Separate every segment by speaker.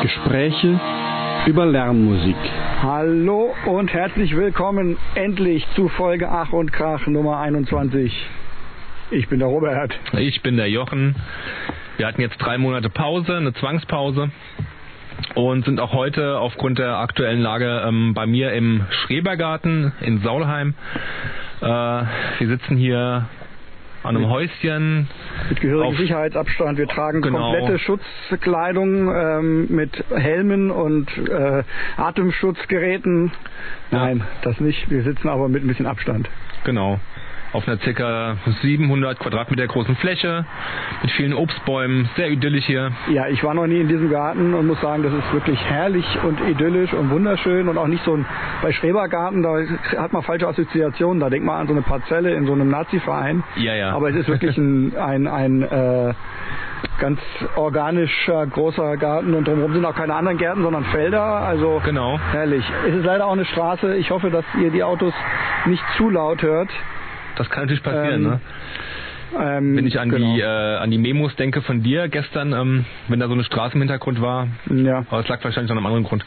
Speaker 1: Gespräche über Lernmusik.
Speaker 2: Hallo und herzlich willkommen endlich zu Folge Ach und Krach Nummer 21. Ich bin der Robert.
Speaker 3: Ich bin der Jochen. Wir hatten jetzt drei Monate Pause, eine Zwangspause und sind auch heute aufgrund der aktuellen Lage ähm, bei mir im Schrebergarten in Saulheim. Äh, wir sitzen hier an einem Häuschen.
Speaker 2: Mit gehörigem
Speaker 3: Auf-
Speaker 2: Sicherheitsabstand. Wir tragen
Speaker 3: Genau.
Speaker 2: komplette Schutzkleidung ähm, mit Helmen und äh, Atemschutzgeräten.
Speaker 3: Ja.
Speaker 2: Nein, das nicht. Wir sitzen aber mit ein bisschen Abstand.
Speaker 3: Genau. Auf einer ca. 700 Quadratmeter großen Fläche mit vielen Obstbäumen. Sehr idyllisch hier.
Speaker 2: Ja, ich war noch nie in diesem Garten und muss sagen, das ist wirklich herrlich und idyllisch und wunderschön und auch nicht so ein, bei Schrebergarten, da hat man falsche Assoziationen, da denkt man an so eine Parzelle in so einem Nazi-Verein.
Speaker 3: Ja, ja.
Speaker 2: Aber es ist wirklich ein, ein, ein äh, ganz organischer, großer Garten und drumherum sind auch keine anderen Gärten, sondern Felder, also
Speaker 3: Genau.
Speaker 2: herrlich. Es ist leider auch eine Straße, ich hoffe, dass ihr die Autos nicht zu laut hört.
Speaker 3: Das kann natürlich
Speaker 2: Ähm,
Speaker 3: passieren, ne?
Speaker 2: Ähm,
Speaker 3: Wenn ich an
Speaker 2: genau.
Speaker 3: die äh, an die Memos denke von dir gestern, ähm, wenn da so eine Straße im Hintergrund war.
Speaker 2: genau. ja.
Speaker 3: Aber es lag wahrscheinlich an einem anderen Grund.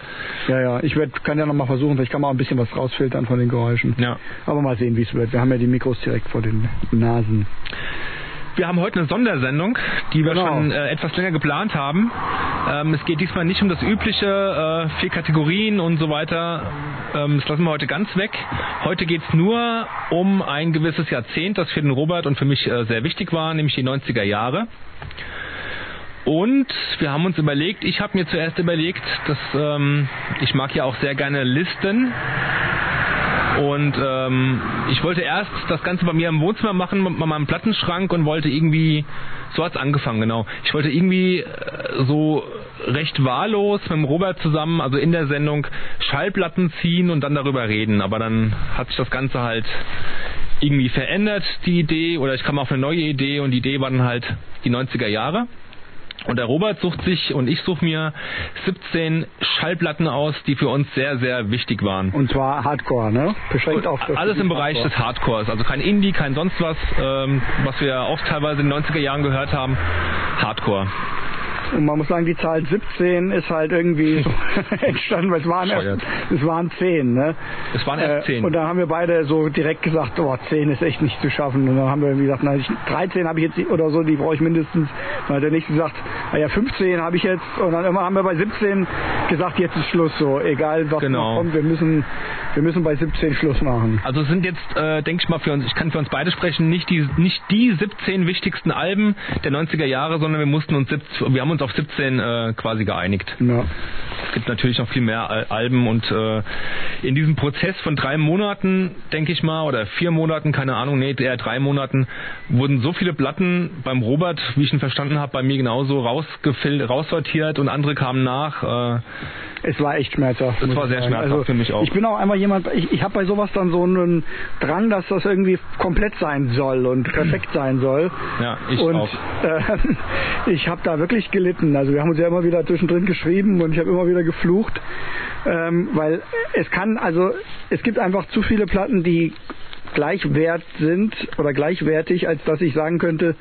Speaker 2: Ja, ja, ich werd, kann ja nochmal versuchen, vielleicht kann man auch ein bisschen was rausfiltern von den Geräuschen.
Speaker 3: Ja.
Speaker 2: Aber mal sehen, wie es wird. Wir haben ja die Mikros direkt vor den Nasen.
Speaker 3: Wir haben heute eine Sondersendung, die wir
Speaker 2: Genau.
Speaker 3: schon äh, etwas länger geplant haben. Ähm, es geht diesmal nicht um das übliche, äh, vier Kategorien und so weiter. Ähm, das lassen wir heute ganz weg. Heute geht's nur um ein gewisses Jahrzehnt, das für den Robert und für mich äh, sehr wichtig war, nämlich die 90er Jahre. Und wir haben uns überlegt, ich habe mir zuerst überlegt, dass ähm, ich mag ja auch sehr gerne Listen und ähm, ich wollte erst das Ganze bei mir im Wohnzimmer machen, mit meinem Plattenschrank und wollte irgendwie, so hat's angefangen, genau. Ich wollte irgendwie äh, so recht wahllos mit dem Robert zusammen, also in der Sendung, Schallplatten ziehen und dann darüber reden. Aber dann hat sich das Ganze halt irgendwie verändert, die Idee, oder ich kam auf eine neue Idee und die Idee war dann halt die 90er Jahre. Und der Robert sucht sich und ich suche mir 17 Schallplatten aus, die für uns sehr, sehr wichtig waren.
Speaker 2: Und zwar Hardcore, ne? Beschränkt auf das
Speaker 3: Alles im Bereich
Speaker 2: Hardcore.
Speaker 3: des Hardcores, also kein Indie, kein sonst was, ähm, was wir auch teilweise in den 90er Jahren gehört haben. Hardcore.
Speaker 2: Und man muss sagen, die Zahl 17 ist halt irgendwie so entstanden, weil es waren,
Speaker 3: Scheuert.
Speaker 2: erst, es waren 10, ne?
Speaker 3: Es waren erst
Speaker 2: Äh, und
Speaker 3: 10.
Speaker 2: dann haben wir beide so direkt gesagt, oh, 10 ist echt nicht zu schaffen. Und dann haben wir irgendwie gesagt, na, ich, 13 habe ich jetzt die- oder so, die brauche ich mindestens. Dann hat der nächste gesagt, na ja, 15 habe ich jetzt. Und dann immer haben wir bei 17 gesagt, jetzt ist Schluss so. Egal was
Speaker 3: Genau.
Speaker 2: noch kommt, wir müssen, wir müssen bei 17 Schluss machen.
Speaker 3: Also es sind jetzt, äh, denke ich mal, für uns, ich kann für uns beide sprechen, nicht die, nicht die 17 wichtigsten Alben der 90er Jahre, sondern wir mussten uns 17, wir haben uns auf 17 äh, quasi geeinigt.
Speaker 2: Ja.
Speaker 3: Es gibt natürlich noch viel mehr Al- Alben und äh, in diesem Prozess von drei Monaten, denke ich mal, oder vier Monaten, keine Ahnung, nee, eher drei Monaten, wurden so viele Platten beim Robert, wie ich ihn verstanden habe, bei mir genauso rausgefil raussortiert und andere kamen nach. Äh,
Speaker 2: Es war echt schmerzhaft.
Speaker 3: Es
Speaker 2: muss
Speaker 3: war
Speaker 2: ich
Speaker 3: sehr
Speaker 2: sagen. Also,
Speaker 3: schmerzhaft für mich auch.
Speaker 2: Ich bin auch einmal jemand, ich, ich habe bei sowas dann so einen Drang, dass das irgendwie komplett sein soll und perfekt sein soll.
Speaker 3: ja, ich
Speaker 2: und
Speaker 3: auch.
Speaker 2: Äh, ich habe da wirklich gelitten. Also wir haben uns ja immer wieder zwischendrin geschrieben und ich habe immer wieder geflucht, ähm, weil es kann, also es gibt einfach zu viele Platten, die gleichwert sind oder gleichwertig, als dass ich sagen könnte,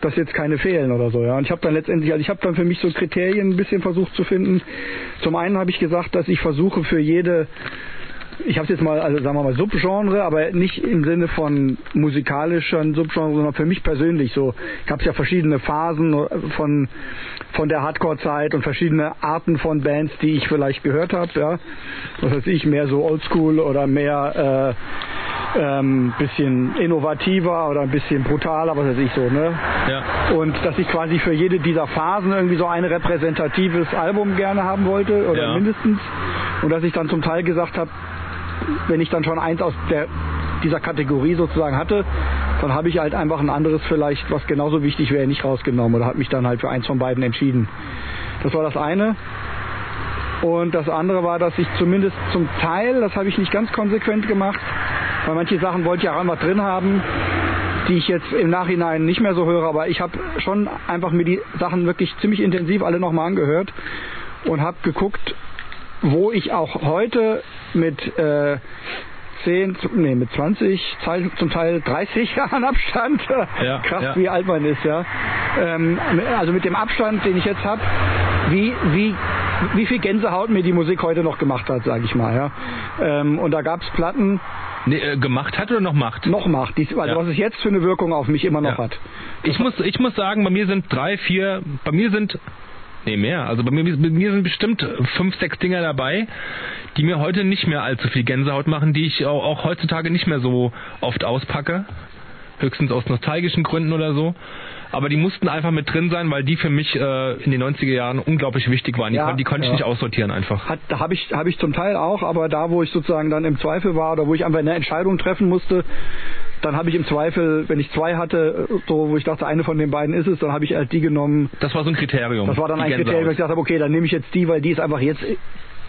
Speaker 2: dass jetzt keine fehlen oder so. Ja, und ich habe dann letztendlich, also ich habe dann für mich so Kriterien ein bisschen versucht zu finden. Zum einen habe ich gesagt, dass ich versuche für jede ich habe jetzt mal, also sagen wir mal Subgenre, aber nicht im Sinne von musikalischen Subgenre, sondern für mich persönlich so. Ich habe ja verschiedene Phasen von von der Hardcore-Zeit und verschiedene Arten von Bands, die ich vielleicht gehört habe. Ja, was weiß ich, mehr so Oldschool oder mehr äh, ähm, bisschen innovativer oder ein bisschen brutaler, was weiß ich so. Ne?
Speaker 3: Ja.
Speaker 2: Und dass ich quasi für jede dieser Phasen irgendwie so ein repräsentatives Album gerne haben wollte oder
Speaker 3: Ja.
Speaker 2: mindestens. Und dass ich dann zum Teil gesagt habe, wenn ich dann schon eins aus der, dieser Kategorie sozusagen hatte, dann habe ich halt einfach ein anderes vielleicht, was genauso wichtig wäre, nicht rausgenommen oder habe mich dann halt für eins von beiden entschieden. Das war das eine. Und das andere war, dass ich zumindest zum Teil, das habe ich nicht ganz konsequent gemacht, weil manche Sachen wollte ich auch einfach drin haben, die ich jetzt im Nachhinein nicht mehr so höre, aber ich habe schon einfach mir die Sachen wirklich ziemlich intensiv alle nochmal angehört und habe geguckt, wo ich auch heute mit äh, 10, zu- nee, mit 20, Teil- zum Teil 30 Jahren Abstand,
Speaker 3: Ja,
Speaker 2: krass,
Speaker 3: ja.
Speaker 2: wie alt man ist, ja. Ähm, also mit dem Abstand, den ich jetzt habe, wie, wie wie viel Gänsehaut mir die Musik heute noch gemacht hat, sage ich mal. Ja. Ähm, und da gab es Platten,
Speaker 3: Nee, äh, gemacht hat oder noch macht?
Speaker 2: noch macht, die, also
Speaker 3: Ja.
Speaker 2: was es jetzt für eine Wirkung auf mich immer noch
Speaker 3: Ja.
Speaker 2: hat.
Speaker 3: Ich muss, ich muss sagen, bei mir sind drei, vier, bei mir sind, nee, mehr, also bei mir, bei mir sind bestimmt fünf, sechs Dinger dabei, die mir heute nicht mehr allzu viel Gänsehaut machen, die ich auch, auch heutzutage nicht mehr so oft auspacke. Höchstens aus nostalgischen Gründen oder so. Aber die mussten einfach mit drin sein, weil die für mich äh, in den 90er Jahren unglaublich wichtig waren. Die,
Speaker 2: Ja,
Speaker 3: kon die konnte
Speaker 2: ja.
Speaker 3: ich nicht aussortieren einfach.
Speaker 2: Hat, da habe ich, hab ich zum Teil auch, aber da, wo ich sozusagen dann im Zweifel war oder wo ich einfach eine Entscheidung treffen musste, dann habe ich im Zweifel, wenn ich zwei hatte, so, wo ich dachte, eine von den beiden ist es, dann habe ich halt die genommen.
Speaker 3: Das war so ein Kriterium.
Speaker 2: Das war dann
Speaker 3: die
Speaker 2: ein Kriterium, wo ich
Speaker 3: Gänsehaut.
Speaker 2: gesagt habe, okay, dann nehme ich jetzt die, weil die ist einfach jetzt,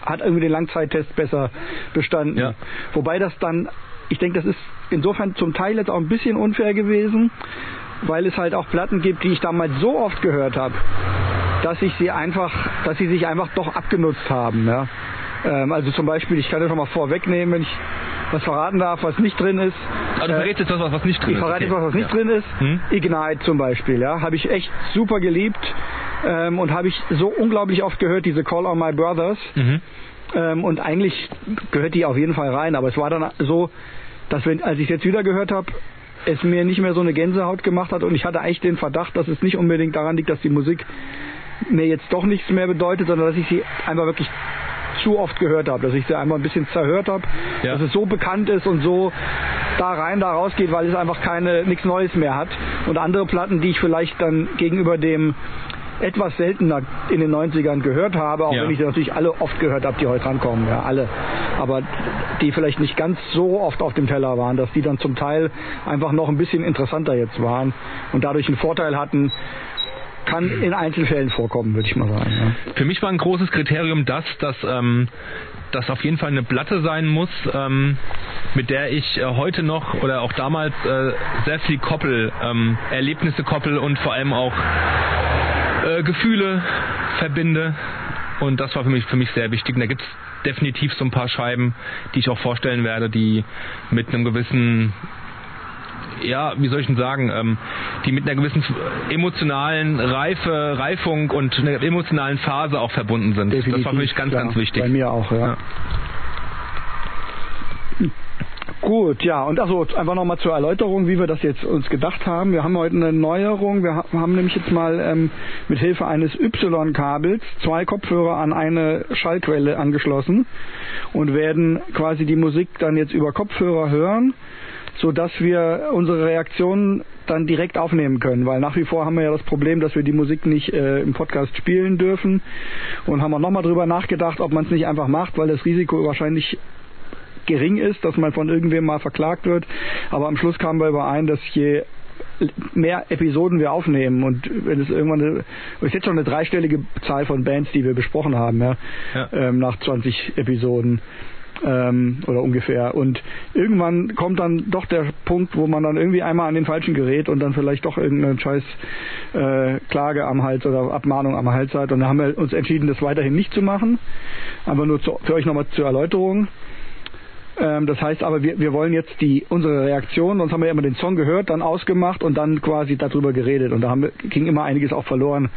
Speaker 2: hat irgendwie den Langzeittest besser bestanden.
Speaker 3: Ja.
Speaker 2: Wobei das dann, ich denke, das ist insofern zum Teil jetzt auch ein bisschen unfair gewesen, weil es halt auch Platten gibt, die ich damals so oft gehört habe, dass ich sie einfach, dass sie sich einfach doch abgenutzt haben. Ja? Ähm, also zum Beispiel, ich kann das schon mal vorwegnehmen, wenn ich was verraten darf, was nicht drin ist.
Speaker 3: Ah, du
Speaker 2: Äh,
Speaker 3: verrätst jetzt was, was nicht drin
Speaker 2: ich verrate
Speaker 3: ist.
Speaker 2: jetzt was, was nicht drin ist.
Speaker 3: Hm?
Speaker 2: Ignite zum Beispiel, ja, habe ich echt super geliebt ähm, und habe ich so unglaublich oft gehört, diese Call on My Brothers.
Speaker 3: Mhm.
Speaker 2: Ähm, und eigentlich gehört die auf jeden Fall rein, aber es war dann so, dass wenn, als ich es jetzt wieder gehört habe, es mir nicht mehr so eine Gänsehaut gemacht hat und ich hatte eigentlich den Verdacht, dass es nicht unbedingt daran liegt, dass die Musik mir jetzt doch nichts mehr bedeutet, sondern dass ich sie einfach wirklich zu oft gehört habe, dass ich sie einmal ein bisschen zerhört habe,
Speaker 3: Ja.
Speaker 2: dass es so bekannt ist und so da rein, da raus geht, weil es einfach keine nichts Neues mehr hat. Und andere Platten, die ich vielleicht dann gegenüber dem etwas seltener in den 90ern gehört habe, auch
Speaker 3: Ja.
Speaker 2: wenn ich sie natürlich alle oft gehört habe, die heute rankommen, ja, alle. Aber die vielleicht nicht ganz so oft auf dem Teller waren, dass die dann zum Teil einfach noch ein bisschen interessanter jetzt waren und dadurch einen Vorteil hatten, kann in Einzelfällen vorkommen, würde ich mal sagen. Ja.
Speaker 3: Für mich war ein großes Kriterium das, dass ähm, das auf jeden Fall eine Platte sein muss, ähm, mit der ich äh, heute noch oder auch damals äh, sehr viel koppel, ähm, Erlebnisse koppel und vor allem auch äh, Gefühle verbinde. Und das war für mich, für mich sehr wichtig. Und da gibt es definitiv so ein paar Scheiben, die ich auch vorstellen werde, die mit einem gewissen ja, wie soll ich denn sagen, ähm, die mit einer gewissen emotionalen Reife, Reifung und einer emotionalen Phase auch verbunden sind. das war für mich ganz,
Speaker 2: klar.
Speaker 3: ganz wichtig.
Speaker 2: Bei mir auch, ja.
Speaker 3: Ja.
Speaker 2: Gut, ja, und also einfach nochmal zur Erläuterung, wie wir das jetzt uns gedacht haben. Wir haben heute eine Neuerung. Wir ha- haben nämlich jetzt mal ähm, mit Hilfe eines Y-Kabels zwei Kopfhörer an eine Schallquelle angeschlossen und werden quasi die Musik dann jetzt über Kopfhörer hören, sodass wir unsere Reaktionen dann direkt aufnehmen können, weil nach wie vor haben wir ja das Problem, dass wir die Musik nicht äh, im Podcast spielen dürfen und haben auch nochmal drüber nachgedacht, ob man es nicht einfach macht, weil das Risiko wahrscheinlich gering ist, dass man von irgendwem mal verklagt wird. Aber am Schluss kamen wir überein, dass je mehr Episoden wir aufnehmen und wenn es irgendwann eine, es ist jetzt schon eine dreistellige Zahl von Bands, die wir besprochen haben, ja,
Speaker 3: Ja.
Speaker 2: Ähm, nach 20 Episoden ähm, oder ungefähr und irgendwann kommt dann doch der Punkt, wo man dann irgendwie einmal an den falschen gerät und dann vielleicht doch irgendeine scheiß äh, Klage am Hals oder Abmahnung am Hals hat und da haben wir uns entschieden, das weiterhin nicht zu machen, aber nur zu, für euch nochmal zur Erläuterung. Ähm, das heißt aber, wir, wir wollen jetzt die unsere Reaktion, sonst haben wir ja immer den Song gehört, dann ausgemacht und dann quasi darüber geredet. Und da haben wir, ging immer einiges auch verloren,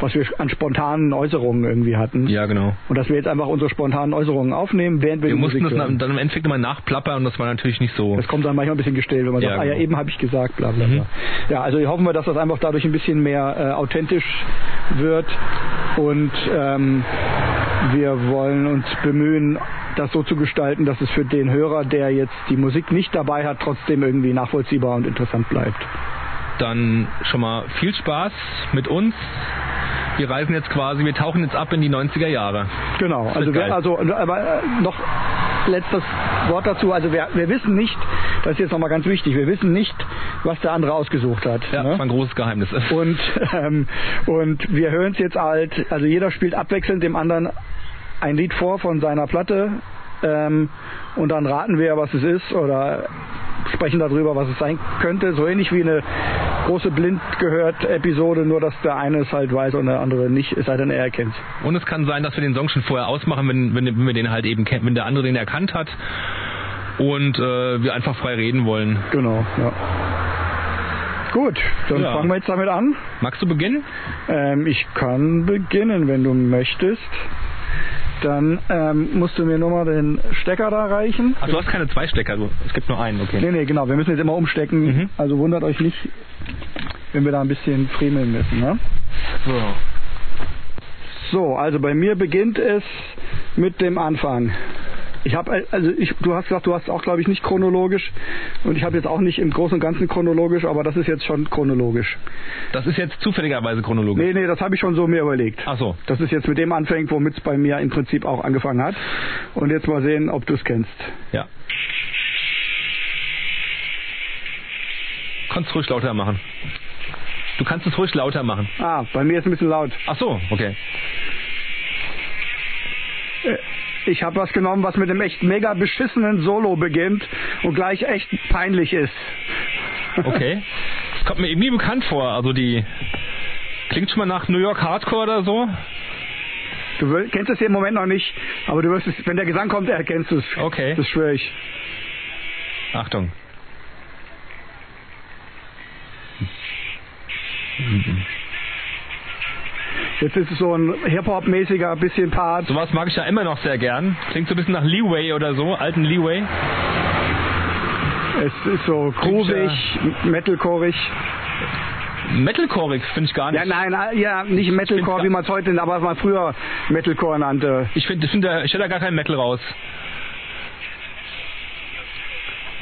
Speaker 2: was wir an spontanen Äußerungen irgendwie hatten.
Speaker 3: ja, genau.
Speaker 2: Und dass wir jetzt einfach unsere spontanen Äußerungen aufnehmen, während wir,
Speaker 3: Wir
Speaker 2: die
Speaker 3: mussten das
Speaker 2: Musik hören.
Speaker 3: dann dann im Endeffekt immer nachplappern und das war natürlich nicht so.
Speaker 2: Das kommt dann manchmal ein bisschen gestellt, wenn man
Speaker 3: Ja,
Speaker 2: sagt, ah ja,
Speaker 3: genau. Mhm.
Speaker 2: eben habe ich gesagt, bla bla bla. Ja, also hoffen wir, dass das einfach dadurch ein bisschen mehr äh, authentisch wird und ähm, wir wollen uns bemühen, das so zu gestalten, dass es für den Hörer, der jetzt die Musik nicht dabei hat, trotzdem irgendwie nachvollziehbar und interessant bleibt.
Speaker 3: Dann schon mal viel Spaß mit uns. Wir reisen jetzt quasi, wir tauchen jetzt ab in die 90er Jahre.
Speaker 2: Genau, also
Speaker 3: wird
Speaker 2: wir,
Speaker 3: geil.
Speaker 2: also aber äh, noch letztes Wort dazu. Also wir, wir wissen nicht, das ist jetzt nochmal ganz wichtig, wir wissen nicht, was der andere ausgesucht hat.
Speaker 3: Ja,
Speaker 2: ne?
Speaker 3: das war ein großes Geheimnis.
Speaker 2: Und, ähm, und wir hören es jetzt halt, also jeder spielt abwechselnd dem anderen ein Lied vor von seiner Platte ähm, und dann raten wir, was es ist oder sprechen darüber, was es sein könnte. So ähnlich wie eine große blind gehört Episode, nur dass der eine es halt weiß und der andere nicht, es sei denn, er erkennt
Speaker 3: Und es kann sein, dass wir den Song schon vorher ausmachen, wenn, wenn, wenn wir den halt eben kennen, wenn der andere den erkannt hat und äh, wir einfach frei reden wollen.
Speaker 2: Genau, ja. Gut, dann
Speaker 3: Ja.
Speaker 2: fangen wir jetzt damit an.
Speaker 3: Magst du beginnen?
Speaker 2: Ähm, ich kann beginnen, wenn du möchtest. Dann ähm, musst du mir nur mal den Stecker da reichen.
Speaker 3: Ach, du hast keine zwei Stecker, du, es gibt nur einen, okay.
Speaker 2: Nee, nee, genau. Wir müssen jetzt immer umstecken.
Speaker 3: Mhm.
Speaker 2: Also wundert euch nicht, wenn wir da ein bisschen fremeln müssen. Ne?
Speaker 3: So.
Speaker 2: So, also bei mir beginnt es mit dem Anfang. Ich habe, also ich, du hast gesagt, du hast auch, glaube ich, nicht chronologisch. Und ich habe jetzt auch nicht im Großen und Ganzen chronologisch, aber das ist jetzt schon chronologisch.
Speaker 3: Das ist jetzt zufälligerweise chronologisch.
Speaker 2: Nee, nee, das habe ich schon so mir überlegt.
Speaker 3: Ach so.
Speaker 2: Dass es jetzt mit dem anfängt, womit es bei mir im Prinzip auch angefangen hat. Und jetzt mal sehen, ob du es kennst.
Speaker 3: Ja. Kannst ruhig lauter machen. Du kannst es ruhig lauter machen.
Speaker 2: Ah, bei mir ist ein bisschen laut.
Speaker 3: Ach so, okay.
Speaker 2: Ich habe was genommen, was mit einem echt mega beschissenen Solo beginnt und gleich echt peinlich ist.
Speaker 3: Okay. Das kommt mir irgendwie bekannt vor. Also die klingt schon mal nach New York Hardcore oder so.
Speaker 2: Du wür- kennst es hier im Moment noch nicht, aber du wirst es, wenn der Gesang kommt, erkennst du es.
Speaker 3: Okay.
Speaker 2: Das schwöre ich.
Speaker 3: Achtung.
Speaker 2: Jetzt ist es so ein Hip-Hop-mäßiger bisschen Part.
Speaker 3: Sowas mag ich ja immer noch sehr gern. Klingt so ein bisschen nach Leeway oder so, alten Leeway.
Speaker 2: Es ist so groovig, metalcoreig.
Speaker 3: Metalcoreig finde ich gar nicht.
Speaker 2: Ja, nein, ah, ja, nicht
Speaker 3: find's
Speaker 2: Metalcore, wie
Speaker 3: gar-
Speaker 2: man es heute, aber was man früher Metalcore nannte.
Speaker 3: Ich finde, ich, find, da- ich hätte da gar kein Metal raus.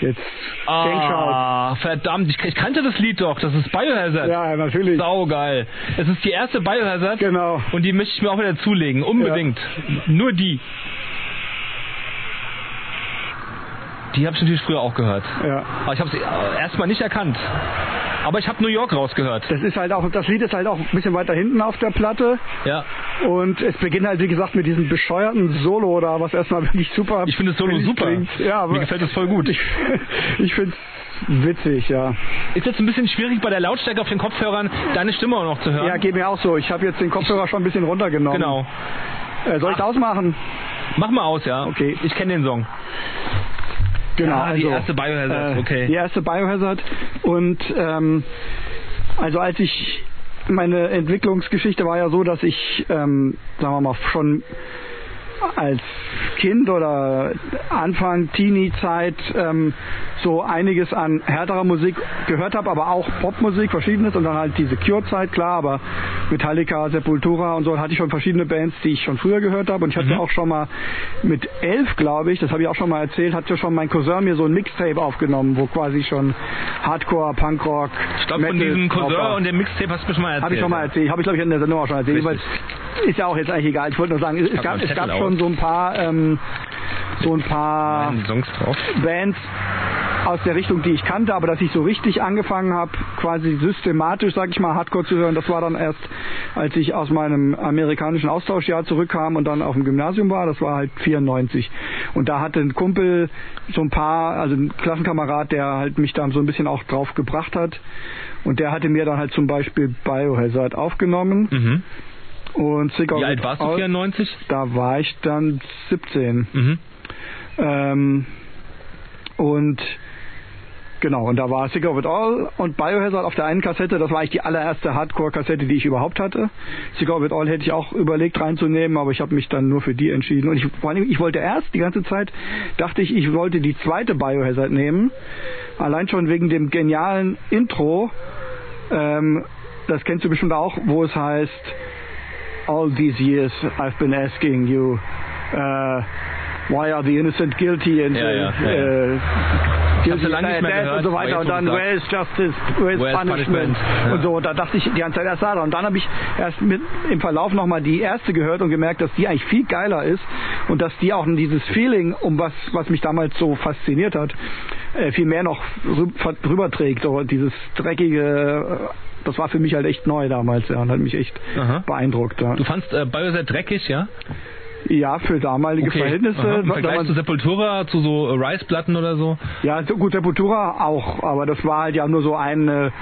Speaker 2: Jetzt Gangshouts.
Speaker 3: Ah, verdammt, ich, ich kannte das Lied doch. Das ist Biohazard.
Speaker 2: Ja, natürlich.
Speaker 3: Saugeil. Es ist die erste Biohazard.
Speaker 2: Genau.
Speaker 3: Und die möchte ich mir auch wieder zulegen. Unbedingt. Nur die. Die habe ich natürlich früher auch gehört.
Speaker 2: Ja.
Speaker 3: Aber ich habe sie äh, erstmal nicht erkannt. Aber ich habe New York rausgehört.
Speaker 2: Das ist halt auch, das Lied ist halt auch ein bisschen weiter hinten auf der Platte.
Speaker 3: Ja.
Speaker 2: Und es beginnt halt, wie gesagt, mit diesem bescheuerten Solo da, was erstmal wirklich super.
Speaker 3: Ich finde das Solo
Speaker 2: billig
Speaker 3: super.
Speaker 2: klingt. Ja, aber
Speaker 3: Mir gefällt das voll gut.
Speaker 2: Ich, ich finde es witzig, ja.
Speaker 3: Ist jetzt ein bisschen schwierig bei der Lautstärke auf den Kopfhörern deine Stimme auch noch zu hören.
Speaker 2: Ja, geht mir auch so. Ich habe jetzt den Kopfhörer schon ein bisschen runtergenommen.
Speaker 3: genau.
Speaker 2: Äh, soll ich ausmachen?
Speaker 3: Mach mal aus, ja.
Speaker 2: Okay.
Speaker 3: Ich kenne den Song.
Speaker 2: Genau.
Speaker 3: Ah, die
Speaker 2: also,
Speaker 3: erste Biohazard,
Speaker 2: äh,
Speaker 3: okay.
Speaker 2: Die erste Biohazard. Und ähm, also als ich meine Entwicklungsgeschichte war ja so, dass ich, ähm, sagen wir mal, schon als Kind oder Anfang Teenie-Zeit ähm, so einiges an härterer Musik gehört habe, aber auch Popmusik, verschiedenes und dann halt diese Cure-Zeit, klar, aber Metallica, Sepultura und so hatte ich schon verschiedene Bands, die ich schon früher gehört habe und ich hatte
Speaker 3: Mhm.
Speaker 2: auch schon mal mit elf, glaube ich, das habe ich auch schon mal erzählt, hat ja schon mein Cousin mir so ein Mixtape aufgenommen, wo quasi schon Hardcore, Punkrock,
Speaker 3: Ich glaube, von
Speaker 2: Metal
Speaker 3: diesem
Speaker 2: drauf war.
Speaker 3: Cousin und dem Mixtape hast du mir schon mal erzählt.
Speaker 2: Habe ich schon mal erzählt. Habe ich, glaube ich, in der Sendung auch schon erzählt.
Speaker 3: Richtig.
Speaker 2: Weil ist ja auch jetzt eigentlich egal. Ich wollte nur sagen, es, es
Speaker 3: Pack mal
Speaker 2: gab,
Speaker 3: einen
Speaker 2: es
Speaker 3: Zettel
Speaker 2: gab
Speaker 3: auf.
Speaker 2: schon so ein paar, ähm, so ein paar
Speaker 3: Nein, Songs drauf.
Speaker 2: Bands aus der Richtung, die ich kannte, aber dass ich so richtig angefangen habe, quasi systematisch, sag ich mal, Hardcore zu hören, das war dann erst, als ich aus meinem amerikanischen Austauschjahr zurückkam und dann auf dem Gymnasium war, das war halt 94. Und da hatte ein Kumpel so ein paar, also ein Klassenkamerad, der halt mich da so ein bisschen auch drauf gebracht hat. Und der hatte mir dann halt zum Beispiel Biohazard aufgenommen
Speaker 3: Mhm.
Speaker 2: und Sick
Speaker 3: Wie alt warst du? 94?
Speaker 2: Da war ich dann 17.
Speaker 3: Mhm.
Speaker 2: Ähm, und genau, und da war Sick of It All und Biohazard auf der einen Kassette. Das war eigentlich die allererste Hardcore-Kassette, die ich überhaupt hatte. Sick of It All hätte ich auch überlegt reinzunehmen, aber ich habe mich dann nur für die entschieden. Und ich, vor allem, ich wollte erst die ganze Zeit, dachte ich, ich wollte die zweite Biohazard nehmen. Allein schon wegen dem genialen Intro. Ähm, das kennst du bestimmt auch, wo es heißt, All these years I've been asking you, uh, why are the innocent guilty and
Speaker 3: Ja, ja, ja,
Speaker 2: uh,
Speaker 3: hab's ja
Speaker 2: guilty
Speaker 3: lange nicht mehr
Speaker 2: dead
Speaker 3: gehört,
Speaker 2: und so
Speaker 3: aber jetzt,
Speaker 2: weiter und
Speaker 3: wo
Speaker 2: dann
Speaker 3: du's
Speaker 2: where is justice, where is
Speaker 3: Where is
Speaker 2: punishment,
Speaker 3: punishment? Ja.
Speaker 2: und so. Und da dachte ich die ganze Zeit erst da dran. Und dann habe ich erst mit im Verlauf nochmal die erste gehört und gemerkt, dass die eigentlich viel geiler ist und dass die auch dieses Feeling, um was was mich damals so fasziniert hat, äh, viel mehr noch rü- ver- rüberträgt. So dieses dreckige, äh, das war für mich halt echt neu damals, ja, und hat mich echt
Speaker 3: Aha.
Speaker 2: beeindruckt. Ja.
Speaker 3: Du fandst äh, Biohazard dreckig, ja?
Speaker 2: Ja, für damalige Verhältnisse.
Speaker 3: Aha. Im
Speaker 2: wenn
Speaker 3: Vergleich
Speaker 2: man-
Speaker 3: zu Sepultura, zu so äh, Rice-Platten oder so.
Speaker 2: ja, so gut, Sepultura auch, aber das war halt ja nur so eine,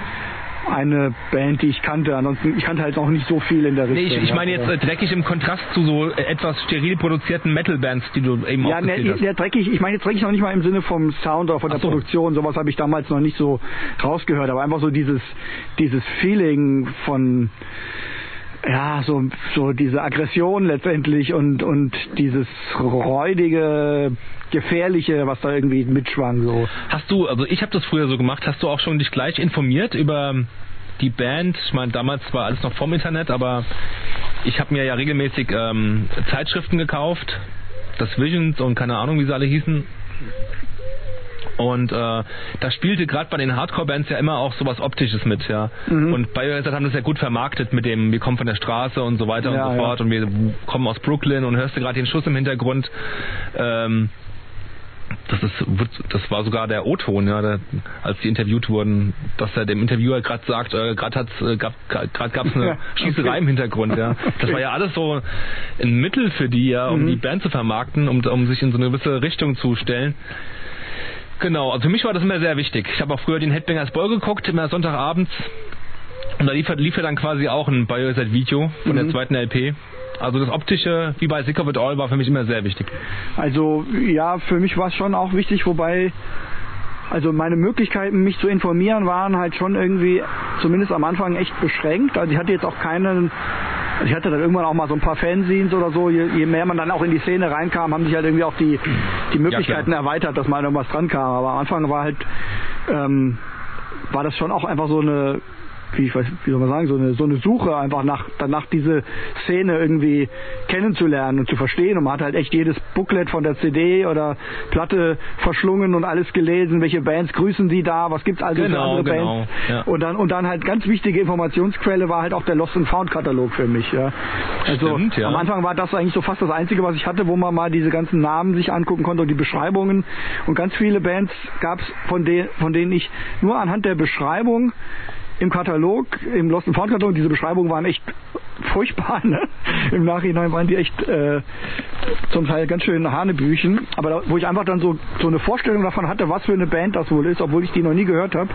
Speaker 2: eine Band, die ich kannte. Ansonsten, ich kannte halt auch nicht so viel in der
Speaker 3: Nee,
Speaker 2: Richtung.
Speaker 3: ich, ich meine
Speaker 2: ja.
Speaker 3: jetzt äh, dreckig im Kontrast zu so äh, etwas steril produzierten Metal-Bands, die du eben
Speaker 2: Ja, ne,
Speaker 3: aufgezählt hast.
Speaker 2: ja, dreckig, ich meine jetzt dreckig noch nicht mal im Sinne vom Sound oder von der
Speaker 3: Ach so.
Speaker 2: Produktion, sowas habe ich damals noch nicht so rausgehört, aber einfach so dieses, dieses Feeling von ja, so, so diese Aggression letztendlich und, und dieses räudige, gefährliche, was da irgendwie mitschwang, so.
Speaker 3: Hast du, also ich habe das früher so gemacht, hast du auch schon dich gleich informiert über die Band? Ich meine, damals war alles noch vom Internet, aber ich habe mir ja regelmäßig ähm, Zeitschriften gekauft, das Visions und keine Ahnung, wie sie alle hießen. Und äh, da spielte gerade bei den Hardcore-Bands ja immer auch sowas Optisches mit, ja.
Speaker 2: Mhm.
Speaker 3: Und Biohazard haben das ja gut vermarktet mit dem, wir kommen von der Straße und so weiter
Speaker 2: Ja,
Speaker 3: und so
Speaker 2: ja.
Speaker 3: fort und wir kommen aus Brooklyn und hörst du gerade den Schuss im Hintergrund. Ähm, das ist, das war sogar der O-Ton, ja, der, als die interviewt wurden, dass er dem Interviewer gerade sagt, äh, gerade hat's, äh, gab, gerade gab's eine
Speaker 2: Ja,
Speaker 3: Schießerei
Speaker 2: okay.
Speaker 3: im Hintergrund, ja. Das war ja alles so ein Mittel für die, ja, um
Speaker 2: Mhm.
Speaker 3: die Band zu vermarkten, um, um sich in so eine gewisse Richtung zu stellen. Genau, also für mich war das immer sehr wichtig. Ich habe auch früher den Headbangers Ball geguckt, immer Sonntagabends. Und da lief, halt, lief ja dann quasi auch ein Bioside-Video von der
Speaker 2: Mhm.
Speaker 3: zweiten LP. Also das Optische, wie bei Sick of It All, war für mich immer sehr wichtig.
Speaker 2: Also ja, für mich war es schon auch wichtig, wobei also meine Möglichkeiten, mich zu informieren, waren halt schon irgendwie zumindest am Anfang echt beschränkt. Also ich hatte jetzt auch keinen, also ich hatte dann irgendwann auch mal so ein paar Fanzines oder so. Je, je mehr man dann auch in die Szene reinkam, haben sich halt irgendwie auch die, die Möglichkeiten erweitert, dass mal noch was dran kam. Aber am Anfang war halt ähm, war das schon auch einfach so eine, wie, ich weiß, wie soll man sagen, so eine, so eine Suche einfach nach, danach diese Szene irgendwie kennenzulernen und zu verstehen. Und man hat halt echt jedes Booklet von der CD oder Platte verschlungen und alles gelesen, welche Bands grüßen die da, was gibt's also für
Speaker 3: Genau,
Speaker 2: andere
Speaker 3: genau,
Speaker 2: Bands.
Speaker 3: ja.
Speaker 2: Und dann und dann halt ganz wichtige Informationsquelle war halt auch der Lost and Found Katalog für mich. Ja. Also
Speaker 3: Stimmt, ja.
Speaker 2: am Anfang war das eigentlich so fast das einzige, was ich hatte, wo man mal diese ganzen Namen sich angucken konnte und die Beschreibungen. Und ganz viele Bands gab es, von, de von denen ich nur anhand der Beschreibung im Katalog, im Lost and Found Katalog, diese Beschreibungen waren echt furchtbar. Ne? Im Nachhinein waren die echt äh, zum Teil ganz schön Hanebüchen. Aber da, wo ich einfach dann so, so eine Vorstellung davon hatte, was für eine Band das wohl ist, obwohl ich die noch nie gehört habe,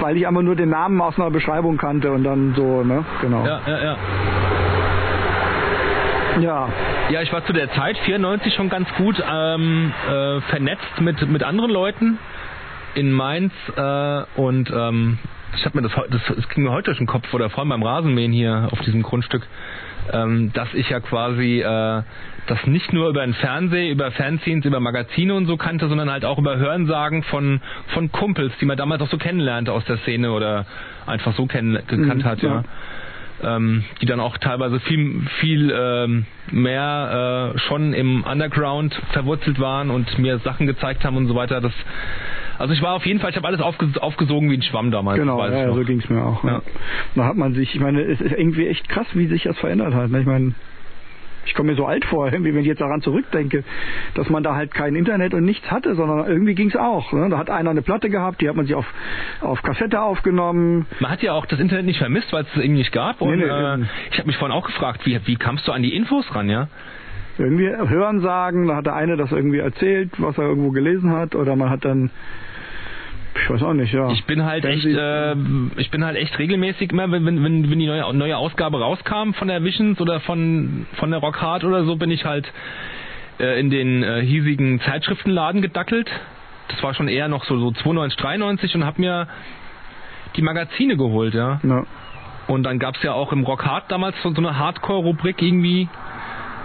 Speaker 2: weil ich einfach nur den Namen aus einer Beschreibung kannte und dann so, ne? Genau.
Speaker 3: Ja, ja, ja.
Speaker 2: ja.
Speaker 3: Ja, ich war zu der Zeit 94 schon ganz gut ähm, äh, vernetzt mit, mit anderen Leuten in Mainz äh, und ähm, ich habe mir das, heu- das, das ging mir heute durch den Kopf oder vor allem beim Rasenmähen hier auf diesem Grundstück, ähm, dass ich ja quasi äh, das nicht nur über den Fernseh, über Fanzines, über Magazine und so kannte, sondern halt auch über Hörensagen von von Kumpels, die man damals auch so kennenlernte aus der Szene oder einfach so kenn,
Speaker 2: Mhm,
Speaker 3: gekannt hat, ja
Speaker 2: ja.
Speaker 3: ähm, die dann auch teilweise viel, viel ähm, mehr äh, schon im Underground verwurzelt waren und mir Sachen gezeigt haben und so weiter. Das, also ich war auf jeden Fall, ich habe alles aufges aufgesogen wie ein Schwamm damals.
Speaker 2: Genau,
Speaker 3: weiß ich
Speaker 2: ja,
Speaker 3: noch.
Speaker 2: so ging's mir auch.
Speaker 3: Ja.
Speaker 2: Ja. Da hat man sich, ich meine, es ist irgendwie echt krass, wie sich das verändert hat. ne? Ich meine, ich komme mir so alt vor, irgendwie, wenn ich jetzt daran zurückdenke, dass man da halt kein Internet und nichts hatte, sondern irgendwie ging's auch. Ne? Da hat einer eine Platte gehabt, die hat man sich auf, auf Kassette aufgenommen.
Speaker 3: Man hat ja auch das Internet nicht vermisst, weil es es eben nicht gab. Und
Speaker 2: Nee, nee,
Speaker 3: äh,
Speaker 2: eben.
Speaker 3: ich habe mich vorhin auch gefragt, wie, wie kamst du an die Infos ran, ja?
Speaker 2: Irgendwie Hörensagen, da hat der eine das irgendwie erzählt, was er irgendwo gelesen hat, oder man hat dann, ich weiß auch nicht, ja.
Speaker 3: Ich bin halt
Speaker 2: Wenn
Speaker 3: echt,
Speaker 2: Sie-
Speaker 3: äh, ich bin halt echt regelmäßig immer, wenn, wenn, wenn wenn die neue, neue Ausgabe rauskam von der Visions oder von, von der Rock Hard oder so, bin ich halt äh, in den äh, hiesigen Zeitschriftenladen gedackelt. Das war schon eher noch so, so 92, 93 und hab mir die Magazine geholt, ja.
Speaker 2: ja.
Speaker 3: Und dann gab's ja auch im Rock Hard damals so, so eine Hardcore-Rubrik irgendwie.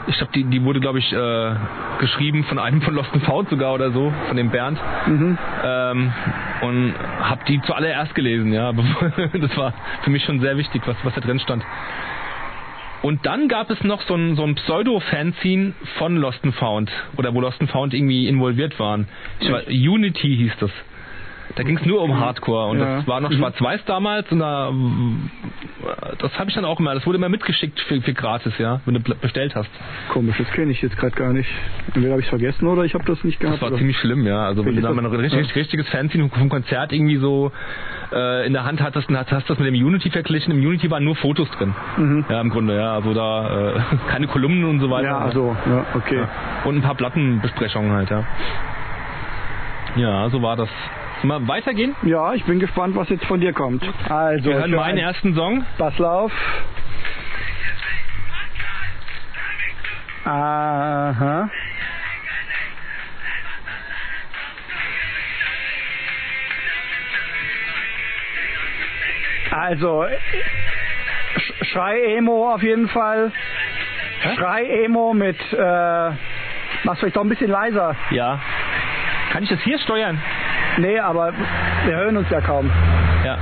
Speaker 3: Ich glaube, die, die wurde, glaube ich, äh, geschrieben von einem von Lost and Found sogar oder so, von dem Bernd
Speaker 2: Mhm.
Speaker 3: ähm, und habe die zuallererst gelesen, ja. Das war für mich schon sehr wichtig, was, was da drin stand. Und dann gab es noch so ein, so ein Pseudo-Fanzine von Lost and Found oder wo Lost and Found irgendwie involviert waren. Ich war, Unity hieß das. Da ging es nur um Hardcore und
Speaker 2: Ja. Mhm.
Speaker 3: das war noch schwarz-weiß damals und da, das habe ich dann auch immer, das wurde immer mitgeschickt für, für gratis, ja, wenn du bestellt hast.
Speaker 2: Komisch, das kenne ich jetzt gerade gar nicht. Entweder habe ich vergessen oder ich habe das nicht gehabt.
Speaker 3: Das war
Speaker 2: oder-
Speaker 3: ziemlich schlimm, ja. Also wenn du
Speaker 2: Wirklich
Speaker 3: da mal ein
Speaker 2: so?
Speaker 3: richtig,
Speaker 2: Ja.
Speaker 3: richtiges Fanzine vom Konzert irgendwie so äh, in der Hand hattest, und hast hast das mit dem Unity verglichen. Im Unity waren nur Fotos drin.
Speaker 2: Mhm.
Speaker 3: Ja, im Grunde, ja. Also da äh, keine Kolumnen und so weiter.
Speaker 2: Ja, also, ja, okay.
Speaker 3: Ja. Und ein paar Plattenbesprechungen halt, ja. Ja, so war das. Mal weitergehen.
Speaker 2: Ja, ich bin gespannt, was jetzt von dir kommt. Also,
Speaker 3: Wir hören
Speaker 2: für
Speaker 3: meinen
Speaker 2: einen
Speaker 3: ersten Song.
Speaker 2: Basslauf. Aha. Also, Sch- Schrei Emo auf jeden Fall.
Speaker 3: Hä?
Speaker 2: Schrei Emo mit, äh, mach's vielleicht doch ein bisschen leiser.
Speaker 3: Ja. Kann ich das hier steuern?
Speaker 2: Nee, aber wir hören uns ja kaum.
Speaker 3: Ja.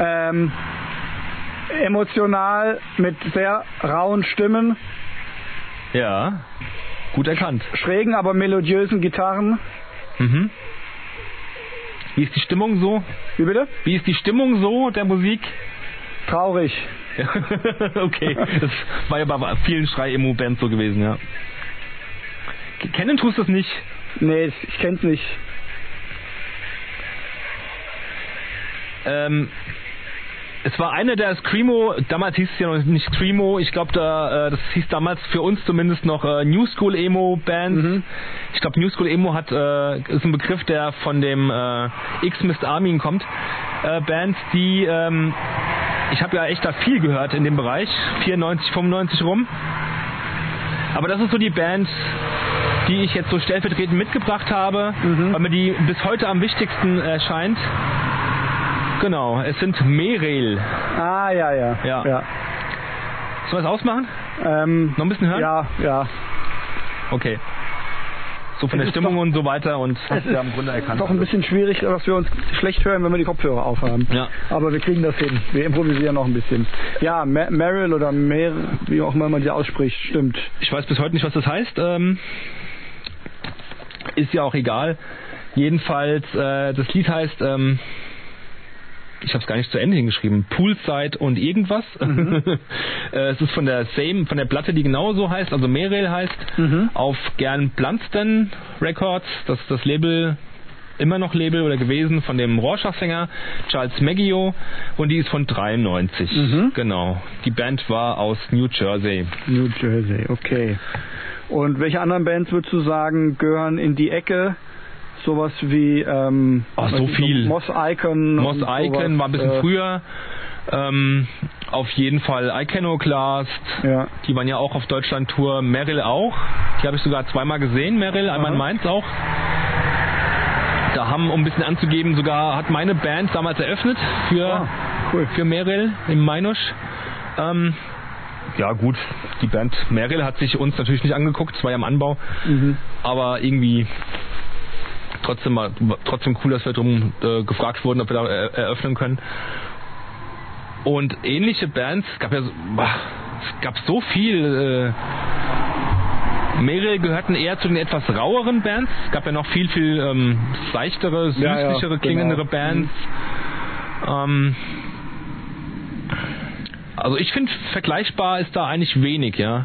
Speaker 2: Ähm, emotional mit sehr rauen Stimmen,
Speaker 3: Ja. Gut erkannt.
Speaker 2: schrägen, aber melodiösen Gitarren.
Speaker 3: Mhm. Wie ist die Stimmung so?
Speaker 2: Wie bitte?
Speaker 3: Wie ist die Stimmung so der Musik?
Speaker 2: Traurig.
Speaker 3: Ja. okay, das war ja bei vielen Schrei-Emo-Bands so gewesen, ja. Kennen tust du es nicht.
Speaker 2: Nee, ich kenn's nicht.
Speaker 3: Ähm, es war einer der Screamo, damals hieß es ja noch nicht Screamo, ich glaube, da, äh, das hieß damals für uns zumindest noch äh, New School Emo Bands. Ich glaube, New School Emo hat, äh, ist ein Begriff, der von dem äh, X-Mist Armin kommt. Äh, Bands, die, ähm, ich habe ja echt da viel gehört in dem Bereich, 94, 95 rum. Aber das ist so die Band, die ich jetzt so stellvertretend mitgebracht habe,
Speaker 2: Mhm.
Speaker 3: weil mir die bis heute am wichtigsten erscheint. Genau, es sind Merel.
Speaker 2: Ah, ja, ja.
Speaker 3: Ja. Sollen wir es ausmachen?
Speaker 2: Ähm,
Speaker 3: Noch ein bisschen hören?
Speaker 2: ja, ja.
Speaker 3: Okay. So von
Speaker 2: Es
Speaker 3: der
Speaker 2: ist
Speaker 3: Stimmung
Speaker 2: doch-
Speaker 3: und so weiter und
Speaker 2: Es ist doch ein bisschen schwierig, dass wir uns schlecht hören, wenn wir die Kopfhörer aufhaben.
Speaker 3: Ja.
Speaker 2: Aber wir kriegen das hin. Wir improvisieren noch ein bisschen. Ja, Ma- Meryl oder Mer, wie auch immer man die ausspricht, stimmt.
Speaker 3: Ich weiß bis heute nicht, was das heißt. Ähm, ist ja auch egal. Jedenfalls, äh, das Lied heißt, ähm, ich habe es gar nicht zu Ende hingeschrieben, Poolside und irgendwas.
Speaker 2: Mhm.
Speaker 3: äh, es ist von der same, von der Platte, die genauso heißt, also Merel heißt,
Speaker 2: Mhm.
Speaker 3: auf Gern Blunston Records, das ist das Label immer noch Label oder gewesen von dem Rorschach-Sänger Charles Maggio und die ist von 93.
Speaker 2: Mhm.
Speaker 3: Genau. Die Band war aus New Jersey.
Speaker 2: New Jersey, okay. Und welche anderen Bands würdest du sagen, gehören in die Ecke? Sowas wie ähm,
Speaker 3: Ach, Ah, so
Speaker 2: weiß ich,
Speaker 3: viel.
Speaker 2: Moss Icon.
Speaker 3: Moss
Speaker 2: und
Speaker 3: Icon
Speaker 2: sowas,
Speaker 3: war ein bisschen
Speaker 2: äh,
Speaker 3: früher. Ähm, auf jeden Fall Iconoclast.
Speaker 2: äh, Ja.
Speaker 3: Die waren ja auch auf Deutschland-Tour. Meryl auch. Die habe ich sogar zweimal gesehen, Meryl. Einmal in
Speaker 2: Aha.
Speaker 3: Mainz auch. Da haben, um ein bisschen anzugeben, sogar hat meine Band damals eröffnet für,
Speaker 2: Ah, cool.
Speaker 3: für Meryl im Mainusch. Ähm, ja gut, die Band Meryl hat sich uns natürlich nicht angeguckt, es war ja im Anbau,
Speaker 2: Mhm.
Speaker 3: aber irgendwie trotzdem mal trotzdem cool, dass wir drum äh, gefragt wurden, ob wir da er eröffnen können. Und ähnliche Bands, es gab ja so, bah, es gab so viel. Äh, mehrere gehörten eher zu den etwas raueren Bands. Es gab ja noch viel, viel ähm, seichtere,
Speaker 2: Ja, ja,
Speaker 3: süßlichere,
Speaker 2: genau.
Speaker 3: klingendere
Speaker 2: Mhm.
Speaker 3: Bands. Ähm, also ich finde, vergleichbar ist da eigentlich wenig, ja.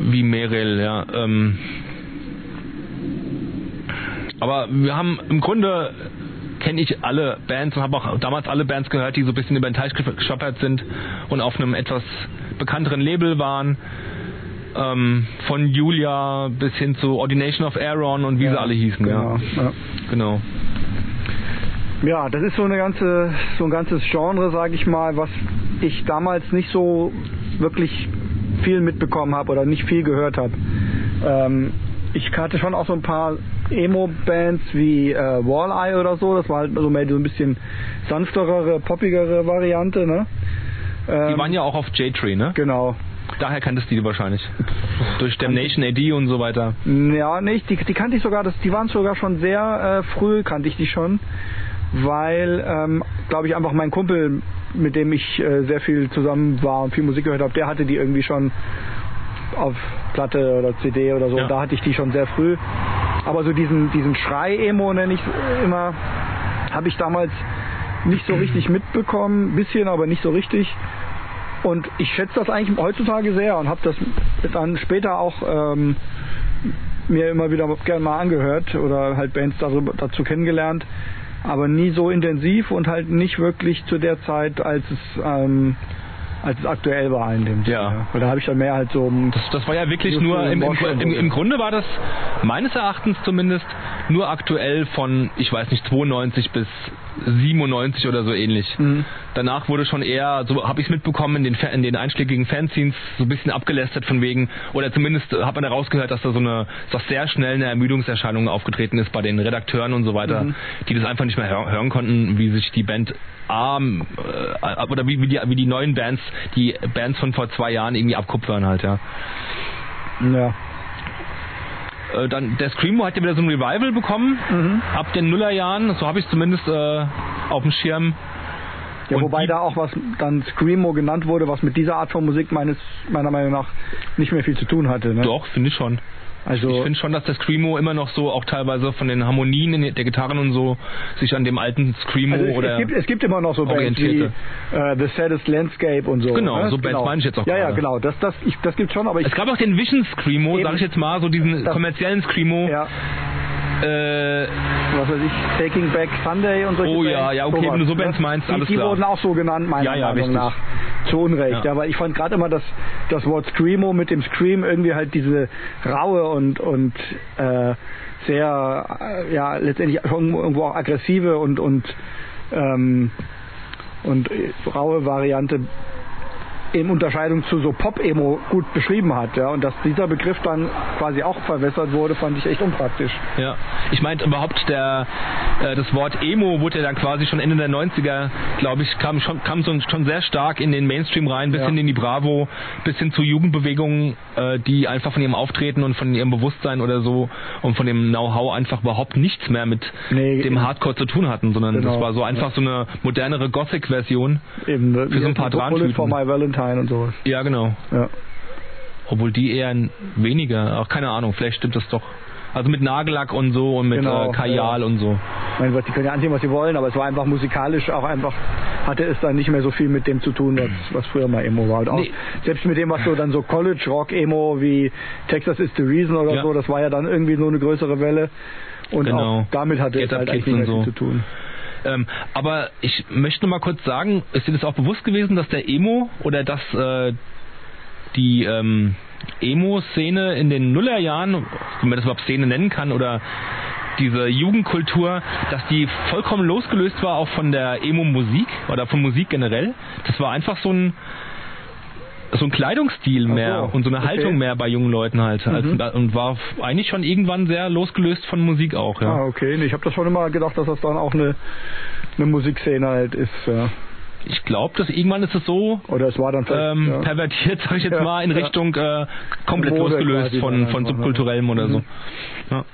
Speaker 3: Wie Merel, ja. Ähm, aber wir haben im Grunde kenne ich alle Bands und habe auch damals alle Bands gehört, die so ein bisschen über den Teich geschoppert sind und auf einem etwas bekannteren Label waren. Ähm, von Julia bis hin zu Ordination of Aaron und wie sie alle hießen.
Speaker 2: Genau.
Speaker 3: Ja.
Speaker 2: Ja.
Speaker 3: genau.
Speaker 2: Ja, das ist so eine ganze, so ein ganzes Genre, sage ich mal, was ich damals nicht so wirklich viel mitbekommen habe oder nicht viel gehört habe. Ähm, ich hatte schon auch so ein paar Emo-Bands wie äh, Walleye oder so. Das war halt so mehr so ein bisschen sanfterere, poppigere Variante. Ne?
Speaker 3: Die
Speaker 2: Ähm,
Speaker 3: waren ja auch auf J-Tree, ne?
Speaker 2: genau.
Speaker 3: Daher kanntest du die wahrscheinlich. Durch Damnation AD und so weiter.
Speaker 2: Ja, nicht. Die, die kannte ich sogar, das, die waren sogar schon sehr äh, früh, kannte ich die schon. Weil, ähm, glaube ich, einfach mein Kumpel, mit dem ich äh, sehr viel zusammen war und viel Musik gehört habe, der hatte die irgendwie schon auf Platte oder CD oder so.
Speaker 3: Ja.
Speaker 2: Da hatte ich die schon sehr früh. Aber so diesen, diesen Schrei-Emo, nenne ich immer, habe ich damals nicht so richtig mitbekommen. Bisschen, aber nicht so richtig. Und ich schätze das eigentlich heutzutage sehr und habe das dann später auch ähm, mir immer wieder gerne mal angehört oder halt Bands darüber, dazu kennengelernt, aber nie so intensiv und halt nicht wirklich zu der Zeit, als es, ähm, als es aktuell war in dem
Speaker 3: Ja.
Speaker 2: Sinne. Weil da habe ich dann mehr halt so um
Speaker 3: Das, das war ja wirklich
Speaker 2: Just
Speaker 3: nur,
Speaker 2: so
Speaker 3: im, im,
Speaker 2: Moshpit
Speaker 3: im,
Speaker 2: oder
Speaker 3: im
Speaker 2: so.
Speaker 3: Grunde war das meines Erachtens zumindest nur aktuell von, ich weiß nicht, 92 bis 97 oder so ähnlich. Mhm. Danach wurde schon eher, so habe ich es mitbekommen, in den, Fa- in den einschlägigen Fanzines so ein bisschen abgelästert von wegen, oder zumindest hat man herausgehört, dass da so eine, doch sehr schnell eine Ermüdungserscheinung aufgetreten ist bei den Redakteuren und so weiter, mhm. die das einfach nicht mehr hör- hören konnten, wie sich die Band arm, äh, oder wie, wie, die, wie die neuen Bands, die Bands von vor zwei Jahren irgendwie abkupfern halt, ja.
Speaker 2: Ja,
Speaker 3: Äh, dann der Screamo hat ja wieder so ein Revival bekommen
Speaker 2: Mhm.
Speaker 3: ab den Nullerjahren, so habe ich zumindest äh, auf dem Schirm.
Speaker 2: Ja,
Speaker 3: Und
Speaker 2: wobei
Speaker 3: die-
Speaker 2: da auch was dann Screamo genannt wurde, was mit dieser Art von Musik meines meiner Meinung nach nicht mehr viel zu tun hatte. Ne?
Speaker 3: Doch, finde ich schon. Ich
Speaker 2: Also
Speaker 3: finde schon, dass der Screamo immer noch so auch teilweise von den Harmonien in der Gitarren und so sich an dem alten Screamo
Speaker 2: also es, es,
Speaker 3: oder
Speaker 2: gibt, es gibt immer noch so Bands wie
Speaker 3: Orientierte.
Speaker 2: äh, The Saddest Landscape und so.
Speaker 3: Genau,
Speaker 2: ne?
Speaker 3: so Bands meine ich jetzt auch
Speaker 2: Ja, ja,
Speaker 3: gerade.
Speaker 2: genau. Das, das, ich, das gibt schon, aber ich,
Speaker 3: es gab auch den Vision Screamo,
Speaker 2: Eben.
Speaker 3: sage ich jetzt mal, so diesen
Speaker 2: Das-
Speaker 3: kommerziellen Screamo.
Speaker 2: ja,
Speaker 3: Äh,
Speaker 2: was weiß ich, Taking Back Sunday und solche
Speaker 3: Oh
Speaker 2: Bands,
Speaker 3: ja, ja, okay, wenn du so
Speaker 2: ne?
Speaker 3: Bands meinst,
Speaker 2: die,
Speaker 3: alles
Speaker 2: die
Speaker 3: klar.
Speaker 2: wurden auch so genannt, meiner
Speaker 3: Ja, ja,
Speaker 2: Meinung
Speaker 3: richtig.
Speaker 2: nach. Zu Unrecht,
Speaker 3: Ja.
Speaker 2: ja. aber ich fand gerade immer, dass das Wort Screamo mit dem Scream irgendwie halt diese raue und und äh, sehr äh, ja letztendlich schon irgendwo auch aggressive und und ähm, und äh, raue Variante in Unterscheidung zu so Pop-Emo gut beschrieben hat, ja, und dass dieser Begriff dann quasi auch verwässert wurde, fand ich echt unpraktisch.
Speaker 3: Ja, ich meinte überhaupt der äh, das Wort Emo wurde ja dann quasi schon Ende der 90er, glaube ich, kam schon kam so, schon sehr stark in den Mainstream rein, bis
Speaker 2: Ja.
Speaker 3: hin in die Bravo, bis hin zu Jugendbewegungen, äh, die einfach von ihrem Auftreten und von ihrem Bewusstsein oder so und von dem Know-how einfach überhaupt nichts mehr mit
Speaker 2: Nee, äh,
Speaker 3: dem Hardcore zu tun hatten, sondern
Speaker 2: Genau.
Speaker 3: das war so einfach so eine modernere Gothic-Version.
Speaker 2: Eben ne, für
Speaker 3: so ein paar
Speaker 2: Bullet
Speaker 3: Drahntüten.
Speaker 2: for My Valentine und sowas.
Speaker 3: Ja, genau.
Speaker 2: Ja.
Speaker 3: Obwohl die eher n- weniger, auch keine Ahnung, vielleicht stimmt das doch. Also mit Nagellack und so und mit
Speaker 2: Genau,
Speaker 3: äh, Kajal
Speaker 2: ja.
Speaker 3: und so.
Speaker 2: Ich meine, was, die können ja anziehen, was sie wollen, aber es war einfach musikalisch auch einfach, hatte es dann nicht mehr so viel mit dem zu tun, was, was früher mal Emo war. Und auch
Speaker 3: Nee.
Speaker 2: selbst mit dem, was so dann so College Rock Emo wie Texas is the Reason oder
Speaker 3: Ja.
Speaker 2: so, das war ja dann irgendwie so eine größere Welle. Und
Speaker 3: Genau.
Speaker 2: auch damit hatte
Speaker 3: Get
Speaker 2: es
Speaker 3: Up
Speaker 2: halt eigentlich
Speaker 3: Kids
Speaker 2: nicht mehr
Speaker 3: und
Speaker 2: viel
Speaker 3: so.
Speaker 2: zu tun.
Speaker 3: Ähm, aber ich möchte nur mal kurz sagen, ist dir das auch bewusst gewesen, dass der Emo oder dass äh, die ähm, Emo-Szene in den Nullerjahren, wenn man das überhaupt Szene nennen kann, oder diese Jugendkultur, dass die vollkommen losgelöst war auch von der Emo-Musik oder von Musik generell. Das war einfach so ein so ein Kleidungsstil
Speaker 2: Ach
Speaker 3: mehr
Speaker 2: so,
Speaker 3: und so eine
Speaker 2: okay. Mhm.
Speaker 3: Haltung mehr bei jungen Leuten halt. Als, und war eigentlich schon irgendwann sehr losgelöst von Musik auch. Ja.
Speaker 2: Ah, okay. Nee, ich habe das schon immer gedacht, dass das dann auch eine, eine Musikszene halt ist. Ja.
Speaker 3: Ich glaube, dass irgendwann ist es so
Speaker 2: Oder es war dann vielleicht.
Speaker 3: ähm,
Speaker 2: ja.
Speaker 3: pervertiert, sag ich jetzt
Speaker 2: Ja,
Speaker 3: mal, in
Speaker 2: ja.
Speaker 3: Richtung äh, komplett
Speaker 2: Mode
Speaker 3: losgelöst
Speaker 2: quasi
Speaker 3: von,
Speaker 2: dann
Speaker 3: von
Speaker 2: einfach, ne?
Speaker 3: subkulturellem oder so.
Speaker 2: Mhm.
Speaker 3: Ja.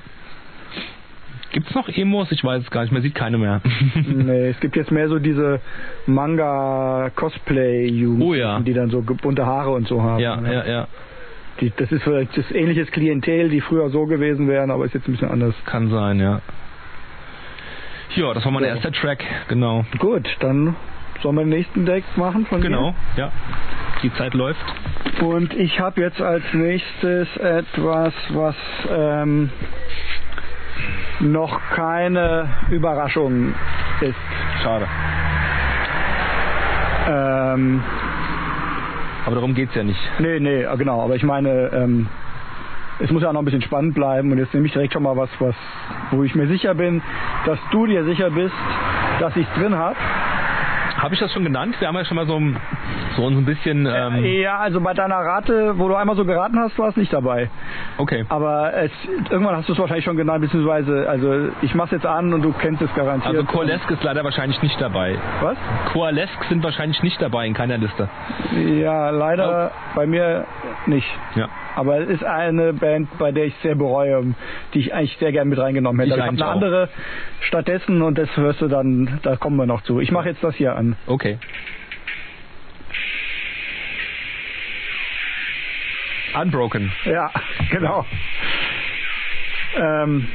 Speaker 3: Gibt es noch Emos? Ich weiß es gar nicht, man sieht keine mehr.
Speaker 2: Nee, es gibt jetzt mehr so diese Manga-Cosplay-Jugend,
Speaker 3: Oh ja.
Speaker 2: die dann so ge- bunte Haare und so haben. ne?
Speaker 3: ja, ja, ja,
Speaker 2: Die, das ist vielleicht das ähnliches Klientel, die früher so gewesen wären, aber ist jetzt ein bisschen anders.
Speaker 3: kann sein, ja. Ja, das war mein
Speaker 2: So.
Speaker 3: erster Track, genau.
Speaker 2: Gut, dann sollen wir den nächsten Deck machen von
Speaker 3: Genau, ja. Die Zeit läuft.
Speaker 2: Mir? Und ich habe jetzt als nächstes etwas, was ähm, noch keine Überraschung ist.
Speaker 3: Schade.
Speaker 2: Ähm,
Speaker 3: Aber darum geht's ja nicht.
Speaker 2: Nee, nee, äh, genau. Aber ich meine, ähm, es muss ja auch noch ein bisschen spannend bleiben. Und jetzt nehme ich direkt schon mal was, was, wo ich mir sicher bin, dass du dir sicher bist, dass ich es drin habe.
Speaker 3: Habe ich das schon genannt? Wir haben ja schon mal so, ein- so uns ein bisschen. Ähm,
Speaker 2: Ja, also bei deiner Rate, wo du einmal so geraten hast, war es nicht dabei.
Speaker 3: okay.
Speaker 2: Aber es, irgendwann hast du es wahrscheinlich schon genannt, beziehungsweise, also ich mach's jetzt an und du kennst es garantiert.
Speaker 3: Also Coalesque ist leider wahrscheinlich nicht dabei.
Speaker 2: Was?
Speaker 3: Coalesque sind wahrscheinlich nicht dabei in keiner Liste.
Speaker 2: Ja, leider bei mir nicht.
Speaker 3: Ja.
Speaker 2: Aber es ist eine Band, bei der ich sehr bereue, die ich eigentlich sehr gern mit reingenommen hätte.
Speaker 3: Ich
Speaker 2: Aber ich
Speaker 3: eigentlich
Speaker 2: habe
Speaker 3: auch.
Speaker 2: eine andere stattdessen und das hörst du dann, da kommen wir noch zu. Ich mache jetzt das hier an.
Speaker 3: Okay. Unbroken.
Speaker 2: Ja, genau. Ähm,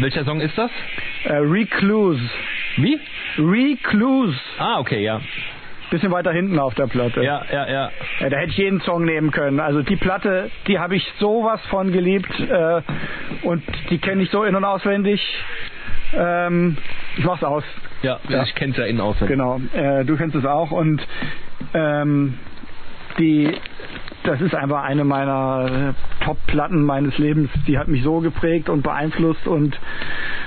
Speaker 3: Welcher Song ist das?
Speaker 2: äh, Recluse.
Speaker 3: Wie?
Speaker 2: Recluse.
Speaker 3: Ah, okay, ja.
Speaker 2: Bisschen weiter hinten auf der Platte.
Speaker 3: Ja, ja, ja.
Speaker 2: Ja, da hätte ich jeden Song nehmen können. Also die Platte, die habe ich sowas von geliebt äh, und die kenne ich so in- und auswendig. Ähm, ich mach's aus.
Speaker 3: Ja,
Speaker 2: Ja.
Speaker 3: ich kenn's ja innen auswendig.
Speaker 2: Genau. Äh, du kennst es auch und ähm, die, das ist einfach eine meiner äh, Top-Platten meines Lebens. Die hat mich so geprägt und beeinflusst und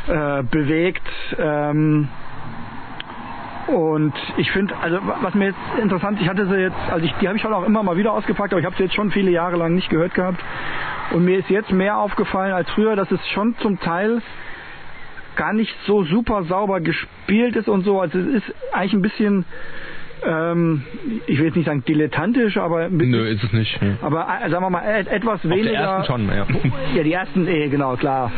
Speaker 2: äh, bewegt. Ähm, Und ich finde, also was mir jetzt interessant, ich hatte sie jetzt, also ich, die habe ich halt auch immer mal wieder ausgepackt, aber ich habe sie jetzt schon viele Jahre lang nicht gehört gehabt. Und mir ist jetzt mehr aufgefallen als früher, dass es schon zum Teil gar nicht so super sauber gespielt ist und so. Also es ist eigentlich ein bisschen, ähm, ich will jetzt nicht sagen dilettantisch, aber ein bisschen,
Speaker 3: Nö, ist es nicht. Ja.
Speaker 2: aber äh, sagen wir mal et- etwas
Speaker 3: Auf
Speaker 2: weniger.
Speaker 3: der ersten schon, ja.
Speaker 2: Ja, die ersten, eh, genau, klar.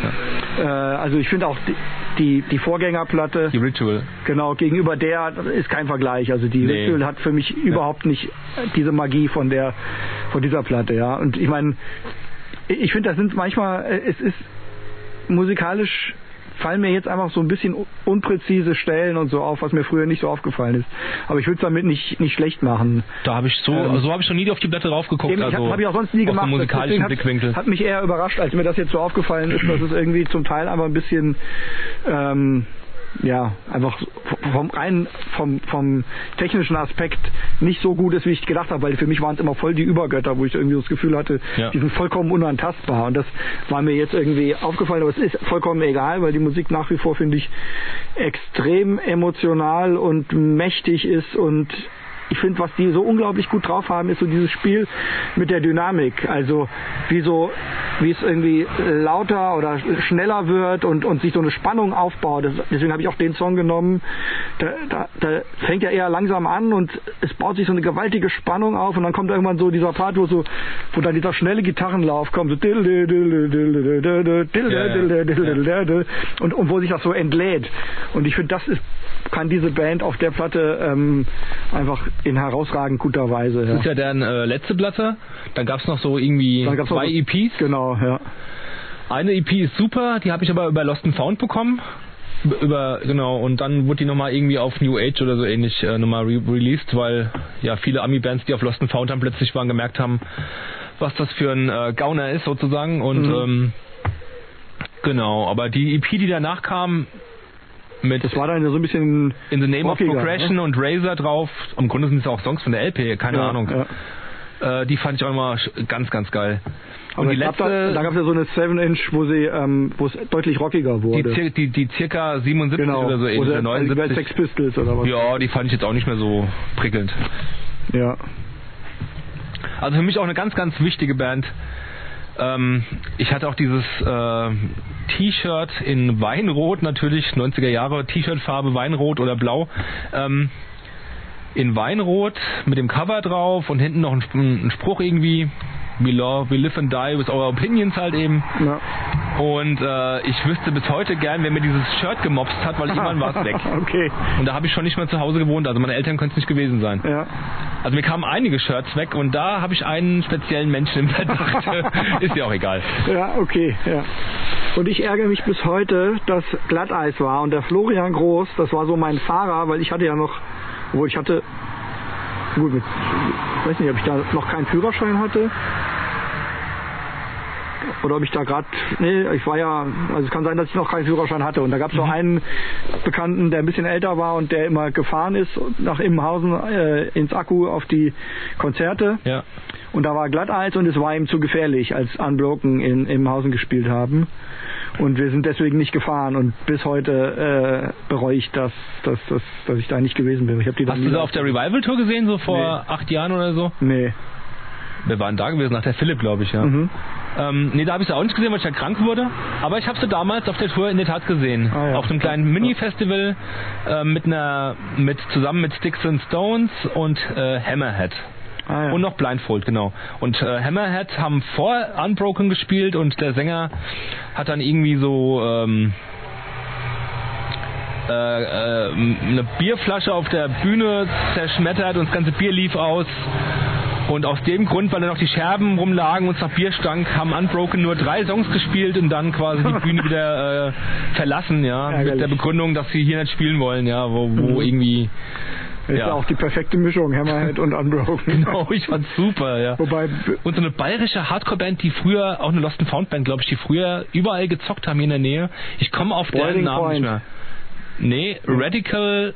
Speaker 2: Äh, also ich finde auch die, die, die Vorgängerplatte,
Speaker 3: Die Ritual.
Speaker 2: genau, gegenüber der ist kein Vergleich. Also die
Speaker 3: Nee.
Speaker 2: Ritual hat für mich überhaupt nicht diese Magie von der, von dieser Platte, ja. Und ich meine, ich finde, das sind manchmal, äh, es ist musikalisch fallen mir jetzt einfach so ein bisschen un- unpräzise Stellen und so auf, was mir früher nicht so aufgefallen ist. Aber ich würde es damit nicht, nicht schlecht machen.
Speaker 3: Da habe ich so,
Speaker 2: Ähm,
Speaker 3: so habe ich schon nie auf die Platte raufgeguckt.
Speaker 2: Eben, ich
Speaker 3: also
Speaker 2: habe hab ich auch sonst nie gemacht.
Speaker 3: Aus dem musikalischen
Speaker 2: Deswegen
Speaker 3: Blickwinkel.
Speaker 2: Hat, hat mich eher überrascht, als mir das jetzt so aufgefallen ist, dass es irgendwie zum Teil einfach ein bisschen, ähm, ja, einfach vom rein vom vom technischen Aspekt nicht so gut ist, wie ich gedacht habe, weil für mich waren es immer voll die Übergötter, wo ich irgendwie das Gefühl hatte,
Speaker 3: Ja.
Speaker 2: die sind vollkommen unantastbar und das war mir jetzt irgendwie aufgefallen, aber es ist vollkommen egal, weil die Musik nach wie vor finde ich extrem emotional und mächtig ist und ich finde, was die so unglaublich gut drauf haben, ist so dieses Spiel mit der Dynamik. Also wie so, wie es irgendwie lauter oder schneller wird und, und sich so eine Spannung aufbaut. Das, deswegen habe ich auch den Song genommen. Da, da, da fängt ja eher langsam an und es baut sich so eine gewaltige Spannung auf und dann kommt irgendwann so dieser Part, wo so, wo dann dieser schnelle Gitarrenlauf kommt. So dill, dill, dill, dill, dill, dill, dill, dill,
Speaker 3: Ja, ja.
Speaker 2: dill, dill, dill, dill, dill, dill. und, und wo sich das so entlädt. Und ich finde, das ist, kann diese Band auf der Platte ähm, einfach in herausragend guter Weise.
Speaker 3: das ist
Speaker 2: Ja.
Speaker 3: ja deren äh, letzte Platte. Dann gab es noch so irgendwie
Speaker 2: Dann gab's noch
Speaker 3: zwei E
Speaker 2: so-
Speaker 3: EPs.
Speaker 2: Genau, ja.
Speaker 3: Eine EP ist super, die habe ich aber über Lost and Found bekommen. Über, genau, und dann wurde die nochmal irgendwie auf New Age oder so ähnlich äh, nochmal re released, weil ja viele Ami-Bands, die auf Lost and Found dann plötzlich waren, gemerkt haben, was das für ein äh, Gauner ist sozusagen. Und
Speaker 2: Mhm.
Speaker 3: ähm, genau, aber die EP, die danach kam, mit
Speaker 2: Das war dann so ein bisschen.
Speaker 3: In the Name of
Speaker 2: rockiger, ne?
Speaker 3: Progression und Razor drauf, im Grunde sind es auch Songs von der LP, keine
Speaker 2: ja,
Speaker 3: Ahnung.
Speaker 2: Ja.
Speaker 3: Äh, die fand ich auch immer sch- ganz, ganz geil.
Speaker 2: Aber
Speaker 3: und die
Speaker 2: es gab da,
Speaker 3: letzte,
Speaker 2: da gab es ja so eine 7-Inch, wo sie, ähm, wo es deutlich rockiger
Speaker 3: die,
Speaker 2: wurde.
Speaker 3: cir- die, die circa 77
Speaker 2: genau.
Speaker 3: oder so ähnlich,
Speaker 2: oder
Speaker 3: oder
Speaker 2: bei Sex
Speaker 3: 79.
Speaker 2: Pistols oder was.
Speaker 3: Ja, die fand ich jetzt auch nicht mehr so prickelnd.
Speaker 2: ja.
Speaker 3: Also für mich auch eine ganz, ganz wichtige Band. Ähm, ich hatte auch dieses äh, T-Shirt in Weinrot natürlich, 90er Jahre, T-Shirt-Farbe Weinrot oder Blau. Ähm, in Weinrot mit dem Cover drauf und hinten noch ein, ein Spruch irgendwie. We, love, we live and die with our opinions halt eben.
Speaker 2: ja.
Speaker 3: Und äh, ich wüsste bis heute gern, wer mir dieses Shirt gemobst hat, weil irgendwann war es weg.
Speaker 2: okay.
Speaker 3: Und da habe ich schon nicht mehr zu Hause gewohnt, also meine Eltern können es nicht gewesen sein.
Speaker 2: Ja.
Speaker 3: Also mir kamen einige Shirts weg und da habe ich einen speziellen Menschen im Verdacht. Ist ja auch egal.
Speaker 2: Ja, okay, ja. Und ich ärgere mich bis heute, dass Glatteis war und der Florian Groß, das war so mein Fahrer, weil ich hatte ja noch, obwohl ich hatte, gut, mit, ich weiß nicht, ob ich da noch keinen Führerschein hatte. Oder ob ich da gerade, nee, ich war ja, also es kann sein, dass ich noch keinen Führerschein hatte. Und da gab es noch einen Bekannten, der ein bisschen älter war und der immer gefahren ist nach Immenhausen äh, ins Akku auf die Konzerte.
Speaker 3: Ja.
Speaker 2: Und da war Glatteis und es war ihm zu gefährlich, als Unbroken in Immenhausen gespielt haben. Und wir sind deswegen nicht gefahren und bis heute äh, bereue ich das, dass, dass, dass ich da nicht gewesen bin. Ich habe die dann
Speaker 3: Hast du
Speaker 2: nie-
Speaker 3: sie auf der Revival-Tour gesehen, so vor acht Jahren oder so?
Speaker 2: Nee.
Speaker 3: Wir waren da gewesen, nach der Philipp, glaube ich, ja.
Speaker 2: Mhm.
Speaker 3: Ähm, nee, da habe ich sie auch nicht gesehen, weil ich ja krank wurde. Aber ich habe sie damals auf der Tour in der Tat gesehen.
Speaker 2: Ah, ja.
Speaker 3: Auf einem kleinen Mini-Festival äh, mit einer, mit, zusammen mit Sticks and Stones und äh, Hammerhead.
Speaker 2: Ah, ja.
Speaker 3: Und noch Blindfold, genau. Und äh, Hammerhead haben vor Unbroken gespielt und der Sänger hat dann irgendwie so ähm, äh, äh, m- eine Bierflasche auf der Bühne zerschmettert und das ganze Bier lief aus. Und aus dem Grund, weil da noch die Scherben rumlagen und es nach Bier stank, haben Unbroken nur drei Songs gespielt und dann quasi die Bühne wieder äh, verlassen, ja. Mit
Speaker 2: Ärgerlich. Mhm.
Speaker 3: der Begründung, dass sie hier nicht spielen wollen, ja, wo, wo irgendwie.
Speaker 2: ist
Speaker 3: ja.
Speaker 2: ja auch die perfekte Mischung, Hammerhead und Unbroken.
Speaker 3: Genau, ich fand's super, ja.
Speaker 2: Wobei, b-
Speaker 3: Und so eine bayerische Hardcore-Band, die früher, auch eine Lost and Found-Band, glaube ich, die früher überall gezockt haben hier in der Nähe. Ich komme auf deren
Speaker 2: Boiling
Speaker 3: Namen
Speaker 2: Point.
Speaker 3: nicht mehr. Nee, Radical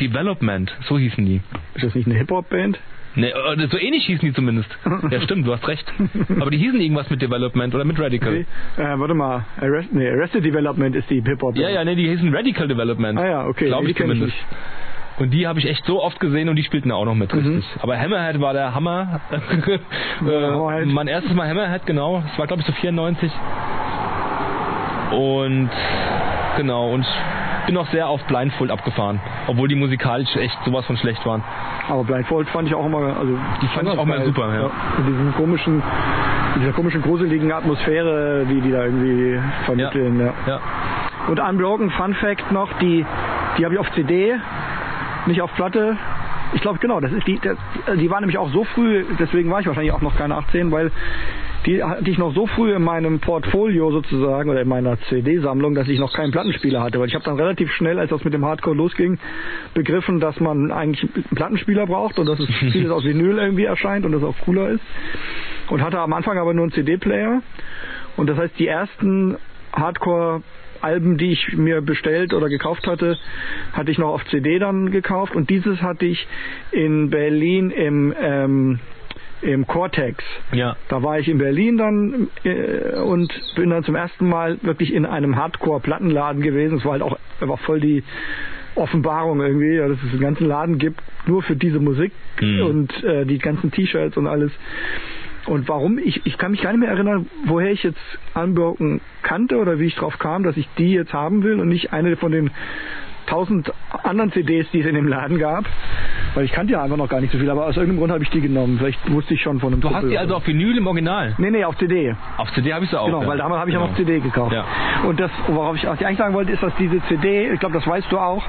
Speaker 3: Development, so hießen die.
Speaker 2: ist das nicht eine Hip-Hop-Band?
Speaker 3: Nee, äh, so ähnlich hießen die zumindest. Ja, stimmt, du hast recht. Aber die hießen irgendwas mit Development oder mit Radical.
Speaker 2: Okay. Äh, warte mal, Arrest, nee, Arrested Development ist die Hip-Hop-Band.
Speaker 3: Ja, ja, nee, die hießen Radical Development.
Speaker 2: Ah ja, okay.
Speaker 3: Glaube
Speaker 2: Nee,
Speaker 3: ich
Speaker 2: kenn
Speaker 3: zumindest.
Speaker 2: nicht.
Speaker 3: Und die habe ich echt so oft gesehen und die spielten auch noch mit,
Speaker 2: Mhm.
Speaker 3: richtig. Aber Hammerhead war der Hammer. äh,
Speaker 2: Hammerhead.
Speaker 3: mein erstes Mal Hammerhead, genau. Das war glaube ich so 94. Und genau, und ich bin auch sehr auf Blindfold abgefahren, obwohl die musikalisch echt sowas von schlecht waren.
Speaker 2: Aber Blindfold fand ich auch immer, also
Speaker 3: Die fand ich
Speaker 2: besonders
Speaker 3: auch mal
Speaker 2: geil.
Speaker 3: super, ja.
Speaker 2: Mit diesem komischen, dieser komischen gruseligen Atmosphäre, die die da irgendwie vermitteln. Ja.
Speaker 3: Ja.
Speaker 2: Und Unbroken Fun Fact noch, die, die habe ich auf CD, nicht auf Platte. Ich glaube genau, das ist die, das, die war nämlich auch so früh, deswegen war ich wahrscheinlich auch noch keine 18, weil die hatte ich noch so früh in meinem Portfolio sozusagen oder in meiner CD-Sammlung, dass ich noch keinen Plattenspieler hatte. Weil ich habe dann relativ schnell, als das mit dem Hardcore losging, begriffen, dass man eigentlich einen Plattenspieler braucht und dass es vieles aus Vinyl irgendwie erscheint und das auch cooler ist. Und hatte am Anfang aber nur einen CD-Player. Und das heißt, die ersten Hardcore-Alben, die ich mir bestellt oder gekauft hatte, hatte ich noch auf CD dann gekauft. Und dieses hatte ich in Berlin im, ähm, im Cortex.
Speaker 3: Ja.
Speaker 2: Da war ich in Berlin dann äh, und bin dann zum ersten Mal wirklich in einem Hardcore-Plattenladen gewesen. Es war halt auch einfach voll die Offenbarung irgendwie, ja, dass es einen ganzen Laden gibt, nur für diese Musik
Speaker 3: Mhm.
Speaker 2: und äh, die ganzen T-Shirts und alles. Und warum, ich, ich kann mich gar nicht mehr erinnern, woher ich jetzt Unbroken kannte oder wie ich drauf kam, dass ich die jetzt haben will und nicht eine von den tausend anderen CDs, die es in dem Laden gab. Weil ich kannte ja einfach noch gar nicht so viel, aber aus irgendeinem Grund habe ich die genommen. Vielleicht wusste ich schon von einem
Speaker 3: Du hast die also auf Vinyl im Original.
Speaker 2: Nee, nee, auf CD.
Speaker 3: Auf CD habe ich sie auch.
Speaker 2: Genau,
Speaker 3: ja.
Speaker 2: weil damals habe ich ja
Speaker 3: Genau.
Speaker 2: noch CD gekauft.
Speaker 3: Ja.
Speaker 2: Und das, worauf ich was ich eigentlich sagen wollte, ist, dass diese CD, ich glaube, das weißt du auch,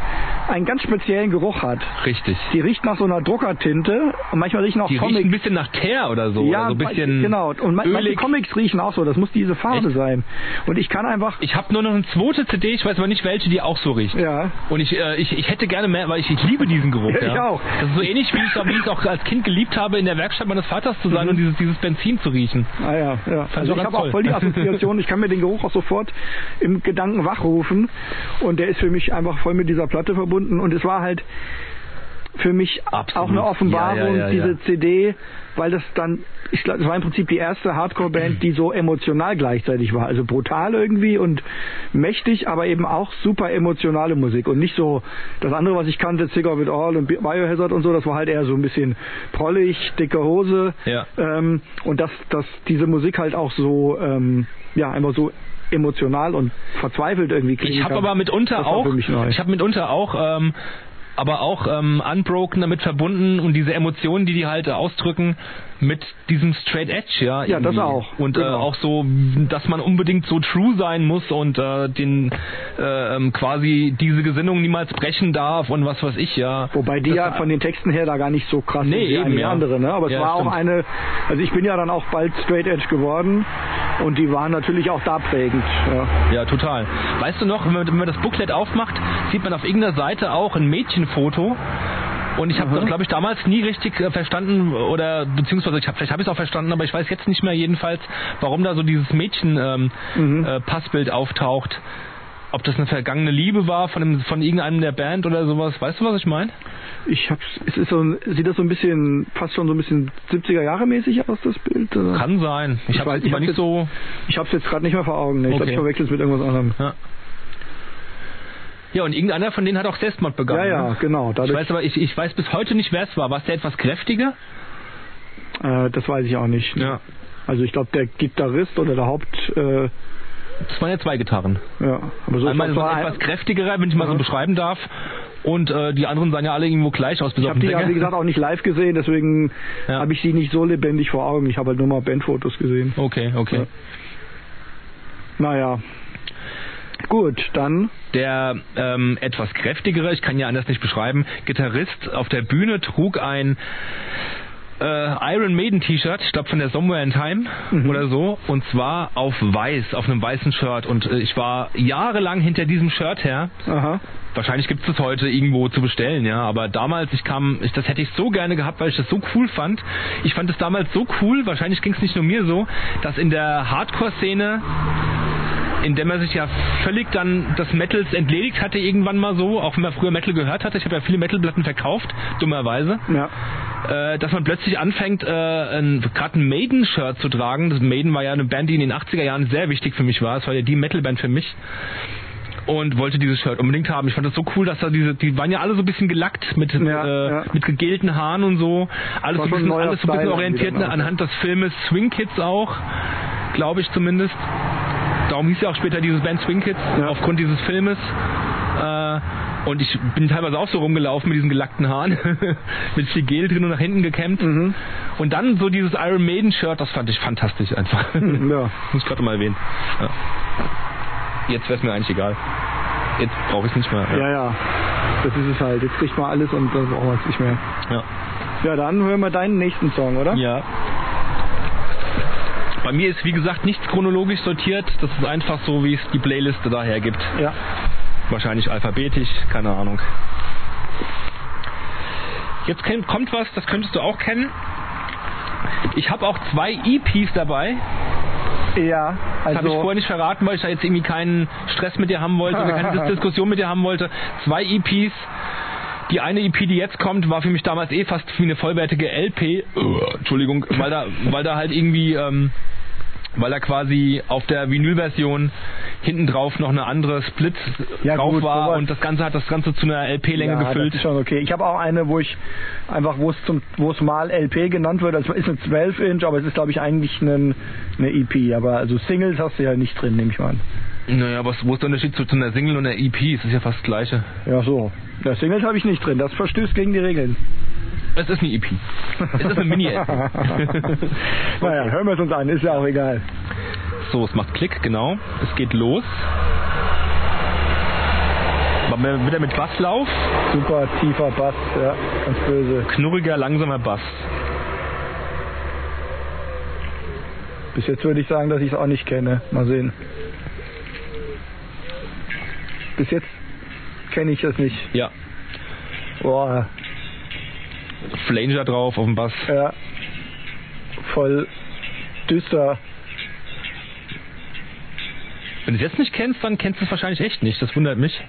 Speaker 2: einen ganz speziellen Geruch hat.
Speaker 3: Richtig.
Speaker 2: Die riecht nach so einer Druckertinte und manchmal riecht nach
Speaker 3: Die riecht ein
Speaker 2: Comics.
Speaker 3: bisschen nach Teer oder so.
Speaker 2: Ja,
Speaker 3: oder so ein bisschen
Speaker 2: genau. Und man, manche
Speaker 3: ölig.
Speaker 2: Comics riechen auch so. Das muss diese Farbe
Speaker 3: Echt?
Speaker 2: sein. Und ich kann einfach,
Speaker 3: Ich habe nur noch eine zweite CD, ich weiß aber nicht welche, die auch so riecht.
Speaker 2: ja,
Speaker 3: Und ich, äh, ich, ich hätte gerne mehr, weil ich, ich liebe diesen Geruch.
Speaker 2: Ja, ich auch.
Speaker 3: Das ist so ähnlich, wie ich es wie ich's auch als Kind geliebt habe, in der Werkstatt meines Vaters zu
Speaker 2: Mhm.
Speaker 3: sein und dieses, dieses Benzin zu riechen.
Speaker 2: ah ja, ja. Also
Speaker 3: ich
Speaker 2: ich
Speaker 3: auch
Speaker 2: habe
Speaker 3: ganz
Speaker 2: auch voll die
Speaker 3: toll.
Speaker 2: Assoziation. Ich kann mir den Geruch auch sofort im Gedanken wachrufen. Und der ist für mich einfach voll mit dieser Platte verbunden. Und es war halt für mich
Speaker 3: Absolut.
Speaker 2: auch eine Offenbarung,
Speaker 3: Ja, ja, ja,
Speaker 2: diese
Speaker 3: ja.
Speaker 2: CD, weil das dann, ich glaube, das war im Prinzip die erste Hardcore-Band, die so emotional gleichzeitig war. Also brutal irgendwie und mächtig, aber eben auch super emotionale Musik und nicht so das andere, was ich kannte, Sick of It All und Biohazard und so, das war halt eher so ein bisschen prollig, dicke Hose.
Speaker 3: Ja.
Speaker 2: Ähm, und dass, dass diese Musik halt auch so, ähm, ja, einfach so emotional und verzweifelt irgendwie klingen
Speaker 3: Ich habe
Speaker 2: kann.
Speaker 3: aber mitunter
Speaker 2: Das war
Speaker 3: auch,
Speaker 2: für mich neu.
Speaker 3: ich habe mitunter auch, ähm, aber auch ähm, Unbroken damit verbunden und diese Emotionen, die die halt äh, ausdrücken, mit diesem Straight Edge, ja.
Speaker 2: Ja, das
Speaker 3: irgendwie.
Speaker 2: auch.
Speaker 3: Und äh,
Speaker 2: Genau.
Speaker 3: auch so, dass man unbedingt so true sein muss und äh, den äh, ähm, quasi diese Gesinnung niemals brechen darf und was weiß ich, ja.
Speaker 2: Wobei die
Speaker 3: Das
Speaker 2: ja
Speaker 3: war-
Speaker 2: von den Texten her da gar nicht so krass
Speaker 3: Nee,
Speaker 2: sind wie
Speaker 3: eben,
Speaker 2: einige
Speaker 3: ja.
Speaker 2: andere. Ne? Aber es
Speaker 3: Ja,
Speaker 2: war
Speaker 3: stimmt.
Speaker 2: auch eine, also ich bin ja dann auch bald Straight Edge geworden und die waren natürlich auch da prägend. Ja.
Speaker 3: Ja, total. Weißt du noch, wenn man, wenn man das Booklet aufmacht, sieht man auf irgendeiner Seite auch ein Mädchenfoto. Und
Speaker 2: Mhm.
Speaker 3: ich habe das, glaube ich, damals nie richtig äh, verstanden oder beziehungsweise ich hab, vielleicht habe ich es auch verstanden, aber ich weiß jetzt nicht mehr jedenfalls, warum da so dieses Mädchen-Passbild
Speaker 2: Mhm.
Speaker 3: ähm, äh, Passbild auftaucht. Ob das eine vergangene Liebe war von, dem, von irgendeinem der Band oder sowas. Weißt du, was ich meine?
Speaker 2: Ich hab's, es ist so, ein- sieht das so ein bisschen, fast schon so ein bisschen 70er Jahre mäßig aus, das Bild. Oder?
Speaker 3: Kann sein. Ich,
Speaker 2: Ich
Speaker 3: habe
Speaker 2: weiß-
Speaker 3: es
Speaker 2: ich
Speaker 3: immer
Speaker 2: hab
Speaker 3: nicht
Speaker 2: jetzt-
Speaker 3: so...
Speaker 2: Ich hab's jetzt gerade nicht mehr vor Augen. Ne? Ich glaube,
Speaker 3: Okay.
Speaker 2: ich verwechsel es mit irgendwas anderem.
Speaker 3: Ja. ja, und irgendeiner von denen hat auch Selbstmord begangen.
Speaker 2: Ja, ja,
Speaker 3: ne?
Speaker 2: genau.
Speaker 3: Ich
Speaker 2: Dadurch,
Speaker 3: weiß aber, ich, ich weiß bis heute nicht, wer es war. War es der etwas kräftiger?
Speaker 2: äh, das weiß ich auch nicht. Also ich glaube, der Gitarrist oder der Haupt, äh,
Speaker 3: Das waren ja zwei Gitarren.
Speaker 2: ja. Aber so
Speaker 3: Einmal
Speaker 2: ich
Speaker 3: so
Speaker 2: glaub,
Speaker 3: ein
Speaker 2: es war
Speaker 3: etwas kräftigerer, wenn ich mal so
Speaker 2: Mhm.
Speaker 3: beschreiben darf. Und äh, die anderen sahen ja alle irgendwo gleich aus, bis
Speaker 2: Ich
Speaker 3: auf
Speaker 2: habe
Speaker 3: den
Speaker 2: die ja,
Speaker 3: Sänger.
Speaker 2: wie gesagt, auch nicht live gesehen, deswegen
Speaker 3: Ja.
Speaker 2: habe ich sie nicht so lebendig vor Augen. Ich habe halt nur mal Bandfotos gesehen.
Speaker 3: Okay, okay.
Speaker 2: Ja. Naja. Gut, dann.
Speaker 3: Der ähm, etwas kräftigere, ich kann ja anders nicht beschreiben, Gitarrist auf der Bühne trug ein äh, Iron Maiden T-Shirt, ich glaube von der Somewhere in Time oder so, und zwar auf weiß, auf einem weißen Shirt. Und äh, ich war jahrelang hinter diesem Shirt her.
Speaker 2: Aha.
Speaker 3: Wahrscheinlich gibt es das heute irgendwo zu bestellen, ja. Aber damals, ich kam, ich, das hätte ich so gerne gehabt, weil ich das so cool fand. Ich fand es damals so cool, wahrscheinlich ging es nicht nur mir so, dass in der Hardcore-Szene, in der man sich ja völlig dann des Metals entledigt hatte, irgendwann mal so, auch wenn man früher Metal gehört hatte, ich habe ja viele Metalplatten verkauft, dummerweise,
Speaker 2: Ja.
Speaker 3: äh, dass man plötzlich anfängt, äh, ein, gerade ein Maiden-Shirt zu tragen. Das Maiden war ja eine Band, die in den 80er Jahren sehr wichtig für mich war. Es war ja die Metalband für mich. und wollte dieses Shirt unbedingt haben. Ich fand das so cool, dass da diese, die waren ja alle so ein bisschen gelackt mit,
Speaker 2: Ja,
Speaker 3: äh,
Speaker 2: ja.
Speaker 3: mit gegelten Haaren und so. Alles, so
Speaker 2: War
Speaker 3: ein
Speaker 2: schon
Speaker 3: bisschen,
Speaker 2: ein neuer
Speaker 3: alles so ein bisschen
Speaker 2: Style
Speaker 3: orientiert ne,
Speaker 2: wieder mal.
Speaker 3: anhand des Filmes Swing Kids auch, glaube ich zumindest. Darum hieß ja auch später dieses Band Swing Kids,
Speaker 2: Ja.
Speaker 3: aufgrund dieses Filmes. Äh, und ich bin teilweise auch so rumgelaufen mit diesen gelackten Haaren, mit viel Gel drin und nach hinten gekämmt.
Speaker 2: Mhm.
Speaker 3: Und dann so dieses Iron Maiden Shirt, das fand ich fantastisch einfach.
Speaker 2: Ja.
Speaker 3: Muss ich gerade mal erwähnen. Ja. Jetzt wäre es mir eigentlich egal. Jetzt brauche ich es nicht mehr.
Speaker 2: ja, ja. Das ist es halt. Jetzt kriegt man alles und dann brauchen wir es nicht mehr.
Speaker 3: Ja.
Speaker 2: Ja, dann hören wir deinen nächsten Song, oder?
Speaker 3: ja. Bei mir ist, wie gesagt, nichts chronologisch sortiert. Das ist einfach so, wie es die Playliste da hergibt.
Speaker 2: Ja.
Speaker 3: Wahrscheinlich alphabetisch, keine Ahnung. Jetzt kenn- kommt was, das könntest du auch kennen. Ich habe auch zwei EPs dabei.
Speaker 2: Ja,
Speaker 3: Das habe ich
Speaker 2: also
Speaker 3: vorher nicht verraten, weil ich da jetzt irgendwie keinen Stress mit dir haben wollte oder keine Dis- Diskussion mit dir haben wollte. Zwei EPs. Die eine EP, die jetzt kommt, war für mich damals eh fast wie eine vollwertige LP. Uah, Entschuldigung, weil da, weil da halt irgendwie, ähm, weil da quasi auf der Vinylversion hinten drauf noch eine andere Split
Speaker 2: Ja,
Speaker 3: drauf
Speaker 2: gut,
Speaker 3: war
Speaker 2: sowas.
Speaker 3: und das Ganze hat das Ganze zu einer LP-Länge
Speaker 2: ja,
Speaker 3: gefüllt.
Speaker 2: Das ist schon okay. Ich habe auch eine, wo ich einfach, wo es zum, wo es mal LP genannt wird. Also es ist eine 12 Inch, aber es ist glaube ich eigentlich ein, eine EP. Aber also Singles hast du ja nicht drin, nehme ich mal an.
Speaker 3: Naja, was, wo ist der Unterschied zwischen einer Single und einer EP? Es ist ja fast das Gleiche.
Speaker 2: Ja so. Ja, Singles habe ich nicht drin. Das verstößt gegen die Regeln.
Speaker 3: Es ist eine EP. Es ist eine Mini-LP.
Speaker 2: Naja, hören wir es uns an. Ist ja auch egal.
Speaker 3: So, es macht Klick, genau. Es geht los. Machen wir Wieder mit Basslauf.
Speaker 2: Super tiefer Bass. Ja, ganz böse.
Speaker 3: Knurriger, langsamer Bass.
Speaker 2: Bis jetzt würde ich sagen, dass ich es auch nicht kenne. Mal sehen. Bis jetzt kenne ich das nicht.
Speaker 3: Ja.
Speaker 2: Boah,
Speaker 3: Flanger drauf auf dem Bass.
Speaker 2: ja. Voll düster.
Speaker 3: Wenn du es jetzt nicht kennst, dann kennst du es wahrscheinlich echt nicht. Das wundert mich.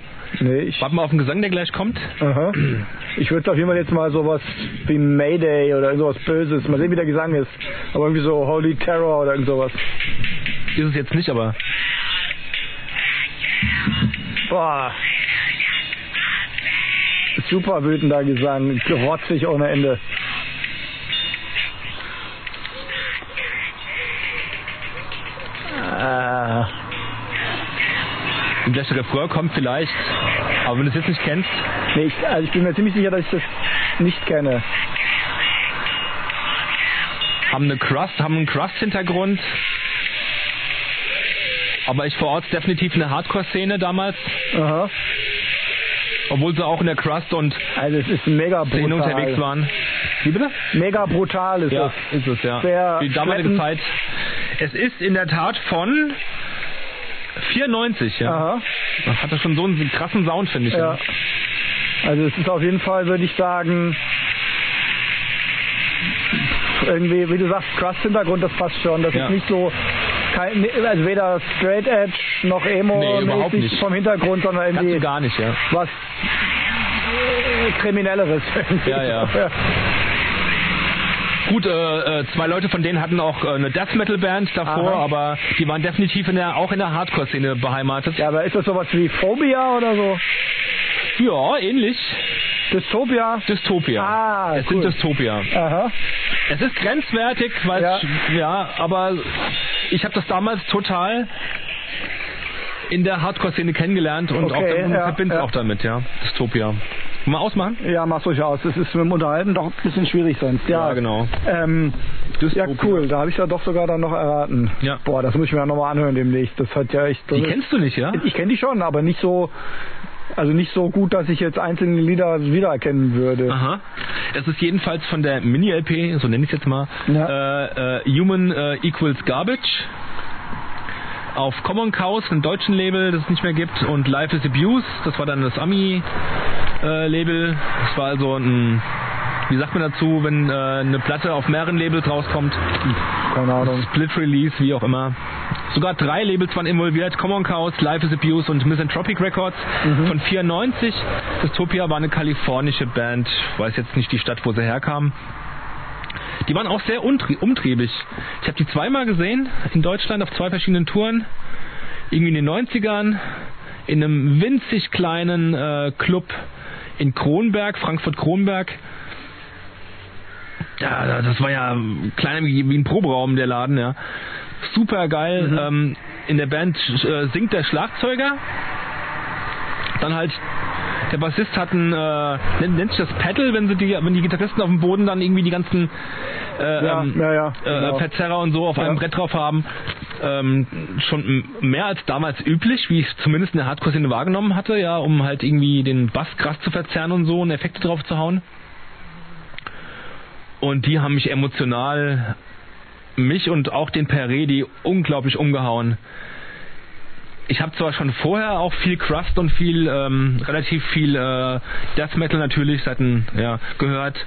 Speaker 2: Nee, ich.
Speaker 3: Warten wir auf den Gesang, der gleich kommt.
Speaker 2: Aha. Ich würde auf jeden Fall jetzt mal sowas wie Mayday oder sowas Böses. Mal sehen, wie der Gesang ist. Aber irgendwie so Holy Terror oder irgend sowas.
Speaker 3: Ist es jetzt nicht, aber
Speaker 2: Boah. Super wütender Gesang. Gerotzig ohne Ende. Ah.
Speaker 3: im gleichen Refrain kommt vielleicht. Aber wenn du es jetzt nicht kennst,
Speaker 2: Nee, ich, also ich bin mir ziemlich sicher, dass ich das nicht kenne.
Speaker 3: haben eine Crust, haben einen Crust-Hintergrund. Aber ich verorte definitiv eine Hardcore-Szene damals,
Speaker 2: Aha.
Speaker 3: obwohl sie auch in der Crust und
Speaker 2: Also es ist mega
Speaker 3: Szene unterwegs
Speaker 2: brutal.
Speaker 3: waren. Wie bitte?
Speaker 2: Mega brutal ist
Speaker 3: Ja,
Speaker 2: das.
Speaker 3: ist es, ja.
Speaker 2: Sehr
Speaker 3: Die damalige
Speaker 2: schleppend.
Speaker 3: Zeit. Es ist in der Tat von 94, ja.
Speaker 2: Aha.
Speaker 3: Das hatte schon so einen krassen Sound, finde ich.
Speaker 2: Ja. Also es ist auf jeden Fall, würde ich sagen, irgendwie, wie du sagst, Crust-Hintergrund, das passt schon. Das
Speaker 3: Ja.
Speaker 2: ist nicht so, kein, also weder Straight Edge noch Emo
Speaker 3: Nee, überhaupt nicht.
Speaker 2: mäßig vom Hintergrund, sondern
Speaker 3: Ganz und
Speaker 2: irgendwie
Speaker 3: gar nicht, ja.
Speaker 2: was äh, Kriminelleres.
Speaker 3: Ja, ja. Gut, äh, äh, zwei Leute von denen hatten auch äh, eine Death Metal Band davor,
Speaker 2: Aha.
Speaker 3: aber die waren definitiv in der, auch in der Hardcore-Szene beheimatet.
Speaker 2: Ja, aber ist das sowas wie Phobia oder so?
Speaker 3: Ja, ähnlich.
Speaker 2: Dystopia?
Speaker 3: Dystopia.
Speaker 2: Ah,
Speaker 3: es
Speaker 2: cool.
Speaker 3: sind Dystopia.
Speaker 2: Aha.
Speaker 3: Es ist grenzwertig, weil
Speaker 2: Ja.
Speaker 3: ja. ja, aber ich habe das damals total in der Hardcore-Szene kennengelernt und auch
Speaker 2: Okay,
Speaker 3: dann
Speaker 2: ja,
Speaker 3: verbind's
Speaker 2: ja.
Speaker 3: auch damit, ja. Dystopia. Mal ausmachen?
Speaker 2: Ja, mach's ruhig aus. Das ist mit dem Unterhalten doch ein bisschen schwierig sonst. Ja,
Speaker 3: genau.
Speaker 2: Ähm, ja,
Speaker 3: Dystopia.
Speaker 2: cool. Da habe ich ja doch sogar dann noch erraten.
Speaker 3: Ja.
Speaker 2: Boah, das muss ich mir ja nochmal anhören demnächst. Das hat ja echt...
Speaker 3: Die kennst du nicht, ja?
Speaker 2: ich kenne die schon, aber nicht so... Also nicht so gut, dass ich jetzt einzelne Lieder wiedererkennen würde.
Speaker 3: Aha. Es ist jedenfalls von der Mini-LP, so nenne ich es jetzt mal,
Speaker 2: Ja.
Speaker 3: äh, äh, Human äh, Equals Garbage. Auf Common Cows, einem deutschen Label, das es nicht mehr gibt, und Life is Abuse, das war dann das Ami-Label. das war also ein, wie sagt man dazu, wenn äh, eine Platte auf mehreren Labels rauskommt,
Speaker 2: Keine Ahnung.
Speaker 3: Split Release, wie auch immer. Sogar drei Labels waren involviert, Common Cows, Life is Abuse und Misanthropic Records von 94. Dystopia war eine kalifornische Band, weiß jetzt nicht die Stadt, wo sie herkam. Die waren auch sehr untrie- umtriebig. Ich habe die zweimal gesehen in Deutschland auf zwei verschiedenen Touren. Irgendwie in den 90ern in einem winzig kleinen äh, Club in Kronberg, Frankfurt-Kronberg. Ja, das war ja kleiner wie wie ein Proberaum, der Laden, ja. Super geil.
Speaker 2: Mhm.
Speaker 3: Ähm, in der Band äh, singt der Schlagzeuger. Dann halt der Bassist hat ein, äh, nennt, nennt sich das Pedal, wenn sie die, wenn die Gitarristen auf dem Boden dann irgendwie die ganzen äh,
Speaker 2: Ja,
Speaker 3: ähm,
Speaker 2: ja, ja,
Speaker 3: äh,
Speaker 2: genau.
Speaker 3: Verzerrer und so auf einem Brett drauf haben. Ähm, schon m- mehr als damals üblich, wie ich es zumindest in der Hardcore-Szene wahrgenommen hatte, ja, um halt irgendwie den Bass krass zu verzerren und so und Effekte drauf zu hauen. Und die haben mich emotional, mich und auch den Peredi unglaublich umgehauen ich habe zwar schon vorher auch viel Crust und viel ähm, relativ viel äh, Death Metal natürlich seit ein, ja, gehört,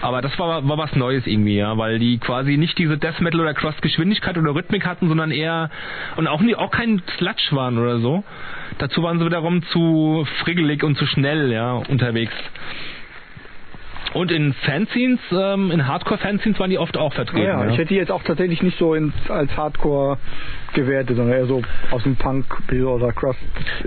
Speaker 3: aber das war, war was Neues irgendwie, ja, weil die quasi nicht diese Death Metal oder Crust Geschwindigkeit oder Rhythmik hatten, sondern eher und auch nie, auch kein Sludge waren oder so. Dazu waren sie wiederum zu friggelig und zu schnell, ja, unterwegs. Und in Fanzines, ähm, in Hardcore-Fanzines waren die oft auch vertreten.
Speaker 2: Ja,
Speaker 3: ja.
Speaker 2: ich hätte die jetzt auch tatsächlich nicht so in, als Hardcore gewertet, sondern eher so aus dem Punk oder Crust.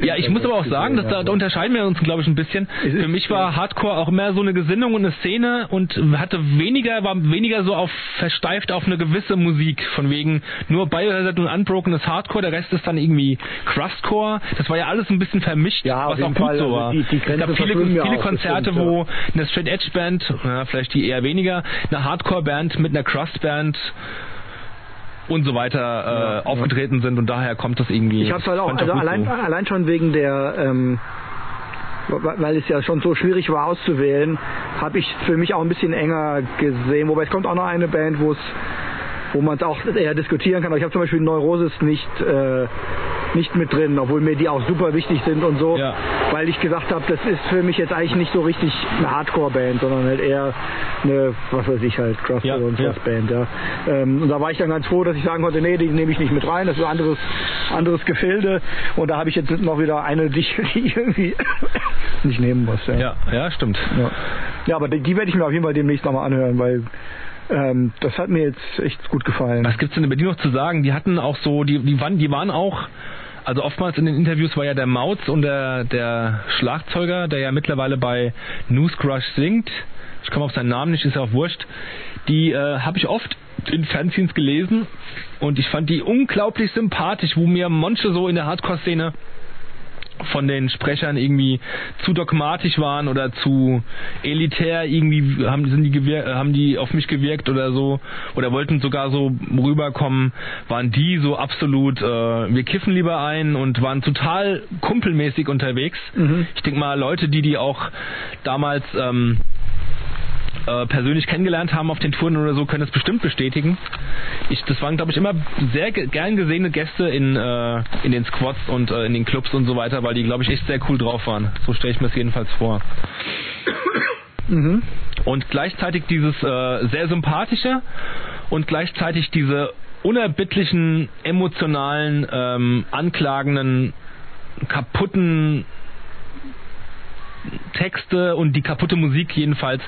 Speaker 3: Ja, ich muss aber auch sagen, dass da, da unterscheiden wir uns, glaube ich, ein bisschen.
Speaker 2: Es ist-
Speaker 3: Für mich war Hardcore auch mehr so eine Gesinnung und eine Szene und hatte weniger, war weniger so auf versteift auf eine gewisse Musik. Von wegen nur Biohazard und Unbroken ist Hardcore, der Rest ist dann irgendwie Crustcore. Das war ja alles ein bisschen vermischt,
Speaker 2: Ja, auf
Speaker 3: was auch
Speaker 2: jeden
Speaker 3: gut
Speaker 2: Fall.
Speaker 3: so
Speaker 2: Also
Speaker 3: war.
Speaker 2: die- die
Speaker 3: es
Speaker 2: Grenzen
Speaker 3: gab viele,
Speaker 2: verschwimmen ja
Speaker 3: viele
Speaker 2: auch, das
Speaker 3: Konzerte,
Speaker 2: stimmt, ja.
Speaker 3: wo eine Straight Edge Band, ja, vielleicht die eher weniger, eine Hardcore Band mit einer Crust Band und so weiter äh, aufgetreten sind und daher kommt das irgendwie.
Speaker 2: Ich hab's halt auch,
Speaker 3: fand
Speaker 2: also
Speaker 3: gut
Speaker 2: allein,
Speaker 3: so.
Speaker 2: allein schon wegen der, ähm, weil weil es ja schon so schwierig war auszuwählen, habe ich für mich auch ein bisschen enger gesehen. Wobei es kommt auch noch eine Band, wo es, wo man es auch eher diskutieren kann. Aber ich habe zum Beispiel Neurosis nicht, äh, nicht mit drin, obwohl mir die auch super wichtig sind und so,
Speaker 3: Ja.
Speaker 2: weil ich gesagt habe, das ist für mich jetzt eigentlich nicht so richtig eine Hardcore-Band, sondern halt eher eine, was weiß ich halt, Crust
Speaker 3: Ja,
Speaker 2: oder sonst
Speaker 3: ja.
Speaker 2: was Band, ja. Ähm, und da war ich dann ganz froh, dass ich sagen konnte, nee, die nehme ich nicht mit rein, das ist ein anderes, anderes Gefilde. Und da habe ich jetzt noch wieder eine, die ich irgendwie nicht nehmen muss. Ja, ja.
Speaker 3: Ja, ja, stimmt.
Speaker 2: ja. aber die, die werde ich mir auf jeden Fall demnächst nochmal anhören, weil ähm, das hat mir jetzt echt gut gefallen.
Speaker 3: Was gibt's denn über die noch zu sagen? Die hatten auch so, die, die waren, die waren auch, also oftmals in den Interviews war ja der Mautz und der, der Schlagzeuger, der ja mittlerweile bei Newscrush singt. Ich komme auf seinen Namen nicht, ist ja auch wurscht. Die äh, habe ich oft in Fanzines gelesen und ich fand die unglaublich sympathisch, wo mir manche so in der Hardcore-Szene von den Sprechern irgendwie zu dogmatisch waren oder zu elitär irgendwie haben sind die gewir- äh, haben die auf mich gewirkt oder so oder wollten sogar so rüberkommen waren die so absolut äh, wir kiffen lieber ein und waren total kumpelmäßig unterwegs ich denke mal Leute die die auch damals ähm, äh, persönlich kennengelernt haben auf den Touren oder so, können es bestimmt bestätigen. Ich, das waren, glaube ich, immer sehr ge gern gesehene Gäste in, äh, in den Squads und äh, in den Clubs und so weiter, weil die, glaube ich, echt sehr cool drauf waren. So stelle ich mir es jedenfalls vor.
Speaker 2: Mhm.
Speaker 3: Und gleichzeitig dieses äh, sehr sympathische und gleichzeitig diese unerbittlichen, emotionalen, ähm, anklagenden, kaputten Texte und die kaputte Musik jedenfalls.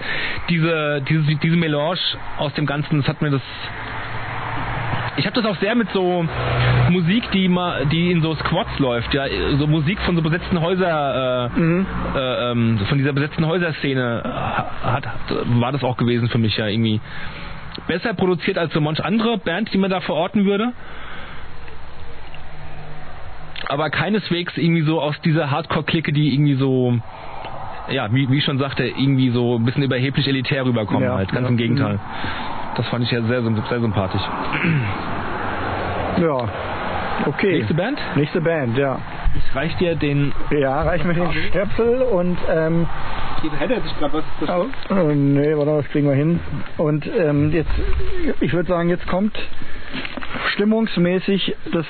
Speaker 3: Diese, diese, diese Melange aus dem Ganzen, das hat mir das. Ich habe das auch sehr mit so Musik, die mal, die in so Squads läuft, ja, so Musik von so besetzten Häuser, äh,
Speaker 2: mhm.
Speaker 3: äh, ähm, von dieser besetzten Häuserszene äh, hat, war das auch gewesen für mich ja irgendwie besser produziert als so manch andere Band, die man da verorten würde. Aber keineswegs irgendwie so aus dieser Hardcore-Clique, die irgendwie so, ja, wie, wie ich schon sagte, irgendwie so ein bisschen überheblich elitär rüberkommen
Speaker 2: Ja,
Speaker 3: halt. Ganz
Speaker 2: ja.
Speaker 3: im Gegenteil. Das fand ich ja sehr, symp- sehr sympathisch.
Speaker 2: Ja. Okay.
Speaker 3: Nächste Band?
Speaker 2: Nächste Band, ja.
Speaker 3: Ich reich dir den.
Speaker 2: Ja, reich mir den Stöpsel und ähm,
Speaker 3: Hätte er sich gerade was
Speaker 2: Oh, oh, nee, warte mal, das kriegen wir hin. Und ähm, jetzt, ich würde sagen, jetzt kommt stimmungsmäßig das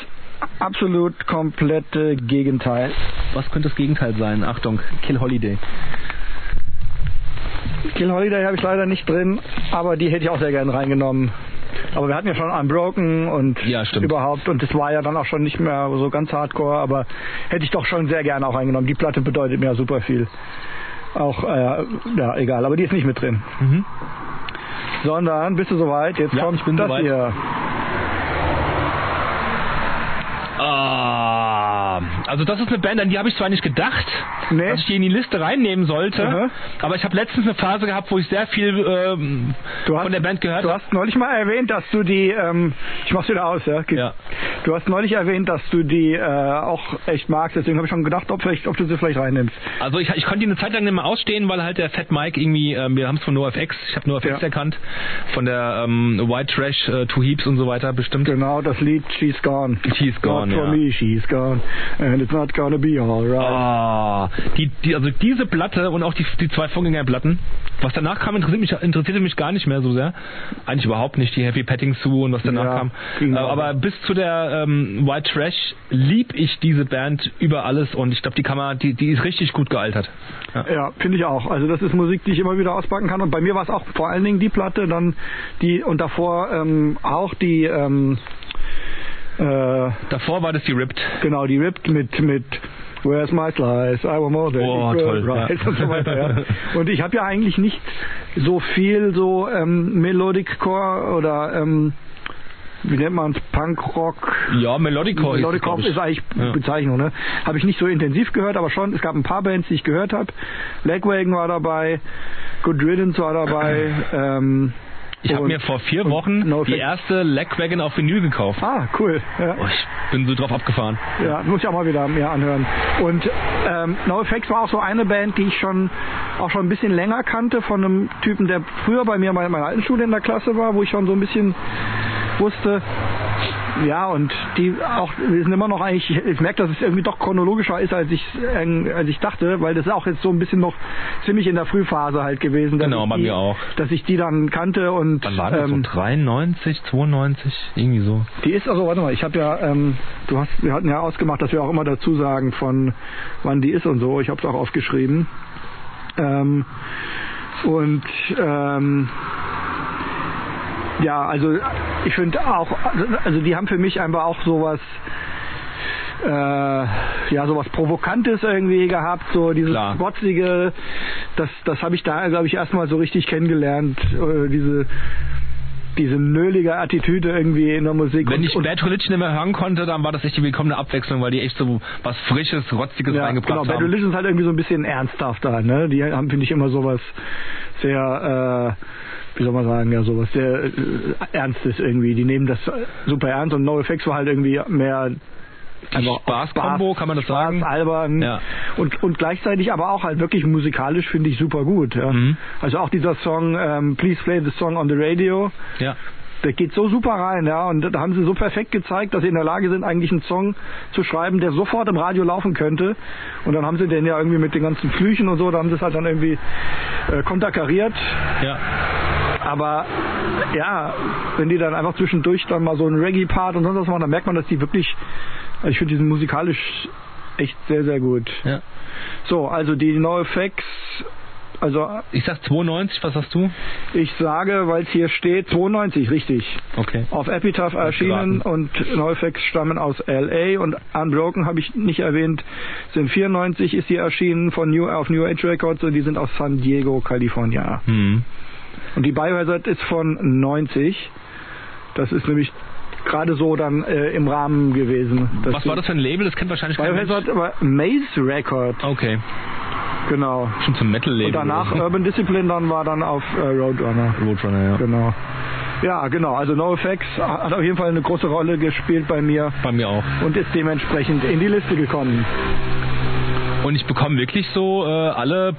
Speaker 2: absolut komplette Gegenteil.
Speaker 3: Was könnte das Gegenteil sein? Achtung, Kill Holiday.
Speaker 2: Kill Holiday habe ich leider nicht drin, aber die hätte ich auch sehr gerne reingenommen. Aber wir hatten ja schon Unbroken und
Speaker 3: Ja, stimmt.
Speaker 2: überhaupt und das war ja dann auch schon nicht mehr so ganz hardcore, aber hätte ich doch schon sehr gerne auch reingenommen. Die Platte bedeutet mir ja super viel. Auch, äh, ja, egal, aber die ist nicht mit drin.
Speaker 3: Mhm.
Speaker 2: Sondern, bist du soweit? Jetzt
Speaker 3: Ja,
Speaker 2: kommt
Speaker 3: ich bin
Speaker 2: das
Speaker 3: soweit.
Speaker 2: hier.
Speaker 3: Ah, Ja, also das ist eine Band, an die habe ich zwar nicht gedacht,
Speaker 2: Nee.
Speaker 3: dass ich die in die Liste reinnehmen sollte,
Speaker 2: Aha.
Speaker 3: aber ich habe letztens eine Phase gehabt, wo ich sehr viel ähm,
Speaker 2: Du hast-
Speaker 3: von der Band gehört
Speaker 2: Du hast neulich mal erwähnt, dass du die, ähm, ich mach's wieder aus, ja? Ge-
Speaker 3: Ja.
Speaker 2: Du hast neulich erwähnt, dass du die äh, auch echt magst, deswegen habe ich schon gedacht, ob, vielleicht, ob du sie vielleicht reinnimmst.
Speaker 3: Also ich, ich konnte ihn eine Zeit lang nicht mehr ausstehen, weil halt der Fat Mike irgendwie, ähm, wir haben es von NoFX, ich habe NoFX
Speaker 2: Ja.
Speaker 3: erkannt, von der ähm, White Trash, äh, Two Heaps und so weiter bestimmt.
Speaker 2: Genau, das Lied She's Gone.
Speaker 3: She's Gone,
Speaker 2: Not for
Speaker 3: ja.
Speaker 2: me, she's gone. And it's not gonna be alright.
Speaker 3: Ah, die, die, also diese Platte und auch die, die zwei Vorgängerplatten, was danach kam, interessiert mich, interessierte mich gar nicht mehr so sehr. Eigentlich überhaupt nicht, die Heavy Petting Sue und was danach
Speaker 2: Ja,
Speaker 3: kam.
Speaker 2: ging
Speaker 3: Äh,
Speaker 2: auch.
Speaker 3: aber bis zu der ähm, White Trash lieb ich diese Band über alles und ich glaube, die kann man, die, die ist richtig gut gealtert. Ja.
Speaker 2: Ja, finde ich auch. Also das ist Musik, die ich immer wieder auspacken kann. Und bei mir war es auch vor allen Dingen die Platte, dann die und davor ähm, auch die ähm, äh,
Speaker 3: Davor war das die Ripped.
Speaker 2: genau die Ripped mit mit Where's my slice? I want more than
Speaker 3: Oh,
Speaker 2: equal
Speaker 3: toll, ja.
Speaker 2: rights und so weiter. Ja. Und ich habe ja eigentlich nicht so viel so ähm, Melodic Core oder ähm, wie nennt man es Punkrock
Speaker 3: Ja, Melodicore hieß
Speaker 2: Melodic
Speaker 3: es, glaub
Speaker 2: Corps
Speaker 3: ich.
Speaker 2: ist eigentlich
Speaker 3: Ja.
Speaker 2: Bezeichnung, ne? Habe ich nicht so intensiv gehört, aber schon, es gab ein paar Bands, die ich gehört habe. Legwagon war dabei, Good Riddance war dabei, ähm,
Speaker 3: Ich habe
Speaker 2: und-
Speaker 3: mir vor vier Wochen
Speaker 2: No
Speaker 3: die
Speaker 2: Effect.
Speaker 3: erste Legwagon auf Vinyl gekauft.
Speaker 2: Ah, cool. Ja.
Speaker 3: Oh, ich bin so drauf abgefahren.
Speaker 2: Ja, muss ich auch mal wieder mehr anhören. Und ähm, No Effects war auch so eine Band, die ich schon auch schon ein bisschen länger kannte von einem Typen, der früher bei mir mal in meiner alten Schule in der Klasse war, wo ich schon so ein bisschen wusste. Ja, und die auch wir sind immer noch eigentlich, ich merke, dass es irgendwie doch chronologischer ist, als ich ähm, als ich dachte, weil das ist auch jetzt so ein bisschen noch ziemlich in der Frühphase halt gewesen. dass
Speaker 3: Genau,
Speaker 2: ich
Speaker 3: bei
Speaker 2: die,
Speaker 3: mir auch.
Speaker 2: Dass ich die dann kannte und ähm,
Speaker 3: Wann war das? so 93, 92? Irgendwie so.
Speaker 2: die ist, also warte mal, ich habe ja, ähm, du hast, wir hatten ja ausgemacht, dass wir auch immer dazu sagen, von wann die ist und so. Ich habe es auch aufgeschrieben. Ähm, und ähm, ja, also ich finde auch, also die haben für mich einfach auch sowas, äh, ja, sowas Provokantes irgendwie gehabt, so dieses
Speaker 3: Klar.
Speaker 2: Rotzige, das, das habe ich da, glaube ich, erstmal so richtig kennengelernt, äh, diese diese nölige Attitüde irgendwie in der Musik.
Speaker 3: Wenn
Speaker 2: Und-
Speaker 3: ich
Speaker 2: und,
Speaker 3: Bad Religion nicht mehr hören konnte, dann war das echt die willkommene Abwechslung, weil die echt so was Frisches, Rotziges
Speaker 2: ja,
Speaker 3: reingebracht
Speaker 2: genau, Bad
Speaker 3: haben.
Speaker 2: Religion ist halt irgendwie so ein bisschen ernsthafter, ne? Die haben, finde ich, immer sowas sehr, äh, wie soll man sagen, ja, sowas sehr äh, Ernstes irgendwie. Die nehmen das äh, super ernst und No Effects war halt irgendwie mehr
Speaker 3: Die Spaß-Combo, Also kann man das
Speaker 2: Spaß,
Speaker 3: sagen?
Speaker 2: albern
Speaker 3: Ja.
Speaker 2: und, und gleichzeitig aber auch halt wirklich musikalisch finde ich super gut. Ja.
Speaker 3: Mhm.
Speaker 2: Also auch dieser Song, ähm, Please Play the Song on the Radio,
Speaker 3: Ja.
Speaker 2: der geht so super rein, ja. Und da haben sie so perfekt gezeigt, dass sie in der Lage sind, eigentlich einen Song zu schreiben, der sofort im Radio laufen könnte. Und dann haben sie den ja irgendwie mit den ganzen Flüchen und so, da haben sie es halt dann irgendwie äh, konterkariert.
Speaker 3: ja.
Speaker 2: Aber ja, wenn die dann einfach zwischendurch dann mal so einen Reggae-Part und sonst was machen, dann merkt man, dass die wirklich, also ich finde diesen musikalisch echt sehr, sehr gut.
Speaker 3: Ja.
Speaker 2: So, also die No Effects, also
Speaker 3: Ich sag 92, was hast du?
Speaker 2: ich sage, weil es hier steht, 92, richtig.
Speaker 3: Okay.
Speaker 2: auf Epitaph erschienen und Neufex stammen aus LA und Unbroken habe ich nicht erwähnt, sind 94 ist sie erschienen von New auf New Age Records und die sind aus San Diego, California.
Speaker 3: Hm.
Speaker 2: Und die Biohazard ist von 90. Das ist nämlich gerade so dann äh, im Rahmen gewesen. dass
Speaker 3: Was war
Speaker 2: die-
Speaker 3: das für ein Label? Das kennt wahrscheinlich kein Mensch.
Speaker 2: Biohazard war Maze Record,
Speaker 3: Okay.
Speaker 2: genau.
Speaker 3: Schon zum Metal-Label.
Speaker 2: Und danach
Speaker 3: oder so.
Speaker 2: Urban Discipline dann war dann auf äh, Roadrunner.
Speaker 3: Roadrunner, ja.
Speaker 2: Genau. Ja, genau. Also NoFX hat auf jeden Fall eine große Rolle gespielt bei mir
Speaker 3: Bei mir auch.
Speaker 2: und ist dementsprechend in die Liste gekommen.
Speaker 3: Und ich bekomme wirklich so äh, alle,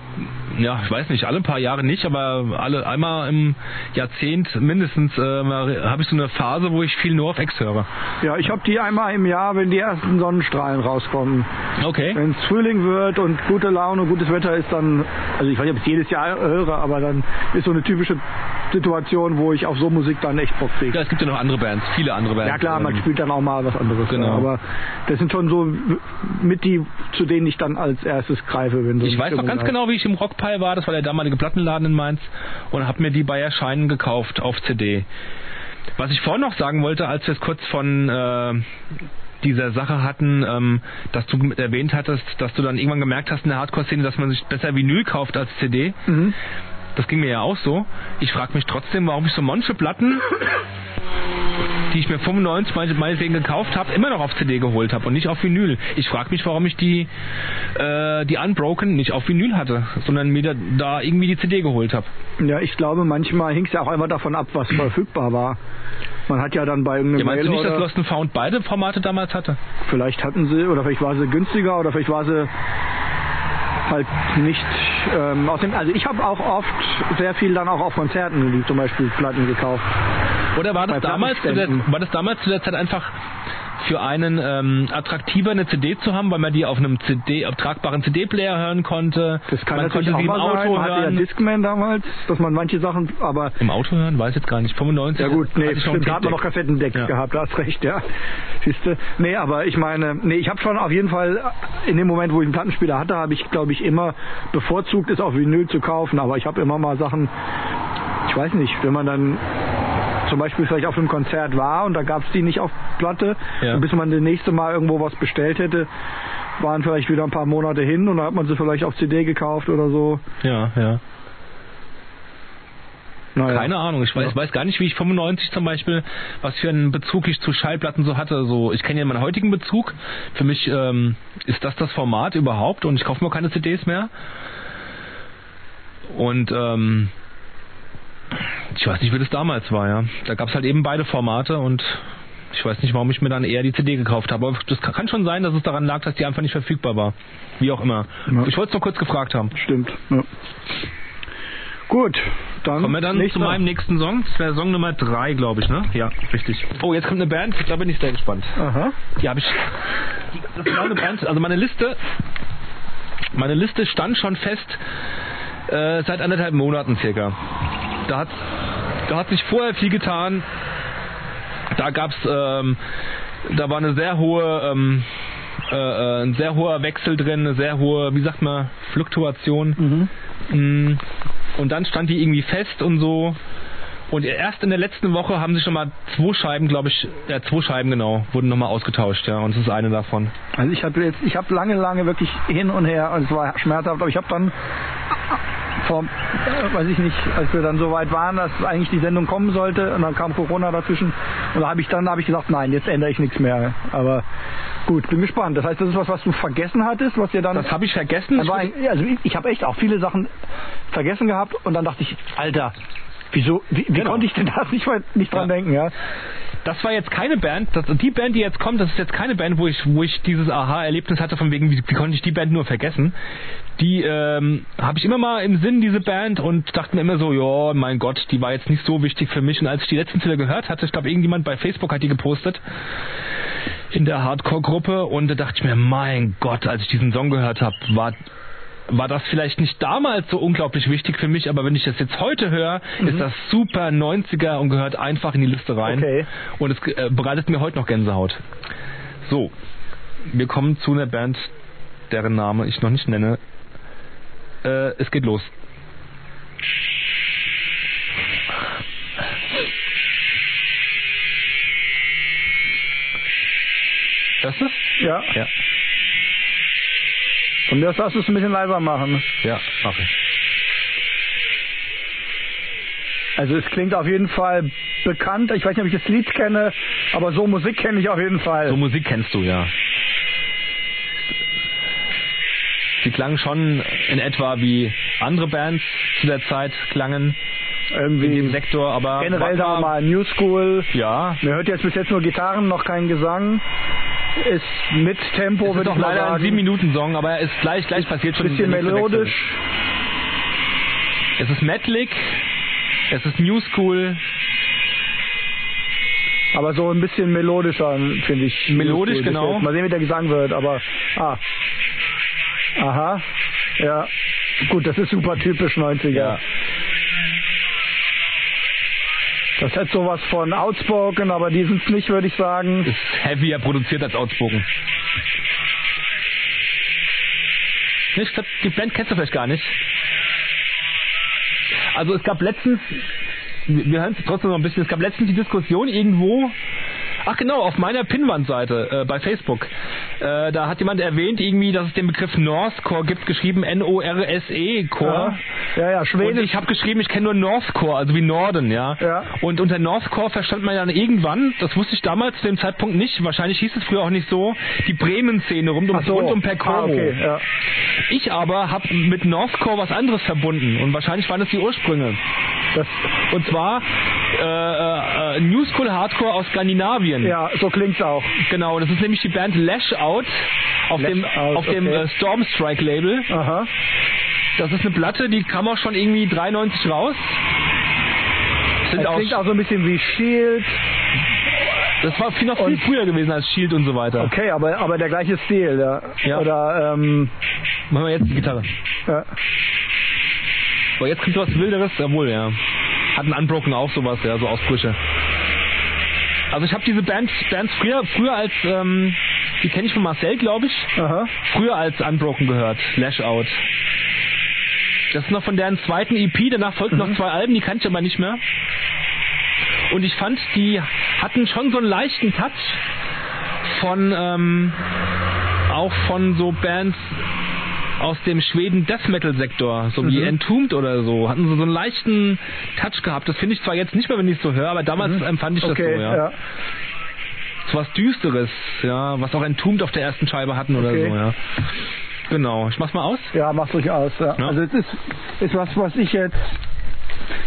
Speaker 3: ja, ich weiß nicht, alle paar Jahre nicht, aber alle einmal im Jahrzehnt mindestens äh, habe ich so eine Phase, wo ich viel nur auf Ex höre.
Speaker 2: Ja, ich habe die einmal im Jahr, wenn die ersten Sonnenstrahlen rauskommen.
Speaker 3: Okay.
Speaker 2: Wenn es Frühling wird und gute Laune und gutes Wetter ist, dann, also ich weiß nicht, ob ich es jedes Jahr höre, aber dann ist so eine typische Situation, wo ich auf so Musik dann echt Bock kriege.
Speaker 3: Ja, es gibt ja noch andere Bands, viele andere Bands.
Speaker 2: Ja klar, man
Speaker 3: Ähm,
Speaker 2: spielt dann auch mal was anderes.
Speaker 3: Genau.
Speaker 2: ja, Aber das sind schon so mit die, zu denen ich dann als erstes greife, wenn so
Speaker 3: Ich
Speaker 2: eine
Speaker 3: weiß noch
Speaker 2: Stimmung
Speaker 3: ganz
Speaker 2: da ist.
Speaker 3: genau, wie ich im Rockpile war. Das war der damalige Plattenladen in Mainz und habe mir die bei Erscheinen gekauft auf CD. Was ich vorhin noch sagen wollte, als wir es kurz von äh, dieser Sache hatten, ähm, dass du erwähnt hattest, dass du dann irgendwann gemerkt hast in der Hardcore-Szene, dass man sich besser Vinyl kauft als CD.
Speaker 2: Mhm.
Speaker 3: Das ging mir ja auch so. Ich frage mich trotzdem, warum ich so manche Platten die ich mir 95 meine- meinetwegen gekauft habe, immer noch auf CD geholt habe und nicht auf Vinyl. Ich frage mich, warum ich die, äh, die Unbroken nicht auf Vinyl hatte, sondern mir da, da irgendwie die CD geholt habe.
Speaker 2: Ja, ich glaube, manchmal hing es ja auch einfach davon ab, was verfügbar war. Man hat ja dann bei irgendeinem
Speaker 3: Ja, meinst du
Speaker 2: Mail
Speaker 3: nicht, dass
Speaker 2: oder
Speaker 3: Lost and Found beide Formate damals hatte?
Speaker 2: vielleicht hatten sie oder vielleicht war sie günstiger oder vielleicht war sie halt nicht ähm, aus dem also ich habe auch oft sehr viel dann auch auf Konzerten wie zum Beispiel Platten gekauft
Speaker 3: Oder war das,
Speaker 2: Bei
Speaker 3: damals zu der,
Speaker 2: Plattenständen.
Speaker 3: war das damals zu der Zeit einfach für einen ähm, attraktiver eine CD zu haben, weil man die auf einem CD, auf tragbaren CD-Player hören konnte.
Speaker 2: das kann
Speaker 3: man
Speaker 2: natürlich auch
Speaker 3: konnte sie im
Speaker 2: mal sein
Speaker 3: Auto
Speaker 2: man hatte ja
Speaker 3: hören.
Speaker 2: Discman damals dass man manche Sachen aber
Speaker 3: Im Auto hören? Weiß jetzt gar nicht. 95?
Speaker 2: Ja gut, nee,
Speaker 3: hatte ich noch ein
Speaker 2: stimmt, da hat man noch
Speaker 3: Tape-Deck.
Speaker 2: Kassettendeck
Speaker 3: Ja.
Speaker 2: gehabt, da hast recht, ja. Siehste. Nee, aber ich meine, nee, ich habe schon auf jeden Fall, in dem Moment, wo ich einen Plattenspieler hatte, habe ich, glaube ich, immer bevorzugt, es auf Vinyl zu kaufen, aber ich habe immer mal Sachen, ich weiß nicht, wenn man dann zum Beispiel vielleicht auf einem Konzert war und da gab es die nicht auf Platte,
Speaker 3: Ja.
Speaker 2: und bis man das nächste Mal irgendwo was bestellt hätte, waren vielleicht wieder ein paar Monate hin und da hat man sie vielleicht auf CD gekauft oder so.
Speaker 3: Ja, ja.
Speaker 2: Naja.
Speaker 3: Keine Ahnung. Ich weiß,
Speaker 2: Ja.
Speaker 3: weiß gar nicht, wie ich 95 zum Beispiel, was für einen Bezug ich zu Schallplatten so hatte. So, ich kenne ja meinen heutigen Bezug. Für mich ähm, ist das das Format überhaupt und ich kaufe mir keine CDs mehr. Und ähm, ich weiß nicht, wie das damals war, ja. Da gab es halt eben beide Formate und ich weiß nicht, warum ich mir dann eher die CD gekauft habe. Aber das kann kann schon sein, dass es daran lag, dass die einfach nicht verfügbar war. Wie auch immer.
Speaker 2: Ja.
Speaker 3: Ich wollte es nur kurz gefragt haben.
Speaker 2: Stimmt. Ja. Gut, dann.
Speaker 3: Kommen wir dann
Speaker 2: nächster.
Speaker 3: zu meinem nächsten Song. Das wäre Song Nummer 3, glaube ich, ne? Ja, richtig. Oh, jetzt kommt eine Band. Da bin ich sehr gespannt.
Speaker 2: Aha.
Speaker 3: Die habe ich. Das war eine Band. Also meine Liste. Meine Liste stand schon fest äh, seit anderthalb Monaten circa. Da hat, da hat sich vorher viel getan. Da gab's, ähm, da war eine sehr hohe, ähm, äh, äh, ein sehr hoher Wechsel drin, eine sehr hohe, wie sagt man, Fluktuation. Mm, Und dann stand die irgendwie fest und so. Und erst in der letzten Woche haben sie schon mal zwei Scheiben, glaube ich, ja, zwei Scheiben genau, wurden nochmal ausgetauscht, ja. Und das ist eine davon.
Speaker 2: Also ich habe jetzt, ich habe lange, lange wirklich hin und her und es war schmerzhaft, aber ich habe dann vor, äh, weiß ich nicht, als wir dann so weit waren, dass eigentlich die Sendung kommen sollte und dann kam Corona dazwischen und da habe ich dann habe ich gesagt, nein, jetzt ändere ich nichts mehr. Aber gut, bin gespannt. Das heißt, das ist was, was du vergessen hattest, was dir dann
Speaker 3: Das habe ich vergessen.
Speaker 2: Dann war ein, also ich, ich habe echt auch viele Sachen vergessen gehabt und dann dachte ich, Alter, wieso, wie, wie
Speaker 3: Genau.
Speaker 2: konnte ich denn da nicht, mal- nicht dran
Speaker 3: Ja.
Speaker 2: denken, ja?
Speaker 3: das war jetzt keine Band, das, die Band, die jetzt kommt, das ist jetzt keine Band, wo ich, wo ich dieses Aha-Erlebnis hatte, von wegen, wie, wie konnte ich die Band nur vergessen. Die ähm, habe ich immer mal im Sinn, diese Band, und dachte mir immer so, ja, mein Gott, die war jetzt nicht so wichtig für mich. Und als ich die letzten Titel gehört hatte, ich glaube, irgendjemand bei Facebook hat die gepostet, in der Hardcore-Gruppe, und da dachte ich mir, mein Gott, als ich diesen Song gehört habe, war war das vielleicht nicht damals so unglaublich wichtig für mich, aber wenn ich das jetzt heute höre, ist das super 90er und gehört einfach in die Liste rein.
Speaker 2: Okay.
Speaker 3: Und es äh, bereitet mir heute noch Gänsehaut. So, wir kommen zu einer Band, deren Name ich noch nicht nenne. Äh, es geht los. Das ist?
Speaker 2: Ja.
Speaker 3: Ja.
Speaker 2: Von mir aus darfst du es ein bisschen leiser machen.
Speaker 3: Ja, mach ich.
Speaker 2: Also es klingt auf jeden Fall bekannt. Ich weiß nicht, ob ich das Lied kenne, aber so Musik kenne ich auf jeden Fall.
Speaker 3: So Musik kennst du, ja. Sie klangen schon in etwa wie andere Bands zu der Zeit klangen, in dem
Speaker 2: Irgendwie
Speaker 3: Sektor, aber
Speaker 2: generell sagen wir
Speaker 3: war-
Speaker 2: mal New School.
Speaker 3: Ja,
Speaker 2: Man hört jetzt bis jetzt nur Gitarren, noch kein Gesang. Ist mit Tempo,
Speaker 3: es ist
Speaker 2: würde ich
Speaker 3: doch
Speaker 2: mal
Speaker 3: leider ein
Speaker 2: sagen.
Speaker 3: 7-Minuten-Song, aber er ist gleich, gleich passiert schon
Speaker 2: bisschen
Speaker 3: der nächste Wechsel.
Speaker 2: melodisch.
Speaker 3: Es ist metalik, es ist New School,
Speaker 2: Aber so ein bisschen melodischer, finde ich.
Speaker 3: Melodisch,
Speaker 2: Bis
Speaker 3: genau.
Speaker 2: jetzt. Mal sehen, wie der Gesang wird, aber. Ah. Aha. Ja. Gut, das ist super typisch 90er.
Speaker 3: Ja.
Speaker 2: Das hat sowas von Outspoken, aber die sind's nicht, würde ich sagen.
Speaker 3: ist heavier produziert als Outspoken. Ich glaub, die Band kennst du vielleicht gar nicht. Also es gab letztens, wir wir hören es trotzdem noch ein bisschen, es gab letztens die Diskussion irgendwo, Ach genau, auf meiner Pinwandseite äh, bei Facebook. Äh, da hat jemand erwähnt irgendwie, dass es den Begriff Norsecore gibt, geschrieben E, N-O-R-S-E-Core.
Speaker 2: Ja, ja,
Speaker 3: Und
Speaker 2: Schwedisch.
Speaker 3: ich habe geschrieben, ich kenne nur Northcore, also wie Norden, ja.
Speaker 2: Ja.
Speaker 3: Und unter Northcore verstand man dann irgendwann, das wusste ich damals zu dem Zeitpunkt nicht, wahrscheinlich hieß es früher auch nicht so, die Bremen-Szene rund um,
Speaker 2: Ach so.
Speaker 3: rund um
Speaker 2: Ah,
Speaker 3: Percoro.
Speaker 2: okay, ja.
Speaker 3: Ich aber habe mit Northcore was anderes verbunden und wahrscheinlich waren das die Ursprünge.
Speaker 2: Das,
Speaker 3: Und zwar äh, äh, New School Hardcore aus Skandinavien.
Speaker 2: ja, so klingt's auch.
Speaker 3: Genau, das ist nämlich die Band Lash Out auf
Speaker 2: Lash
Speaker 3: dem,
Speaker 2: Out,
Speaker 3: auf dem
Speaker 2: okay.
Speaker 3: äh, Storm Strike Label.
Speaker 2: Aha.
Speaker 3: Das ist eine Platte, die kam auch schon irgendwie 93 raus. Sind
Speaker 2: Das
Speaker 3: auch,
Speaker 2: klingt auch so ein bisschen wie Shield.
Speaker 3: das war viel noch viel
Speaker 2: Und-
Speaker 3: früher gewesen als Shield und so weiter.
Speaker 2: Okay, aber, aber der gleiche Stil. Ja.
Speaker 3: Ja.
Speaker 2: Oder, ähm,
Speaker 3: Machen wir jetzt die Gitarre.
Speaker 2: ja.
Speaker 3: So, jetzt kommt was Wilderes, jawohl, ja. Hatten Unbroken auch sowas, ja, so Ausbrüche. Also ich habe diese Bands, Bands früher, früher als, ähm, die kenne ich von Marcel, glaube ich,
Speaker 2: Aha.
Speaker 3: früher als Unbroken gehört, Lash Out. Das ist noch von deren zweiten EP, danach folgten
Speaker 2: Mhm.
Speaker 3: noch zwei Alben, die kannte ich aber nicht mehr. Und ich fand, die hatten schon so einen leichten Touch von, ähm, auch von so Bands aus dem Schweden Death Metal Sektor, so wie
Speaker 2: Mhm.
Speaker 3: Entombed oder so, hatten so, so einen leichten Touch gehabt. Das finde ich zwar jetzt nicht mehr, wenn ich es so höre, aber damals empfand ich das
Speaker 2: Mhm. Okay,
Speaker 3: so, ja.
Speaker 2: ja.
Speaker 3: So was Düsteres, ja, was auch Entombed auf der ersten Scheibe hatten oder
Speaker 2: Okay.
Speaker 3: so, ja. Genau, ich mach's mal aus.
Speaker 2: Ja, mach's ruhig aus. Ja.
Speaker 3: Ja.
Speaker 2: Also es ist, ist was, was ich jetzt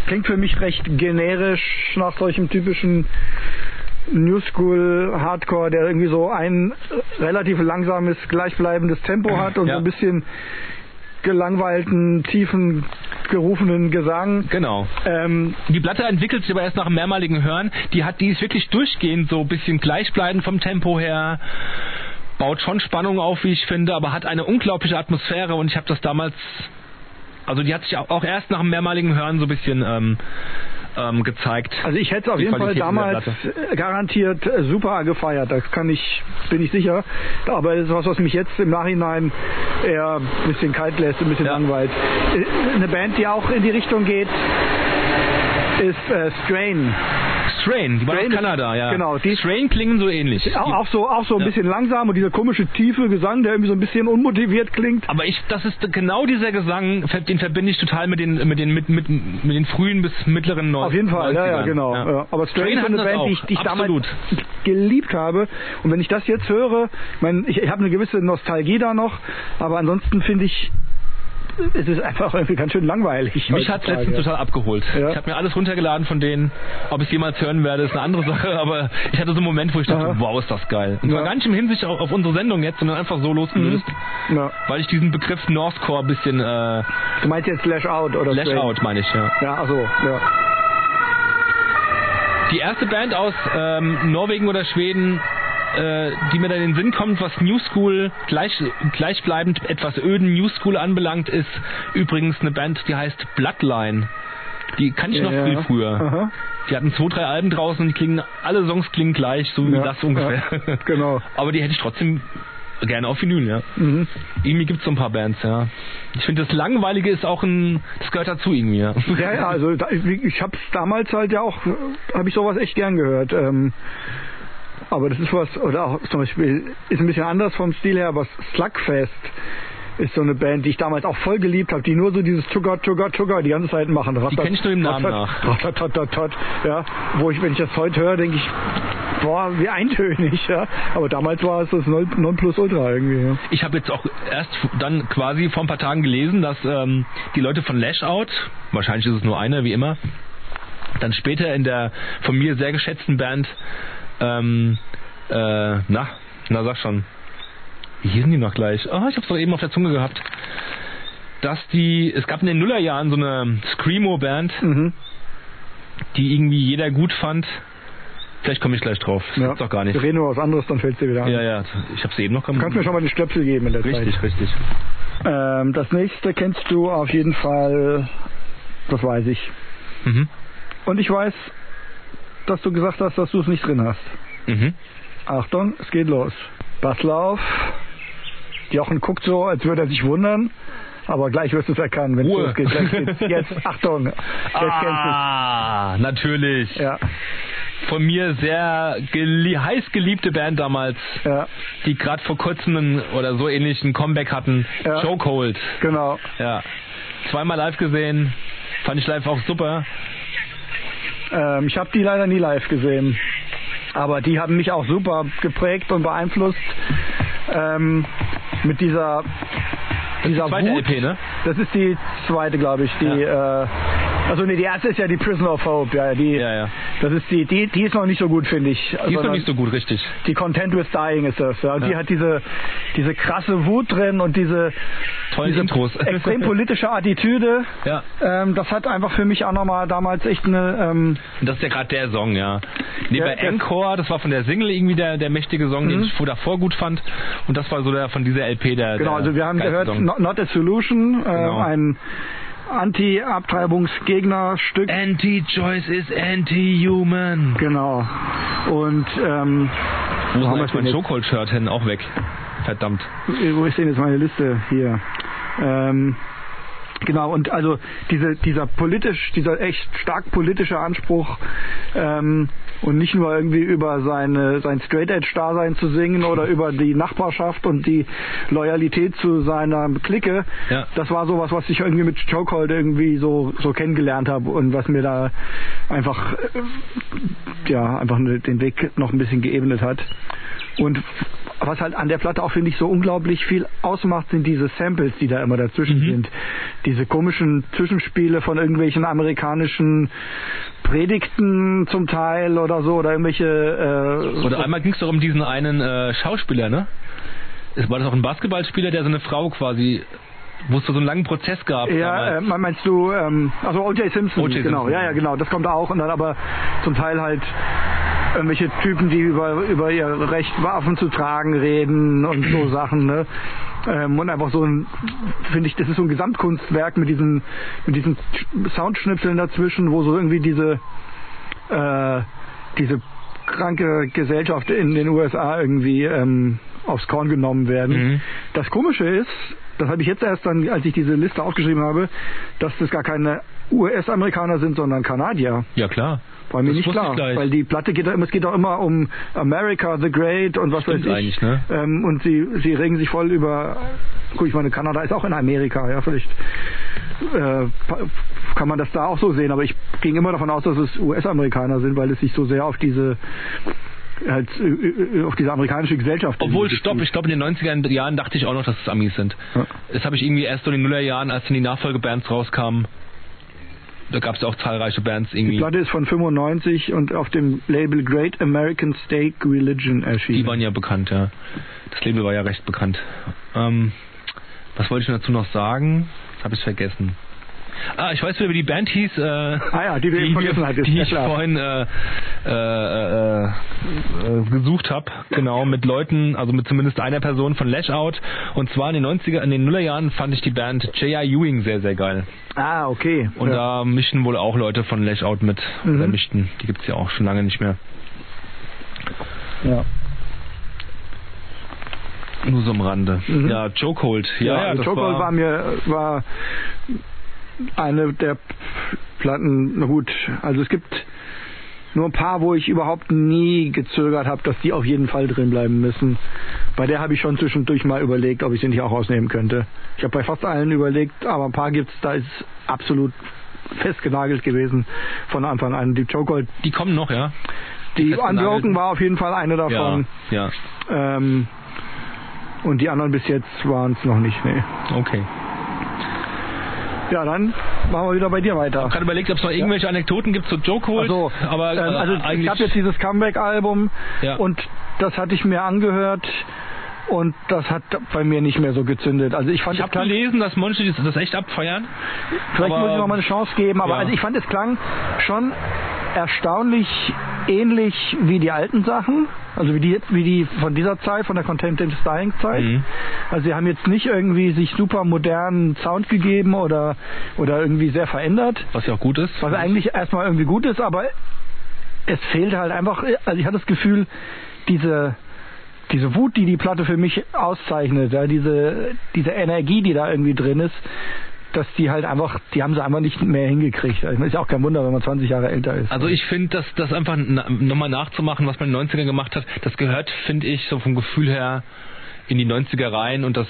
Speaker 2: klingt für mich recht generisch nach solchem typischen New School Hardcore, der irgendwie so ein relativ langsames, gleichbleibendes Tempo hat und
Speaker 3: Ja.
Speaker 2: so ein bisschen gelangweilten, tiefen, gerufenen Gesang.
Speaker 3: Genau.
Speaker 2: Ähm,
Speaker 3: Die Platte entwickelt sich aber erst nach dem mehrmaligen Hören. Die hat, die ist wirklich durchgehend so ein bisschen gleichbleibend vom Tempo her. Baut schon Spannung auf, wie ich finde, aber hat eine unglaubliche Atmosphäre und ich habe das damals, also die hat sich auch auch erst nach dem mehrmaligen Hören so ein bisschen ähm, ähm, gezeigt.
Speaker 2: also ich hätte es auf
Speaker 3: Die
Speaker 2: jeden Fall
Speaker 3: Qualität dieser
Speaker 2: damals garantiert äh, super gefeiert. Das kann ich, bin ich sicher. Aber das ist was, was mich jetzt im Nachhinein eher ein bisschen kalt lässt, ein bisschen
Speaker 3: Ja.
Speaker 2: langweilt. Äh, Eine Band, die auch in die Richtung geht, ist äh, Strain.
Speaker 3: Strain, die war aus
Speaker 2: Also Strain ist-
Speaker 3: Kanada, ja.
Speaker 2: genau, die-
Speaker 3: Strain klingen so ähnlich.
Speaker 2: Auch, auch so, auch so ein
Speaker 3: Ja.
Speaker 2: bisschen langsam und dieser komische tiefe Gesang, der irgendwie so ein bisschen unmotiviert klingt.
Speaker 3: Aber ich, das ist genau dieser Gesang, den verbinde ich total mit den, mit den, mit, mit, mit den frühen bis mittleren 90
Speaker 2: Auf jeden Fall, ja, ja, genau. Ja. Aber Strain ist eine
Speaker 3: hatten das
Speaker 2: Band,
Speaker 3: auch.
Speaker 2: die ich, die ich damals
Speaker 3: Absolut.
Speaker 2: geliebt habe. Und wenn ich das jetzt höre, ich mein, ich, ich habe eine gewisse Nostalgie da noch, aber ansonsten finde ich, es ist einfach irgendwie ganz schön langweilig.
Speaker 3: Mich hat
Speaker 2: heutzutage.
Speaker 3: letztens total abgeholt.
Speaker 2: Ja.
Speaker 3: Ich habe mir alles runtergeladen von denen. Ob ich jemals hören werde, ist eine andere Sache. Aber ich hatte so einen Moment, wo ich dachte,
Speaker 2: Aha.
Speaker 3: wow, ist das geil. Und zwar
Speaker 2: Ja. Mhm.
Speaker 3: gar nicht im Hinsicht auf, auf unsere Sendung jetzt, sondern einfach so losgelöst,
Speaker 2: Ja.
Speaker 3: weil ich diesen Begriff Northcore ein bisschen äh,
Speaker 2: Du meinst jetzt Lash Out oder
Speaker 3: Lash
Speaker 2: Strain?
Speaker 3: Out, meine ich, ja.
Speaker 2: Ja, also ja.
Speaker 3: Die erste Band aus ähm, Norwegen oder Schweden, äh, die mir da in den Sinn kommt, was New School gleich, gleichbleibend etwas öden New School anbelangt, ist übrigens eine Band, die heißt Bloodline. Die kann ich noch
Speaker 2: Ja.
Speaker 3: viel früher.
Speaker 2: Aha.
Speaker 3: Die hatten zwei, drei Alben draußen und die klingen, alle Songs klingen gleich, so wie
Speaker 2: Ja,
Speaker 3: das ungefähr.
Speaker 2: ja, genau.
Speaker 3: Aber die hätte ich trotzdem gerne auf Vinyl, ja.
Speaker 2: Mhm.
Speaker 3: Irgendwie gibt es so ein paar Bands, ja. Ich finde, das Langweilige ist auch ein, das gehört dazu irgendwie, ja.
Speaker 2: Ja, ja, also da, ich- ich habe damals halt ja auch, habe ich sowas echt gern gehört. Ähm, aber das ist was, oder auch zum Beispiel, ist ein bisschen anders vom Stil her, aber Slugfest ist so eine Band, die ich damals auch voll geliebt habe, die nur so dieses Tugger, Tugger, Tugger die ganze Zeit machen. Ratat,
Speaker 3: kenn ich nur im Namen
Speaker 2: ratat, Ratat, ratat, ratat, ja, wo ich, wenn ich das heute höre, denke ich, boah, wie eintönig, ja. Aber damals war es das Nonpl- Nonplusultra irgendwie, ja.
Speaker 3: Ich habe jetzt auch erst dann quasi vor ein paar Tagen gelesen, dass ähm, die Leute von Lash Out, wahrscheinlich ist es nur einer, wie immer, dann später in der von mir sehr geschätzten Band, ähm, äh, na, na sag schon, hier sind die noch gleich. Ah, ich hab's doch eben auf der Zunge gehabt. Dass die, es gab in den Nullerjahren so eine Screamo-Band,
Speaker 2: Mhm.
Speaker 3: die irgendwie jeder gut fand. Vielleicht komme ich gleich drauf. Das
Speaker 2: ja.
Speaker 3: ist doch gar nicht.
Speaker 2: Wir reden über was anderes, dann fällt dir wieder an.
Speaker 3: Ja, ja, ich hab's eben noch
Speaker 2: Du kannst mir schon mal den Stöpsel geben in der Zeit.
Speaker 3: Richtig, richtig.
Speaker 2: Ähm, das nächste kennst du auf jeden Fall, das weiß ich.
Speaker 3: Mhm.
Speaker 2: Und ich weiß, dass du gesagt hast, dass du es nicht drin hast.
Speaker 3: Mhm.
Speaker 2: Achtung, es geht los. Pass auf. Jochen guckt so, als würde er sich wundern, aber gleich wirst du es erkennen, wenn es
Speaker 3: Ruhe.
Speaker 2: losgeht. Gleich geht's. Jetzt, Achtung, jetzt kennst
Speaker 3: ah, natürlich.
Speaker 2: du es. Ja.
Speaker 3: von mir sehr gelie heiß geliebte Band damals,
Speaker 2: Ja.
Speaker 3: die gerade vor kurzem einen, oder so ähnlichen Comeback hatten,
Speaker 2: Ja.
Speaker 3: Chokehold.
Speaker 2: Genau.
Speaker 3: Ja. Zweimal live gesehen, fand ich live auch super.
Speaker 2: Ähm, ich habe die leider nie live gesehen. Aber die haben mich auch super geprägt und beeinflusst. Ähm, mit dieser, dieser
Speaker 3: Zweite
Speaker 2: Wut.
Speaker 3: LP, ne?
Speaker 2: Das ist die zweite, glaube ich. Die, äh, also nee, die erste ist ja die Prison of Hope. Ja, Also die,
Speaker 3: Ja, ja.
Speaker 2: Das ist die, die, die ist noch nicht so gut, finde ich.
Speaker 3: Die ist doch
Speaker 2: Sondern
Speaker 3: nicht so gut, richtig.
Speaker 2: die Content with Dying ist das. Ja. Und Die
Speaker 3: Ja.
Speaker 2: hat diese, diese krasse Wut drin und diese,
Speaker 3: Tollen
Speaker 2: diese
Speaker 3: Intros.
Speaker 2: extrem politische Attitüde.
Speaker 3: Ja.
Speaker 2: Ähm, das hat einfach für mich auch nochmal damals echt eine ähm,
Speaker 3: Und Das ist ja gerade der Song, ja. Nee,
Speaker 2: Ja, Mhm.
Speaker 3: bei
Speaker 2: der-
Speaker 3: Encore, das war von der Single irgendwie der, der mächtige Song, den ich vor- davor gut fand. Und das war so der von dieser LP der.
Speaker 2: Genau,
Speaker 3: der
Speaker 2: also wir haben
Speaker 3: geilste
Speaker 2: gehört
Speaker 3: Song.
Speaker 2: Not, Not a Solution, äh,
Speaker 3: Genau.
Speaker 2: ein Anti-Abtreibungsgegnerstück.
Speaker 3: Äh. Anti-Choice is anti-human.
Speaker 2: Genau. Und ähm,
Speaker 3: Wo
Speaker 2: haben
Speaker 3: haben
Speaker 2: wir
Speaker 3: wir mein
Speaker 2: den
Speaker 3: Chokehold-Shirt hin? Auch weg. Verdammt.
Speaker 2: wo ist denn jetzt meine Liste hier? Ähm, genau, und also diese, dieser politisch, dieser echt stark politische Anspruch ähm, und nicht nur irgendwie über seine, sein Straight Edge Dasein zu singen oder über die Nachbarschaft und die Loyalität zu seiner Clique,
Speaker 3: Ja.
Speaker 2: das war sowas, was ich irgendwie mit Chokehold irgendwie so, so kennengelernt habe und was mir da einfach, äh, ja, einfach ne- den Weg noch ein bisschen geebnet hat. Und was halt an der Platte auch, finde ich, so unglaublich viel ausmacht, sind diese Samples, die da immer dazwischen sind. Diese komischen Zwischenspiele von irgendwelchen amerikanischen Predigten zum Teil oder so oder irgendwelche äh,
Speaker 3: Oder einmal ging es doch um diesen einen äh, Schauspieler, ne? Es war das auch ein Basketballspieler, der seine Frau quasi, wo es so einen langen Prozess gab.
Speaker 2: Ja, äh,
Speaker 3: damals.
Speaker 2: me- meinst du, ähm, also O.J. Simpson,
Speaker 3: O.J.
Speaker 2: genau,
Speaker 3: Simpson.
Speaker 2: ja, ja, genau, das kommt auch und dann aber zum Teil halt irgendwelche Typen, die über, über ihr Recht, Waffen zu tragen reden und so Sachen, ne? Ähm, und einfach so ein, finde ich, das ist so ein Gesamtkunstwerk mit diesen, mit diesen Soundschnipseln dazwischen, wo so irgendwie diese, äh, diese kranke Gesellschaft in den USA irgendwie ähm, aufs Korn genommen werden.
Speaker 3: Mhm.
Speaker 2: Das Komische ist, das habe ich jetzt erst dann, als ich diese Liste aufgeschrieben habe, dass das gar keine US-Amerikaner sind, sondern Kanadier.
Speaker 3: ja, klar.
Speaker 2: War mir
Speaker 3: Das
Speaker 2: nicht
Speaker 3: wusste ich
Speaker 2: klar,
Speaker 3: gleich.
Speaker 2: weil die Platte geht, da immer- es geht auch immer um America the Great und was
Speaker 3: Stimmt
Speaker 2: weiß ich.
Speaker 3: eigentlich, ne?
Speaker 2: Ähm, und sie, sie regen sich voll über, guck ich meine, Kanada ist auch in Amerika, ja, vielleicht äh, pa- kann man das da auch so sehen, aber ich ging immer davon aus, dass es US-Amerikaner sind, weil es sich so sehr auf diese halt, äh, äh, auf diese amerikanische Gesellschaft
Speaker 3: Obwohl,
Speaker 2: bezieht.
Speaker 3: stopp, ich glaube, in den 90er Jahren dachte ich auch noch, dass es Amis sind.
Speaker 2: Äh, Ja.
Speaker 3: Das habe ich irgendwie erst so in den Nullerjahren, als dann die Nachfolgebands rauskamen. Da gab es auch zahlreiche Bands
Speaker 2: Die
Speaker 3: irgendwie.
Speaker 2: Platte ist von 95 und auf dem Label Great American Stake Religion
Speaker 3: Die
Speaker 2: erschienen.
Speaker 3: waren ja bekannt, ja. Das Label war ja recht bekannt. Ähm, was wollte ich denn dazu noch sagen? Habe ich vergessen. Ah, ich weiß, wie die Band hieß. Äh, ah
Speaker 2: ja, die du eben vergessen hattest,
Speaker 3: Die
Speaker 2: ja,
Speaker 3: ich
Speaker 2: klar.
Speaker 3: vorhin äh, äh, äh, äh, gesucht habe. Genau, mit Leuten, also mit zumindest einer Person von Lash Out. Und zwar in den 90er, in den Nullerjahren fand ich die Band J.R. Ewing sehr, sehr geil.
Speaker 2: ah, okay.
Speaker 3: Und
Speaker 2: ja.
Speaker 3: da mischen wohl auch Leute von Lash Out mit.
Speaker 2: Mhm.
Speaker 3: Oder mischten. Die gibt's ja auch schon lange nicht mehr.
Speaker 2: ja.
Speaker 3: Nur so am Rande.
Speaker 2: Mhm.
Speaker 3: Ja, Chokehold. Ja,
Speaker 2: Ja,
Speaker 3: ja,
Speaker 2: also
Speaker 3: das
Speaker 2: Chocobo war,
Speaker 3: war,
Speaker 2: mir war eine der Platten, na gut, also es gibt nur ein paar, wo ich überhaupt nie gezögert habe, dass die auf jeden Fall drin bleiben müssen. Bei der habe ich schon zwischendurch mal überlegt, ob ich sie nicht auch rausnehmen könnte. Ich habe bei fast allen überlegt, aber ein paar gibt's, da ist es absolut festgenagelt gewesen von Anfang an. Die Chocobo,
Speaker 3: die kommen noch, ja.
Speaker 2: die
Speaker 3: festgenagelten.
Speaker 2: Unbroken war auf jeden Fall eine davon.
Speaker 3: Ja, ja.
Speaker 2: Ähm, und die anderen bis jetzt waren es noch nicht, nee.
Speaker 3: Okay.
Speaker 2: Ja, dann machen wir wieder bei dir weiter.
Speaker 3: Gerade überlegt, ob es noch irgendwelche Anekdoten gibt zu Chokehold.
Speaker 2: Also,
Speaker 3: aber äh,
Speaker 2: ähm, also
Speaker 3: eigentlich.
Speaker 2: ich habe jetzt dieses Comeback-Album
Speaker 3: Ja.
Speaker 2: und das hatte ich mir angehört und das hat bei mir nicht mehr so gezündet. Also ich fand
Speaker 3: ich
Speaker 2: es
Speaker 3: habe
Speaker 2: klang,
Speaker 3: gelesen, dass manche das- das echt abfeiern.
Speaker 2: vielleicht
Speaker 3: aber-
Speaker 2: muss ich noch mal eine Chance geben, aber
Speaker 3: Ja.
Speaker 2: also ich fand es klang schon erstaunlich ähnlich wie die alten Sachen, also wie die wie die von dieser Zeit, von der Contemplative Dying Zeit.
Speaker 3: Mhm.
Speaker 2: Also sie haben jetzt nicht irgendwie sich super modernen Sound gegeben oder oder irgendwie sehr verändert.
Speaker 3: Was ja auch gut ist.
Speaker 2: Was eigentlich erstmal irgendwie gut ist, aber es fehlt halt einfach, also ich hatte das Gefühl, diese, diese Wut, die die Platte für mich auszeichnet, ja, diese, diese Energie, die da irgendwie drin ist, dass die halt einfach, die haben sie einfach nicht mehr hingekriegt. Also, ist ja auch kein Wunder, wenn man 20 Jahre älter ist.
Speaker 3: Also ich finde, dass das einfach na, nochmal nachzumachen, was man in den 90ern gemacht hat, das gehört, finde ich, so vom Gefühl her in die 90er rein und das,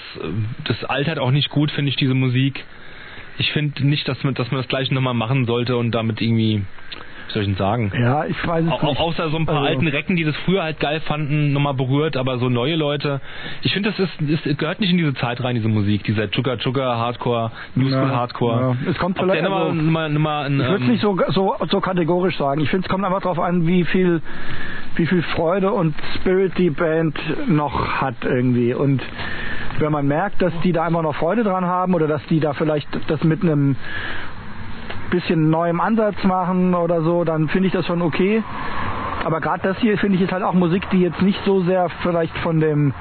Speaker 3: das altert auch nicht gut, finde ich, diese Musik. Ich finde nicht, dass man, dass man das gleiche nochmal machen sollte und damit irgendwie, wie soll ich denn sagen?
Speaker 2: ja, ich weiß es
Speaker 3: Au- au-
Speaker 2: nicht.
Speaker 3: außer so ein paar
Speaker 2: Also-
Speaker 3: alten Recken, die das früher halt geil fanden, nochmal berührt, aber so neue Leute. Ich finde, das ist, ist, gehört nicht in diese Zeit rein, diese Musik, dieser Chugga Chugga Hardcore, New School
Speaker 2: Ja,
Speaker 3: Hardcore.
Speaker 2: ja. Es kommt
Speaker 3: Ob
Speaker 2: vielleicht-
Speaker 3: der nochmal,
Speaker 2: also-
Speaker 3: nochmal, nochmal ein,
Speaker 2: Ich würde es
Speaker 3: ähm,
Speaker 2: nicht so, so, so kategorisch sagen. Ich finde, es kommt einfach darauf an, wie viel, wie viel Freude und Spirit die Band noch hat irgendwie. Und wenn man merkt, dass die da einfach noch Freude dran haben oder dass die da vielleicht das mit einem bisschen neuem Ansatz machen oder so, dann finde ich das schon okay. Aber gerade das hier, finde ich, ist halt auch Musik, die jetzt nicht so sehr vielleicht von dem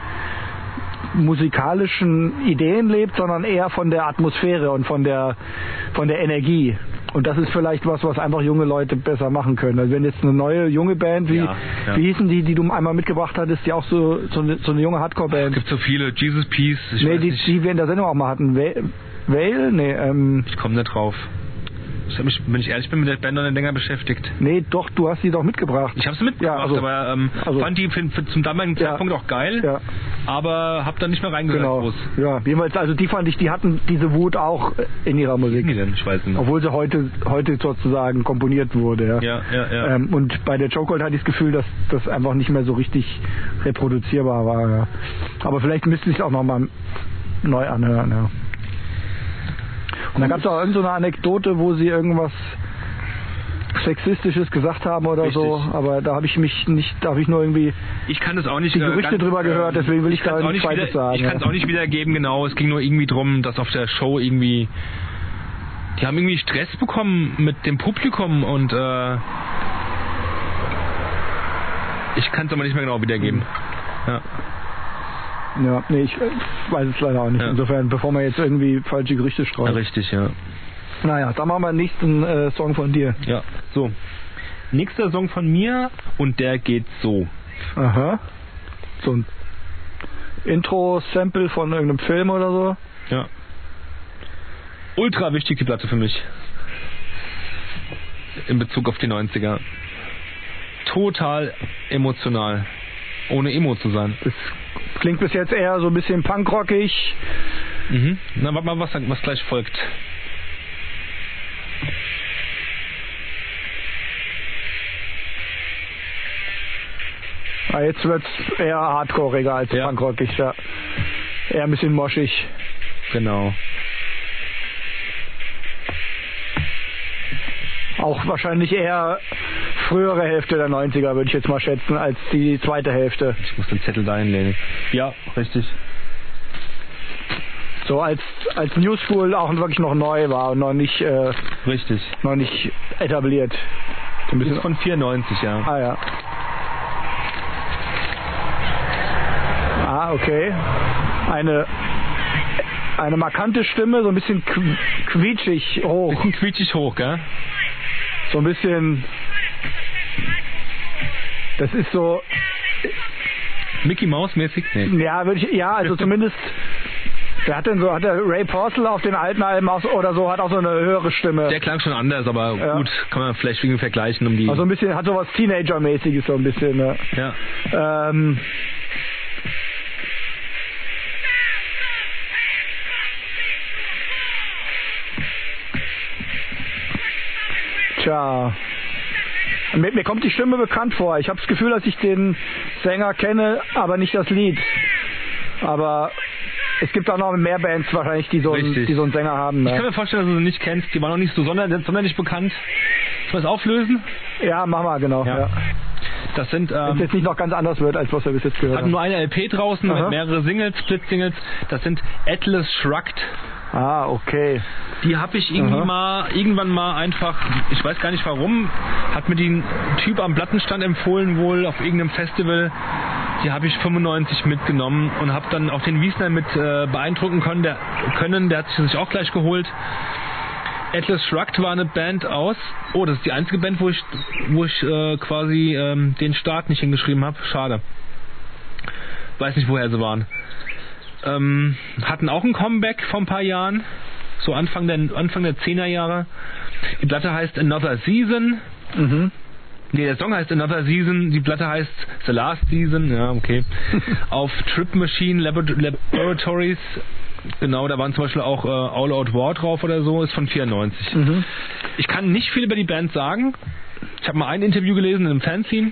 Speaker 2: musikalischen Ideen lebt, sondern eher von der Atmosphäre und von der, von der Energie. Und das ist vielleicht was, was einfach junge Leute besser machen können. Also wenn jetzt eine neue junge Band, wie,
Speaker 3: Ja, ja.
Speaker 2: wie hießen die, die du einmal mitgebracht hattest, die auch so, so, eine, so eine junge
Speaker 3: Es
Speaker 2: Hardcore-Band,
Speaker 3: gibt so viele. Jesus Peace. Ich,
Speaker 2: nee,
Speaker 3: weiß
Speaker 2: die,
Speaker 3: nicht,
Speaker 2: die wir in der Sendung auch mal hatten, Wa- Whale? Nee, ähm,
Speaker 3: ich komme da drauf. Ich hab mich, wenn ich ehrlich bin, mit der Band noch nicht länger beschäftigt.
Speaker 2: nee, doch, du hast die doch mitgebracht.
Speaker 3: Ich habe sie mitgebracht,
Speaker 2: Ja, also-
Speaker 3: aber ähm,
Speaker 2: also-
Speaker 3: fand die für, für, zum damaligen
Speaker 2: Ja.
Speaker 3: Zeitpunkt auch geil,
Speaker 2: Ja.
Speaker 3: aber hab da nicht mehr reingehört.
Speaker 2: Genau.
Speaker 3: groß.
Speaker 2: Ja, jedenfalls, also die fand ich, die hatten diese Wut auch in ihrer
Speaker 3: Wie
Speaker 2: Musik.
Speaker 3: denn? Ich weiß nicht.
Speaker 2: Obwohl sie heute, heute sozusagen komponiert wurde. Ja.
Speaker 3: Ja, ja, ja.
Speaker 2: Ähm, und bei der Chokehold hatte ich das Gefühl, dass das einfach nicht mehr so richtig reproduzierbar war. Ja. Aber vielleicht müsste ich es auch nochmal neu anhören. Ja. Und dann gab es auch irgendeine so eine Anekdote, wo sie irgendwas Sexistisches gesagt haben oder
Speaker 3: Richtig.
Speaker 2: so. Aber da habe ich mich nicht, da habe ich nur irgendwie
Speaker 3: Ich kann das auch nicht. äh,
Speaker 2: Die Gerüchte drüber gehört, deswegen will ich da
Speaker 3: kann's auch
Speaker 2: nichts
Speaker 3: nicht
Speaker 2: Falsches
Speaker 3: wieder,
Speaker 2: sagen,
Speaker 3: Ich
Speaker 2: ja.
Speaker 3: kann es auch nicht wiedergeben, genau. Es ging nur irgendwie drum, dass auf der Show irgendwie. Die haben irgendwie Stress bekommen mit dem Publikum und. Äh, ich kann es aber nicht mehr genau
Speaker 2: Hm.
Speaker 3: wiedergeben. Ja.
Speaker 2: Ja, nee, ich äh, weiß es leider auch nicht.
Speaker 3: Ja.
Speaker 2: Insofern, bevor wir jetzt irgendwie falsche Gerüchte
Speaker 3: ja,
Speaker 2: streuen.
Speaker 3: richtig, ja. Also-
Speaker 2: naja, dann machen wir den nächsten äh, Song von dir.
Speaker 3: Ja, so. Nächster Song von mir und der geht so.
Speaker 2: Aha. So ein Intro-Sample von irgendeinem Film oder so.
Speaker 3: Ja. Ultra wichtig die Platte für mich. In Bezug auf die 90er. Total emotional. Ohne Emo zu sein.
Speaker 2: Das klingt bis jetzt eher so ein bisschen punkrockig.
Speaker 3: Mhm. Na, warte mal, was, was gleich folgt.
Speaker 2: Aber jetzt wird's eher hardcoreiger als
Speaker 3: Ja.
Speaker 2: punkrockig, ja. Eher ein bisschen moschig.
Speaker 3: Genau.
Speaker 2: Auch wahrscheinlich eher frühere Hälfte der 90er, würde ich jetzt mal schätzen, als die zweite Hälfte.
Speaker 3: Ich muss den Zettel da hinlegen. Ja, richtig.
Speaker 2: So als, als New School auch wirklich noch neu war und noch nicht... Äh,
Speaker 3: Richtig.
Speaker 2: noch nicht etabliert. So ein bisschen
Speaker 3: Ist Also- von 94, ja.
Speaker 2: ah ja. Ah, okay. Eine eine markante Stimme, so ein bisschen qu- quietschig hoch,
Speaker 3: Bisschen quietschig hoch, gell?
Speaker 2: so ein bisschen Das ist so
Speaker 3: Mickey Mouse mäßig? Nee.
Speaker 2: ja, würde ich ja, also zumindest Wer hat denn so, hat der Ray Porcel auf den alten Alben auch, so- oder so, hat auch so eine höhere Stimme.
Speaker 3: Der klang schon anders, aber
Speaker 2: Ja.
Speaker 3: gut, kann man vielleicht irgendwie vergleichen, um die.
Speaker 2: also ein bisschen, hat sowas Teenager-mäßiges so ein bisschen, ne?
Speaker 3: ja.
Speaker 2: Ähm. Tja. Mir, mir kommt die Stimme bekannt vor. Ich habe das Gefühl, dass ich den Sänger kenne, aber nicht das Lied. Aber es gibt auch noch mehr Bands wahrscheinlich, die so, einen,
Speaker 3: Richtig.
Speaker 2: die so einen Sänger haben.
Speaker 3: Ich kann
Speaker 2: Ne?
Speaker 3: mir vorstellen, dass du sie nicht kennst. Die waren auch nicht so sonder sonderlich bekannt. Soll ich das auflösen?
Speaker 2: Ja, mach mal, genau. Ja.
Speaker 3: Ja. Das sind,
Speaker 2: Wenn es
Speaker 3: ähm,
Speaker 2: jetzt nicht noch ganz anders wird, als was wir bis jetzt gehört
Speaker 3: hatten
Speaker 2: haben.
Speaker 3: nur eine LP draußen
Speaker 2: Aha.
Speaker 3: mit mehrere Singles, Split-Singles. Das sind Atlas Shrugged.
Speaker 2: Ah, okay.
Speaker 3: Die habe ich irgendwie
Speaker 2: Aha.
Speaker 3: mal, irgendwann mal einfach, ich weiß gar nicht warum, hat mir den Typ am Plattenstand empfohlen wohl auf irgendeinem Festival. Die habe ich 95 mitgenommen und habe dann auch den Wiesner mit äh, beeindrucken können der, können. der hat sich das auch gleich geholt. Atlas Shrugged war eine Band aus. Oh, das ist die einzige Band, wo ich, wo ich äh, quasi ähm, den Start nicht hingeschrieben habe. Schade. Weiß nicht, woher sie waren. Ähm, hatten auch ein Comeback vor ein paar Jahren. so Anfang der, Anfang der 10er Jahre. Die Platte heißt Another Season.
Speaker 2: Mhm.
Speaker 3: Nee, der Song heißt Another Season, die Platte heißt The Last Season, ja, okay. Auf Trip Machine Labor- Laboratories, genau, da waren zum Beispiel auch äh, All Out War drauf oder so, ist von 94.
Speaker 2: Mhm.
Speaker 3: Ich kann nicht viel über die Band sagen. Ich habe mal ein Interview gelesen in einem Fanzine.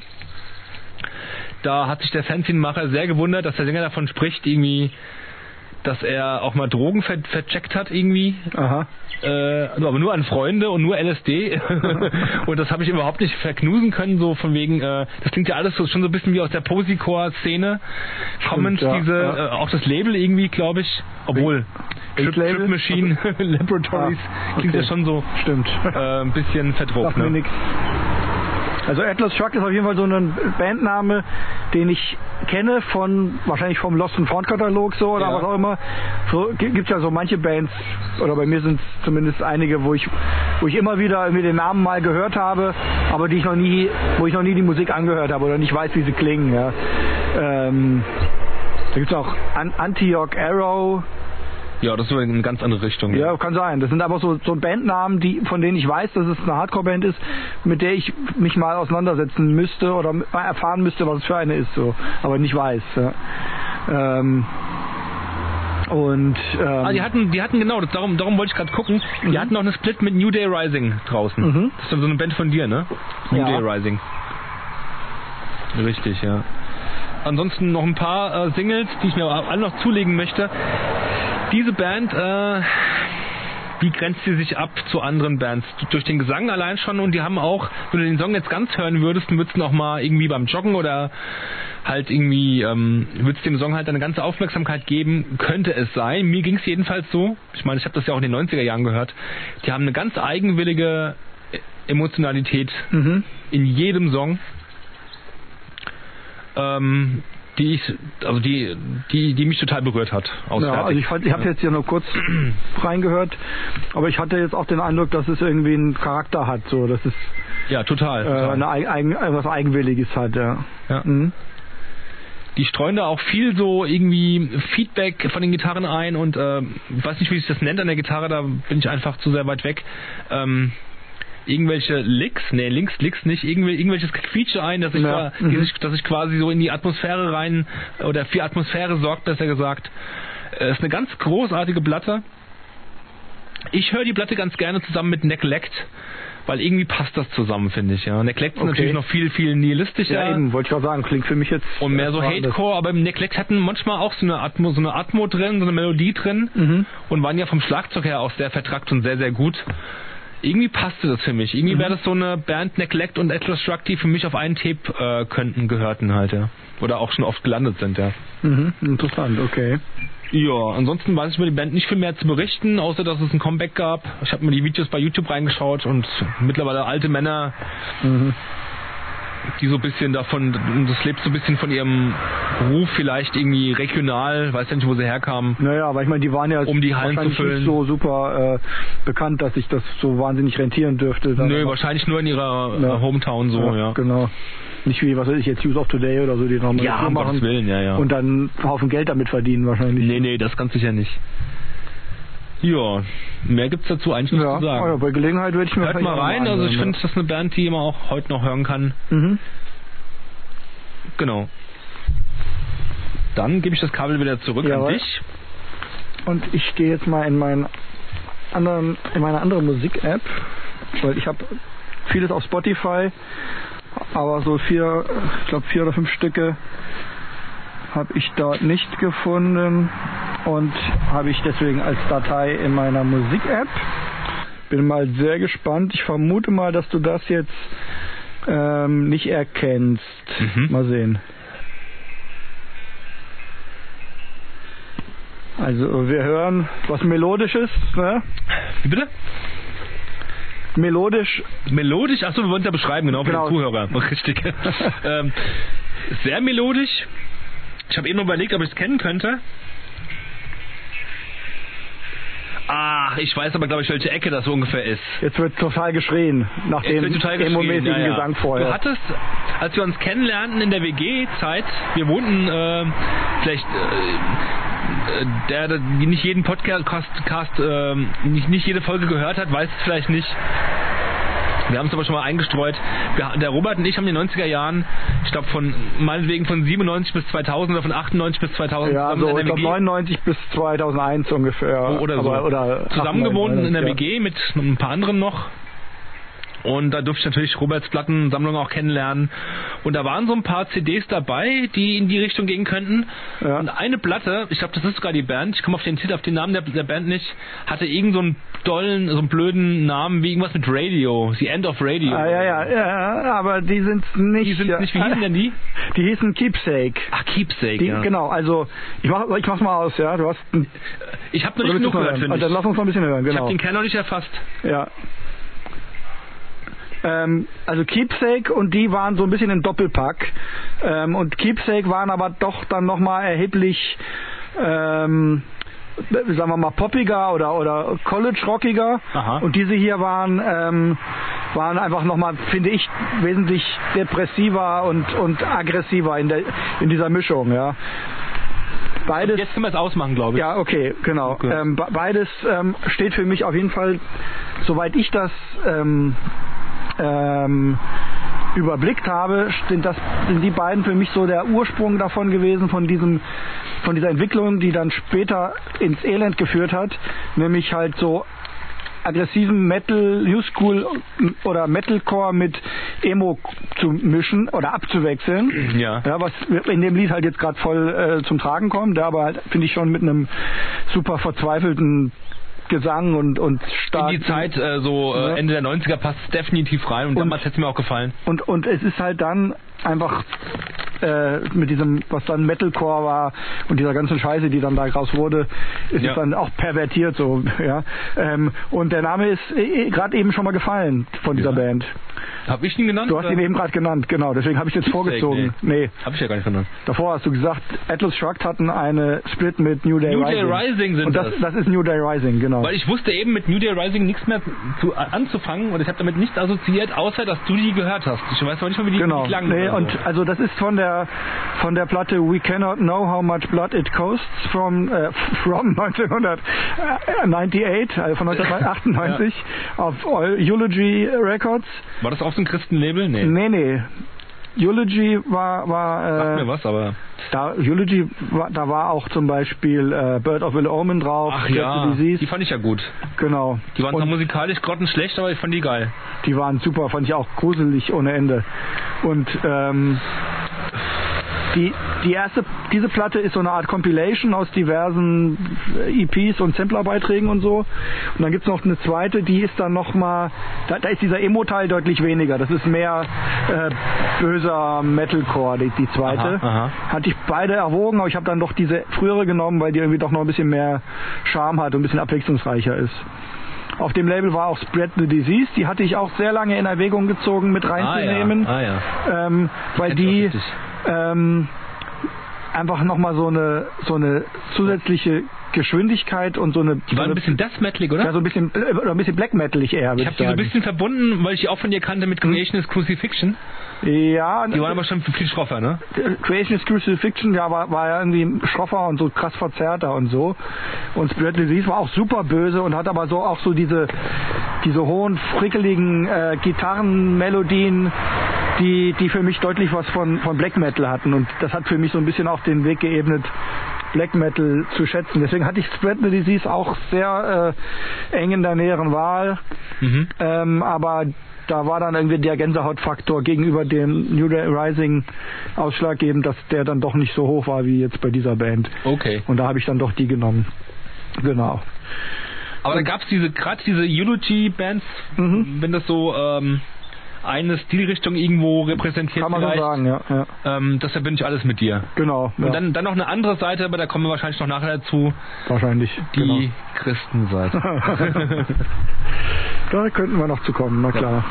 Speaker 3: Da hat sich der Fanzine-Macher sehr gewundert, dass der Sänger davon spricht, irgendwie, dass er auch mal Drogen ver vercheckt hat, irgendwie.
Speaker 2: Aha.
Speaker 3: Äh, aber nur an Freunde und nur LSD. und das habe ich überhaupt nicht verknusen können, so von wegen, äh, das klingt ja alles so, schon so ein bisschen wie aus der Posicore-Szene. Commons,
Speaker 2: ja,
Speaker 3: diese,
Speaker 2: ja.
Speaker 3: Äh, auch das Label irgendwie, glaube ich, obwohl. Trip,
Speaker 2: Label?
Speaker 3: Trip Machine Laboratories
Speaker 2: Ah,
Speaker 3: klingt ja
Speaker 2: okay.
Speaker 3: schon so
Speaker 2: Stimmt.
Speaker 3: äh, ein bisschen verdruckt.
Speaker 2: Sagt mir
Speaker 3: Ne?
Speaker 2: nix. Also Atlas Shrugged ist auf jeden Fall so ein Bandname, den ich kenne von wahrscheinlich vom Lost and Found Katalog so oder
Speaker 3: Ja.
Speaker 2: was auch immer. So gi- gibt's ja so manche Bands oder bei mir sind zumindest einige, wo ich wo ich immer wieder mir den Namen mal gehört habe, aber die ich noch nie, wo ich noch nie die Musik angehört habe oder nicht weiß, wie sie klingen. Ja. Ähm, da gibt's auch An Antioch Arrow,
Speaker 3: Ja, das ist eine ganz andere Richtung.
Speaker 2: ja, kann sein. Das sind aber so, so Bandnamen, die, von denen ich weiß, dass es eine Hardcore-Band ist, mit der ich mich mal auseinandersetzen müsste oder mal erfahren müsste, was es für eine ist, so. aber nicht weiß. Ja. Ähm, und ähm,
Speaker 3: Ah, die hatten, die hatten genau, das, darum, darum wollte ich gerade gucken. Die
Speaker 2: Mhm.
Speaker 3: hatten auch eine Split mit New Day Rising draußen.
Speaker 2: Mhm.
Speaker 3: Das ist dann so eine Band von dir, ne? New
Speaker 2: Ja.
Speaker 3: Day Rising. Richtig, ja. Ansonsten noch ein paar äh, Singles, die ich mir alle noch zulegen möchte. Diese Band, äh, wie grenzt sie sich ab zu anderen Bands? Durch den Gesang allein schon und die haben auch, wenn du den Song jetzt ganz hören würdest, dann würdest du ihn auch mal irgendwie beim Joggen oder halt irgendwie, ähm, würdest dem Song halt eine ganze Aufmerksamkeit geben, könnte es sein. Mir ging es jedenfalls so, ich meine, ich habe das ja auch in den 90er Jahren gehört, die haben eine ganz eigenwillige e-, Emotionalität
Speaker 2: mhm.
Speaker 3: in jedem Song, ähm, die ich, also die, die, die mich total berührt hat. Aus
Speaker 2: ja, also ich, fand- ich habe jetzt hier nur kurz reingehört, aber ich hatte jetzt auch den Eindruck, dass es irgendwie einen Charakter hat, so, dass es
Speaker 3: ja, total.
Speaker 2: äh,
Speaker 3: total.
Speaker 2: eine, eig- eigen, äh, was Eigenwilliges hat. Ja.
Speaker 3: Ja.
Speaker 2: Mhm.
Speaker 3: die streuen da auch viel so irgendwie Feedback von den Gitarren ein und äh, weiß nicht, wie sich das nennt an der Gitarre, da bin ich einfach zu sehr weit weg. Ähm, irgendwelche Licks, nee, links, Licks nicht, irgendwie, irgendwelches Quietsche ein, dass ich,
Speaker 2: Ja,
Speaker 3: da, die
Speaker 2: mhm.
Speaker 3: sich, dass ich quasi so in die Atmosphäre rein, oder für Atmosphäre sorgt, besser gesagt. Äh, ist eine ganz großartige Platte. Ich höre die Platte ganz gerne zusammen mit Neglect, weil irgendwie passt das zusammen, finde ich. Ja. Neglect ist
Speaker 2: Okay.
Speaker 3: natürlich noch viel, viel nihilistischer.
Speaker 2: ja, eben, wollte ich gerade sagen, klingt für mich jetzt
Speaker 3: Und mehr so
Speaker 2: erstmal anders.
Speaker 3: Hatecore, aber im Neglect hatten manchmal auch so eine Atmo, so eine Atmo drin, so eine Melodie drin
Speaker 2: Mhm.
Speaker 3: und waren ja vom Schlagzeug her auch sehr vertrackt und sehr, sehr gut. Irgendwie passte das für mich. Irgendwie wäre das so eine Band Neglect und Atlas Shrugged, die für mich auf einen Tape äh, könnten, gehörten halt, ja. Oder auch schon oft gelandet sind, ja.
Speaker 2: Mhm. Interessant, okay.
Speaker 3: Ja, ansonsten weiß ich über die Band nicht viel mehr zu berichten, außer dass es ein Comeback gab. Ich habe mir die Videos bei YouTube reingeschaut und mittlerweile alte Männer,
Speaker 2: Mhm.
Speaker 3: die so ein bisschen davon, das lebt so ein bisschen von ihrem Ruf vielleicht irgendwie regional, weiß ja nicht, wo sie herkamen.
Speaker 2: Naja, aber ich meine, die waren ja
Speaker 3: Um die Hallen zu
Speaker 2: wahrscheinlich
Speaker 3: füllen.
Speaker 2: nicht so super äh, bekannt, dass ich das so wahnsinnig rentieren dürfte. Dann
Speaker 3: Nö,
Speaker 2: immer-
Speaker 3: wahrscheinlich nur in ihrer äh,
Speaker 2: Ja.
Speaker 3: Hometown so, ja.
Speaker 2: Genau. Nicht wie, was weiß ich, jetzt Use of Today oder so, die nochmal
Speaker 3: Ja, um Gottes Willen, ja, ja.
Speaker 2: und dann einen Haufen Geld damit verdienen wahrscheinlich.
Speaker 3: nee, nee, das ganz sicher nicht. Ja, mehr gibt's dazu eigentlich nicht
Speaker 2: ja.
Speaker 3: zu
Speaker 2: Ah ja,
Speaker 3: sagen.
Speaker 2: bei Gelegenheit würde ich mir
Speaker 3: Hört
Speaker 2: vielleicht
Speaker 3: mal
Speaker 2: auch noch
Speaker 3: rein, also ich
Speaker 2: anhören,
Speaker 3: finde, das ist eine Band, die man auch heute noch hören kann.
Speaker 2: ja. Mhm.
Speaker 3: Genau. Dann gebe ich das Kabel wieder zurück
Speaker 2: Jawohl.
Speaker 3: an dich.
Speaker 2: Und ich gehe jetzt mal in meinen anderen, in meine andere Musik-App, weil ich habe vieles auf Spotify, aber so vier, ich glaube vier oder fünf Stücke habe ich dort nicht gefunden und habe ich deswegen als Datei in meiner Musik-App. Bin mal sehr gespannt. Ich vermute mal, dass du das jetzt ähm, nicht erkennst.
Speaker 3: Mhm.
Speaker 2: Mal sehen. Also wir hören was Melodisches, ne?
Speaker 3: Wie bitte?
Speaker 2: Melodisch,
Speaker 3: Melodisch, achso, wir wollen es ja beschreiben, genau, für
Speaker 2: Genau.
Speaker 3: den Zuhörer. Richtig. ähm, sehr melodisch. Ich habe eben überlegt, ob ich es kennen könnte. Ach, Ah, ich weiß aber, glaube ich, welche Ecke das so ungefähr ist.
Speaker 2: jetzt wird total geschrien, nach
Speaker 3: Jetzt
Speaker 2: dem
Speaker 3: wird total geschrien,
Speaker 2: demomäßigen
Speaker 3: ja, ja.
Speaker 2: Gesang
Speaker 3: Du
Speaker 2: vorher.
Speaker 3: hattest, als wir uns kennenlernten in der WG-Zeit, wir wohnten äh, vielleicht äh, der, der nicht jeden Podcast, Cast, ähm, nicht, nicht jede Folge gehört hat, weiß es vielleicht nicht. Wir haben es aber schon mal eingestreut. Wir, der Robert und ich haben in den 90er Jahren, ich glaube von meinetwegen von 97 bis 2000 oder von 98 bis 2000
Speaker 2: Ja,
Speaker 3: zusammen
Speaker 2: so ich
Speaker 3: in der
Speaker 2: glaub,
Speaker 3: WG Oh,
Speaker 2: 99 bis 2001 ungefähr.
Speaker 3: oder so
Speaker 2: Aber, äh, oder
Speaker 3: zusammen
Speaker 2: 98,
Speaker 3: gewohnt in der
Speaker 2: ja.
Speaker 3: WG mit ein paar anderen noch. Und da durfte ich natürlich Roberts Plattensammlung auch kennenlernen. Und da waren so ein paar CDs dabei, die in die Richtung gehen könnten.
Speaker 2: Ja.
Speaker 3: Und eine Platte, ich glaube, das ist sogar die Band, ich komme auf den Titel, auf den Namen der, der Band nicht, hatte irgend so einen dollen, so einen blöden Namen wie irgendwas mit Radio, The End of Radio.
Speaker 2: Ah, ja, ja, ja, aber die sind nicht. äh,
Speaker 3: Die sind nicht, wie hießen denn die?
Speaker 2: Die hießen Keepsake.
Speaker 3: Ach, Keepsake,
Speaker 2: Die,
Speaker 3: ja.
Speaker 2: Genau, also ich mach, ich mach's mal aus, ja. Du hast oder
Speaker 3: Ich habe noch nicht
Speaker 2: willst du's noch
Speaker 3: genug gehört,
Speaker 2: hören? Ah,
Speaker 3: finde ich.
Speaker 2: Dann lass uns noch ein bisschen hören,
Speaker 3: Ich habe
Speaker 2: genau.
Speaker 3: den Kern noch nicht erfasst.
Speaker 2: ja. Ähm, also Keepsake und die waren so ein bisschen im Doppelpack. Ähm, und Keepsake waren aber doch dann nochmal erheblich, ähm, sagen wir mal, poppiger oder, oder college-rockiger.
Speaker 3: Aha.
Speaker 2: Und diese hier waren, ähm, waren einfach nochmal, finde ich, wesentlich depressiver und, und aggressiver in, der, in dieser Mischung. Ja. Beides
Speaker 3: Jetzt können wir es ausmachen, glaube ich.
Speaker 2: ja, okay, genau.
Speaker 3: Okay.
Speaker 2: Ähm, be- beides ähm, steht für mich auf jeden Fall, soweit ich das ähm, ähm, überblickt habe, sind, das, sind die beiden für mich so der Ursprung davon gewesen, von, diesem, von dieser Entwicklung, die dann später ins Elend geführt hat, nämlich halt so aggressiven Metal, New School oder Metalcore mit Emo zu mischen oder abzuwechseln.
Speaker 3: Ja.
Speaker 2: Ja, was in dem Lied halt jetzt gerade voll äh, zum Tragen kommt, ja, aber halt, finde ich schon mit einem super verzweifelten Gesang und, und
Speaker 3: in
Speaker 2: stark.
Speaker 3: die Zeit, äh, so
Speaker 2: ne? Ja.
Speaker 3: äh, Ende der 90er, passt es definitiv rein und,
Speaker 2: Und-
Speaker 3: damals hätte es mir auch gefallen.
Speaker 2: Und, und es ist halt dann einfach äh, mit diesem, was dann Metalcore war und dieser ganzen Scheiße, die dann da raus wurde, ist
Speaker 3: Ja.
Speaker 2: es dann auch pervertiert so, ja. Ähm, und der Name ist äh, gerade eben schon mal gefallen von dieser
Speaker 3: Ja.
Speaker 2: Band.
Speaker 3: Hab ich ihn genannt?
Speaker 2: Du hast ihn eben gerade genannt, genau, deswegen habe ich jetzt vorgezogen. Nee.
Speaker 3: Hab ich ja gar nicht genannt.
Speaker 2: davor hast du gesagt, Atlas Shrugged hatten eine Split mit New Day
Speaker 3: New Day
Speaker 2: Rising.
Speaker 3: Rising sind
Speaker 2: und das,
Speaker 3: das.
Speaker 2: das ist New Day Rising, genau.
Speaker 3: Weil ich wusste eben mit New Day Rising nichts mehr zu, anzufangen und ich habe damit nichts assoziiert, außer dass du die gehört hast. Ich weiß noch nicht mal, wie die, wie
Speaker 2: Genau.
Speaker 3: die klangen.
Speaker 2: Nee,
Speaker 3: oder so.
Speaker 2: und also das ist von der von der Platte We Cannot Know How Much Blood It Costs from äh, from 1998, also von 1998 auf Eulogy Records.
Speaker 3: War das auf so ein Christenlabel? Nee.
Speaker 2: Nee, nee. Eulogy war
Speaker 3: Sagt
Speaker 2: war
Speaker 3: mir
Speaker 2: äh,
Speaker 3: was, aber
Speaker 2: da Eulogy war, da war auch zum Beispiel äh, Bird of Ill Omen drauf,
Speaker 3: ach
Speaker 2: Dread to
Speaker 3: ja,
Speaker 2: Disease,
Speaker 3: die fand ich ja gut.
Speaker 2: genau.
Speaker 3: Die waren zwar
Speaker 2: und
Speaker 3: musikalisch grottenschlecht, aber ich fand die geil.
Speaker 2: die waren super, fand ich auch gruselig ohne Ende. Und ähm, die, die erste, diese Platte ist so eine Art Compilation aus diversen EPs und Samplerbeiträgen und so. Und dann gibt's noch eine zweite, die ist dann nochmal, da, da ist dieser Emo-Teil deutlich weniger. Das ist mehr äh, böser Metalcore, die, die zweite.
Speaker 3: Aha, aha.
Speaker 2: Hatte ich beide erwogen, aber ich habe dann doch diese frühere genommen, weil die irgendwie doch noch ein bisschen mehr Charme hat und ein bisschen abwechslungsreicher ist. Auf dem Label war auch Spread the Disease, die hatte ich auch sehr lange in Erwägung gezogen mit reinzunehmen
Speaker 3: Ah ja, ah, ja.
Speaker 2: ähm, weil
Speaker 3: kenn ich auch
Speaker 2: die
Speaker 3: richtig.
Speaker 2: ähm, einfach nochmal so eine so eine zusätzliche Geschwindigkeit und so eine,
Speaker 3: Die
Speaker 2: so
Speaker 3: waren
Speaker 2: eine
Speaker 3: ein bisschen death metalig, oder?
Speaker 2: Also- ja, so ein bisschen äh, oder ein bisschen black metalig eher,
Speaker 3: ich
Speaker 2: würde
Speaker 3: habe
Speaker 2: ich,
Speaker 3: die so ein
Speaker 2: sagen.
Speaker 3: bisschen verbunden, weil ich die auch von dir kannte mit Creation is Crucifixion.
Speaker 2: ja,
Speaker 3: Die waren aber schon viel schroffer, ne?
Speaker 2: Creation is Crucifixion ja, war, war ja irgendwie schroffer und so krass verzerrter und so. Und Spirit Disease war auch super böse und hat aber so auch so diese, diese hohen, frickeligen äh, Gitarrenmelodien, die, die für mich deutlich was von, von Black Metal hatten. Und das hat für mich so ein bisschen auch den Weg geebnet, Black Metal zu schätzen. Deswegen hatte ich Spread the Disease auch sehr äh, eng in der näheren Wahl.
Speaker 3: Mhm.
Speaker 2: Ähm, aber da war dann irgendwie der Gänsehautfaktor gegenüber dem New Day Rising ausschlaggebend, dass der dann doch nicht so hoch war wie jetzt bei dieser Band.
Speaker 3: Okay.
Speaker 2: Und da habe ich dann doch die genommen. Genau.
Speaker 3: Aber da gab's diese, gerade diese Eulogy-Bands,
Speaker 2: Mhm.
Speaker 3: wenn das so ähm, eine Stilrichtung irgendwo repräsentiert
Speaker 2: Kann man so
Speaker 3: vielleicht,
Speaker 2: sagen, ja. ja.
Speaker 3: ähm, das verbinde ich alles mit dir.
Speaker 2: Genau. Ja,
Speaker 3: Und dann, dann noch eine andere Seite, aber da kommen wir wahrscheinlich noch nachher dazu,
Speaker 2: wahrscheinlich.
Speaker 3: die
Speaker 2: Genau.
Speaker 3: Christenseite.
Speaker 2: Da könnten wir noch zu kommen, na klar.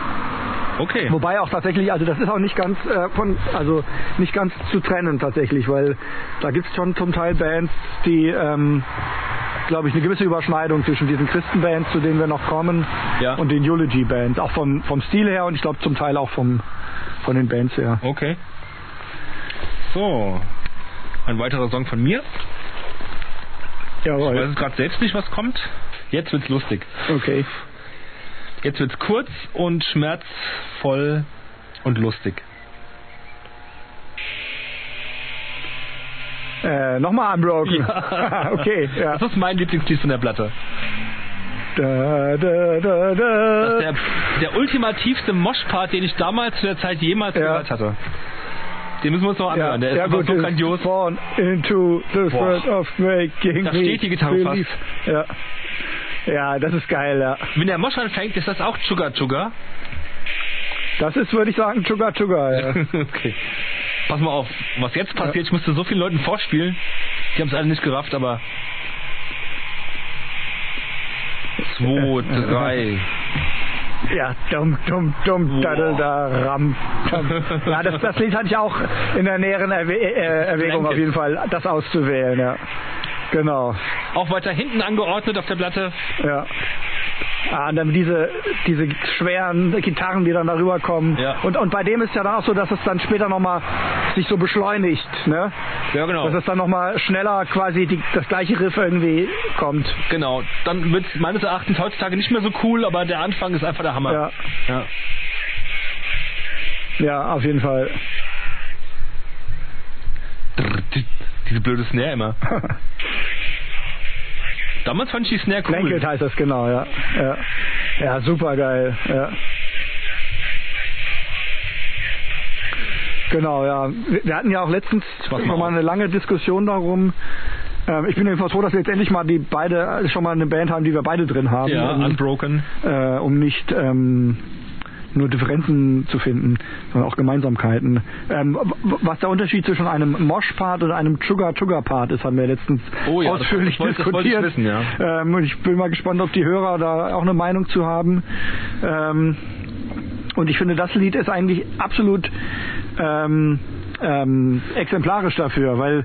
Speaker 3: okay.
Speaker 2: Wobei auch tatsächlich, also das ist auch nicht ganz äh, von, also nicht ganz zu trennen tatsächlich, weil da gibt es schon zum Teil Bands, die, ähm, glaube ich, eine gewisse Überschneidung zwischen diesen Christenbands, zu denen wir noch kommen,
Speaker 3: Ja.
Speaker 2: und den Eulogy-Bands, auch vom, vom Stil her und ich glaube zum Teil auch vom, von den Bands her.
Speaker 3: Okay. So. Ein weiterer Song von mir.
Speaker 2: Jawohl.
Speaker 3: Ich weiß gerade selbst nicht, was kommt. Jetzt wird's lustig.
Speaker 2: Okay.
Speaker 3: Jetzt wird's kurz und schmerzvoll und lustig.
Speaker 2: Äh, nochmal Unbroken. okay, ja.
Speaker 3: Das ist mein Lieblingslied von der Platte.
Speaker 2: Da, da, da,
Speaker 3: Das
Speaker 2: da.
Speaker 3: ist der, der ultimativste Moshpart, den ich damals zu der Zeit jemals
Speaker 2: Ja.
Speaker 3: gehört hatte. Den müssen wir uns noch
Speaker 2: ja,
Speaker 3: anhören. Der ist
Speaker 2: ja,
Speaker 3: einfach
Speaker 2: gut,
Speaker 3: so
Speaker 2: das-
Speaker 3: grandios.
Speaker 2: Born into the
Speaker 3: Boah.
Speaker 2: threat of making
Speaker 3: Da
Speaker 2: me
Speaker 3: steht die Gitarre fast.
Speaker 2: believe. Ja. ja, das ist geil, ja.
Speaker 3: Wenn der Mosh anfängt, ist das auch Sugar Sugar.
Speaker 2: Das ist, würde ich sagen, Sugar Sugar. Ja.
Speaker 3: okay. Pass mal auf, was jetzt passiert, ich musste so vielen Leuten vorspielen. Die haben es alle nicht gerafft, aber. Zwei, drei.
Speaker 2: Ja, dumm, dumm, dumm,
Speaker 3: Wow.
Speaker 2: daddel, da, ram. Dum. Ja, das, das Lied hatte ich auch in der näheren Erwe äh, Erwägung auf jeden Fall, das auszuwählen, ja. Genau,
Speaker 3: Auch weiter hinten angeordnet auf der Platte.
Speaker 2: ja. Ah, und dann diese, diese schweren Gitarren, die dann darüber kommen.
Speaker 3: Ja.
Speaker 2: Und, und bei dem ist ja dann auch so, dass es dann später nochmal sich so beschleunigt, ne?
Speaker 3: Ja, genau.
Speaker 2: Dass es dann nochmal schneller quasi die, das gleiche Riff irgendwie kommt.
Speaker 3: Genau. Dann wird meines Erachtens heutzutage nicht mehr so cool, aber der Anfang ist einfach der Hammer.
Speaker 2: Ja,
Speaker 3: ja.
Speaker 2: ja auf jeden Fall.
Speaker 3: Drrr, die- Diese blöde Snare immer. Damals fand ich die Snare cool.
Speaker 2: Blankett heißt das genau, ja. Ja, ja super geil. Ja. Genau, ja. Wir wir hatten ja auch letztens
Speaker 3: Pass mal
Speaker 2: noch mal
Speaker 3: auf.
Speaker 2: eine lange Diskussion darum. Ähm, Ich bin jedenfalls froh, dass wir jetzt endlich mal die beide also schon mal eine Band haben, die wir beide drin haben,
Speaker 3: Ja,
Speaker 2: um,
Speaker 3: Unbroken.
Speaker 2: äh, um nicht ähm, nur Differenzen zu finden, sondern auch Gemeinsamkeiten. Ähm, w- was der Unterschied zwischen einem Mosh-Part und einem Sugar-Sugar-Part ist, haben wir letztens
Speaker 3: Oh ja, das-
Speaker 2: ausführlich
Speaker 3: das wollte- das wollte ich
Speaker 2: diskutiert.
Speaker 3: wissen, ja.
Speaker 2: Ähm, und ich bin mal gespannt, ob die Hörer da auch eine Meinung zu haben. Ähm, und ich finde, das Lied ist eigentlich absolut ähm, ähm, exemplarisch dafür, weil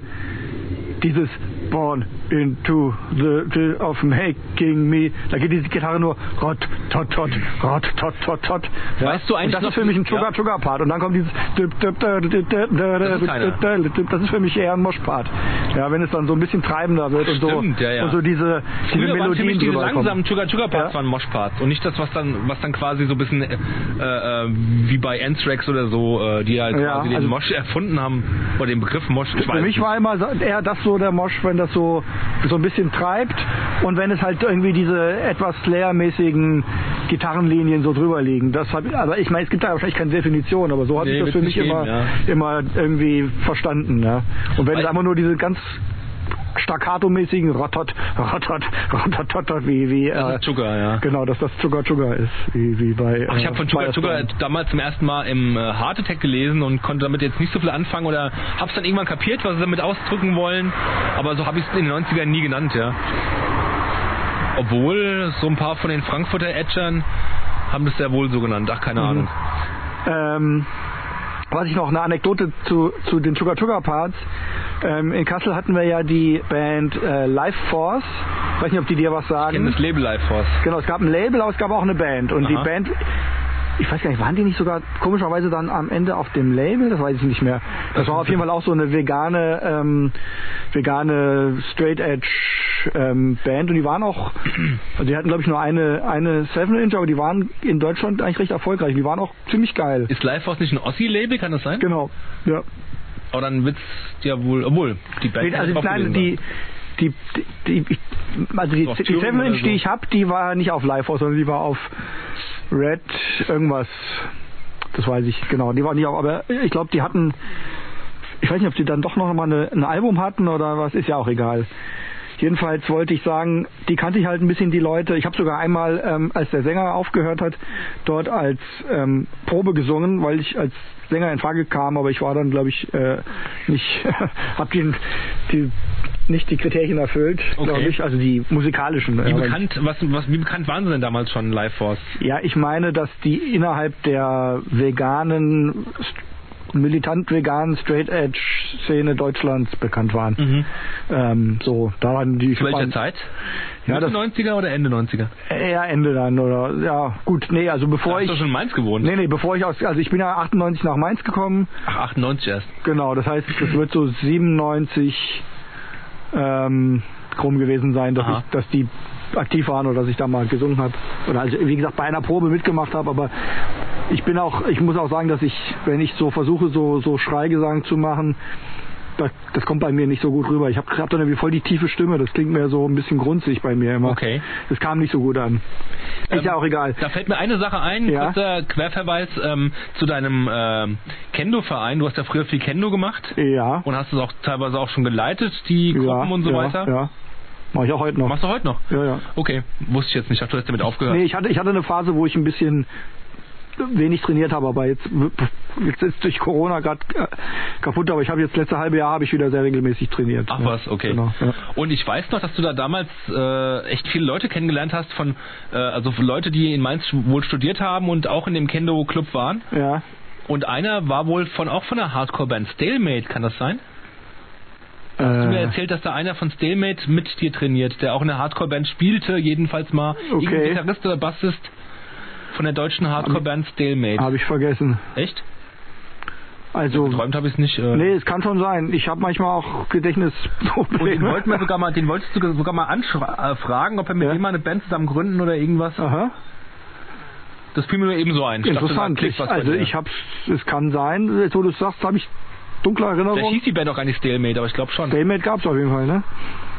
Speaker 2: dieses Born into the, the of making me, da geht diese Gitarre nur rot, tot, tot, rot, tot, tot, tot. Ja?
Speaker 3: Weißt du eigentlich
Speaker 2: und das
Speaker 3: noch-
Speaker 2: ist für mich ein
Speaker 3: ja.
Speaker 2: Sugar-Sugar-Part. Und dann kommt dieses das
Speaker 3: ist keiner.
Speaker 2: das ist für mich eher ein Moshpart. Ja, wenn es dann so ein bisschen treibender wird und so
Speaker 3: Stimmt, ja, ja.
Speaker 2: und so diese, diese
Speaker 3: Früher waren für mich
Speaker 2: Melodien
Speaker 3: diese
Speaker 2: drüber
Speaker 3: langsamen
Speaker 2: kommen.
Speaker 3: Sugar Sugar Parts
Speaker 2: Ja.
Speaker 3: waren Moshparts und nicht das, was dann, was dann quasi so ein bisschen äh, äh, wie bei Anthrax oder so, äh, die halt
Speaker 2: Ja,
Speaker 3: quasi den
Speaker 2: also-
Speaker 3: Mosh erfunden haben oder den Begriff Mosh. Ich
Speaker 2: Für
Speaker 3: weiß
Speaker 2: mich
Speaker 3: nicht.
Speaker 2: war immer so- eher das so der Mosch, wenn das so, so ein bisschen treibt und wenn es halt irgendwie diese etwas leermäßigen Gitarrenlinien so drüber liegen. Das hab, aber ich meine, es gibt da wahrscheinlich keine Definition, aber so hat
Speaker 3: Nee,
Speaker 2: ich das
Speaker 3: wird's
Speaker 2: für mich
Speaker 3: nicht
Speaker 2: immer,
Speaker 3: geben,
Speaker 2: immer irgendwie verstanden. Ja. Und wenn
Speaker 3: Weil-
Speaker 2: es einfach nur diese ganz staccato-mäßigen Rottot, Rottot, Rottot, wie, wie,
Speaker 3: das
Speaker 2: äh,
Speaker 3: ist Sugar, ja.
Speaker 2: genau, dass das Sugar Sugar ist, wie, wie bei.
Speaker 3: Ach, ich habe
Speaker 2: äh,
Speaker 3: von Sugar
Speaker 2: Firestorm.
Speaker 3: Sugar damals zum ersten Mal im äh, Heart Attack gelesen und konnte damit jetzt nicht so viel anfangen oder hab's dann irgendwann kapiert, was sie damit ausdrücken wollen, aber so habe ich es in den 90ern nie genannt, ja. Obwohl so ein paar von den Frankfurter Edgern haben das ja wohl so genannt, ach
Speaker 2: Mhm.
Speaker 3: keine Ahnung.
Speaker 2: Ähm, was ich noch eine Anekdote zu, zu den Sugar Sugar Parts. Ähm, in Kassel hatten wir ja die Band äh, Life Force. Ich weiß nicht, ob die dir was
Speaker 3: Ich kenne
Speaker 2: sagen.
Speaker 3: das Label Life Force.
Speaker 2: Genau, es gab ein Label, aber es gab auch eine Band. Und die
Speaker 3: Aha.
Speaker 2: Band, ich weiß gar nicht, waren die nicht sogar komischerweise dann am Ende auf dem Label? Das weiß ich nicht mehr. Das war auf jeden Fall auch so eine vegane, ähm, vegane Straight Edge ähm, Band. Und die waren auch, also die hatten glaube ich nur eine, eine Seven Inch, aber die waren in Deutschland eigentlich recht erfolgreich. Die waren auch ziemlich geil.
Speaker 3: Ist Life Force nicht ein Ossi-Label, kann das sein?
Speaker 2: Genau, ja.
Speaker 3: Aber dann wird's ja wohl, obwohl, die Band
Speaker 2: Nee,
Speaker 3: kann
Speaker 2: also
Speaker 3: drauf
Speaker 2: nein,
Speaker 3: gewesen
Speaker 2: die,
Speaker 3: sein.
Speaker 2: die, die, die, also
Speaker 3: Auf
Speaker 2: die, die
Speaker 3: Thüringen
Speaker 2: Seven
Speaker 3: oder
Speaker 2: Inch,
Speaker 3: so.
Speaker 2: die ich habe, die war nicht auf Live House, sondern die war auf Red irgendwas. Das weiß ich genau. Die war nicht auf, aber ich glaube, die hatten, ich weiß nicht, ob die dann doch noch mal eine, ein Album hatten oder was, ist ja auch egal. Jedenfalls wollte ich sagen, die kannte ich halt ein bisschen die Leute. Ich habe sogar einmal, ähm, als der Sänger aufgehört hat, dort als ähm, Probe gesungen, weil ich als Sänger in Frage kam, aber ich war dann, glaube ich, äh, nicht, habe die, die nicht die Kriterien erfüllt,
Speaker 3: Okay.
Speaker 2: glaube ich, also die musikalischen.
Speaker 3: Wie
Speaker 2: Ja, weil-
Speaker 3: bekannt, was, was, wie bekannt waren sie denn damals schon, Life Force?
Speaker 2: ja, ich meine, dass die innerhalb der veganen, st- militant veganen Straight Edge Szene Deutschlands bekannt waren.
Speaker 3: Mhm.
Speaker 2: Ähm, so, da waren die
Speaker 3: Zu welcher
Speaker 2: waren
Speaker 3: Zeit?
Speaker 2: Ja,
Speaker 3: Mitte
Speaker 2: das-
Speaker 3: 90er oder Ende 90er?
Speaker 2: eher Ende dann oder ja, gut, nee, also
Speaker 3: Da
Speaker 2: bevor
Speaker 3: hast
Speaker 2: ich
Speaker 3: du schon in Mainz gewohnt.
Speaker 2: Nee, nee, bevor ich aus also ich bin ja 98 nach Mainz gekommen.
Speaker 3: Ach, 98 erst.
Speaker 2: Genau, das heißt, das wird so 97 ähm krumm gewesen sein, dass,
Speaker 3: Aha.
Speaker 2: ich, dass die aktiv waren oder dass ich da mal gesungen habe. Oder also, wie gesagt, bei einer Probe mitgemacht habe, aber ich bin auch, ich muss auch sagen, dass ich, wenn ich so versuche, so, so Schreigesang zu machen, das, das kommt bei mir nicht so gut rüber. Ich habe hab dann irgendwie voll die tiefe Stimme. Das klingt mir so ein bisschen grunzig bei mir immer.
Speaker 3: Okay.
Speaker 2: Das kam nicht so gut an. Ist
Speaker 3: Ähm,
Speaker 2: ja auch egal.
Speaker 3: Da fällt mir eine Sache ein,
Speaker 2: Ja.
Speaker 3: kurzer Querverweis ähm, zu deinem ähm, Kendo-Verein. Du hast ja früher viel Kendo gemacht
Speaker 2: Ja.
Speaker 3: und hast es auch teilweise auch schon geleitet, die Gruppen
Speaker 2: ja,
Speaker 3: und so
Speaker 2: ja,
Speaker 3: weiter.
Speaker 2: Ja. Mach ich auch heute noch.
Speaker 3: Machst du heute noch?
Speaker 2: ja, ja.
Speaker 3: Okay, wusste ich jetzt nicht. Ich dachte, du hättest damit aufgehört.
Speaker 2: Nee, ich hatte, ich hatte eine Phase, wo ich ein bisschen wenig trainiert habe, aber jetzt, jetzt ist durch Corona gerade kaputt, aber ich habe jetzt letzte halbe Jahr habe ich wieder sehr regelmäßig trainiert.
Speaker 3: Ach
Speaker 2: Ja,
Speaker 3: was, okay.
Speaker 2: Genau, ja.
Speaker 3: Und ich weiß noch, dass du da damals äh, echt viele Leute kennengelernt hast von, äh, also von Leute, die in Mainz wohl studiert haben und auch in dem Kendo-Club waren.
Speaker 2: ja.
Speaker 3: Und einer war wohl von auch von der Hardcore-Band Stalemate, kann das sein? Du mir
Speaker 2: Äh,
Speaker 3: erzählt, dass da einer von Stalemate mit dir trainiert, der auch in der Hardcore-Band spielte, jedenfalls mal.
Speaker 2: Okay.
Speaker 3: Irgendein Gitarrist oder Bassist von der deutschen Hardcore-Band Stalemate.
Speaker 2: habe ich vergessen.
Speaker 3: Echt?
Speaker 2: Also,
Speaker 3: Geträumt habe ich es nicht. Äh,
Speaker 2: Ah. nee, es kann schon sein. Ich habe manchmal auch
Speaker 3: Und Oh, den
Speaker 2: Gedächtnisprobleme.
Speaker 3: wollten wir sogar mal, den wolltest du sogar mal anfragen, ob er mit
Speaker 2: Ja.
Speaker 3: dem mal eine Band zusammen gründen oder irgendwas.
Speaker 2: Aha,
Speaker 3: Das fiel mir nur eben so ein. Ich dachte,
Speaker 2: interessant.
Speaker 3: da klickt was bei
Speaker 2: also
Speaker 3: dir.
Speaker 2: ich hab's, es kann sein, jetzt wo du es sagst, habe ich dunkle
Speaker 3: Vielleicht
Speaker 2: Erinnerungen.
Speaker 3: hieß die Band auch gar nicht Stalemate, aber ich glaube schon.
Speaker 2: Stalemate gab es auf jeden Fall, ne?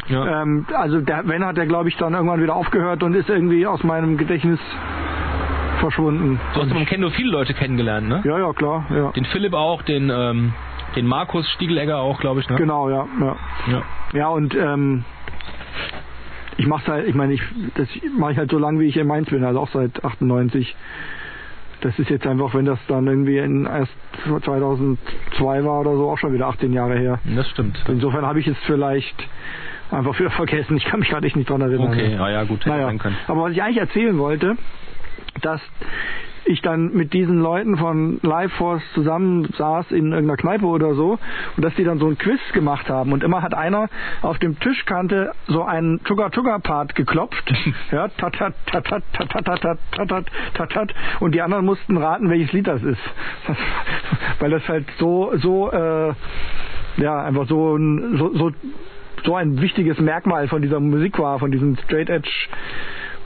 Speaker 3: Ja.
Speaker 2: Ähm, also der Wenn hat er, glaube ich, dann irgendwann wieder aufgehört und ist irgendwie aus meinem Gedächtnis verschwunden.
Speaker 3: Du hast beim Kendo viele Leute kennengelernt, ne?
Speaker 2: Ja, ja, klar. Ja.
Speaker 3: Den Philipp auch, den, ähm, den Markus Stiegelegger auch, glaube ich, ne?
Speaker 2: Genau, ja, ja.
Speaker 3: Ja.
Speaker 2: Ja, und ähm, ich mach's halt, ich meine, ich, das mache ich halt so lange, wie ich in Mainz bin, also auch seit 98. Das ist jetzt einfach, wenn das dann irgendwie in erst 2002 war oder so, auch schon wieder 18 Jahre her.
Speaker 3: Das stimmt.
Speaker 2: Insofern habe ich es vielleicht einfach wieder vergessen. Ich kann mich gerade echt nicht dran erinnern.
Speaker 3: Okay, ah ja, gut, hätte
Speaker 2: Naja,
Speaker 3: sein können.
Speaker 2: aber was ich eigentlich erzählen wollte, dass ich dann mit diesen Leuten von Live Force zusammen saß in irgendeiner Kneipe oder so und dass die dann so ein Quiz gemacht haben und immer hat einer auf dem Tischkante so einen Tugger Tugger Part geklopft, ja, tatat tatat tatat tatat tatat tatat und die anderen mussten raten, welches Lied das ist. Weil das halt so so äh, ja, einfach so ein so, so so ein wichtiges Merkmal von dieser Musik war, von diesem Straight Edge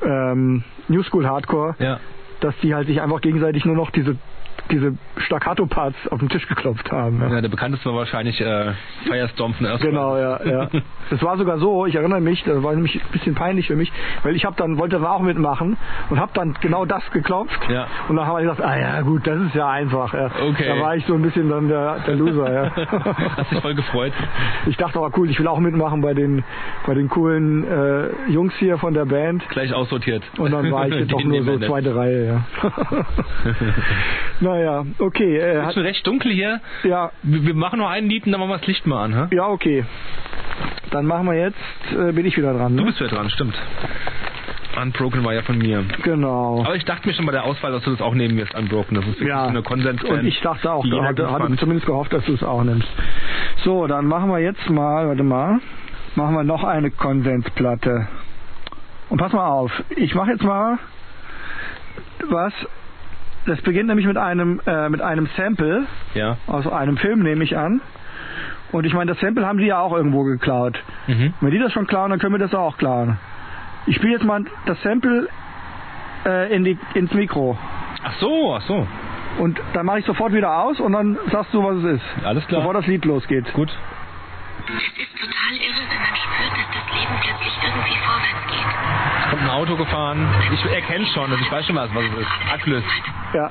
Speaker 2: ähm, New School Hardcore,
Speaker 3: Ja.
Speaker 2: dass die halt sich einfach gegenseitig nur noch diese diese Staccato Parts auf den Tisch geklopft haben. Ja.
Speaker 3: ja, der bekannteste war wahrscheinlich äh, Firestorm von Earth.
Speaker 2: Genau, ja, ja. Das war sogar so, ich erinnere mich, das war nämlich ein bisschen peinlich für mich, weil ich habe dann wollte dann auch mitmachen und habe dann genau das geklopft
Speaker 3: Ja.
Speaker 2: und dann haben wir gesagt, ah ja, gut, das ist ja einfach. Ja.
Speaker 3: Okay.
Speaker 2: Da war ich so ein bisschen dann der, der Loser, ja.
Speaker 3: Hast dich voll gefreut.
Speaker 2: Ich dachte aber cool, ich will auch mitmachen bei den bei den coolen äh, Jungs hier von der Band.
Speaker 3: Gleich aussortiert.
Speaker 2: Und dann war ich jetzt
Speaker 3: Die
Speaker 2: auch nur
Speaker 3: nehmen wir
Speaker 2: so
Speaker 3: nicht.
Speaker 2: zweite Reihe, ja. naja, okay. Äh,
Speaker 3: Ist
Speaker 2: hat,
Speaker 3: schon recht dunkel hier.
Speaker 2: ja,
Speaker 3: Wir, wir machen nur ein Lied und dann machen wir das Licht mal an. Hä?
Speaker 2: ja, okay. Dann machen wir jetzt, äh, bin ich wieder dran.
Speaker 3: Du
Speaker 2: Ne?
Speaker 3: bist wieder dran, stimmt. Unbroken war ja von mir.
Speaker 2: Genau.
Speaker 3: Aber ich dachte mir schon bei der Auswahl, dass du das auch nehmen wirst, Unbroken. Das ist wirklich
Speaker 2: Ja.
Speaker 3: so eine konsens
Speaker 2: Und ich dachte auch,
Speaker 3: die
Speaker 2: da
Speaker 3: jeder
Speaker 2: hatte,
Speaker 3: gut
Speaker 2: hatte
Speaker 3: fand.
Speaker 2: zumindest gehofft, dass du es auch nimmst. So, dann machen wir jetzt mal, warte mal, machen wir noch eine Konsensplatte. Und pass mal auf, ich mache jetzt mal was. Das beginnt nämlich mit einem äh, mit einem Sample
Speaker 3: Ja.
Speaker 2: aus einem Film, nehme ich an. Und ich meine, das Sample haben die ja auch irgendwo geklaut.
Speaker 3: Mhm.
Speaker 2: Wenn die das schon klauen, dann können wir das auch klauen. Ich spiele jetzt mal das Sample äh, in die, ins Mikro.
Speaker 3: Ach so, ach so.
Speaker 2: Und dann mache ich sofort wieder aus und dann sagst du, was es ist.
Speaker 3: Alles klar.
Speaker 2: Bevor das Lied losgeht.
Speaker 3: Gut.
Speaker 4: Es ist total irre, wenn man spürt, dass das Leben plötzlich irgendwie vorwärts geht.
Speaker 3: Es kommt ein Auto gefahren. Ich erkenne schon, also ich weiß schon was, was es ist. Atlas.
Speaker 2: Ja.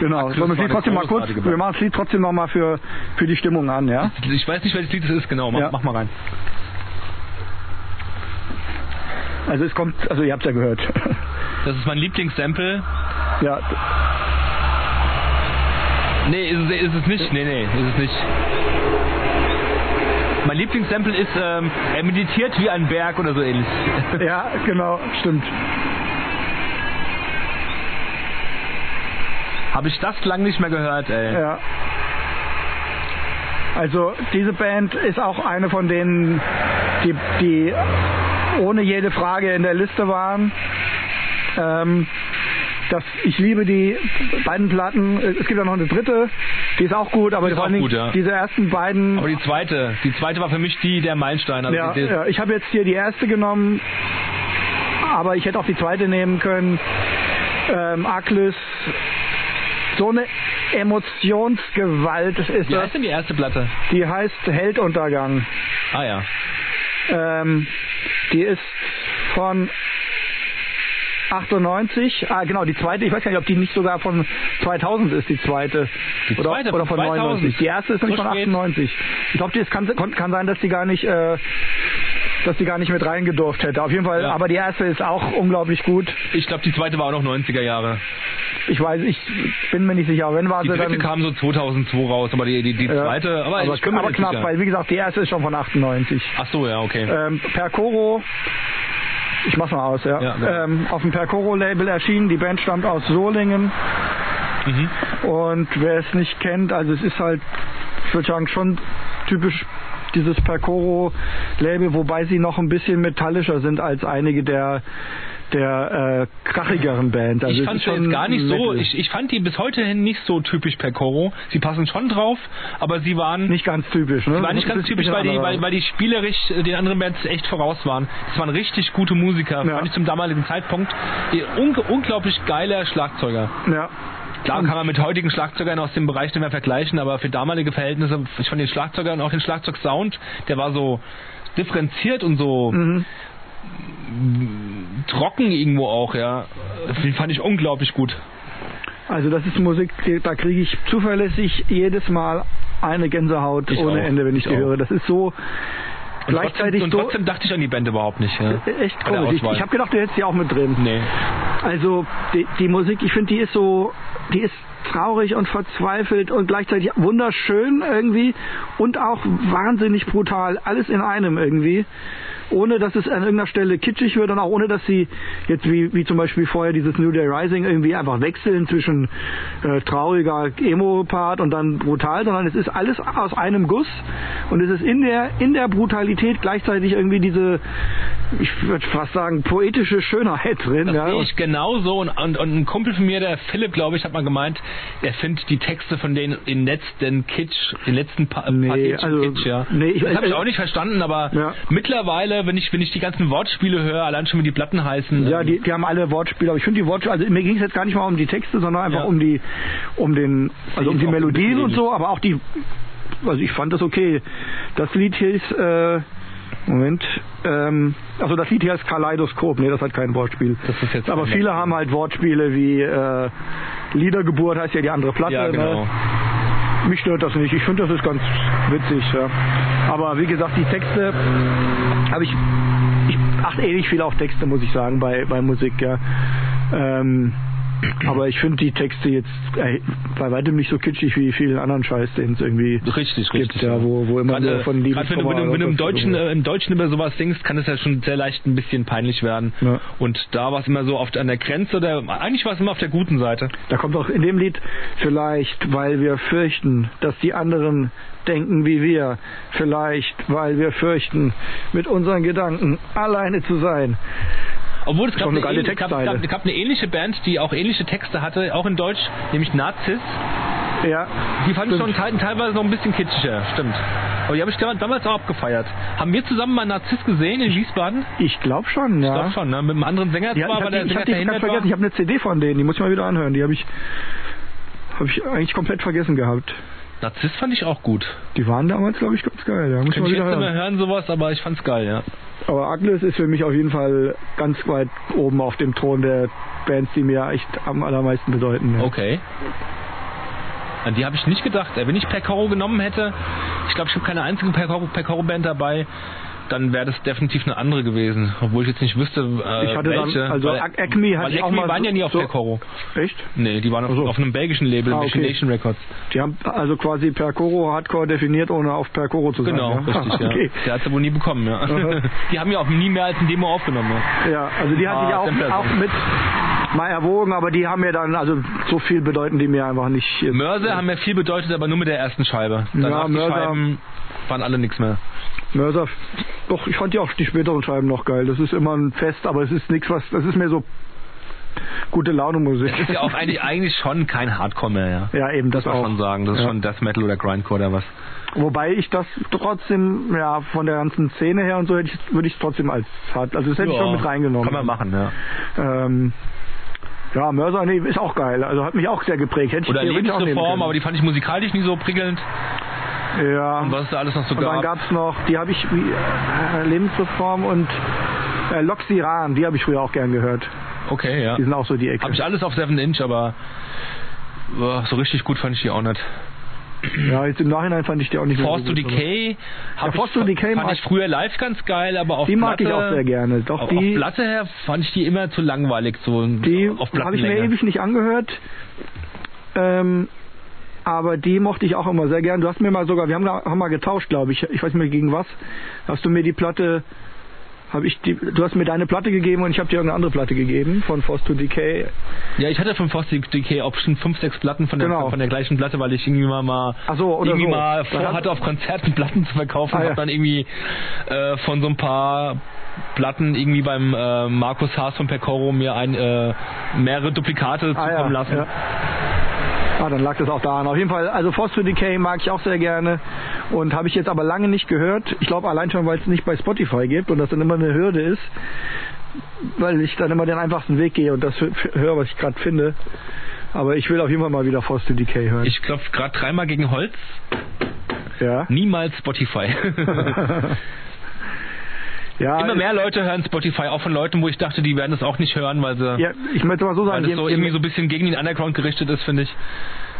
Speaker 2: Genau.
Speaker 3: Ach,
Speaker 2: Sollen wir das
Speaker 3: das war
Speaker 2: Lied
Speaker 3: eine
Speaker 2: trotzdem mal kurz,
Speaker 3: großartige Band.
Speaker 2: wir machen das Lied trotzdem nochmal für, für die Stimmung an, ja?
Speaker 3: Ich weiß nicht, welches Lied es ist, genau. Mach,
Speaker 2: Ja.
Speaker 3: mach mal rein.
Speaker 2: Also es kommt, also ihr habt ja gehört.
Speaker 3: Das ist mein Lieblingssample.
Speaker 2: ja.
Speaker 3: Nee, ist, es- ist es nicht. Nee, nee, ist es nicht. Mein Lieblingssample ist, ähm, er meditiert wie ein Berg oder so ähnlich.
Speaker 2: Ja, genau, stimmt.
Speaker 3: Habe ich das lang nicht mehr gehört, ey.
Speaker 2: Ja. Also diese Band ist auch eine von denen, die, die ohne jede Frage in der Liste waren. Ähm, das, ich liebe die beiden Platten. Es gibt ja noch eine dritte, die ist auch gut, aber
Speaker 3: Die ist
Speaker 2: vor
Speaker 3: auch
Speaker 2: allen Dingen
Speaker 3: gut, ja.
Speaker 2: diese ersten beiden.
Speaker 3: Aber die zweite, die zweite war für mich die der Meilenstein. Also
Speaker 2: ja,
Speaker 3: die, die,
Speaker 2: ja, ich habe jetzt hier die erste genommen, aber ich hätte auch die zweite nehmen können. Ähm, Aklis, so eine Emotionsgewalt ist
Speaker 3: Wie
Speaker 2: das.
Speaker 3: heißt denn die erste Platte?
Speaker 2: Die heißt Helduntergang.
Speaker 3: Ah ja.
Speaker 2: Ähm, die ist von 98. Ah, genau, die zweite. Ich weiß gar nicht, ob die nicht sogar von 2000 ist, die zweite.
Speaker 3: Die zweite
Speaker 2: oder, oder
Speaker 3: von
Speaker 2: von
Speaker 3: 2000.
Speaker 2: 99. Die erste ist nämlich
Speaker 3: So
Speaker 2: von
Speaker 3: spät.
Speaker 2: 98. Ich glaube, es kann, kon- kann sein, dass die gar nicht, äh, dass die gar nicht mit reingedurft hätte. Auf jeden Fall.
Speaker 3: Ja.
Speaker 2: Aber die erste ist auch unglaublich gut.
Speaker 3: Ich glaube, die zweite war auch noch 90er Jahre.
Speaker 2: Ich weiß, ich bin mir nicht sicher. Wenn war
Speaker 3: Die
Speaker 2: sie
Speaker 3: dritte
Speaker 2: dann.
Speaker 3: kam so 2002 raus, aber die, die, die
Speaker 2: ja.
Speaker 3: zweite, Also aber,
Speaker 2: aber,
Speaker 3: ich bin mir
Speaker 2: aber
Speaker 3: nicht
Speaker 2: knapp,
Speaker 3: sicher.
Speaker 2: weil wie gesagt, die erste ist schon von 98.
Speaker 3: Ach so, ja, okay.
Speaker 2: ähm, Percoro, ich mach's mal aus, ja,
Speaker 3: Ja, genau.
Speaker 2: ähm, auf dem Percoro-Label erschienen. Die Band stammt aus Solingen
Speaker 3: Mhm.
Speaker 2: und wer es nicht kennt, also es ist halt, ich würde sagen, schon typisch dieses Percoro-Label, wobei sie noch ein bisschen metallischer sind als einige der der äh, krachigeren Bands. Also
Speaker 3: ich
Speaker 2: es
Speaker 3: fand
Speaker 2: ist
Speaker 3: sie jetzt
Speaker 2: schon
Speaker 3: gar nicht so,
Speaker 2: Metal.
Speaker 3: ich, ich fand die bis heute hin nicht so typisch per Coro. Sie passen schon drauf, aber sie waren,
Speaker 2: nicht ganz typisch, ne?
Speaker 3: sie waren nicht
Speaker 2: Das ist
Speaker 3: ganz
Speaker 2: ein
Speaker 3: typisch,
Speaker 2: bisschen
Speaker 3: weil die,
Speaker 2: anderer.
Speaker 3: weil, weil die spielerisch äh, den anderen Bands echt voraus waren. Das waren richtig gute Musiker,
Speaker 2: Ja.
Speaker 3: fand ich zum damaligen Zeitpunkt. Ihr Un unglaublich geiler Schlagzeuger.
Speaker 2: ja.
Speaker 3: Klar kann man mit heutigen Schlagzeugern aus dem Bereich nicht mehr vergleichen, aber für damalige Verhältnisse, ich fand den Schlagzeuger und auch den Schlagzeugsound, der war so differenziert und so
Speaker 2: Mhm.
Speaker 3: trocken irgendwo auch, ja. Den fand ich unglaublich gut.
Speaker 2: Also das ist Musik, die- da kriege ich zuverlässig jedes Mal eine Gehäuse
Speaker 3: Ich
Speaker 2: ohne
Speaker 3: auch,
Speaker 2: Ende, wenn ich
Speaker 3: ich
Speaker 2: die
Speaker 3: auch.
Speaker 2: höre. Das ist so
Speaker 3: Und
Speaker 2: gleichzeitig
Speaker 3: trotzdem, und trotzdem dachte ich an die Band überhaupt nicht. Ja.
Speaker 2: so echt
Speaker 3: Bei der
Speaker 2: komisch. Ich,
Speaker 3: Auswahl.
Speaker 2: ich habe gedacht, du hättest die auch mit drin.
Speaker 3: Nee.
Speaker 2: Also die, die Musik, ich finde, die ist so, die ist traurig und verzweifelt und gleichzeitig wunderschön irgendwie und auch wahnsinnig brutal. Alles in einem irgendwie. Ohne dass es an irgendeiner Stelle kitschig wird und auch ohne dass sie jetzt wie, wie zum Beispiel vorher dieses New Day Rising irgendwie einfach wechseln zwischen äh, trauriger Emo-Part und dann brutal, sondern es ist alles aus einem Guss und es ist in der, in der Brutalität gleichzeitig irgendwie diese, ich würde fast sagen, poetische Schönheit drin.
Speaker 3: Das
Speaker 2: ja.
Speaker 3: sehe ich genauso. Und, und, und ein Kumpel von mir, der Philipp, glaube ich, hat mal gemeint, er findet die Texte von denen im letzten Kitsch, den letzten pa
Speaker 2: Nee,
Speaker 3: pathetischen
Speaker 2: also,
Speaker 3: Kitsch, ja.
Speaker 2: nee, ich-
Speaker 3: das habe ich
Speaker 2: äh,
Speaker 3: auch nicht verstanden, aber
Speaker 2: Ja.
Speaker 3: mittlerweile, wenn ich, wenn ich die ganzen Wortspiele höre, allein schon wie die Platten heißen,
Speaker 2: Ja,
Speaker 3: ähm,
Speaker 2: die, die haben alle Wortspiele, aber ich finde die Wortspiele, also mir ging es jetzt gar nicht mal um die Texte, sondern einfach
Speaker 3: Ja.
Speaker 2: um die, um den, also um
Speaker 3: ist
Speaker 2: die
Speaker 3: auch ein
Speaker 2: Melodien
Speaker 3: bisschen
Speaker 2: und so, aber auch die, also ich fand das okay. Das Lied hieß, äh, Moment, ähm, also das Lied heißt Kaleidoskop, nee, das hat kein Wortspiel.
Speaker 3: Das ist jetzt
Speaker 2: aber
Speaker 3: kein
Speaker 2: viele
Speaker 3: Wortspiel.
Speaker 2: haben halt Wortspiele wie, äh, Liedergeburt heißt ja die andere Platte,
Speaker 3: ja, genau.
Speaker 2: ne? Mich stört das nicht. Ich finde, das ist ganz witzig. Ja. Aber wie gesagt, die Texte habe ich, ich achte eh nicht viel auf Texte, muss ich sagen, bei, bei Musik. Ja. Ähm, aber ich finde die Texte jetzt äh, bei weitem nicht so kitschig wie vielen anderen Scheiß, den es irgendwie
Speaker 3: Richtig,
Speaker 2: gibt,
Speaker 3: richtig.
Speaker 2: ja, wo, wo immer
Speaker 3: Gerade,
Speaker 2: nur von
Speaker 3: gerade wenn du, wenn du, wenn du im,
Speaker 2: Liebeskummer-
Speaker 3: Deutschen, äh, im Deutschen über sowas singst, kann es ja schon sehr leicht ein bisschen peinlich werden.
Speaker 2: Ja.
Speaker 3: Und da war es immer so oft an der Grenze oder eigentlich war es immer auf der guten Seite.
Speaker 2: Da kommt auch in dem Lied vielleicht, weil wir fürchten, dass die anderen denken wie wir. Vielleicht, weil wir fürchten, mit unseren Gedanken alleine zu sein.
Speaker 3: Obwohl es gab
Speaker 2: Schon
Speaker 3: eine,
Speaker 2: eine geile
Speaker 3: ähnliche, gab,
Speaker 2: Textzeile.
Speaker 3: gab, gab eine ähnliche Band, die auch ähnliche Texte hatte, auch in Deutsch, nämlich Nazis.
Speaker 2: Ja,
Speaker 3: Die fand ich
Speaker 2: Stimmt.
Speaker 3: schon te- teilweise noch ein bisschen kitschischer, stimmt. Aber die habe ich damals- damals auch abgefeiert. Haben wir zusammen mal Narziss gesehen in Wiesbaden?
Speaker 2: ich glaube schon, ja.
Speaker 3: Ich glaube schon, ne? mit einem anderen Sänger
Speaker 2: Ja, ich
Speaker 3: zwar, weil
Speaker 2: habe
Speaker 3: der
Speaker 2: die, ich
Speaker 3: Sänger
Speaker 2: hab die ganz
Speaker 3: verhindert
Speaker 2: vergessen. Ich
Speaker 3: war.
Speaker 2: habe eine CD von denen, die muss ich mal wieder anhören. Die habe ich, hab ich eigentlich komplett vergessen gehabt.
Speaker 3: Narziss fand ich auch gut.
Speaker 2: Die waren damals, glaube ich, ganz geil. Ja, muss ich
Speaker 3: Könnte
Speaker 2: mal
Speaker 3: ich
Speaker 2: wieder
Speaker 3: jetzt nicht mehr
Speaker 2: hören.
Speaker 3: hören, sowas, aber ich fand's geil, ja.
Speaker 2: Aber Agnes ist für mich auf jeden Fall ganz weit oben auf dem Thron der Bands, die mir echt am allermeisten bedeuten. Ja.
Speaker 3: Okay. An die habe ich nicht gedacht. Äh, Wenn ich Percoro genommen hätte, ich glaube, ich habe keine einzige Percoro-Band dabei, dann wäre das definitiv eine andere gewesen. Obwohl ich jetzt nicht wüsste, äh,
Speaker 2: Ich hatte dann-
Speaker 3: welche.
Speaker 2: also
Speaker 3: weil,
Speaker 2: Ac- Acme hatte
Speaker 3: weil
Speaker 2: ich auch
Speaker 3: Acme
Speaker 2: mal
Speaker 3: waren ja nie auf
Speaker 2: so-
Speaker 3: Percoro.
Speaker 2: Echt?
Speaker 3: Nee, die waren auf,
Speaker 2: so.
Speaker 3: auf einem belgischen Label,
Speaker 2: Ah, okay.
Speaker 3: Machination Records.
Speaker 2: Die haben also quasi Percoro Hardcore definiert, ohne auf Percoro zu sein. ja?
Speaker 3: Genau, richtig, ja.
Speaker 2: okay.
Speaker 3: Der hat sie wohl nie bekommen, ja.
Speaker 2: Aha.
Speaker 3: die haben ja auch nie mehr als ein Demo aufgenommen, ja.
Speaker 2: Ja, also die hatte
Speaker 3: Ah,
Speaker 2: ich auch,
Speaker 3: Templer
Speaker 2: auch
Speaker 3: sind.
Speaker 2: mit mal erwogen, aber die haben mir dann, also so viel bedeuten die mir einfach nicht. jetzt.
Speaker 3: Mörser haben ja viel bedeutet, aber nur mit der ersten Scheibe.
Speaker 2: Ja,
Speaker 3: Danach die
Speaker 2: Mörser-
Speaker 3: Scheiben waren alle nichts mehr.
Speaker 2: Mörser, doch, ich fand ja auch die späteren Scheiben noch geil. Das ist immer ein Fest, aber es ist nichts, was, das ist mehr so gute Laune Musik.
Speaker 3: Das ist ja auch eigentlich, eigentlich schon kein Hardcore mehr, ja.
Speaker 2: Ja, eben das,
Speaker 3: Muss man
Speaker 2: auch.
Speaker 3: schon sagen. Das ist
Speaker 2: Ja.
Speaker 3: schon Death Metal oder Grindcore oder was.
Speaker 2: Wobei ich das trotzdem, ja, von der ganzen Szene her und so, hätte ich, würde ich es trotzdem als hart, also das hätte ich
Speaker 3: Ja,
Speaker 2: schon mit reingenommen.
Speaker 3: Kann man machen, ja.
Speaker 2: Ähm, ja, Mörser, nee, ist auch geil. Also hat mich auch sehr geprägt. Hätte
Speaker 3: Oder
Speaker 2: ich theoretisch auch nehmen
Speaker 3: Lebensreform,
Speaker 2: können.
Speaker 3: aber die fand ich musikalisch nicht so prickelnd.
Speaker 2: Ja.
Speaker 3: Und was es da alles noch so
Speaker 2: Und dann
Speaker 3: gab.
Speaker 2: gab's noch, die habe ich, wie, äh, Lebensreform und äh, Loxiran, die habe ich früher auch gern gehört.
Speaker 3: Okay, ja.
Speaker 2: Die sind auch so die Ecke.
Speaker 3: Hab ich alles auf 7 Inch, aber boah, so richtig gut fand ich die auch nicht.
Speaker 2: Ja, jetzt im Nachhinein fand ich die auch nicht mehr
Speaker 3: Force to
Speaker 2: so gut,
Speaker 3: Decay hab
Speaker 2: Ja, Force to Decay
Speaker 3: fand
Speaker 2: mag-
Speaker 3: ich früher live ganz geil, aber auf
Speaker 2: Die mag
Speaker 3: Platte,
Speaker 2: ich auch sehr gerne. Doch,
Speaker 3: auf,
Speaker 2: die-
Speaker 3: auf Platte her fand ich die immer zu langweilig, so
Speaker 2: Die
Speaker 3: auf
Speaker 2: habe ich mir
Speaker 3: Plattenlänge.
Speaker 2: ewig nicht angehört. Ähm, aber die mochte ich auch immer sehr gern. Du hast mir mal sogar, wir haben, da- haben mal getauscht, glaube ich. Ich weiß nicht mehr gegen was. Hast du mir die Platte, habe ich die, du hast mir deine Platte gegeben und ich habe dir irgendeine andere Platte gegeben von Force to Decay.
Speaker 3: Ja, ich hatte von Force to Decay auch schon fünf, sechs Platten von der,
Speaker 2: Genau.
Speaker 3: von der gleichen Platte, weil ich irgendwie mal, mal
Speaker 2: Ach so, oder
Speaker 3: irgendwie
Speaker 2: so.
Speaker 3: mal
Speaker 2: Dann hast-
Speaker 3: vorhatte, auf Konzerten Platten zu verkaufen
Speaker 2: Ah,
Speaker 3: und
Speaker 2: ja.
Speaker 3: hab dann irgendwie äh, von so ein paar Platten irgendwie beim äh, Markus Haas von Percoro mir ein, äh, mehrere Duplikate
Speaker 2: Ah, ja,
Speaker 3: zukommen lassen.
Speaker 2: ja. Ah, dann lag das auch daran. Auf jeden Fall, also Force to Decay mag ich auch sehr gerne und habe ich jetzt aber lange nicht gehört. Ich glaube allein schon, weil es nicht bei Spotify gibt und das dann immer eine Hürde ist, weil ich dann immer den einfachsten Weg gehe und das hö- höre, was ich gerade finde. Aber ich will auf jeden Fall mal wieder Force to Decay hören.
Speaker 3: Ich klopf gerade dreimal gegen Holz,
Speaker 2: ja.
Speaker 3: niemals Spotify.
Speaker 2: Ah, ja,
Speaker 3: Immer mehr Leute hören Spotify, auch von Leuten, wo ich dachte, die werden es auch nicht hören, weil sie
Speaker 2: Ja, ich möchte mal so
Speaker 3: weil
Speaker 2: sagen,
Speaker 3: das
Speaker 2: je-
Speaker 3: so
Speaker 2: je-
Speaker 3: irgendwie so ein bisschen gegen den Underground gerichtet ist, finde ich.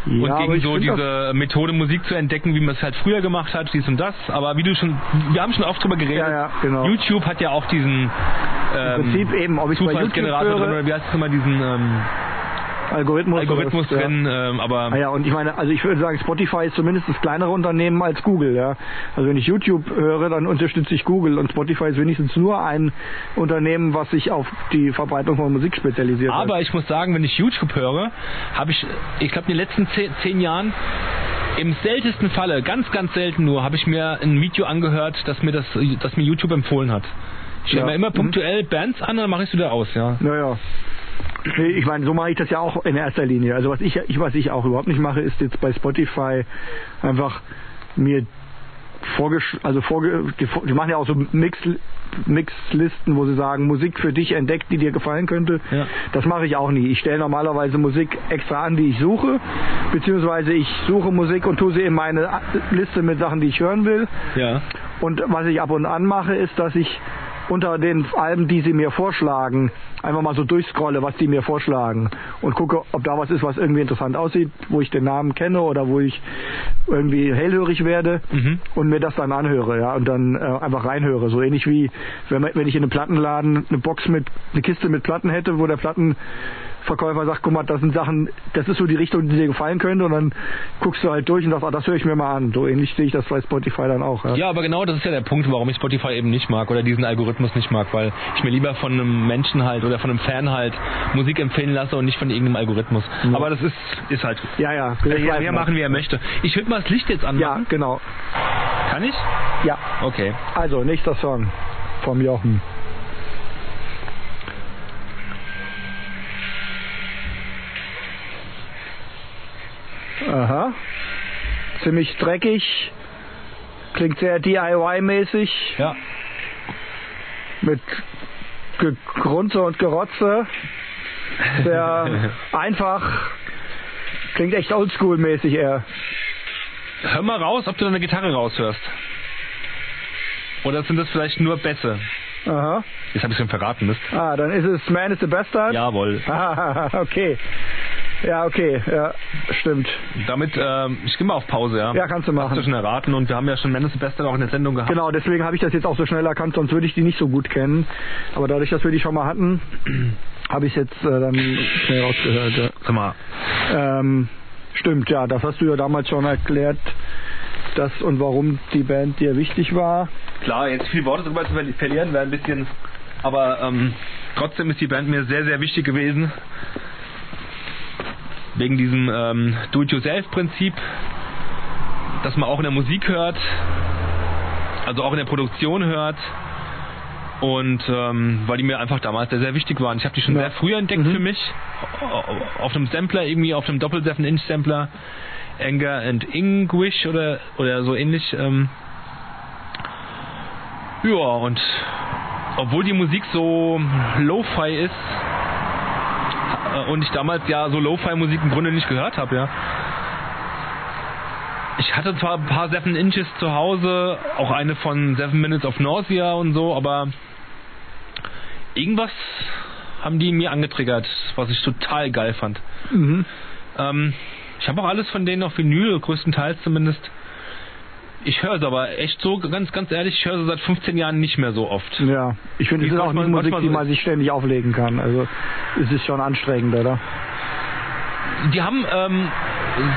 Speaker 3: Und
Speaker 2: ja, aber
Speaker 3: gegen
Speaker 2: ich
Speaker 3: so
Speaker 2: find das-
Speaker 3: diese Methode, Musik zu entdecken, wie man es halt früher gemacht hat, dies und das. Aber wie du schon, wir haben schon oft drüber geredet.
Speaker 2: Ja, ja, genau.
Speaker 3: YouTube hat ja auch diesen ähm,
Speaker 2: Prinzip eben, ob ich bei YouTube
Speaker 3: Zufallsgenerator
Speaker 2: höre-
Speaker 3: drin oder wie heißt es immer, diesen ähm,
Speaker 2: Algorithmus,
Speaker 3: Algorithmus
Speaker 2: oder was, ja.
Speaker 3: drin. Ähm, aber
Speaker 2: Ah ja, und ich meine, also ich würde sagen, Spotify ist zumindest das kleinere Unternehmen als Google, ja. Also wenn ich YouTube höre, dann unterstütze ich Google und Spotify ist wenigstens nur ein Unternehmen, was sich auf die Verbreitung von Musik spezialisiert hat.
Speaker 3: Aber ich muss sagen, wenn ich YouTube höre, habe ich, ich glaube, in den letzten zehn, zehn Jahren im seltensten Falle, ganz, ganz selten nur, habe ich mir ein Video angehört, das mir das, das mir YouTube empfohlen hat. Ich höre
Speaker 2: Ja. Mhm.
Speaker 3: mir immer punktuell Bands an, dann mache ich es wieder aus, ja.
Speaker 2: Naja. Nee, ich meine, so mache ich das ja auch in erster Linie. Also was ich, ich was ich auch überhaupt nicht mache, ist jetzt bei Spotify einfach mir vorgesch also vorge die, die machen ja auch so Mix Mixlisten, wo sie sagen, Musik für dich entdeckt, die dir gefallen könnte.
Speaker 3: Ja.
Speaker 2: Das mache ich auch nie. Ich stelle normalerweise Musik extra an, die ich suche, beziehungsweise ich suche Musik und tue sie in meine Liste mit Sachen, die ich hören will.
Speaker 3: Ja.
Speaker 2: Und was ich ab und an mache, ist, dass ich unter den Alben, die sie mir vorschlagen, einfach mal so durchscrolle, was die mir vorschlagen und gucke, ob da was ist, was irgendwie interessant aussieht, wo ich den Namen kenne oder wo ich irgendwie hellhörig werde
Speaker 3: Mhm.
Speaker 2: und mir das dann anhöre, ja, und dann äh, einfach reinhöre, so ähnlich wie wenn, man, wenn ich in einem Plattenladen eine Box mit eine Kiste mit Platten hätte, wo der Plattenverkäufer sagt, guck mal, das sind Sachen, das ist so die Richtung, die dir gefallen könnte und dann guckst du halt durch und sagst, ah, das höre ich mir mal an. So ähnlich sehe ich das bei Spotify dann auch.
Speaker 3: Ja, aber genau das ist ja der Punkt, warum ich Spotify eben nicht mag oder diesen Algorithmus nicht mag, weil ich mir lieber von einem Menschen halt oder von einem Fan halt Musik empfehlen lasse und nicht von irgendeinem Algorithmus. Aber das ist, ist halt.
Speaker 2: Ja, ja. genau.
Speaker 3: Er kann ja machen, wie er möchte. Ich würde mal das Licht jetzt
Speaker 2: Ja,
Speaker 3: anmachen.
Speaker 2: genau.
Speaker 3: Kann ich?
Speaker 2: Ja,
Speaker 3: Okay.
Speaker 2: also nächster Song vom Jochen. Aha. Ziemlich dreckig. Klingt sehr DIY-mäßig.
Speaker 3: Ja.
Speaker 2: Mit Gegrunze und Gerotze. Sehr einfach. Klingt echt oldschool-mäßig eher.
Speaker 3: Hör mal raus, ob du deine Gitarre raushörst. Oder sind das vielleicht nur Bässe?
Speaker 2: Aha.
Speaker 3: Jetzt habe ich schon verraten, Mist.
Speaker 2: Ah, dann ist es Man is the Bastard.
Speaker 3: Jawohl.
Speaker 2: Ah, okay. Ja, okay, ja, stimmt.
Speaker 3: Damit, ähm, ich gehe mal auf Pause, ja?
Speaker 2: Ja, kannst du machen.
Speaker 3: Hast du schon erraten und wir haben ja schon Mendes Beste auch in der Sendung gehabt.
Speaker 2: Genau, deswegen habe ich das jetzt auch so schnell erkannt, sonst würde ich die nicht so gut kennen. Aber dadurch, dass wir die schon mal hatten, habe ich jetzt äh, dann schnell rausgehört.
Speaker 3: Sag mal,
Speaker 2: Ja. Ähm, stimmt, ja, das hast du ja damals schon erklärt, das und warum die Band dir wichtig war.
Speaker 3: klar, jetzt viele Worte drüber zu verli- verlieren wäre ein bisschen. Aber ähm, trotzdem ist die Band mir sehr, sehr wichtig gewesen. Wegen diesem ähm, Do-it-yourself-Prinzip, das man auch in der Musik hört, also auch in der Produktion hört. Und ähm, weil die mir einfach damals sehr, sehr wichtig waren. Ich habe die schon
Speaker 2: Ja.
Speaker 3: sehr früh entdeckt für mich. Au- Auf einem Sampler, irgendwie auf einem Doppel 7 Inch Sampler. Anger and English oder, oder so ähnlich. Ähm. Ja, und obwohl die Musik so Lo-Fi ist äh, und ich damals ja so Lo-Fi-Musik im Grunde nicht gehört habe, ja. Ich hatte zwar ein paar Seven Inches zu Hause, auch eine von Seven Minutes of Nausea und so, aber irgendwas haben die mir angetriggert, was ich total geil fand.
Speaker 2: Mhm.
Speaker 3: Ähm, ich habe auch alles von denen auf Vinyl, größtenteils zumindest. Ich höre es aber echt so, ganz, ganz ehrlich, ich höre sie seit 15 Jahren nicht mehr so oft.
Speaker 2: Ja, ich finde,
Speaker 3: Wie
Speaker 2: es ist
Speaker 3: es
Speaker 2: auch
Speaker 3: manchmal-
Speaker 2: nicht Musik,
Speaker 3: manchmal
Speaker 2: die
Speaker 3: so
Speaker 2: man
Speaker 3: ist.
Speaker 2: sich ständig auflegen kann. Also es ist schon anstrengend, oder?
Speaker 3: Die haben ähm,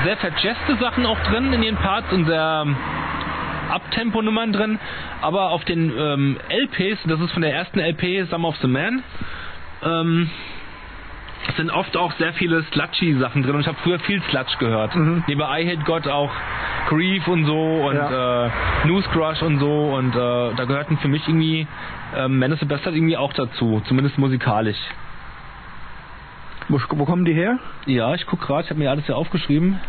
Speaker 3: sehr verjazzte Sachen auch drin in ihren Parts und sehr ähm, Abtempo-Nummern drin, aber auf den ähm, LPs, das ist von der ersten LP Some of the Man, ähm, sind oft auch sehr viele Slutchy-Sachen drin und ich habe früher viel Slutch gehört.
Speaker 2: Mhm.
Speaker 3: Neben I Hate God auch Grief und so und äh, Newscrush und so und äh, da gehörten für mich irgendwie ähm, Man is the Bastard irgendwie auch dazu, zumindest musikalisch.
Speaker 2: Wo, wo kommen die her?
Speaker 3: Ja, ich guck gerade, ich habe mir alles hier aufgeschrieben.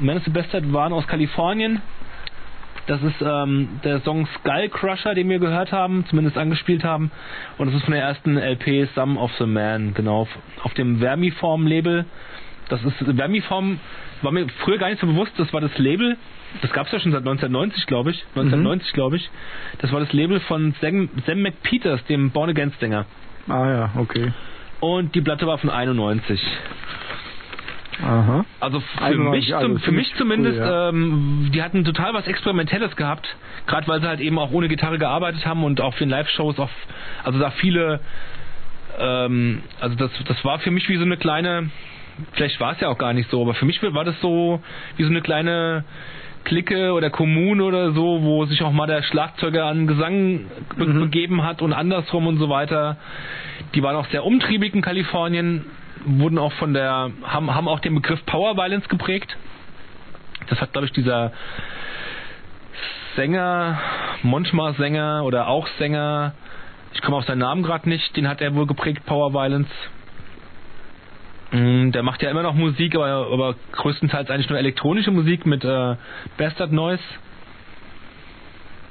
Speaker 3: Man is the Bastard waren aus Kalifornien. Das ist ähm, der Song Skull Crusher, den wir gehört haben, zumindest angespielt haben. Und das ist von der ersten LP Some of the Man, genau, auf, auf dem Vermiform-Label. Das ist Vermiform, war mir früher gar nicht so bewusst, das war das Label, das gab's ja schon seit 1990, glaube ich. 1990, glaube ich. Das war das Label von Sam, Sam McPeters, dem Born Against-Sänger.
Speaker 2: Ah ja, okay.
Speaker 3: Und die Platte war von 91.
Speaker 2: Aha.
Speaker 3: Also für
Speaker 2: Also,
Speaker 3: mich,
Speaker 2: ja,
Speaker 3: zum,
Speaker 2: das
Speaker 3: für mich
Speaker 2: finde ich
Speaker 3: zumindest,
Speaker 2: cool, ja.
Speaker 3: ähm, die hatten total was Experimentelles gehabt, gerade weil sie halt eben auch ohne Gitarre gearbeitet haben und auf den Live-Shows auf, also da viele, ähm, also das, das war für mich wie so eine kleine, vielleicht war es ja auch gar nicht so, aber für mich war das so wie so eine kleine Clique oder Kommune oder so, wo sich auch mal der Schlagzeuger an Gesang be
Speaker 2: Mhm.
Speaker 3: begeben hat und andersrum und so weiter. Die waren auch sehr umtriebig in Kalifornien, wurden auch von der, haben, haben auch den Begriff Power Violence geprägt. Das hat, glaube ich, dieser Sänger, Monchmar-Sänger oder auch Sänger, ich komme auf seinen Namen gerade nicht, den hat er wohl geprägt, Power Violence. Mm, Der macht ja immer noch Musik, aber, aber größtenteils eigentlich nur elektronische Musik mit äh, Bastard Noise.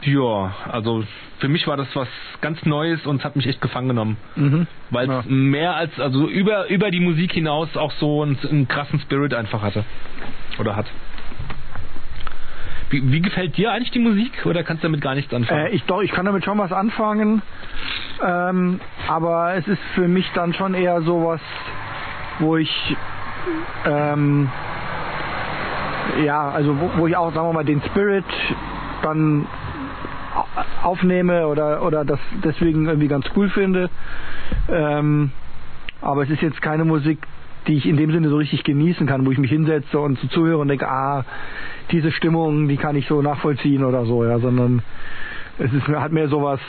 Speaker 3: Ja, also für mich war das was ganz Neues und es hat mich echt gefangen genommen.
Speaker 2: Mhm.
Speaker 3: Weil es mehr als, also über, über die Musik hinaus auch so einen, einen krassen Spirit einfach hatte. Oder hat. Wie, wie gefällt dir eigentlich die Musik oder kannst du damit gar nichts anfangen?
Speaker 2: Äh, ich, doch, ich kann damit schon was anfangen, ähm, aber es ist für mich dann schon eher sowas, wo ich ähm, ja, also wo, wo ich auch, sagen wir mal, den Spirit dann au- aufnehme oder oder das deswegen irgendwie ganz cool finde. Ähm, aber es ist jetzt keine Musik, die ich in dem Sinne so richtig genießen kann, wo ich mich hinsetze und so zuhöre und denke, ah, diese Stimmung, die kann ich so nachvollziehen oder so, ja, sondern es ist hat mehr sowas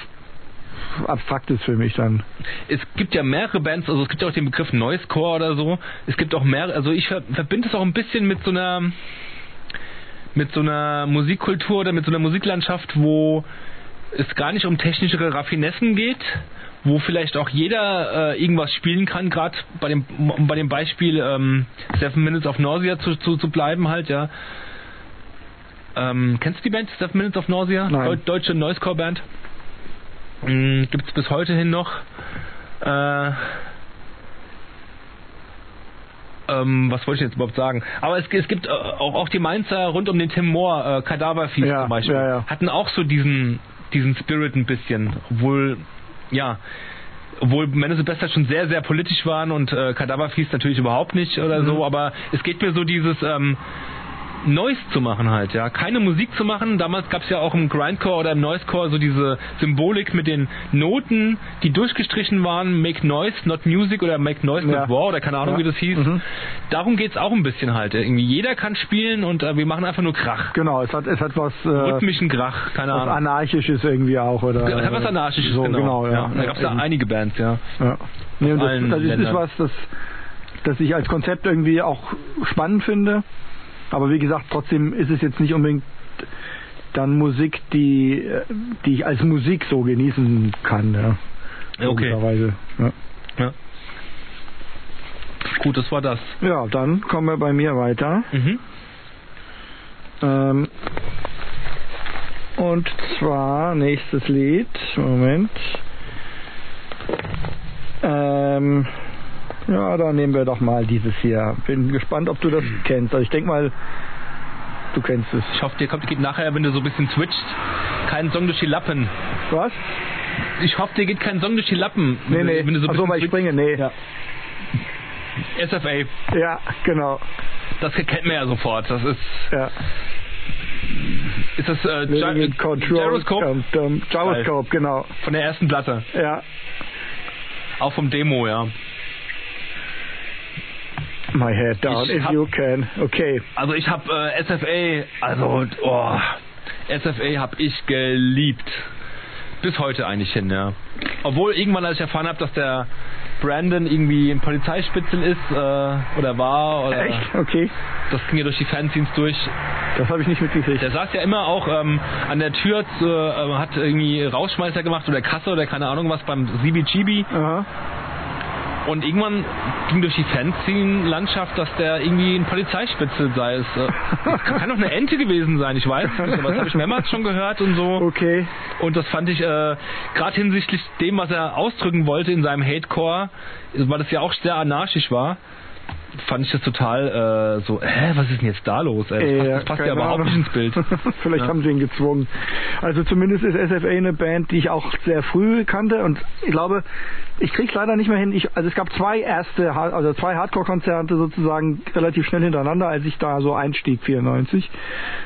Speaker 2: Abstraktes für mich dann.
Speaker 3: es gibt ja mehrere Bands, also es gibt ja auch den Begriff Noisecore oder so. Es gibt auch mehrere, also ich ver verbinde es auch ein bisschen mit so einer mit so einer Musikkultur oder mit so einer Musiklandschaft, wo es gar nicht um technischere Raffinessen geht, wo vielleicht auch jeder äh, irgendwas spielen kann, gerade bei dem um bei dem Beispiel ähm, Seven Minutes of Nausea zu, zu, zu bleiben halt, ja. Ähm, kennst du die Band Seven Minutes of Nausea?
Speaker 2: Nein.
Speaker 3: Deu- Deutsche Noisecore-Band. Mhm, gibt's bis heute hin noch. Äh, ähm, was wollte ich jetzt überhaupt sagen? Aber es, es gibt äh, auch, auch die Mainzer rund um den Tim Moore, äh, Kadavervieh
Speaker 2: Ja,
Speaker 3: zum Beispiel,
Speaker 2: ja, ja.
Speaker 3: hatten auch so diesen, diesen Spirit ein bisschen. Obwohl, ja, obwohl Männer Silvester schon sehr, sehr politisch waren und äh, Kadavervieh natürlich überhaupt nicht oder
Speaker 2: Mhm.
Speaker 3: so, aber es geht mir so dieses, ähm, Noise zu machen halt, ja. Keine Musik zu machen. Damals gab es ja auch im Grindcore oder im Noisecore so diese Symbolik mit den Noten, die durchgestrichen waren. Make Noise, not Music oder Make Noise,
Speaker 2: Ja.
Speaker 3: not War oder keine Ahnung,
Speaker 2: Ja.
Speaker 3: wie das hieß.
Speaker 2: Mhm.
Speaker 3: Darum geht's auch ein bisschen halt. Irgendwie jeder kann spielen und äh, wir machen einfach nur Krach.
Speaker 2: Genau, es hat es hat was äh,
Speaker 3: Rhythmischen Krach, keine
Speaker 2: was
Speaker 3: Ahnung.
Speaker 2: anarchisches irgendwie auch oder
Speaker 3: Das hat was Anarchisches,
Speaker 2: so,
Speaker 3: genau.
Speaker 2: genau ja.
Speaker 3: Da gab's ja
Speaker 2: Eben.
Speaker 3: einige Bands, ja.
Speaker 2: Ja. Nee, und das,
Speaker 3: allen
Speaker 2: das ist, ist
Speaker 3: Ländern.
Speaker 2: was, das, das ich als Konzept irgendwie auch spannend finde. Aber wie gesagt, trotzdem ist es jetzt nicht unbedingt dann Musik, die, äh, die ich als Musik so genießen kann. Ja.
Speaker 3: Okay.
Speaker 2: Logischerweise, Ja.
Speaker 3: Ja. Gut, das war das.
Speaker 2: ja, dann kommen wir bei mir weiter.
Speaker 3: Mhm.
Speaker 2: Ähm, und zwar nächstes Lied. Moment. Ähm, ja, dann nehmen wir doch mal dieses hier. Bin gespannt, ob du das
Speaker 3: Hm.
Speaker 2: kennst. Also ich denke mal, du kennst es.
Speaker 3: Ich hoffe, dir kommt, geht nachher, wenn du so ein bisschen switcht, kein Song durch die Lappen.
Speaker 2: Was?
Speaker 3: Ich hoffe, dir geht kein Song durch die Lappen.
Speaker 2: Nee,
Speaker 3: wenn du-
Speaker 2: nee.
Speaker 3: Wenn du so ein
Speaker 2: Achso, weil ich
Speaker 3: bisschen
Speaker 2: springe. Nee. Ja,
Speaker 3: switcht. SFA,
Speaker 2: genau.
Speaker 3: das kennt man ja sofort. Das ist,
Speaker 2: Ja.
Speaker 3: ist das äh, Gy-
Speaker 2: Living in Control.
Speaker 3: Gyroscope
Speaker 2: Und, ähm, Gyroscope, genau.
Speaker 3: von der ersten Platte.
Speaker 2: Ja.
Speaker 3: Auch vom Demo, ja.
Speaker 2: My head down,
Speaker 3: Ich
Speaker 2: if
Speaker 3: hab-
Speaker 2: you can. Okay.
Speaker 3: Also ich habe äh, SFA, also oh, SFA habe ich geliebt. Bis heute eigentlich hin, ja. Obwohl irgendwann, als ich erfahren habe, dass der Brandon irgendwie ein Polizeispitzel ist äh, oder war, oder
Speaker 2: Echt? Okay.
Speaker 3: das ging ja durch die Fanzines durch.
Speaker 2: Das habe ich nicht mitgekriegt.
Speaker 3: Der saß ja immer auch ähm, an der Tür, zu, äh, hat irgendwie Rauschmeißer gemacht oder Kasse oder keine Ahnung was beim CBGB.
Speaker 2: Aha.
Speaker 3: Und irgendwann ging durch die Fanzine-Landschaft, dass der irgendwie ein Polizeispitzel sei. Es äh, kann doch eine Ente gewesen sein, ich weiß nicht, aber das habe ich mehrmals schon gehört und so.
Speaker 2: Okay.
Speaker 3: Und das fand ich, äh, gerade hinsichtlich dem, was er ausdrücken wollte in seinem Hatecore, weil das ja auch sehr anarchisch war, fand ich das total äh, so, hä, was ist denn jetzt da los? Ey? Das
Speaker 2: Äh,
Speaker 3: passt, das passt
Speaker 2: keine
Speaker 3: ja überhaupt
Speaker 2: Ahnung.
Speaker 3: nicht ins Bild.
Speaker 2: Vielleicht
Speaker 3: Ja.
Speaker 2: haben sie ihn gezwungen. Also zumindest ist SFA eine Band, die ich auch sehr früh kannte und ich glaube, ich krieg's leider nicht mehr hin. Ich, also es gab zwei erste, Har- also zwei Hardcore-Konzerte sozusagen relativ schnell hintereinander, als ich da so einstieg 94.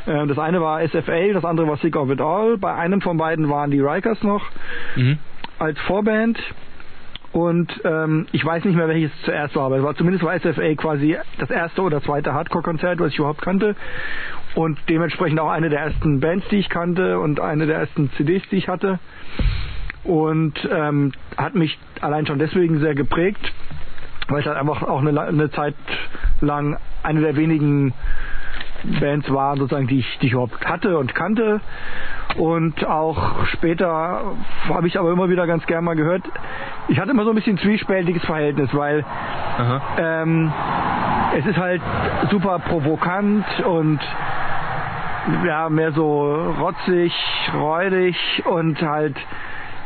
Speaker 2: Äh, Das eine war SFA, das andere war Sick of It All. Bei einem von beiden waren die Rikers noch
Speaker 3: Mhm.
Speaker 2: als Vorband. Und ähm, ich weiß nicht mehr, welches zuerst war, aber es war zumindest war SFA quasi das erste oder zweite Hardcore-Konzert, was ich überhaupt kannte. Und dementsprechend auch eine der ersten Bands, die ich kannte und eine der ersten CDs, die ich hatte. Und ähm, hat mich allein schon deswegen sehr geprägt, weil es halt einfach auch eine, la- eine Zeit lang eine der wenigen Bands waren, sozusagen, die ich, die ich überhaupt hatte und kannte. Und auch später habe ich aber immer wieder ganz gern mal gehört. Ich hatte immer so ein bisschen zwiespältiges Verhältnis, weil
Speaker 3: Aha.
Speaker 2: ähm, es ist halt super provokant und ja, mehr so rotzig, räudig und halt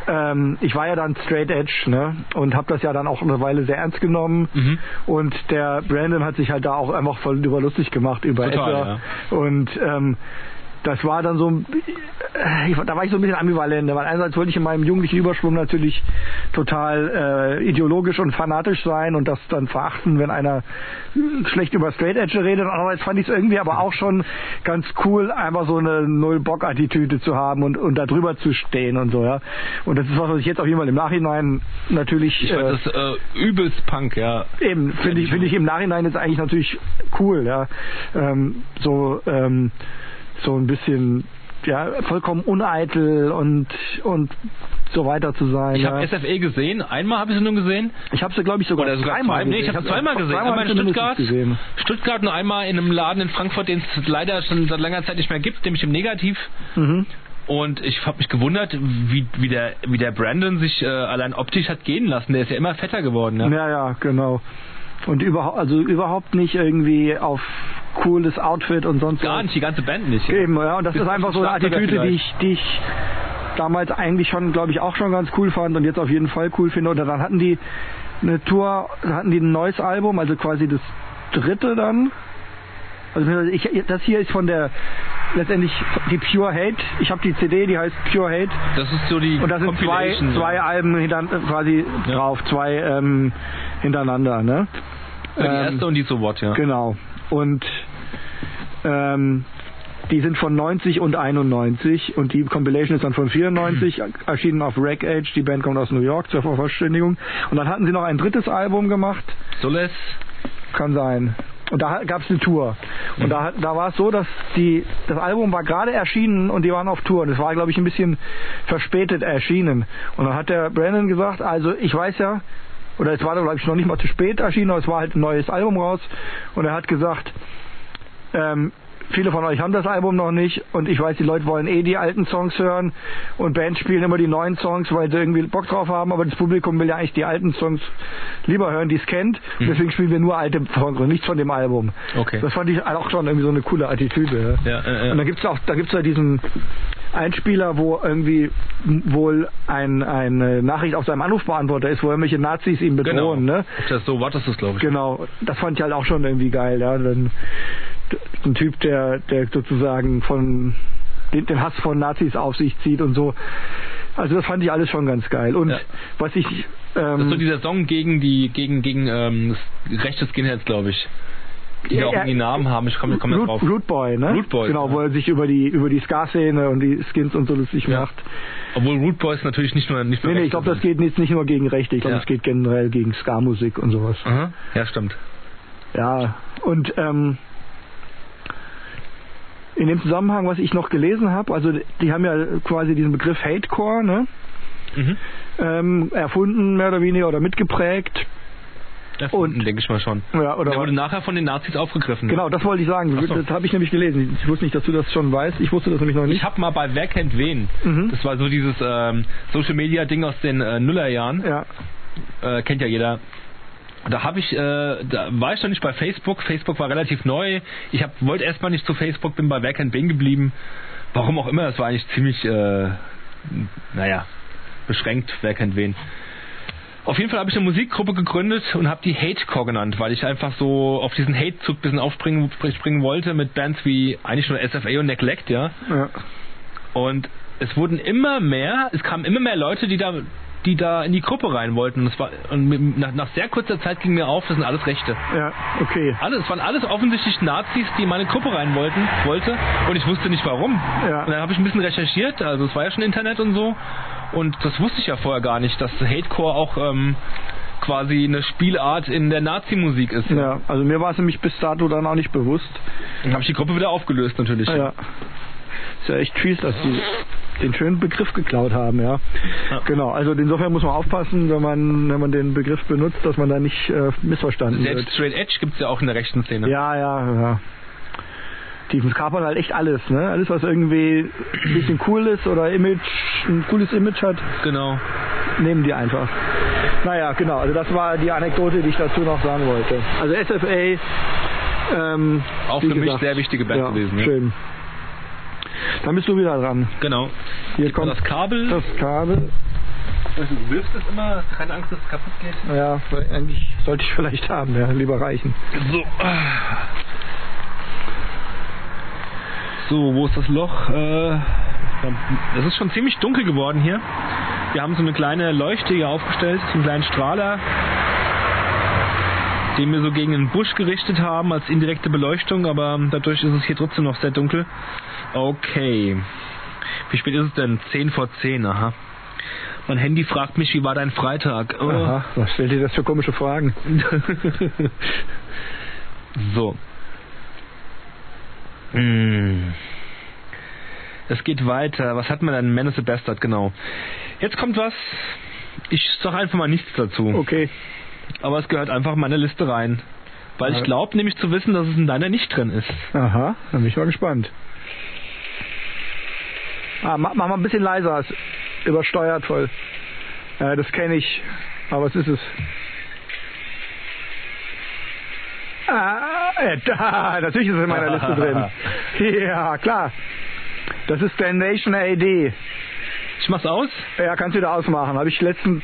Speaker 2: ähm, ich war ja dann straight edge, ne? Und habe das ja dann auch eine Weile sehr ernst genommen.
Speaker 3: Mhm.
Speaker 2: Und der Brandon hat sich halt da auch einfach voll drüber lustig gemacht über
Speaker 3: Total,
Speaker 2: Edgar. Und ähm, das war dann so, ein- ich, da war ich so ein bisschen ambivalent, weil einerseits wollte ich in meinem jugendlichen Überschwung natürlich total äh, ideologisch und fanatisch sein und das dann verachten, wenn einer schlecht über Straight Edge redet. Und andererseits fand ich es irgendwie aber auch schon ganz cool, einfach so eine Null-Bock-Attitüde zu haben und, und da drüber zu stehen und so, ja. Und das ist was, was ich jetzt auch jemand im Nachhinein natürlich...
Speaker 3: Ich
Speaker 2: äh,
Speaker 3: fand das äh, übelst Punk, ja.
Speaker 2: Eben, finde ich, finde ich im Nachhinein ist eigentlich natürlich cool, ja. Ähm, so, ähm, so ein bisschen, ja, vollkommen uneitel und, und so weiter zu sein.
Speaker 3: Ich
Speaker 2: ja.
Speaker 3: habe SFA gesehen, einmal habe ich sie nur gesehen.
Speaker 2: ich habe sie, glaube ich, sogar,
Speaker 3: Oder sogar
Speaker 2: dreimal
Speaker 3: zwei, nee, ich
Speaker 2: gesehen.
Speaker 3: habe zweimal gesehen. Einmal in
Speaker 2: zumindest
Speaker 3: Stuttgart.
Speaker 2: Gesehen.
Speaker 3: Stuttgart nur einmal in einem Laden in Frankfurt, den es leider schon seit langer Zeit nicht mehr gibt, nämlich im Negativ.
Speaker 2: Mhm.
Speaker 3: Und ich habe mich gewundert, wie, wie, der, wie der Brandon sich äh, allein optisch hat gehen lassen. Der ist ja immer fetter geworden. Ja.
Speaker 2: Ja, ja, genau. Und überhaupt, also überhaupt nicht irgendwie auf cooles Outfit und sonst
Speaker 3: Gar
Speaker 2: was.
Speaker 3: nicht, die ganze Band nicht. Ja.
Speaker 2: Eben, ja, und das
Speaker 3: Bisschen
Speaker 2: ist einfach so eine
Speaker 3: Schlagzeuger
Speaker 2: Attitüde, die
Speaker 3: vielleicht.
Speaker 2: ich, die ich damals eigentlich schon, glaube ich, auch schon ganz cool fand und jetzt auf jeden Fall cool finde. Oder dann hatten die eine Tour, dann hatten die ein neues Album, also quasi das dritte dann. Also ich, das hier ist von der letztendlich die Pure Hate. Ich habe die CD, die heißt Pure Hate.
Speaker 3: Das ist so die
Speaker 2: Und da sind zwei,
Speaker 3: Compilation,
Speaker 2: zwei
Speaker 3: ja.
Speaker 2: Alben hinter, quasi
Speaker 3: Ja.
Speaker 2: drauf, zwei ähm, hintereinander, ne?
Speaker 3: Die
Speaker 2: Ähm,
Speaker 3: erste und die So What, ja.
Speaker 2: Genau. Und ähm, die sind von 90 und 91 und die Compilation ist dann von 94, erschienen auf Rack Age. Die Band kommt aus New York zur Vervollständigung. Und dann hatten sie noch ein drittes Album gemacht.
Speaker 3: Soles.
Speaker 2: Kann sein. Und da gab es eine Tour. Und da, da war es so, dass die, das Album war gerade erschienen und die waren auf Tour. Und es war, glaube ich, ein bisschen verspätet erschienen. Und dann hat der Brandon gesagt, also ich weiß ja, oder es war, glaube ich, noch nicht mal zu spät erschienen, aber es war halt ein neues Album raus. Und er hat gesagt, ähm, Viele von euch haben das Album noch nicht und ich weiß, die Leute wollen eh die alten Songs hören und Bands spielen immer die neuen Songs, weil sie irgendwie Bock drauf haben, aber das Publikum will ja eigentlich die alten Songs lieber hören, die es kennt. Und Deswegen spielen wir nur alte Songs und nichts von dem Album.
Speaker 3: Hm. Okay.
Speaker 2: Das fand ich auch schon irgendwie so eine coole Attitüde.
Speaker 3: Ja, äh, ja, ja.
Speaker 2: Und da gibt's auch, da gibt's ja diesen Einspieler, wo irgendwie wohl ein, eine Nachricht auf seinem Anrufbeantworter ist, wo irgendwelche Nazis ihn
Speaker 3: Genau.
Speaker 2: bedrohen, ne?
Speaker 3: Das so what ist das, glaube ich.
Speaker 2: Genau, das fand ich halt auch schon irgendwie geil, ja. Wenn ein Typ, der, der sozusagen von den, den Hass von Nazis auf sich zieht und so. Also das fand ich alles schon ganz geil. Und
Speaker 3: Ja.
Speaker 2: was ich
Speaker 3: Das ist
Speaker 2: ähm,
Speaker 3: so dieser Song gegen die gegen gegen ähm, rechte Skinheads, glaube ich. Die
Speaker 2: Ja,
Speaker 3: auch
Speaker 2: ja.
Speaker 3: irgendwie Namen haben. Ich komme komm jetzt
Speaker 2: Root,
Speaker 3: drauf.
Speaker 2: Root Boy, ne?
Speaker 3: Root Boy,
Speaker 2: genau,
Speaker 3: ja.
Speaker 2: wo er sich über die über die Ska-Szene und die Skins und so lustig
Speaker 3: Ja.
Speaker 2: macht.
Speaker 3: Obwohl Root Boys natürlich nicht nur nicht nur
Speaker 2: Nee, nee,
Speaker 3: rechte
Speaker 2: ich glaube, das
Speaker 3: sind.
Speaker 2: geht jetzt nicht nur gegen Rechte, ich glaube,
Speaker 3: Ja.
Speaker 2: das geht generell gegen Ska-Musik und sowas.
Speaker 3: Aha. Ja, stimmt.
Speaker 2: Ja, und ähm, in dem Zusammenhang, was ich noch gelesen habe, also die haben ja quasi diesen Begriff Hatecore ne,
Speaker 3: Mhm.
Speaker 2: ähm, erfunden, mehr oder weniger, oder mitgeprägt.
Speaker 3: Erfunden, denke ich mal schon.
Speaker 2: Ja, oder
Speaker 3: Der
Speaker 2: was-
Speaker 3: wurde nachher von den Nazis aufgegriffen.
Speaker 2: genau, das wollte ich sagen.
Speaker 3: Ach so.
Speaker 2: Das habe ich nämlich gelesen. Ich wusste nicht, dass du das schon weißt. Ich wusste das nämlich noch
Speaker 3: Ich
Speaker 2: nicht.
Speaker 3: habe mal bei Wer kennt wen.
Speaker 2: Mhm.
Speaker 3: Das war so dieses ähm, Social Media Ding aus den äh, Nullerjahren.
Speaker 2: Ja,
Speaker 3: äh, kennt ja jeder. Da habe ich, äh, da war ich noch nicht bei Facebook. Facebook war relativ neu. Ich hab, wollte erstmal nicht zu Facebook, bin bei Wer kennt wen geblieben. Warum auch immer, das war eigentlich ziemlich, äh, naja, beschränkt, wer kennt wen. Auf jeden Fall habe ich eine Musikgruppe gegründet und habe die Hatecore genannt, weil ich einfach so auf diesen Hate-Zug ein bisschen aufspringen springen wollte mit Bands wie eigentlich nur SFA und Neglect, ja.
Speaker 2: ja.
Speaker 3: Und es wurden immer mehr, es kamen immer mehr Leute, die da, die da in die Gruppe rein wollten. Und, es war, und mir- nach, nach sehr kurzer Zeit ging mir auf, das sind alles Rechte.
Speaker 2: ja, okay.
Speaker 3: Alles, es waren alles offensichtlich Nazis, die in meine Gruppe rein wollten, wollte. Und ich wusste nicht warum.
Speaker 2: Ja.
Speaker 3: Und dann habe ich ein bisschen recherchiert, also es war ja schon Internet und so. Und das wusste ich ja vorher gar nicht, dass Hatecore auch ähm, quasi eine Spielart in der Nazi-Musik ist.
Speaker 2: Ja, also mir war es nämlich bis dato dann auch nicht bewusst.
Speaker 3: Dann habe ich die Gruppe wieder aufgelöst natürlich.
Speaker 2: Ja. Ist ja echt fies, dass die den schönen Begriff geklaut haben, ja.
Speaker 3: Ja.
Speaker 2: Genau, also insofern muss man aufpassen, wenn man, wenn man den Begriff benutzt, dass man da nicht äh, missverstanden
Speaker 3: Selbst ne?
Speaker 2: wird.
Speaker 3: Straight Edge gibt es ja auch in der rechten Szene.
Speaker 2: Ja, ja, ja. Die kapern halt echt alles, ne? Alles, was irgendwie ein bisschen cool ist oder Image, ein cooles Image hat,
Speaker 3: Genau.
Speaker 2: nehmen die einfach. Naja, genau, also das war die Anekdote, die ich dazu noch sagen wollte. Also SFA, ähm,
Speaker 3: Auch
Speaker 2: wie
Speaker 3: für mich
Speaker 2: gesagt,
Speaker 3: sehr wichtige Band
Speaker 2: ja,
Speaker 3: gewesen. ne? Ja.
Speaker 2: Schön. Dann bist du wieder dran.
Speaker 3: Genau.
Speaker 2: Hier
Speaker 3: Gib mir
Speaker 2: kommt
Speaker 3: das Kabel.
Speaker 2: das Kabel.
Speaker 3: Du wirfst es immer, keine Angst, dass es kaputt geht.
Speaker 2: Ja, eigentlich sollte ich vielleicht haben, ja, lieber reichen.
Speaker 3: So. So, wo ist das Loch? Äh, es ist schon ziemlich dunkel geworden hier. Wir haben so eine kleine Leuchte hier aufgestellt, so einen kleinen Strahler, den wir so gegen den Busch gerichtet haben als indirekte Beleuchtung, aber dadurch ist es hier trotzdem noch sehr dunkel. Okay. Wie spät ist es denn? 10 vor 10, aha. Mein Handy fragt mich, wie war dein Freitag? Oh.
Speaker 2: Aha, was stellt ihr das für komische Fragen?
Speaker 3: so. Mm. Es geht weiter. Was hat man denn? Man is a Bastard, genau. Jetzt kommt was. Ich sag einfach mal nichts dazu.
Speaker 2: Okay.
Speaker 3: Aber es gehört einfach in meine Liste rein. Weil ich
Speaker 2: Ja.
Speaker 3: glaube nämlich zu wissen, dass es in deiner nicht drin ist.
Speaker 2: Aha, dann bin ich mal gespannt. Ah, mach, mach mal ein bisschen leiser, es übersteuert voll. Ja, das kenne ich. Aber was ist es? Ah, äh, da, natürlich ist es in meiner Liste drin. Ja, klar. Das ist der Nation AD.
Speaker 3: Ich mach's aus.
Speaker 2: Ja, kannst wieder ausmachen. Habe ich letztens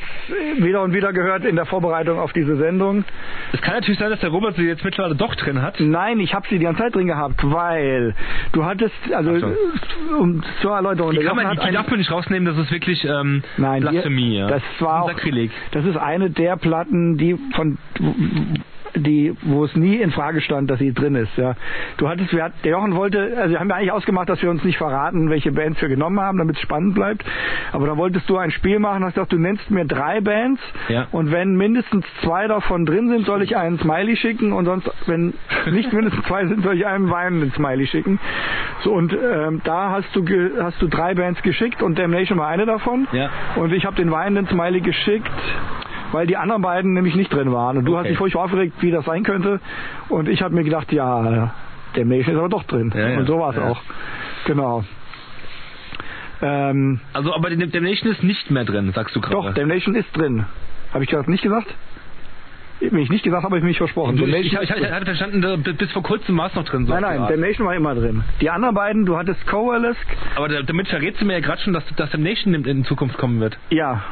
Speaker 2: wieder und wieder gehört in der Vorbereitung auf diese Sendung.
Speaker 3: Es kann natürlich sein, dass der Robert sie jetzt mittlerweile doch drin hat.
Speaker 2: Nein, ich habe sie die ganze Zeit drin gehabt, weil du hattest, also
Speaker 3: Ach
Speaker 2: um zur Erläuterung,
Speaker 3: Die,
Speaker 2: der
Speaker 3: kann
Speaker 2: Jochen
Speaker 3: man,
Speaker 2: hat
Speaker 3: die, die darf man nicht rausnehmen, das ist wirklich ähm,
Speaker 2: Nein, die-
Speaker 3: Blasphemie. ja.
Speaker 2: das war auch-
Speaker 3: Sakrileg.
Speaker 2: das ist eine der Platten, die von die, wo es nie in Frage stand, dass sie drin ist. Ja, du hattest, wir hat, der Jochen wollte, also wir haben ja eigentlich ausgemacht, dass wir uns nicht verraten, welche Bands wir genommen haben, damit es spannend bleibt. Aber dann wolltest du ein Spiel machen, hast gesagt, du nennst mir drei Bands
Speaker 3: Ja.
Speaker 2: und wenn mindestens zwei davon drin sind, soll ich einen Smiley schicken und sonst, wenn nicht mindestens zwei sind, soll ich einen weinenden Smiley schicken. So und ähm, da hast du ge, hast du drei Bands geschickt und Damnation war eine davon.
Speaker 3: Ja.
Speaker 2: Und ich habe den weinenden Smiley geschickt, weil die anderen beiden nämlich nicht drin waren. Und du hast
Speaker 3: Okay.
Speaker 2: dich furchtbar aufgeregt, wie das sein könnte. Und ich habe mir gedacht, ja, der Milch ist aber doch drin.
Speaker 3: Ja, ja.
Speaker 2: Und so war es
Speaker 3: Ja.
Speaker 2: auch. Genau. Ähm,
Speaker 3: Also, aber die Damnation ist nicht mehr drin, sagst du gerade.
Speaker 2: doch, Damnation ist drin. Habe ich das nicht gesagt? Wenn ich nicht gesagt habe, habe ich mich versprochen.
Speaker 3: Du, ich, ich,
Speaker 2: Damnation
Speaker 3: ich,
Speaker 2: ist drin.
Speaker 3: ich hatte verstanden, da- bis bis vor kurzem war es noch drin. So
Speaker 2: nein,
Speaker 3: auf die
Speaker 2: nein,
Speaker 3: Art.
Speaker 2: Damnation war immer drin. Die anderen beiden, du hattest Coalesque.
Speaker 3: Aber da- damit verrätst du mir ja gerade schon, dass, dass Damnation in, in Zukunft kommen wird.
Speaker 2: Ja.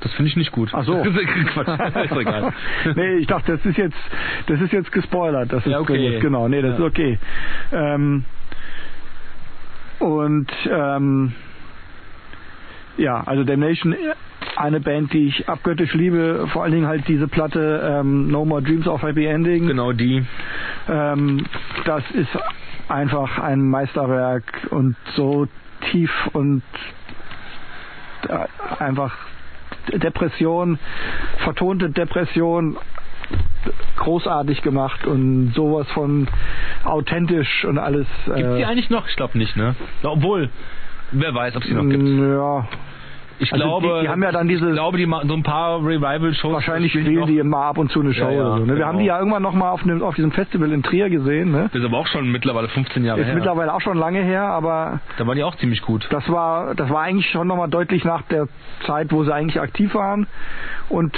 Speaker 3: Das finde ich nicht gut.
Speaker 2: Ach so.
Speaker 3: Das ist Quatsch, ist doch egal.
Speaker 2: nee, ich dachte, das ist jetzt, das ist jetzt gespoilert. Das ist
Speaker 3: Ja, okay.
Speaker 2: drin ist. Genau, nee, das
Speaker 3: Ja.
Speaker 2: ist okay. Ähm, und ähm, ja, also Damnation, eine Band, die ich abgöttisch liebe, vor allen Dingen halt diese Platte ähm, No More Dreams of Happy Ending.
Speaker 3: Genau
Speaker 2: Äh.
Speaker 3: die.
Speaker 2: Ähm, das ist einfach ein Meisterwerk und so tief und äh, einfach Depression, vertonte Depression, großartig gemacht und sowas von authentisch und alles.
Speaker 3: Gibt's die
Speaker 2: äh,
Speaker 3: eigentlich noch? Ich glaube nicht, ne? Na, Obwohl, wer weiß, ob es die noch gibt.
Speaker 2: ja,
Speaker 3: Ich
Speaker 2: Mm, also
Speaker 3: glaube,
Speaker 2: die, die haben ja dann
Speaker 3: ich
Speaker 2: diese
Speaker 3: glaube, die machen so ein paar Revival-Shows.
Speaker 2: wahrscheinlich
Speaker 3: spielen
Speaker 2: spielen
Speaker 3: noch.
Speaker 2: die immer ab und zu eine Show.
Speaker 3: Ja, ja,
Speaker 2: oder so, ne? Wir
Speaker 3: genau.
Speaker 2: haben die ja irgendwann noch mal auf, einem, auf diesem Festival in Trier gesehen. Ne?
Speaker 3: Das ist aber auch schon mittlerweile 15 Jahre
Speaker 2: Ist
Speaker 3: her.
Speaker 2: mittlerweile auch schon lange her, aber
Speaker 3: Da waren die auch ziemlich gut.
Speaker 2: Das war, das war eigentlich schon nochmal deutlich nach der Zeit, wo sie eigentlich aktiv waren. Und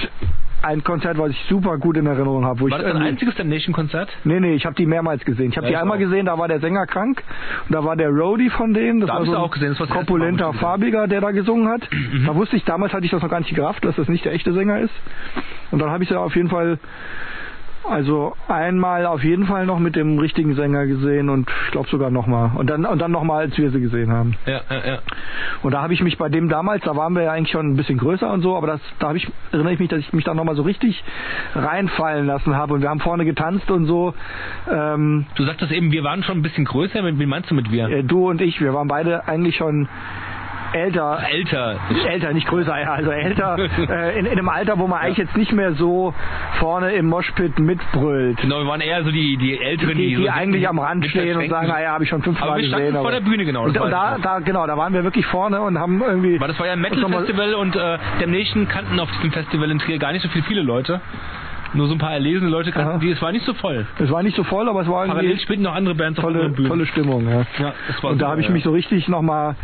Speaker 2: ein Konzert, was ich super gut in Erinnerung habe. wo ich ähm,
Speaker 3: War das dein
Speaker 2: irgendwie-
Speaker 3: einziges Damnation-Konzert?
Speaker 2: Nee, nee, ich habe die mehrmals gesehen. Ich habe
Speaker 3: Ja,
Speaker 2: die
Speaker 3: ich
Speaker 2: einmal
Speaker 3: auch.
Speaker 2: gesehen, da war der Sänger krank. Und da war der Roadie von denen. Das
Speaker 3: Da hab
Speaker 2: war
Speaker 3: ich
Speaker 2: so
Speaker 3: sie
Speaker 2: ein
Speaker 3: auch gesehen. Das war das erste Mal, wo ich
Speaker 2: korpulenter
Speaker 3: sie gesehen hab. Mhm.
Speaker 2: Farbiger, der da gesungen hat. Da wusste ich, damals hatte ich das noch gar nicht gerafft, dass das nicht der echte Sänger ist. Und dann habe ich sie auf jeden Fall, also einmal auf jeden Fall noch mit dem richtigen Sänger gesehen und ich glaube sogar nochmal. Und dann, und dann nochmal, als wir sie gesehen haben.
Speaker 3: Ja, ja, ja.
Speaker 2: Und da habe ich mich bei dem damals, da waren wir ja eigentlich schon ein bisschen größer und so, aber das, da habe ich, erinnere ich mich, dass ich mich da nochmal so richtig reinfallen lassen habe und wir haben vorne getanzt und so. Ähm,
Speaker 3: Du sagtest eben, wir waren schon ein bisschen größer. Mit- Wen meinst du mit wir?
Speaker 2: äh, du und ich, wir waren beide eigentlich schon älter,
Speaker 3: Älter.
Speaker 2: älter, nicht größer, ja, also älter, äh, in, in einem Alter, wo man eigentlich jetzt nicht mehr so vorne im Moshpit mitbrüllt.
Speaker 3: Genau, wir waren eher so die, die Älteren,
Speaker 2: Die,
Speaker 3: die,
Speaker 2: die
Speaker 3: so
Speaker 2: eigentlich am Rand
Speaker 3: mit
Speaker 2: stehen und
Speaker 3: Verschränkten-
Speaker 2: sagen, naja, habe ich schon fünfmal
Speaker 3: Aber wir
Speaker 2: gesehen.
Speaker 3: standen vor der Bühne, genau,
Speaker 2: Und,
Speaker 3: das
Speaker 2: und
Speaker 3: weiß ich
Speaker 2: da,
Speaker 3: noch.
Speaker 2: da, genau, da waren wir wirklich vorne und haben irgendwie...
Speaker 3: Weil das war ja ein
Speaker 2: Schon mal-
Speaker 3: Metal-Festival und äh, Damnation kannten auf diesem Festival in Trier gar nicht so viel viele Leute. Nur so ein paar erlesene Leute kannten
Speaker 2: Aha.
Speaker 3: die. Es war nicht so voll.
Speaker 2: Es war nicht so voll, aber es war
Speaker 3: Parallel
Speaker 2: irgendwie
Speaker 3: spielten noch andere Bands auf
Speaker 2: tolle,
Speaker 3: anderen Bühnen.
Speaker 2: tolle Stimmung. Ja.
Speaker 3: ja, das war äh,
Speaker 2: Und da
Speaker 3: super,
Speaker 2: habe ich
Speaker 3: ja.
Speaker 2: mich so richtig nochmal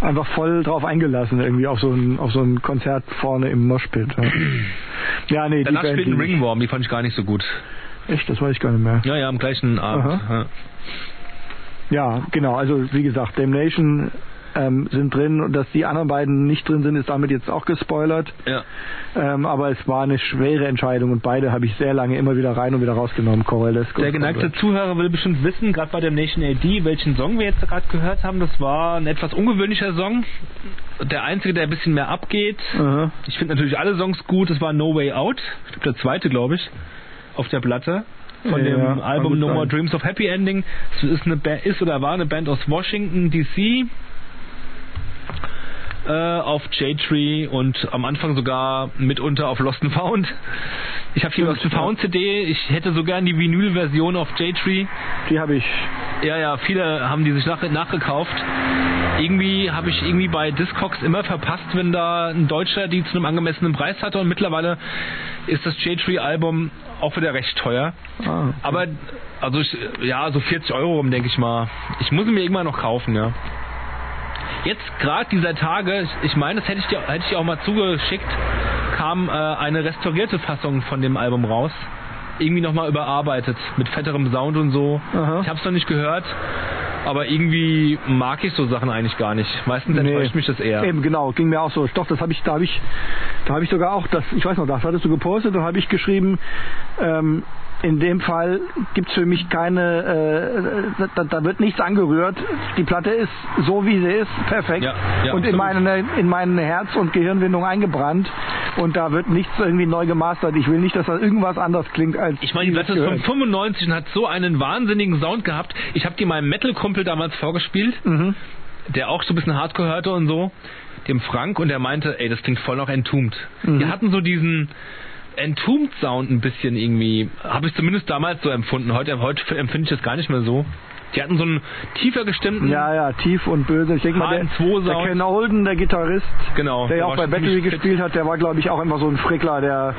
Speaker 2: einfach voll drauf eingelassen, irgendwie auf so ein, auf so ein Konzert vorne im Moshpit. Ja, ja nee,
Speaker 3: Danach
Speaker 2: die Band,
Speaker 3: spielten
Speaker 2: die-
Speaker 3: Ringworm, die fand ich gar nicht so gut.
Speaker 2: Echt, das weiß ich gar nicht mehr.
Speaker 3: Ja, ja, am gleichen Abend. Ja.
Speaker 2: Ja, genau, also wie gesagt, Damnation ähm, sind drin und dass die anderen beiden nicht drin sind, ist damit jetzt auch gespoilert.
Speaker 3: Ja.
Speaker 2: Ähm, aber es war eine schwere Entscheidung und beide habe ich sehr lange immer wieder rein und wieder rausgenommen, Corellesco.
Speaker 3: Der geneigte Zuhörer will bestimmt wissen, gerade bei Damnation AD, welchen Song wir jetzt gerade gehört haben. Das war ein etwas ungewöhnlicher Song. Der einzige, der ein bisschen mehr abgeht.
Speaker 2: Aha.
Speaker 3: Ich finde natürlich alle Songs gut. Das war No Way Out, ich glaub, der zweite, glaube ich, auf der Platte. Von
Speaker 2: Ja, kann
Speaker 3: dem
Speaker 2: gut
Speaker 3: Album No More
Speaker 2: sein.
Speaker 3: Dreams of Happy Ending. Es ist, eine ba ist oder war eine Band aus Washington, D.C. Äh, auf J-Tree und am Anfang sogar mitunter auf Lost and Found. Ich habe die Lost and Found CD. Ich hätte so gern die Vinyl-Version auf J-Tree.
Speaker 2: Die habe ich.
Speaker 3: Ja, ja, viele haben die sich nach, nachgekauft. Irgendwie habe ich irgendwie bei Discogs immer verpasst, wenn da ein Deutscher die zu einem angemessenen Preis hatte und mittlerweile ist das J-Tree-Album auch wieder recht teuer.
Speaker 2: Ah.
Speaker 3: Aber, also ich, ja, so 40 Euro rum, denke ich mal. Ich muss ihn mir irgendwann noch kaufen, ja. Jetzt gerade dieser Tage, ich- ich meine, das hätte ich dir, hätte ich dir auch mal zugeschickt, kam äh, eine restaurierte Fassung von dem Album raus. Irgendwie nochmal überarbeitet, mit fetterem Sound und so.
Speaker 2: Aha.
Speaker 3: Ich habe es noch nicht gehört, aber irgendwie mag ich so Sachen eigentlich gar nicht. Meistens
Speaker 2: Nee.
Speaker 3: enttäuscht mich das eher.
Speaker 2: Eben, genau, ging mir auch so. Doch, das habe ich, da habe ich, da habe ich sogar auch, das, ich weiß noch, das hattest du gepostet und habe ich geschrieben, ähm, in dem Fall gibt's für mich keine, äh, da, da wird nichts angerührt. Die Platte ist so, wie sie ist, perfekt
Speaker 3: Ja, ja,
Speaker 2: und in
Speaker 3: absolut.
Speaker 2: meine, in meine Herz- und Gehirnwindung eingebrannt. Und da wird nichts irgendwie neu gemastert. Ich will nicht, dass da irgendwas anders klingt als
Speaker 3: Ich meine, die
Speaker 2: wie
Speaker 3: Platte
Speaker 2: es
Speaker 3: ist von
Speaker 2: gehört.
Speaker 3: 95 und hat so einen wahnsinnigen Sound gehabt. Ich habe die meinem Metal-Kumpel damals vorgespielt,
Speaker 2: Mhm.
Speaker 3: der auch so ein bisschen Hardcore hörte und so, dem Frank, und der meinte, ey, das klingt voll noch Entombed.
Speaker 2: Mhm.
Speaker 3: Die hatten so diesen Entombed-Sound ein bisschen irgendwie, habe ich zumindest damals so empfunden. Heute, heute empfinde ich das gar nicht mehr so. Die hatten so einen tiefer gestimmten,
Speaker 2: Ja, ja, tief und böse. Ich denke mal, der,
Speaker 3: H2
Speaker 2: der
Speaker 3: Sound.
Speaker 2: Ken Holden, der Gitarrist,
Speaker 3: Genau,
Speaker 2: der ja
Speaker 3: der
Speaker 2: auch
Speaker 3: war
Speaker 2: bei
Speaker 3: schon
Speaker 2: Battery
Speaker 3: ziemlich fit.
Speaker 2: gespielt hat, der war, glaube ich, auch immer so ein Frickler, der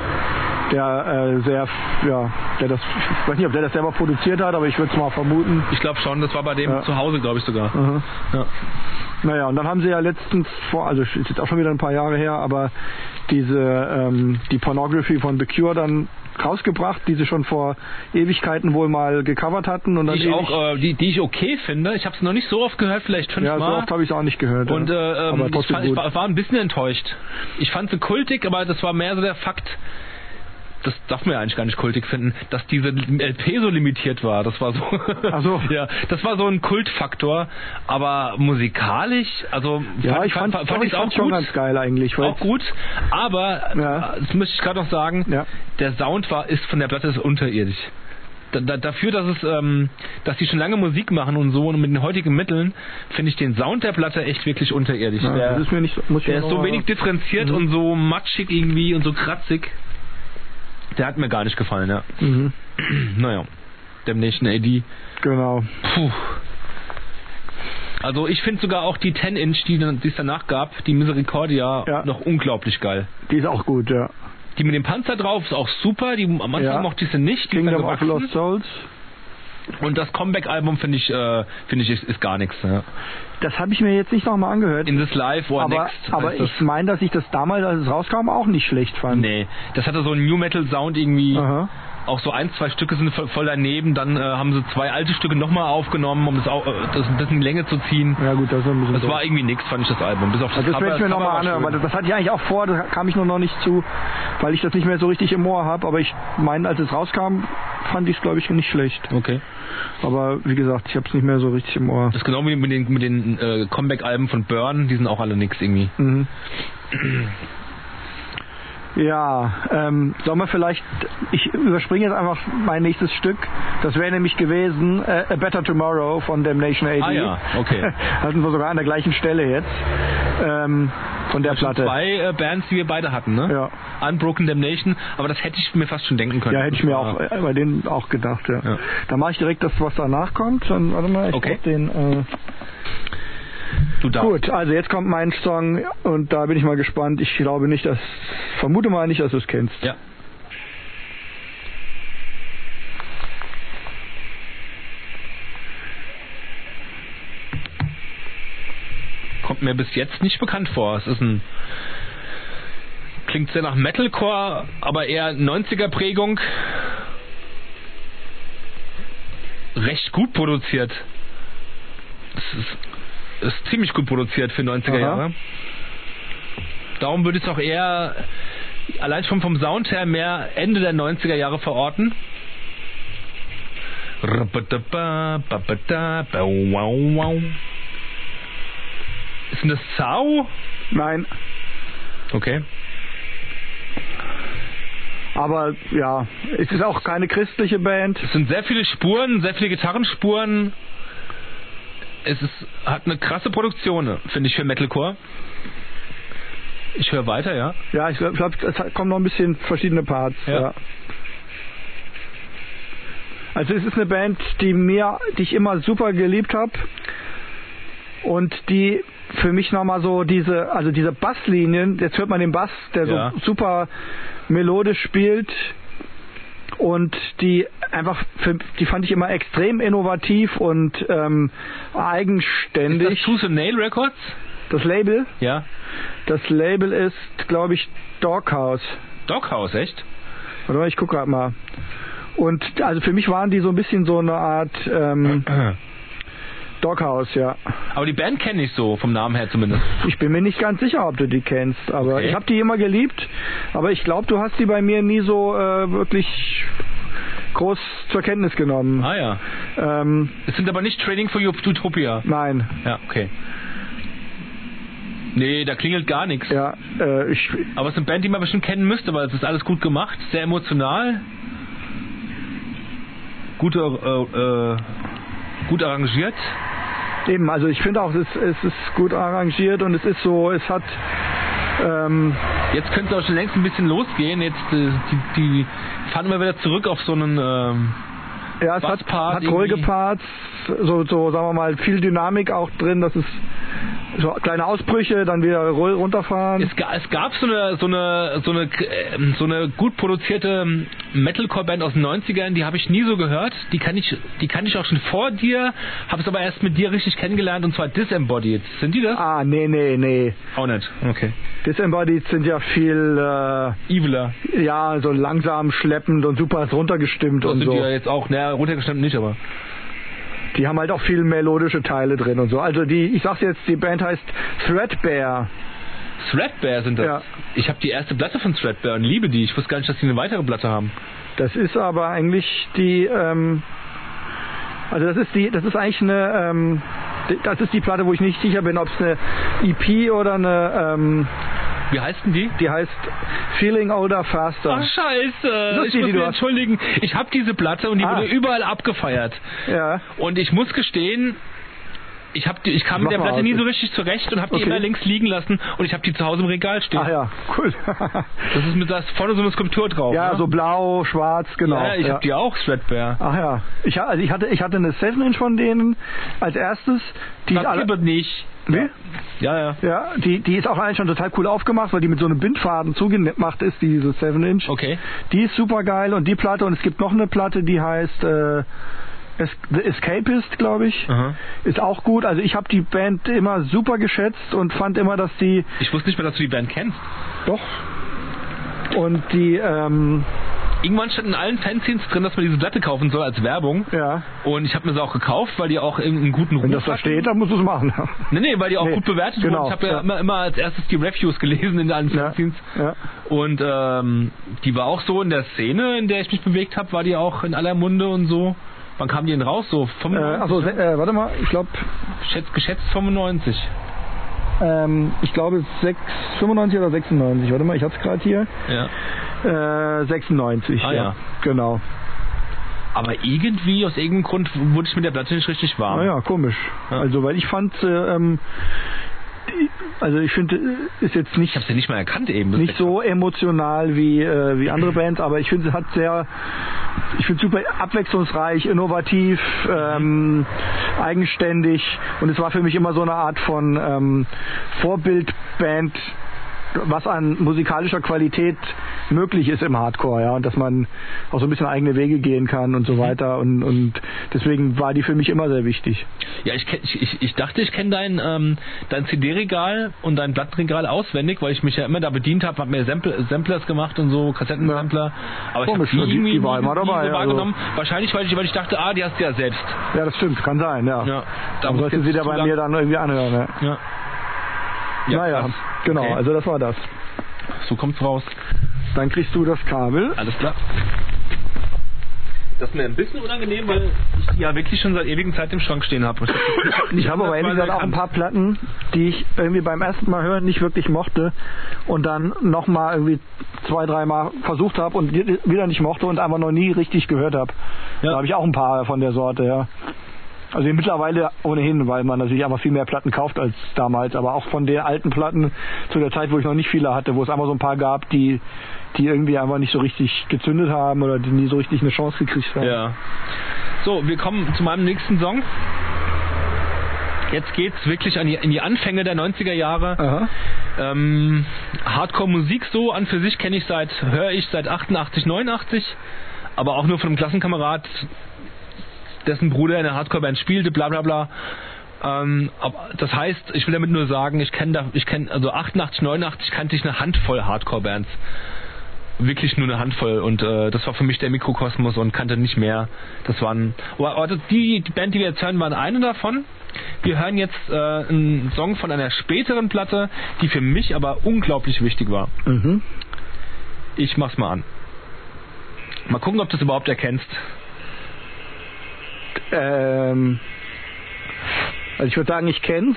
Speaker 2: der äh, sehr, ja, der das, ich weiß nicht, ob der das selber produziert hat, aber ich würde es mal vermuten.
Speaker 3: Ich glaube schon, das war bei dem
Speaker 2: Ja.
Speaker 3: zu Hause, glaube ich sogar.
Speaker 2: Mhm.
Speaker 3: Ja.
Speaker 2: Naja, und dann haben sie ja letztens vor, also ist jetzt auch schon wieder ein paar Jahre her, aber diese ähm, die Pornography von The Cure dann rausgebracht, die sie schon vor Ewigkeiten wohl mal gecovert hatten und dann
Speaker 3: Die ich
Speaker 2: ewig-
Speaker 3: auch, äh, die, die ich okay finde. Ich habe es noch nicht so oft gehört, vielleicht
Speaker 2: ja,
Speaker 3: fünfmal.
Speaker 2: so oft habe ich es auch nicht gehört.
Speaker 3: Und äh,
Speaker 2: ja.
Speaker 3: ähm,
Speaker 2: aber
Speaker 3: ich,
Speaker 2: trotzdem
Speaker 3: fand, ich
Speaker 2: gut.
Speaker 3: war, war ein bisschen enttäuscht. Ich fand sie kultig, aber das war mehr so der Fakt, das darf man ja eigentlich gar nicht kultig finden, dass diese LP so limitiert war. Das war so.
Speaker 2: Ach so.
Speaker 3: ja, das war so ein Kultfaktor. Aber musikalisch, also
Speaker 2: ja, ich fand, doch, ich
Speaker 3: ich's
Speaker 2: fand schon ganz geil eigentlich. Weil
Speaker 3: auch gut, aber
Speaker 2: Ja.
Speaker 3: äh, das möchte ich gerade noch sagen,
Speaker 2: Ja.
Speaker 3: der Sound war ist von der Platte ist unterirdisch. Da, da, dafür, dass es, ähm, dass die schon lange Musik machen und so und mit den heutigen Mitteln, finde ich den Sound der Platte echt wirklich unterirdisch.
Speaker 2: Ja,
Speaker 3: der
Speaker 2: das ist mir nicht, muss ich
Speaker 3: der
Speaker 2: mir
Speaker 3: ist
Speaker 2: noch Mhm.
Speaker 3: so
Speaker 2: mal-
Speaker 3: wenig differenziert und so matschig irgendwie und so kratzig. Der hat mir gar nicht gefallen, ja.
Speaker 2: Mhm.
Speaker 3: Naja, demnächst eine AD.
Speaker 2: Genau.
Speaker 3: Puh. Also ich finde sogar auch die 10-Inch, die dann- die es danach gab, die Misericordia,
Speaker 2: Ja.
Speaker 3: noch unglaublich geil.
Speaker 2: Die ist auch gut, ja.
Speaker 3: Die mit dem Panzer drauf ist auch super. Die am Anfang
Speaker 2: Ja.
Speaker 3: mochte ich sie nicht. Die ist dann
Speaker 2: Kingdom of
Speaker 3: gewachsen.
Speaker 2: Lost Souls.
Speaker 3: Und das Comeback-Album finde ich, äh, finde ich, ist, ist gar nichts. Ja.
Speaker 2: Das habe ich mir jetzt nicht nochmal angehört.
Speaker 3: In this life or
Speaker 2: aber
Speaker 3: next.
Speaker 2: aber
Speaker 3: heißt das.
Speaker 2: ich meine, dass ich das damals, als es rauskam, auch nicht schlecht fand.
Speaker 3: Nee, das hatte so einen New Metal Sound irgendwie.
Speaker 2: Aha.
Speaker 3: Auch so ein, zwei Stücke sind voll, voll daneben. Dann äh, haben sie zwei alte Stücke nochmal aufgenommen, um das, auch, äh, das ein bisschen in Länge zu ziehen.
Speaker 2: Ja gut, das ist ein bisschen
Speaker 3: Das
Speaker 2: doof.
Speaker 3: war irgendwie nichts, fand ich das Album. Bis auf das,
Speaker 2: Also das
Speaker 3: Cover.
Speaker 2: werde ich mir
Speaker 3: Cover war
Speaker 2: nochmal anhören,
Speaker 3: schön.
Speaker 2: weil das, das hatte ich eigentlich auch vor, da kam ich nur noch nicht zu, weil ich das nicht mehr so richtig im Ohr habe, aber ich meine, als es rauskam, fand ich es glaube ich nicht schlecht.
Speaker 3: Okay.
Speaker 2: Aber wie gesagt, ich habe es nicht mehr so richtig im Ohr.
Speaker 3: Das ist genau wie mit den, mit den äh, Comeback-Alben von Burn. Die sind auch alle nix irgendwie.
Speaker 2: Mhm. Ja, ähm, sollen wir vielleicht, ich überspringe jetzt einfach mein nächstes Stück, das wäre nämlich gewesen äh, A Better Tomorrow von Damnation AD.
Speaker 3: Ah ja, okay.
Speaker 2: Hatten wir sogar an der gleichen Stelle jetzt, ähm, von der Platte.
Speaker 3: Zwei äh, Bands, die wir beide hatten, ne?
Speaker 2: Ja.
Speaker 3: Unbroken Damnation, aber das hätte ich mir fast schon denken können.
Speaker 2: Ja, hätte ich mir auch
Speaker 3: Ja.
Speaker 2: äh, bei denen auch gedacht, ja.
Speaker 3: Ja.
Speaker 2: Da mache ich direkt das, was danach kommt. Dann, warte mal, ich
Speaker 3: Okay.
Speaker 2: brauch den. Äh,
Speaker 3: Du darfst.
Speaker 2: gut, also jetzt kommt mein Song und da bin ich mal gespannt. Ich glaube nicht, dass, vermute mal nicht, dass du es kennst.
Speaker 3: Ja. Kommt mir bis jetzt nicht bekannt vor. Es ist ein. Klingt sehr nach Metalcore, aber eher 90er Prägung. Recht gut produziert. Es ist, ist ziemlich gut produziert für 90er
Speaker 2: Aha.
Speaker 3: Jahre. Darum würde ich es auch eher allein schon vom Sound her mehr Ende der 90er Jahre verorten. Ist denn das Zau?
Speaker 2: Nein,
Speaker 3: Okay.
Speaker 2: aber ja, es ist auch keine christliche Band.
Speaker 3: Es sind sehr viele Spuren, sehr viele Gitarrenspuren. Es ist, hat eine krasse Produktion, finde ich, für Metalcore. Ich höre weiter, ja.
Speaker 2: Ja, ich glaube, glaub, es kommen noch ein bisschen verschiedene Parts.
Speaker 3: Ja.
Speaker 2: Ja. Also es ist eine Band, die mir, die ich immer super geliebt habe und die für mich nochmal so diese, also diese Basslinien, jetzt hört man den Bass, der
Speaker 3: Ja.
Speaker 2: so super melodisch spielt und die einfach, für, die fand ich immer extrem innovativ und ähm,
Speaker 3: Ist das
Speaker 2: eigenständig.
Speaker 3: Tooth and Nail Records?
Speaker 2: das Label,
Speaker 3: Ja.
Speaker 2: das Label ist, glaube ich, Doghouse.
Speaker 3: Doghouse, echt?
Speaker 2: Warte mal, ich gucke gerade mal. Und also für mich waren die so ein bisschen so eine Art ähm, Doghouse, ja.
Speaker 3: Aber die Band kenne ich so, vom Namen her zumindest.
Speaker 2: Ich bin mir nicht ganz sicher, ob du die kennst, aber
Speaker 3: Okay.
Speaker 2: ich habe die immer geliebt. Aber ich glaube, du hast die bei mir nie so äh, wirklich groß zur Kenntnis genommen.
Speaker 3: Ah ja.
Speaker 2: Ähm,
Speaker 3: Es sind aber nicht Trading for Utopia.
Speaker 2: nein,
Speaker 3: Ja, okay. Nee, da klingelt gar nichts.
Speaker 2: ja, äh, ich,
Speaker 3: Aber es ist eine Band, die man bestimmt kennen müsste, weil es ist alles gut gemacht, sehr emotional. Gute, äh, äh, gut arrangiert.
Speaker 2: Eben, also ich finde auch, es, es ist gut arrangiert und es ist so, es hat ähm,
Speaker 3: Jetzt könnte es auch schon längst ein bisschen losgehen. Jetzt äh, die, die fahren wir wieder zurück auf so einen. Ähm,
Speaker 2: Ja, es
Speaker 3: Was
Speaker 2: hat,
Speaker 3: Part
Speaker 2: hat ruhige
Speaker 3: irgendwie?
Speaker 2: Parts, so, so sagen wir mal, viel Dynamik auch drin, dass es so kleine Ausbrüche, dann wieder ru- runterfahren.
Speaker 3: Es, ga- es gab so eine, so eine, so eine, äh, so eine gut produzierte ähm, Metalcore-Band aus den 90ern, die habe ich nie so gehört. Die kann ich, die kann ich auch schon vor dir, habe es aber erst mit dir richtig kennengelernt und zwar Disembodied. Sind die das?
Speaker 2: ah, nee, nee, nee.
Speaker 3: Auch nicht. Okay.
Speaker 2: Disembodied sind ja viel, äh,
Speaker 3: Eviler.
Speaker 2: ja, so langsam, schleppend und super runtergestimmt
Speaker 3: Das
Speaker 2: und
Speaker 3: sind
Speaker 2: so.
Speaker 3: die ja jetzt auch. Naja, runtergestimmt nicht, aber.
Speaker 2: Die haben halt auch viel melodische Teile drin und so. Also die, ich sag's jetzt, die Band heißt Threadbare.
Speaker 3: Threadbare sind das.
Speaker 2: Ja.
Speaker 3: Ich habe die erste Platte von Threadbare und liebe die. Ich wusste gar nicht, dass die eine weitere Platte haben.
Speaker 2: Das ist aber eigentlich die, ähm, also das ist die, das ist eigentlich eine, ähm, die- das ist die Platte, wo ich nicht sicher bin, ob es eine EP oder eine, ähm,
Speaker 3: Wie heißt denn die?
Speaker 2: die heißt Feeling Older Faster.
Speaker 3: Ach scheiße,
Speaker 2: Das ist
Speaker 3: ich
Speaker 2: die,
Speaker 3: muss
Speaker 2: die du
Speaker 3: mich
Speaker 2: hast.
Speaker 3: entschuldigen. Ich habe diese Platte und die
Speaker 2: Ah.
Speaker 3: wurde überall abgefeiert.
Speaker 2: ja.
Speaker 3: Und ich muss gestehen, ich, hab die, ich kam
Speaker 2: Mach
Speaker 3: mit der
Speaker 2: mal
Speaker 3: Platte
Speaker 2: aus.
Speaker 3: nie so richtig zurecht und habe die
Speaker 2: Okay.
Speaker 3: immer links liegen lassen und ich habe die zu Hause im Regal stehen.
Speaker 2: Ach ja, cool.
Speaker 3: Das ist mit da ist vorne so eine Skulptur drauf.
Speaker 2: ja,
Speaker 3: ne?
Speaker 2: so blau, schwarz, genau.
Speaker 3: ja, ich
Speaker 2: ja.
Speaker 3: habe die auch, Threadbare.
Speaker 2: Ach ja, ich, ha- also ich hatte ich hatte eine 7 Inch von denen als erstes, die
Speaker 3: Das
Speaker 2: ist alle,
Speaker 3: gibt nicht.
Speaker 2: Nee?
Speaker 3: Ja, ja.
Speaker 2: ja, die die ist auch eigentlich schon total cool aufgemacht, weil die mit so einem Bindfaden zugemacht ist, diese 7 Inch.
Speaker 3: Okay.
Speaker 2: Die ist super geil und die Platte und es gibt noch eine Platte, die heißt äh, Es- The Escapist, glaube ich.
Speaker 3: Aha.
Speaker 2: Ist auch gut. Also ich habe die Band immer super geschätzt und fand immer, dass die
Speaker 3: Ich wusste nicht mehr, dass du die Band kennst.
Speaker 2: doch und die ähm,
Speaker 3: Irgendwann stand in allen Fanzines drin, dass man diese Platte kaufen soll als Werbung.
Speaker 2: ja,
Speaker 3: Und ich habe mir sie auch gekauft, weil die auch einen guten Ruf
Speaker 2: wenn das da
Speaker 3: hatten.
Speaker 2: steht, dann musst du es machen.
Speaker 3: Nee, nee, weil die auch
Speaker 2: Nee,
Speaker 3: gut bewertet
Speaker 2: genau,
Speaker 3: wurden. Ich habe ja,
Speaker 2: ja.
Speaker 3: Immer, immer als erstes die Reviews gelesen in allen
Speaker 2: ja,
Speaker 3: Fanzines.
Speaker 2: ja.
Speaker 3: Und ähm, die war auch so in der Szene, in der ich mich bewegt habe, war die auch in aller Munde und so. Wann kam die denn raus? So vom
Speaker 2: Äh, also äh, warte mal, ich glaube
Speaker 3: schätz, geschätzt 95.
Speaker 2: Ähm, ich glaube 6, 95 oder 96. Warte mal, ich hab's gerade hier.
Speaker 3: Ja.
Speaker 2: Äh, 96.
Speaker 3: Ah, ja.
Speaker 2: Genau.
Speaker 3: Aber irgendwie, aus irgendeinem Grund, wurde ich mit der Platte nicht richtig warm.
Speaker 2: Ah ja, komisch.
Speaker 3: Ja.
Speaker 2: Also, weil ich fand, äh, ähm, die- also ich finde, äh, ist jetzt
Speaker 3: Ich
Speaker 2: nicht
Speaker 3: habe sie nicht mal erkannt eben.
Speaker 2: nicht so emotional wie äh, wie andere Bands, aber ich finde, sie hat sehr, ich finde super abwechslungsreich, innovativ, ähm, eigenständig und es war für mich immer so eine Art von ähm, Vorbildband, was an musikalischer Qualität möglich ist im Hardcore, ja, und dass man auch so ein bisschen eigene Wege gehen kann und
Speaker 3: Mhm.
Speaker 2: so weiter und und deswegen war die für mich immer sehr wichtig.
Speaker 3: Ja, ich, kenn, ich, ich, ich dachte, ich kenne dein, ähm, dein CD-Regal und dein Blattregal auswendig, weil ich mich ja immer da bedient habe, habe mir Sample, Samplers gemacht und so, Kassettensampler. Aber ich habe
Speaker 2: Komisch, ne? Die- die war immer dabei,
Speaker 3: so
Speaker 2: also.
Speaker 3: wahrgenommen. Wahrscheinlich, weil ich, weil ich dachte, ah, die hast du ja selbst.
Speaker 2: Ja, das stimmt, kann sein, ja.
Speaker 3: Ja,
Speaker 2: Dann
Speaker 3: muss
Speaker 2: sollte
Speaker 3: jetzt
Speaker 2: sie da
Speaker 3: zu
Speaker 2: bei
Speaker 3: lang-
Speaker 2: mir dann irgendwie anhören. Ja.
Speaker 3: Ja.
Speaker 2: naja,
Speaker 3: krass.
Speaker 2: genau,
Speaker 3: Okay.
Speaker 2: also das war das.
Speaker 3: So kommt's raus.
Speaker 2: Dann kriegst du das Kabel.
Speaker 3: Alles klar. Das ist mir ein bisschen unangenehm, weil ich die ja wirklich schon seit ewigen Zeit im Schrank stehen habe.
Speaker 2: Ich habe aber ehrlich gesagt auch ein paar Platten, die ich irgendwie beim ersten Mal hören nicht wirklich mochte und dann nochmal irgendwie zwei, dreimal versucht habe und die- wieder nicht mochte und einfach noch nie richtig gehört habe.
Speaker 3: Ja.
Speaker 2: Da habe ich auch ein paar von der Sorte, ja. Also mittlerweile ohnehin, weil man natürlich einfach viel mehr Platten kauft als damals, aber auch von den alten Platten zu der Zeit, wo ich noch nicht viele hatte, wo es einfach so ein paar gab, die die irgendwie einfach nicht so richtig gezündet haben oder die nie so richtig eine Chance gekriegt haben.
Speaker 3: Ja. So, wir kommen zu meinem nächsten Song. Jetzt geht's wirklich an die, in die Anfänge der 90er Jahre.
Speaker 2: Aha.
Speaker 3: Ähm, Hardcore-Musik so an für sich kenne ich seit, höre ich seit 88, 89, aber auch nur von einem Klassenkamerad, dessen Bruder in der Hardcore-Band spielte, bla bla bla. Ähm, aber das heißt, ich will damit nur sagen, ich kenne da, ich kenne, also 88, 89 kannte ich eine Handvoll Hardcore-Bands. Wirklich nur eine Handvoll und äh, das war für mich der Mikrokosmos und kannte nicht mehr. Das waren, aber aber die, die Band, die wir jetzt hören, waren eine davon. Wir hören jetzt äh, einen Song von einer späteren Platte, die für mich aber unglaublich wichtig war.
Speaker 2: Mhm.
Speaker 3: Ich mach's mal an. Mal gucken, ob du es überhaupt erkennst.
Speaker 2: Ähm, also ich würde sagen, ich kenn's,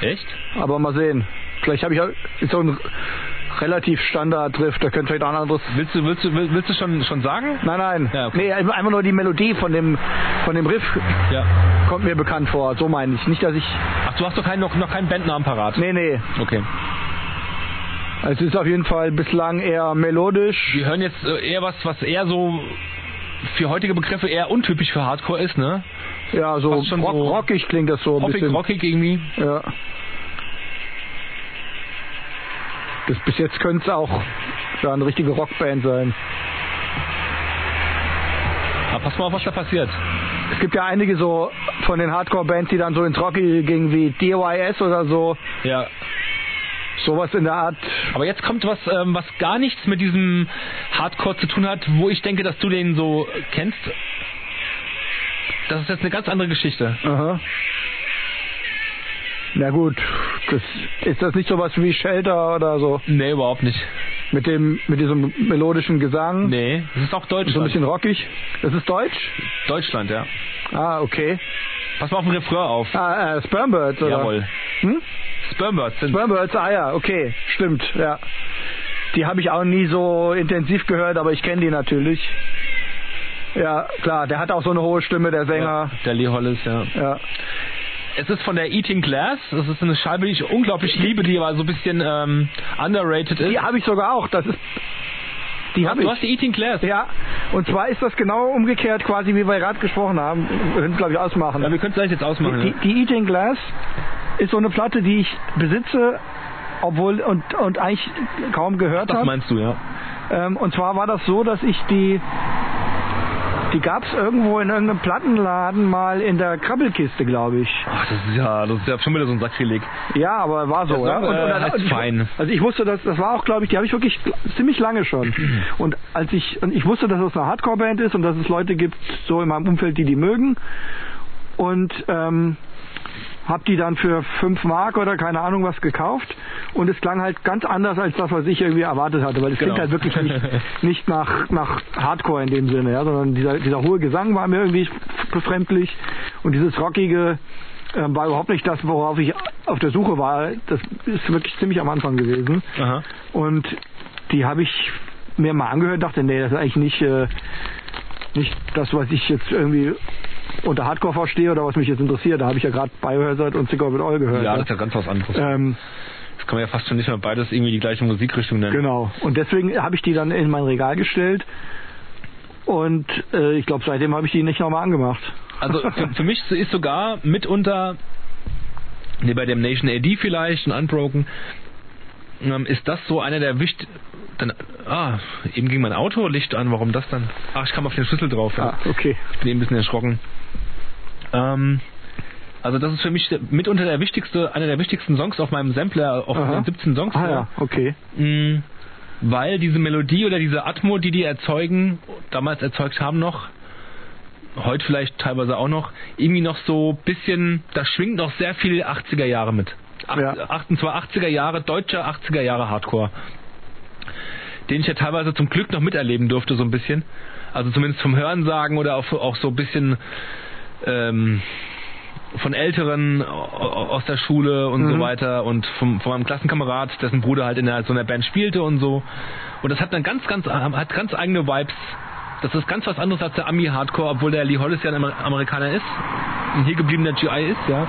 Speaker 3: Echt?
Speaker 2: aber mal sehen. Vielleicht habe ich ja ist so ein relativ Standard-Drift, da könnte vielleicht auch ein anderes.
Speaker 3: Willst du, willst du, will- willst du schon, schon sagen?
Speaker 2: Nein, nein.
Speaker 3: Ja, okay.
Speaker 2: Nee, einfach einfach nur die Melodie von dem von dem Riff
Speaker 3: Ja.
Speaker 2: kommt mir bekannt vor. So meine ich. Nicht, dass ich.
Speaker 3: Ach, du hast doch keinen, noch, noch keinen Bandnamen parat.
Speaker 2: Nee, nee. Also
Speaker 3: Okay.
Speaker 2: Es ist auf jeden Fall bislang eher melodisch.
Speaker 3: Wir hören jetzt äh, eher was, was eher so für heutige Begriffe eher untypisch für Hardcore ist, ne?
Speaker 2: Ja, so
Speaker 3: Fast schon
Speaker 2: rock,
Speaker 3: so-
Speaker 2: rockig klingt das so ein
Speaker 3: Hoppig,
Speaker 2: bisschen.
Speaker 3: rockig irgendwie.
Speaker 2: Ja. Das, bis jetzt könnte es auch schon eine richtige Rockband sein.
Speaker 3: Aber pass mal auf, was da passiert.
Speaker 2: Es gibt ja einige so von den Hardcore-Bands, die dann so ins Rocky gingen, wie DYS oder so.
Speaker 3: Ja.
Speaker 2: Sowas in der Art.
Speaker 3: Aber jetzt kommt was, ähm, was gar nichts mit diesem Hardcore zu tun hat, wo ich denke, dass du den so kennst. Das ist jetzt eine ganz andere Geschichte.
Speaker 2: Aha. Na gut, das, ist das nicht sowas wie Shelter oder so?
Speaker 3: Nee, überhaupt nicht.
Speaker 2: Mit dem, mit diesem melodischen Gesang?
Speaker 3: Nee, das ist auch Deutschland.
Speaker 2: So ein bisschen rockig. Das ist deutsch?
Speaker 3: Deutschland, ja.
Speaker 2: Ah, okay.
Speaker 3: Pass mal auf den Refrain auf.
Speaker 2: Ah, äh, Spermbirds, oder?
Speaker 3: Jawohl.
Speaker 2: Hm?
Speaker 3: Spermbirds sind
Speaker 2: Spermbirds, ah ja, okay, stimmt, ja. Die habe ich auch nie so intensiv gehört, aber ich kenne die natürlich. Ja, klar, der hat auch so eine hohe Stimme, der Sänger.
Speaker 3: der Lee Hollis, ja.
Speaker 2: Ja,
Speaker 3: Es ist von der Eating Glass. Das ist eine Scheibe, die ich unglaublich liebe, die aber so ein bisschen ähm, underrated ist.
Speaker 2: die habe ich sogar auch. Das ist, die habe
Speaker 3: du
Speaker 2: ich.
Speaker 3: hast die Eating Glass.
Speaker 2: Ja, und zwar ist das genau umgekehrt, quasi wie wir gerade gesprochen haben. Wir können glaube ich ausmachen.
Speaker 3: Ja, wir können es gleich jetzt ausmachen.
Speaker 2: Die,
Speaker 3: ja.
Speaker 2: die Eating Glass ist so eine Platte, die ich besitze, obwohl und und eigentlich kaum gehört
Speaker 3: Das
Speaker 2: habe.
Speaker 3: meinst du, ja.
Speaker 2: Ähm, und zwar war das so, dass ich die, die gab es irgendwo in irgendeinem Plattenladen mal in der Krabbelkiste, glaube ich.
Speaker 3: Ach, das ist ja, das ist ja schon wieder so ein Sackgeleg.
Speaker 2: Ja, aber war so, ja.
Speaker 3: Das war, äh, heißt
Speaker 2: ich,
Speaker 3: fein.
Speaker 2: Also ich wusste, dass das war auch, glaube ich, die habe ich wirklich gl- ziemlich lange schon.
Speaker 3: Mhm.
Speaker 2: Und als ich und ich wusste, dass das eine Hardcore-Band ist und dass es Leute gibt so in meinem Umfeld, die die mögen. Und ähm, hab die dann für 5 Mark oder keine Ahnung was gekauft und es klang halt ganz anders als das, was ich irgendwie erwartet hatte, weil es
Speaker 3: Genau.
Speaker 2: klingt halt wirklich nicht, nicht nach, nach Hardcore in dem Sinne, ja, sondern dieser, dieser hohe Gesang war mir irgendwie befremdlich und dieses rockige ähm, war überhaupt nicht das, worauf ich auf der Suche war. Das ist wirklich ziemlich am Anfang gewesen
Speaker 3: Aha.
Speaker 2: und die habe ich mir mal angehört und dachte, nee, das ist eigentlich nicht, äh, nicht das, was ich jetzt irgendwie unter Hardcore verstehe oder was mich jetzt interessiert. Da habe ich ja gerade Biohazard und Cigarette All gehört.
Speaker 3: Ja,
Speaker 2: ne?
Speaker 3: das ist ja ganz was anderes.
Speaker 2: ähm,
Speaker 3: Das kann man ja fast schon nicht mehr beides irgendwie die gleiche Musikrichtung nennen.
Speaker 2: Genau. Und deswegen habe ich die dann in mein Regal gestellt. Und äh, ich glaube, seitdem habe ich die nicht nochmal angemacht.
Speaker 3: Also für, für mich ist sogar mitunter, ne, bei dem Nation AD vielleicht und Unbroken, ähm, ist das so einer der wichtig. Dann, ah, eben ging mein Autolicht an, warum das dann? Ach, ich kam auf den Schlüssel drauf, ja.
Speaker 2: Ah, okay.
Speaker 3: Ich bin eben ein bisschen erschrocken. Ähm, also das ist für mich der- mitunter der wichtigste, einer der wichtigsten Songs auf meinem Sampler, auf
Speaker 2: Aha.
Speaker 3: meinen 17 Songs.
Speaker 2: Ah ja, okay.
Speaker 3: Mm, weil diese Melodie oder diese Atmo, die die erzeugen, damals erzeugt haben noch, heute vielleicht teilweise auch noch, irgendwie noch so bisschen, da schwingt noch sehr viel 80er Jahre mit. Acht,
Speaker 2: Ja.
Speaker 3: acht, und zwar 80er Jahre, deutscher 80er Jahre Hardcore. Den ich ja teilweise zum Glück noch miterleben durfte, so ein bisschen. Also zumindest vom Hören sagen oder auch, auch so ein bisschen ähm, von Älteren au- au- aus der Schule und so weiter und vom, von meinem Klassenkamerad, dessen Bruder halt in der, so einer Band spielte und so. Und das hat dann ganz, ganz, hat ganz eigene Vibes. Das ist ganz was anderes als der Ami-Hardcore, obwohl der Lee Hollis ja ein Amer- Amerikaner ist. Ein hier gebliebener GI ist, ja.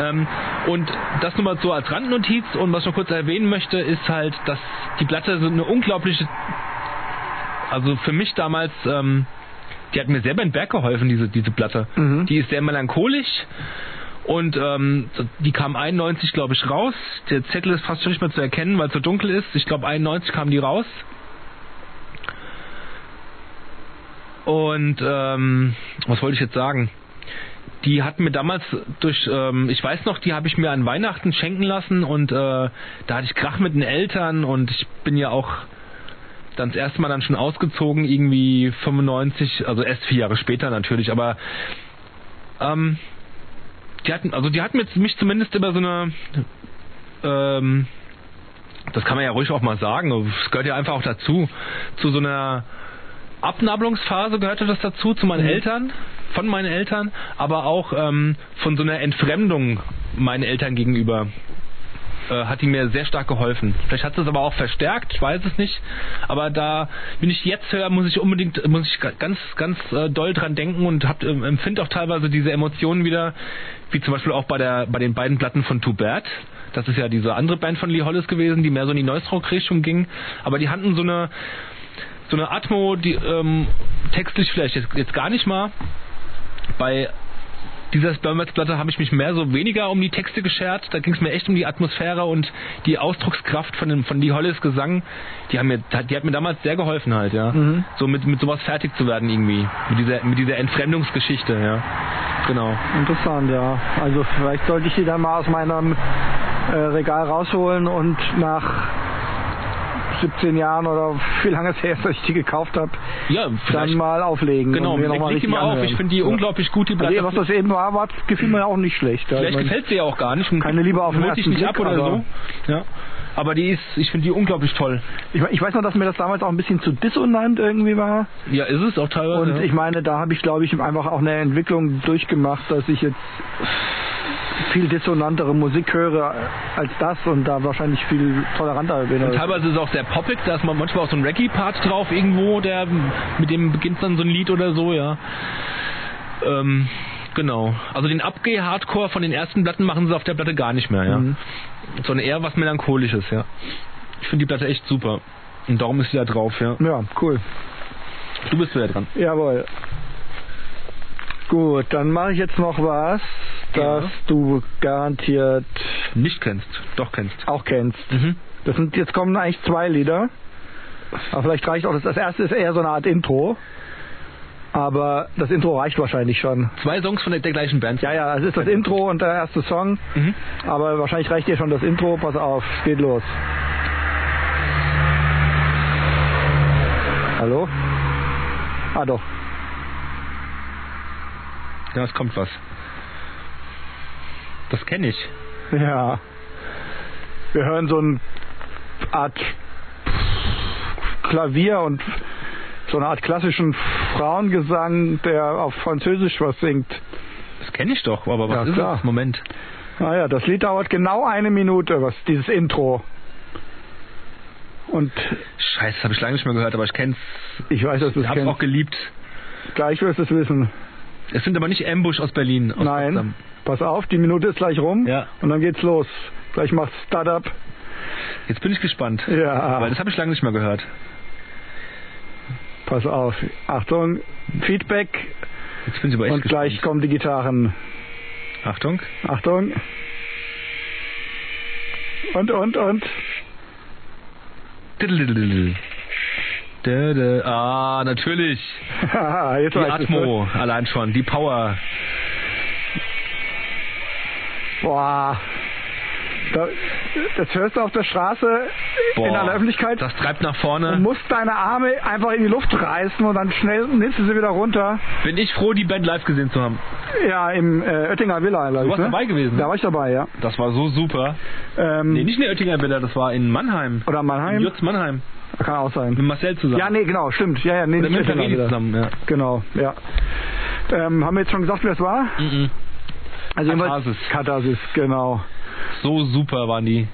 Speaker 3: Ähm, und das nur mal so als Randnotiz und was ich noch kurz erwähnen möchte, ist halt, dass die Platte so eine unglaubliche, also für mich damals, ähm, die hat mir selber in den Berg geholfen, diese, diese Platte.
Speaker 2: Mhm.
Speaker 3: Die ist sehr melancholisch und ähm, die kam 91, glaube ich, raus. Der Zettel ist fast schon nicht mehr zu erkennen, weil es so dunkel ist. Ich glaube, 91 kam die raus. Und ähm, was wollte ich jetzt sagen? Die hat mir damals durch, ähm, ich weiß noch, die habe ich mir an Weihnachten schenken lassen und äh, da hatte ich Krach mit den Eltern und ich bin ja auch dann das erste Mal dann schon ausgezogen, irgendwie 95, also erst vier Jahre später natürlich, aber ähm, die hatten, also die hatten jetzt mich zumindest über so eine, ähm, das kann man ja ruhig auch mal sagen, es gehört ja einfach auch dazu, zu so einer Abnabelungsphase gehörte das dazu, zu meinen Eltern, von meinen Eltern, aber auch ähm, von so einer Entfremdung meinen Eltern gegenüber. Äh, hat die mir sehr stark geholfen. Vielleicht hat sie es aber auch verstärkt, ich weiß es nicht. Aber da, wenn ich jetzt höre, muss ich unbedingt, muss ich ga- ganz, ganz äh, doll dran denken und hab, ähm, empfinde auch teilweise diese Emotionen wieder, wie zum Beispiel auch bei der, bei den beiden Platten von Too Bad. Das ist ja diese andere Band von Lee Hollis gewesen, die mehr so in die Neues-Rock-Richtung ging. Aber die hatten so eine, so eine Atmo, die ähm, textlich vielleicht jetzt, jetzt gar nicht mal bei dieser Spermats-Platte habe ich mich mehr so weniger um die Texte geschert. Da ging es mir echt um die Atmosphäre und die Ausdruckskraft von dem von Lee Hollis Gesang. Die haben mir, die hat mir damals sehr geholfen halt, ja.
Speaker 2: Mhm.
Speaker 3: So mit mit sowas fertig zu werden irgendwie mit dieser mit dieser Entfremdungsgeschichte, ja. Genau.
Speaker 2: Interessant, ja. Also vielleicht sollte ich die dann mal aus meinem äh, Regal rausholen und nach 17 Jahren oder wie lange es her ist, dass ich die gekauft habe,
Speaker 3: Ja,
Speaker 2: dann
Speaker 3: vielleicht.
Speaker 2: mal auflegen.
Speaker 3: Genau,
Speaker 2: und mir noch mal
Speaker 3: leg die
Speaker 2: richtig
Speaker 3: mal auf.
Speaker 2: anhören.
Speaker 3: Ich finde die
Speaker 2: ja.
Speaker 3: unglaublich gut, die
Speaker 2: Also,
Speaker 3: Platte.
Speaker 2: was das eben war, war gefiel mir auch nicht schlecht. Ja, ich
Speaker 3: Vielleicht
Speaker 2: mein,
Speaker 3: gefällt sie ja auch gar nicht.
Speaker 2: Keine Liebe auf den
Speaker 3: Holt dich
Speaker 2: ersten
Speaker 3: nicht
Speaker 2: Blick,
Speaker 3: ab oder
Speaker 2: aber-
Speaker 3: so. Ja. Aber die ist, ich finde die unglaublich toll.
Speaker 2: ich, ich weiß noch, dass mir das damals auch ein bisschen zu dissonant irgendwie war.
Speaker 3: Ja, ist es auch teilweise.
Speaker 2: Und
Speaker 3: ja.
Speaker 2: ich meine, da habe ich, glaube ich, einfach auch eine Entwicklung durchgemacht, dass ich jetzt viel dissonantere Musik höre als das und da wahrscheinlich viel toleranter bin.
Speaker 3: Und teilweise ist es auch sehr poppig, da ist man manchmal auch so ein Reggae-Part drauf irgendwo, der mit dem beginnt dann so ein Lied oder so, ja. Ähm, genau. Also den Abgeh-Hardcore von den ersten Platten machen sie auf der Platte gar nicht mehr, ja.
Speaker 2: Mhm.
Speaker 3: Sondern eher was Melancholisches, ja. Ich finde die Platte echt super. Und darum ist sie da drauf, ja.
Speaker 2: Ja, cool.
Speaker 3: Du bist wieder dran.
Speaker 2: Jawohl. Gut, dann mache ich jetzt noch was,
Speaker 3: Ja.
Speaker 2: das du garantiert
Speaker 3: Nicht kennst, doch kennst.
Speaker 2: auch kennst.
Speaker 3: Mhm.
Speaker 2: Das sind jetzt kommen eigentlich zwei Lieder. Aber vielleicht reicht auch das. Das erste ist eher so eine Art Intro. Aber das Intro reicht wahrscheinlich schon.
Speaker 3: Zwei Songs von der, der gleichen Band.
Speaker 2: Ja, ja, es ist das Intro und der erste Song.
Speaker 3: Mhm.
Speaker 2: Aber wahrscheinlich reicht dir schon das Intro. Pass auf, es geht los. Hallo? Ah doch.
Speaker 3: Ja, es kommt was. Das kenne ich.
Speaker 2: Ja. Wir hören so eine Art Klavier und so eine Art klassischen Frauengesang, der auf Französisch was singt.
Speaker 3: Das kenne ich doch, aber was
Speaker 2: Ja,
Speaker 3: ist
Speaker 2: klar.
Speaker 3: das? Moment.
Speaker 2: Naja, Ah das Lied dauert genau eine Minute, was dieses Intro. Und
Speaker 3: Scheiße, das habe ich lange nicht mehr gehört, aber ich kenn's.
Speaker 2: ich weiß, dass du
Speaker 3: Ich
Speaker 2: es
Speaker 3: hab's auch
Speaker 2: kennst.
Speaker 3: geliebt.
Speaker 2: Gleich wirst du es wissen.
Speaker 3: Es sind aber nicht Ambush aus Berlin. Aus Potsdam.
Speaker 2: Nein, pass auf, die Minute ist gleich rum
Speaker 3: Ja.
Speaker 2: und dann geht's los. Gleich macht's Start up.
Speaker 3: Jetzt bin ich gespannt.
Speaker 2: Ja.
Speaker 3: Weil das habe ich lange nicht mehr gehört.
Speaker 2: Pass auf. Achtung, Feedback
Speaker 3: Jetzt bin ich aber echt
Speaker 2: und
Speaker 3: gespannt.
Speaker 2: gleich kommen die Gitarren.
Speaker 3: Achtung.
Speaker 2: Achtung. Und, und, und.
Speaker 3: Diddle-diddle-diddle. Da, da. Ah, natürlich.
Speaker 2: Haha, Jetzt
Speaker 3: Die
Speaker 2: weiß ich's, ne?
Speaker 3: Atmo allein schon. Die Power.
Speaker 2: Boah. Da, das hörst du auf der Straße
Speaker 3: Boah,
Speaker 2: in aller Öffentlichkeit.
Speaker 3: Das äh, treibt nach
Speaker 2: Du
Speaker 3: vorne.
Speaker 2: musst deine Arme einfach in die Luft reißen und dann schnell nimmst du sie wieder runter.
Speaker 3: Bin ich froh, die Band live gesehen zu haben.
Speaker 2: Ja, im äh, Oettinger Villa, glaube
Speaker 3: Du
Speaker 2: ich.
Speaker 3: warst
Speaker 2: ne?
Speaker 3: dabei gewesen.
Speaker 2: Da
Speaker 3: Ne?
Speaker 2: war ich dabei, ja.
Speaker 3: Das war so super.
Speaker 2: Ähm,
Speaker 3: Nee, nicht in der Oettinger Villa, das war in Mannheim.
Speaker 2: Oder
Speaker 3: In
Speaker 2: Mannheim.
Speaker 3: Jutz Mannheim.
Speaker 2: Kann auch sein.
Speaker 3: Mit Marcel zusammen.
Speaker 2: Ja, nee, genau, stimmt. Ja, ja, nee,
Speaker 3: Oder
Speaker 2: nicht
Speaker 3: mit
Speaker 2: Oettinger
Speaker 3: Flavini
Speaker 2: Villa.
Speaker 3: zusammen, ja.
Speaker 2: Genau, ja. Ähm, haben wir jetzt schon gesagt, wer es war?
Speaker 3: Mhm.
Speaker 2: Also jedenfalls-
Speaker 3: Katharsis.
Speaker 2: Katharsis, genau.
Speaker 3: So super waren die.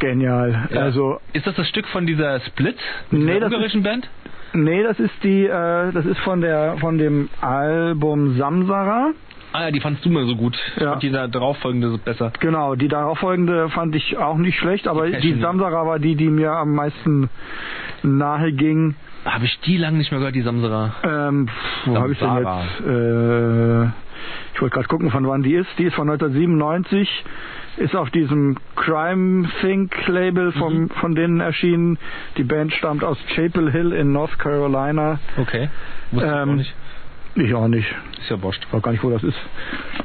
Speaker 2: Genial.
Speaker 3: Ja.
Speaker 2: Also
Speaker 3: Ist das das Stück von dieser Split? Mit
Speaker 2: Nee,
Speaker 3: dieser
Speaker 2: das
Speaker 3: ungarischen Band?
Speaker 2: Nee, das ist die, äh, das ist von der, von dem Album Samsara.
Speaker 3: Ah ja, die fandst du mir so gut. Ich
Speaker 2: Ja.
Speaker 3: fand die da drauf folgende so besser.
Speaker 2: Genau, die darauffolgende fand ich auch nicht schlecht, aber
Speaker 3: Die
Speaker 2: die,
Speaker 3: Passion.
Speaker 2: Samsara war die, die mir am meisten nahe ging.
Speaker 3: Habe ich die lange nicht mehr gehört, die Samsara.
Speaker 2: Ähm, pff, wo habe ich denn
Speaker 3: Samsara.
Speaker 2: jetzt? Äh, ich wollte gerade gucken, von wann die ist. Die ist von 1997, ist auf diesem Crime Think Label vom, von denen erschienen. Die Band stammt aus Chapel Hill in North Carolina.
Speaker 3: Okay. Wusste ich
Speaker 2: Ähm,
Speaker 3: auch nicht.
Speaker 2: Ich auch nicht,
Speaker 3: Ist ja wurscht.
Speaker 2: ich weiß gar nicht, wo das ist.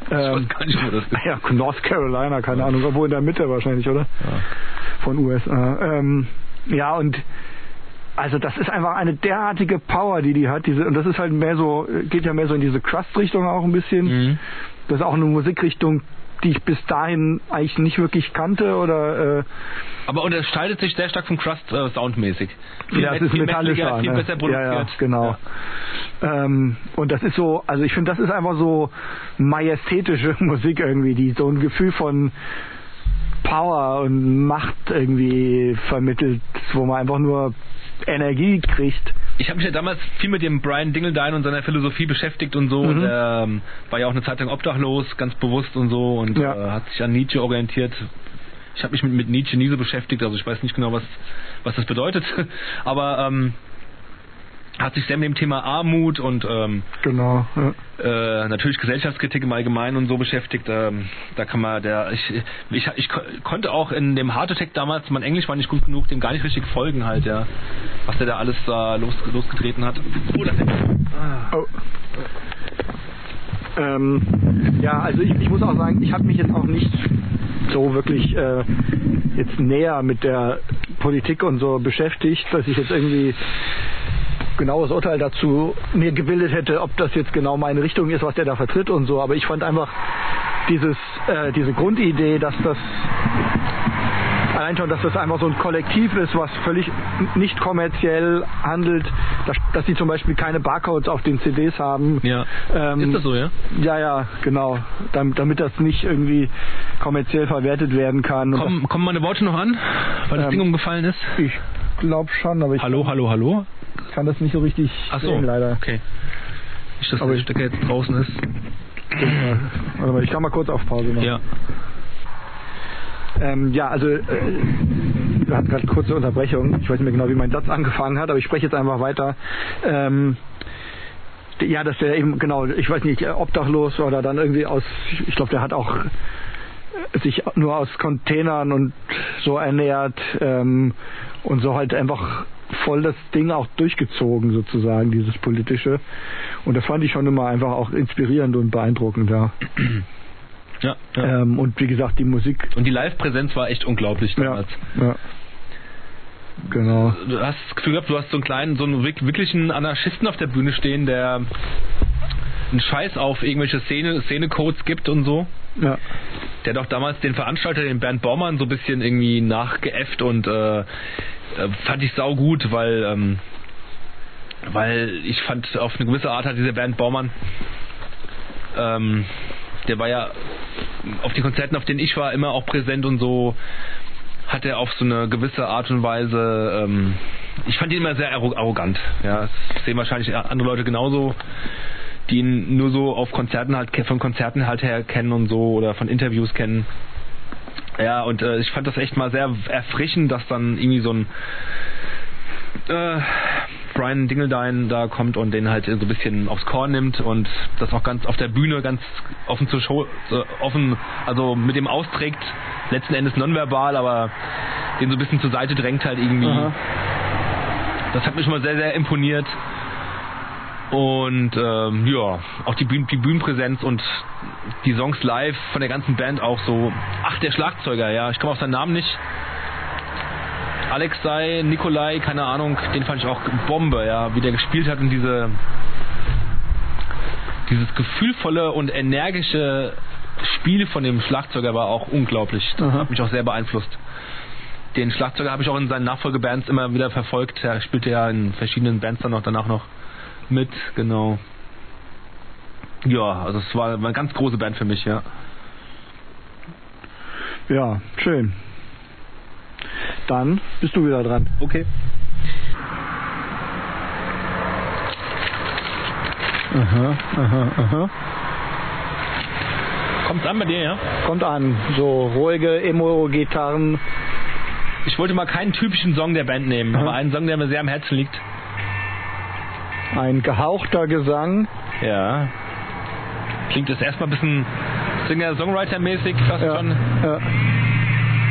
Speaker 3: ich
Speaker 2: Ähm,
Speaker 3: weiß gar nicht, wo das ist.
Speaker 2: Ja, North Carolina, keine Ahnung, obwohl in der Mitte wahrscheinlich, oder?
Speaker 3: Ja.
Speaker 2: Von USA. Ähm, ja, und also das ist einfach eine derartige Power, die die hat. Diese, und das ist halt mehr so, geht ja mehr so in diese Crust-Richtung auch ein bisschen.
Speaker 3: Mhm.
Speaker 2: Das ist auch eine Musikrichtung, die ich bis dahin eigentlich nicht wirklich kannte oder äh,
Speaker 3: Aber unterscheidet sich sehr stark vom Crust äh, soundmäßig.
Speaker 2: ja, es ist
Speaker 3: viel
Speaker 2: metallischer,
Speaker 3: metalliger, viel
Speaker 2: ne?
Speaker 3: besser produziert.
Speaker 2: Ja, ja, genau. Ähm, und das ist so, also ich finde, das ist einfach so majestätische Musik irgendwie, die so ein Gefühl von Power und Macht irgendwie vermittelt, wo man einfach nur Energie kriegt.
Speaker 3: Ich habe mich ja damals viel mit dem Brian Dingledine und seiner Philosophie beschäftigt und so.
Speaker 2: Mhm.
Speaker 3: Und ähm, war ja auch eine Zeit lang obdachlos, ganz bewusst und so. Und
Speaker 2: Ja.
Speaker 3: äh, hat sich an Nietzsche orientiert. Ich habe mich mit, mit Nietzsche nie so beschäftigt, also ich weiß nicht genau, was, was das bedeutet. Aber ähm, hat sich sehr mit dem Thema Armut und ähm,
Speaker 2: Genau. Ja.
Speaker 3: äh, natürlich Gesellschaftskritik im Allgemeinen und so beschäftigt. Ähm, da kann man der ich, ich ich ko- konnte auch in dem Hard Attack damals, mein Englisch war nicht gut genug, dem gar nicht richtig folgen halt, ja. Was der da alles da los, losgetreten hat. Oh, das Ah.
Speaker 2: Oh. Ähm, ja, also ich, ich muss auch sagen, ich habe mich jetzt auch nicht so wirklich äh, jetzt näher mit der Politik und so beschäftigt, dass ich jetzt irgendwie genaues Urteil dazu mir gebildet hätte, ob das jetzt genau meine Richtung ist, was der da vertritt und so. Aber ich fand einfach dieses, äh, diese Grundidee, dass das allein schon, dass das einfach so ein Kollektiv ist, was völlig nicht kommerziell handelt, dass, dass die zum Beispiel keine Barcodes auf den CDs haben.
Speaker 3: ja.
Speaker 2: Ähm,
Speaker 3: Ist das so, ja?
Speaker 2: Ja, ja, genau. Dam- damit das nicht irgendwie kommerziell verwertet werden kann. Und
Speaker 3: Kommen, kommen meine Worte noch an, weil das
Speaker 2: Ähm,
Speaker 3: Ding umgefallen ist?
Speaker 2: Das, ich glaube schon, aber ich
Speaker 3: Hallo, hallo, hallo.
Speaker 2: kann das nicht so richtig
Speaker 3: Ach so,
Speaker 2: sehen, leider.
Speaker 3: okay. Ich das
Speaker 2: Aber
Speaker 3: der
Speaker 2: ich-
Speaker 3: Stecker jetzt draußen ist.
Speaker 2: Warte mal, ich kann mal kurz auf Pause machen.
Speaker 3: Ja.
Speaker 2: Ähm, ja, also äh, wir hatten gerade kurze Unterbrechung. Ich weiß nicht mehr genau, wie mein Satz angefangen hat, aber ich spreche jetzt einfach weiter. Ähm, d- ja, dass der eben, genau, ich weiß nicht, äh, obdachlos oder dann irgendwie aus, ich- ich glaube, der hat auch äh, sich nur aus Containern und so ernährt ähm, und so halt einfach voll das Ding auch durchgezogen sozusagen, dieses politische. Und das fand ich schon immer einfach auch inspirierend und beeindruckend, ja.
Speaker 3: Ja. ja.
Speaker 2: Ähm, und wie gesagt, die Musik
Speaker 3: Und die Live-Präsenz war echt unglaublich damals.
Speaker 2: ja. Genau.
Speaker 3: du hast das Gefühl gehabt, du hast so einen kleinen, so einen wirk- wirklichen Anarchisten auf der Bühne stehen, der einen Scheiß auf irgendwelche Szene, Szenecodes gibt und so.
Speaker 2: Ja.
Speaker 3: Der hat auch damals den Veranstalter, den Bernd Bormann, so ein bisschen irgendwie nachgeäfft und äh, äh, fand ich sau gut, weil ähm, weil ich fand, auf eine gewisse Art hat dieser Bernd Bormann ähm, der war ja auf den Konzerten, auf denen ich war, immer auch präsent und so hat er auf so eine gewisse Art und Weise, ähm, ich fand ihn immer sehr arro- arrogant. Ja, das sehen wahrscheinlich andere Leute genauso, die ihn nur so auf Konzerten halt, von Konzerten halt her kennen und so oder von Interviews kennen. Ja, und äh, ich fand das echt mal sehr erfrischend, dass dann irgendwie so ein äh, Brian Dingeldine da kommt und den halt so ein bisschen aufs Korn nimmt und das auch ganz auf der Bühne ganz offen zur Show, äh, offen, also mit dem austrägt, letzten Endes nonverbal, aber den so ein bisschen zur Seite drängt halt irgendwie. Das hat mich mal sehr, sehr imponiert. Und ähm, ja, auch die, Bühn, die Bühnenpräsenz und die Songs live von der ganzen Band auch so. Ach, der Schlagzeuger, ja, ich komme auf seinen Namen nicht. Alex sei, Nikolai, keine Ahnung, den fand ich auch Bombe, ja, wie der gespielt hat und diese dieses gefühlvolle und energische Spiel von dem Schlagzeuger war auch unglaublich. Das
Speaker 2: Aha.
Speaker 3: hat mich auch sehr beeinflusst. Den Schlagzeuger habe ich auch in seinen Nachfolgebands immer wieder verfolgt. Er spielte ja in verschiedenen Bands dann noch danach noch mit, genau. Ja, also es war war eine ganz große Band für mich, ja.
Speaker 2: Ja, schön. Dann bist du wieder dran.
Speaker 3: Okay.
Speaker 2: Aha, aha, aha.
Speaker 3: Kommt's an bei dir, ja?
Speaker 2: Kommt an, so ruhige Emo-Gitarren.
Speaker 3: Ich wollte mal keinen typischen Song der Band nehmen,
Speaker 2: Mhm.
Speaker 3: aber einen Song, der mir sehr am Herzen liegt.
Speaker 2: Ein gehauchter Gesang.
Speaker 3: Ja. Klingt jetzt erstmal ein bisschen Singer-Songwriter-mäßig fast
Speaker 2: Ja,
Speaker 3: schon.
Speaker 2: ja.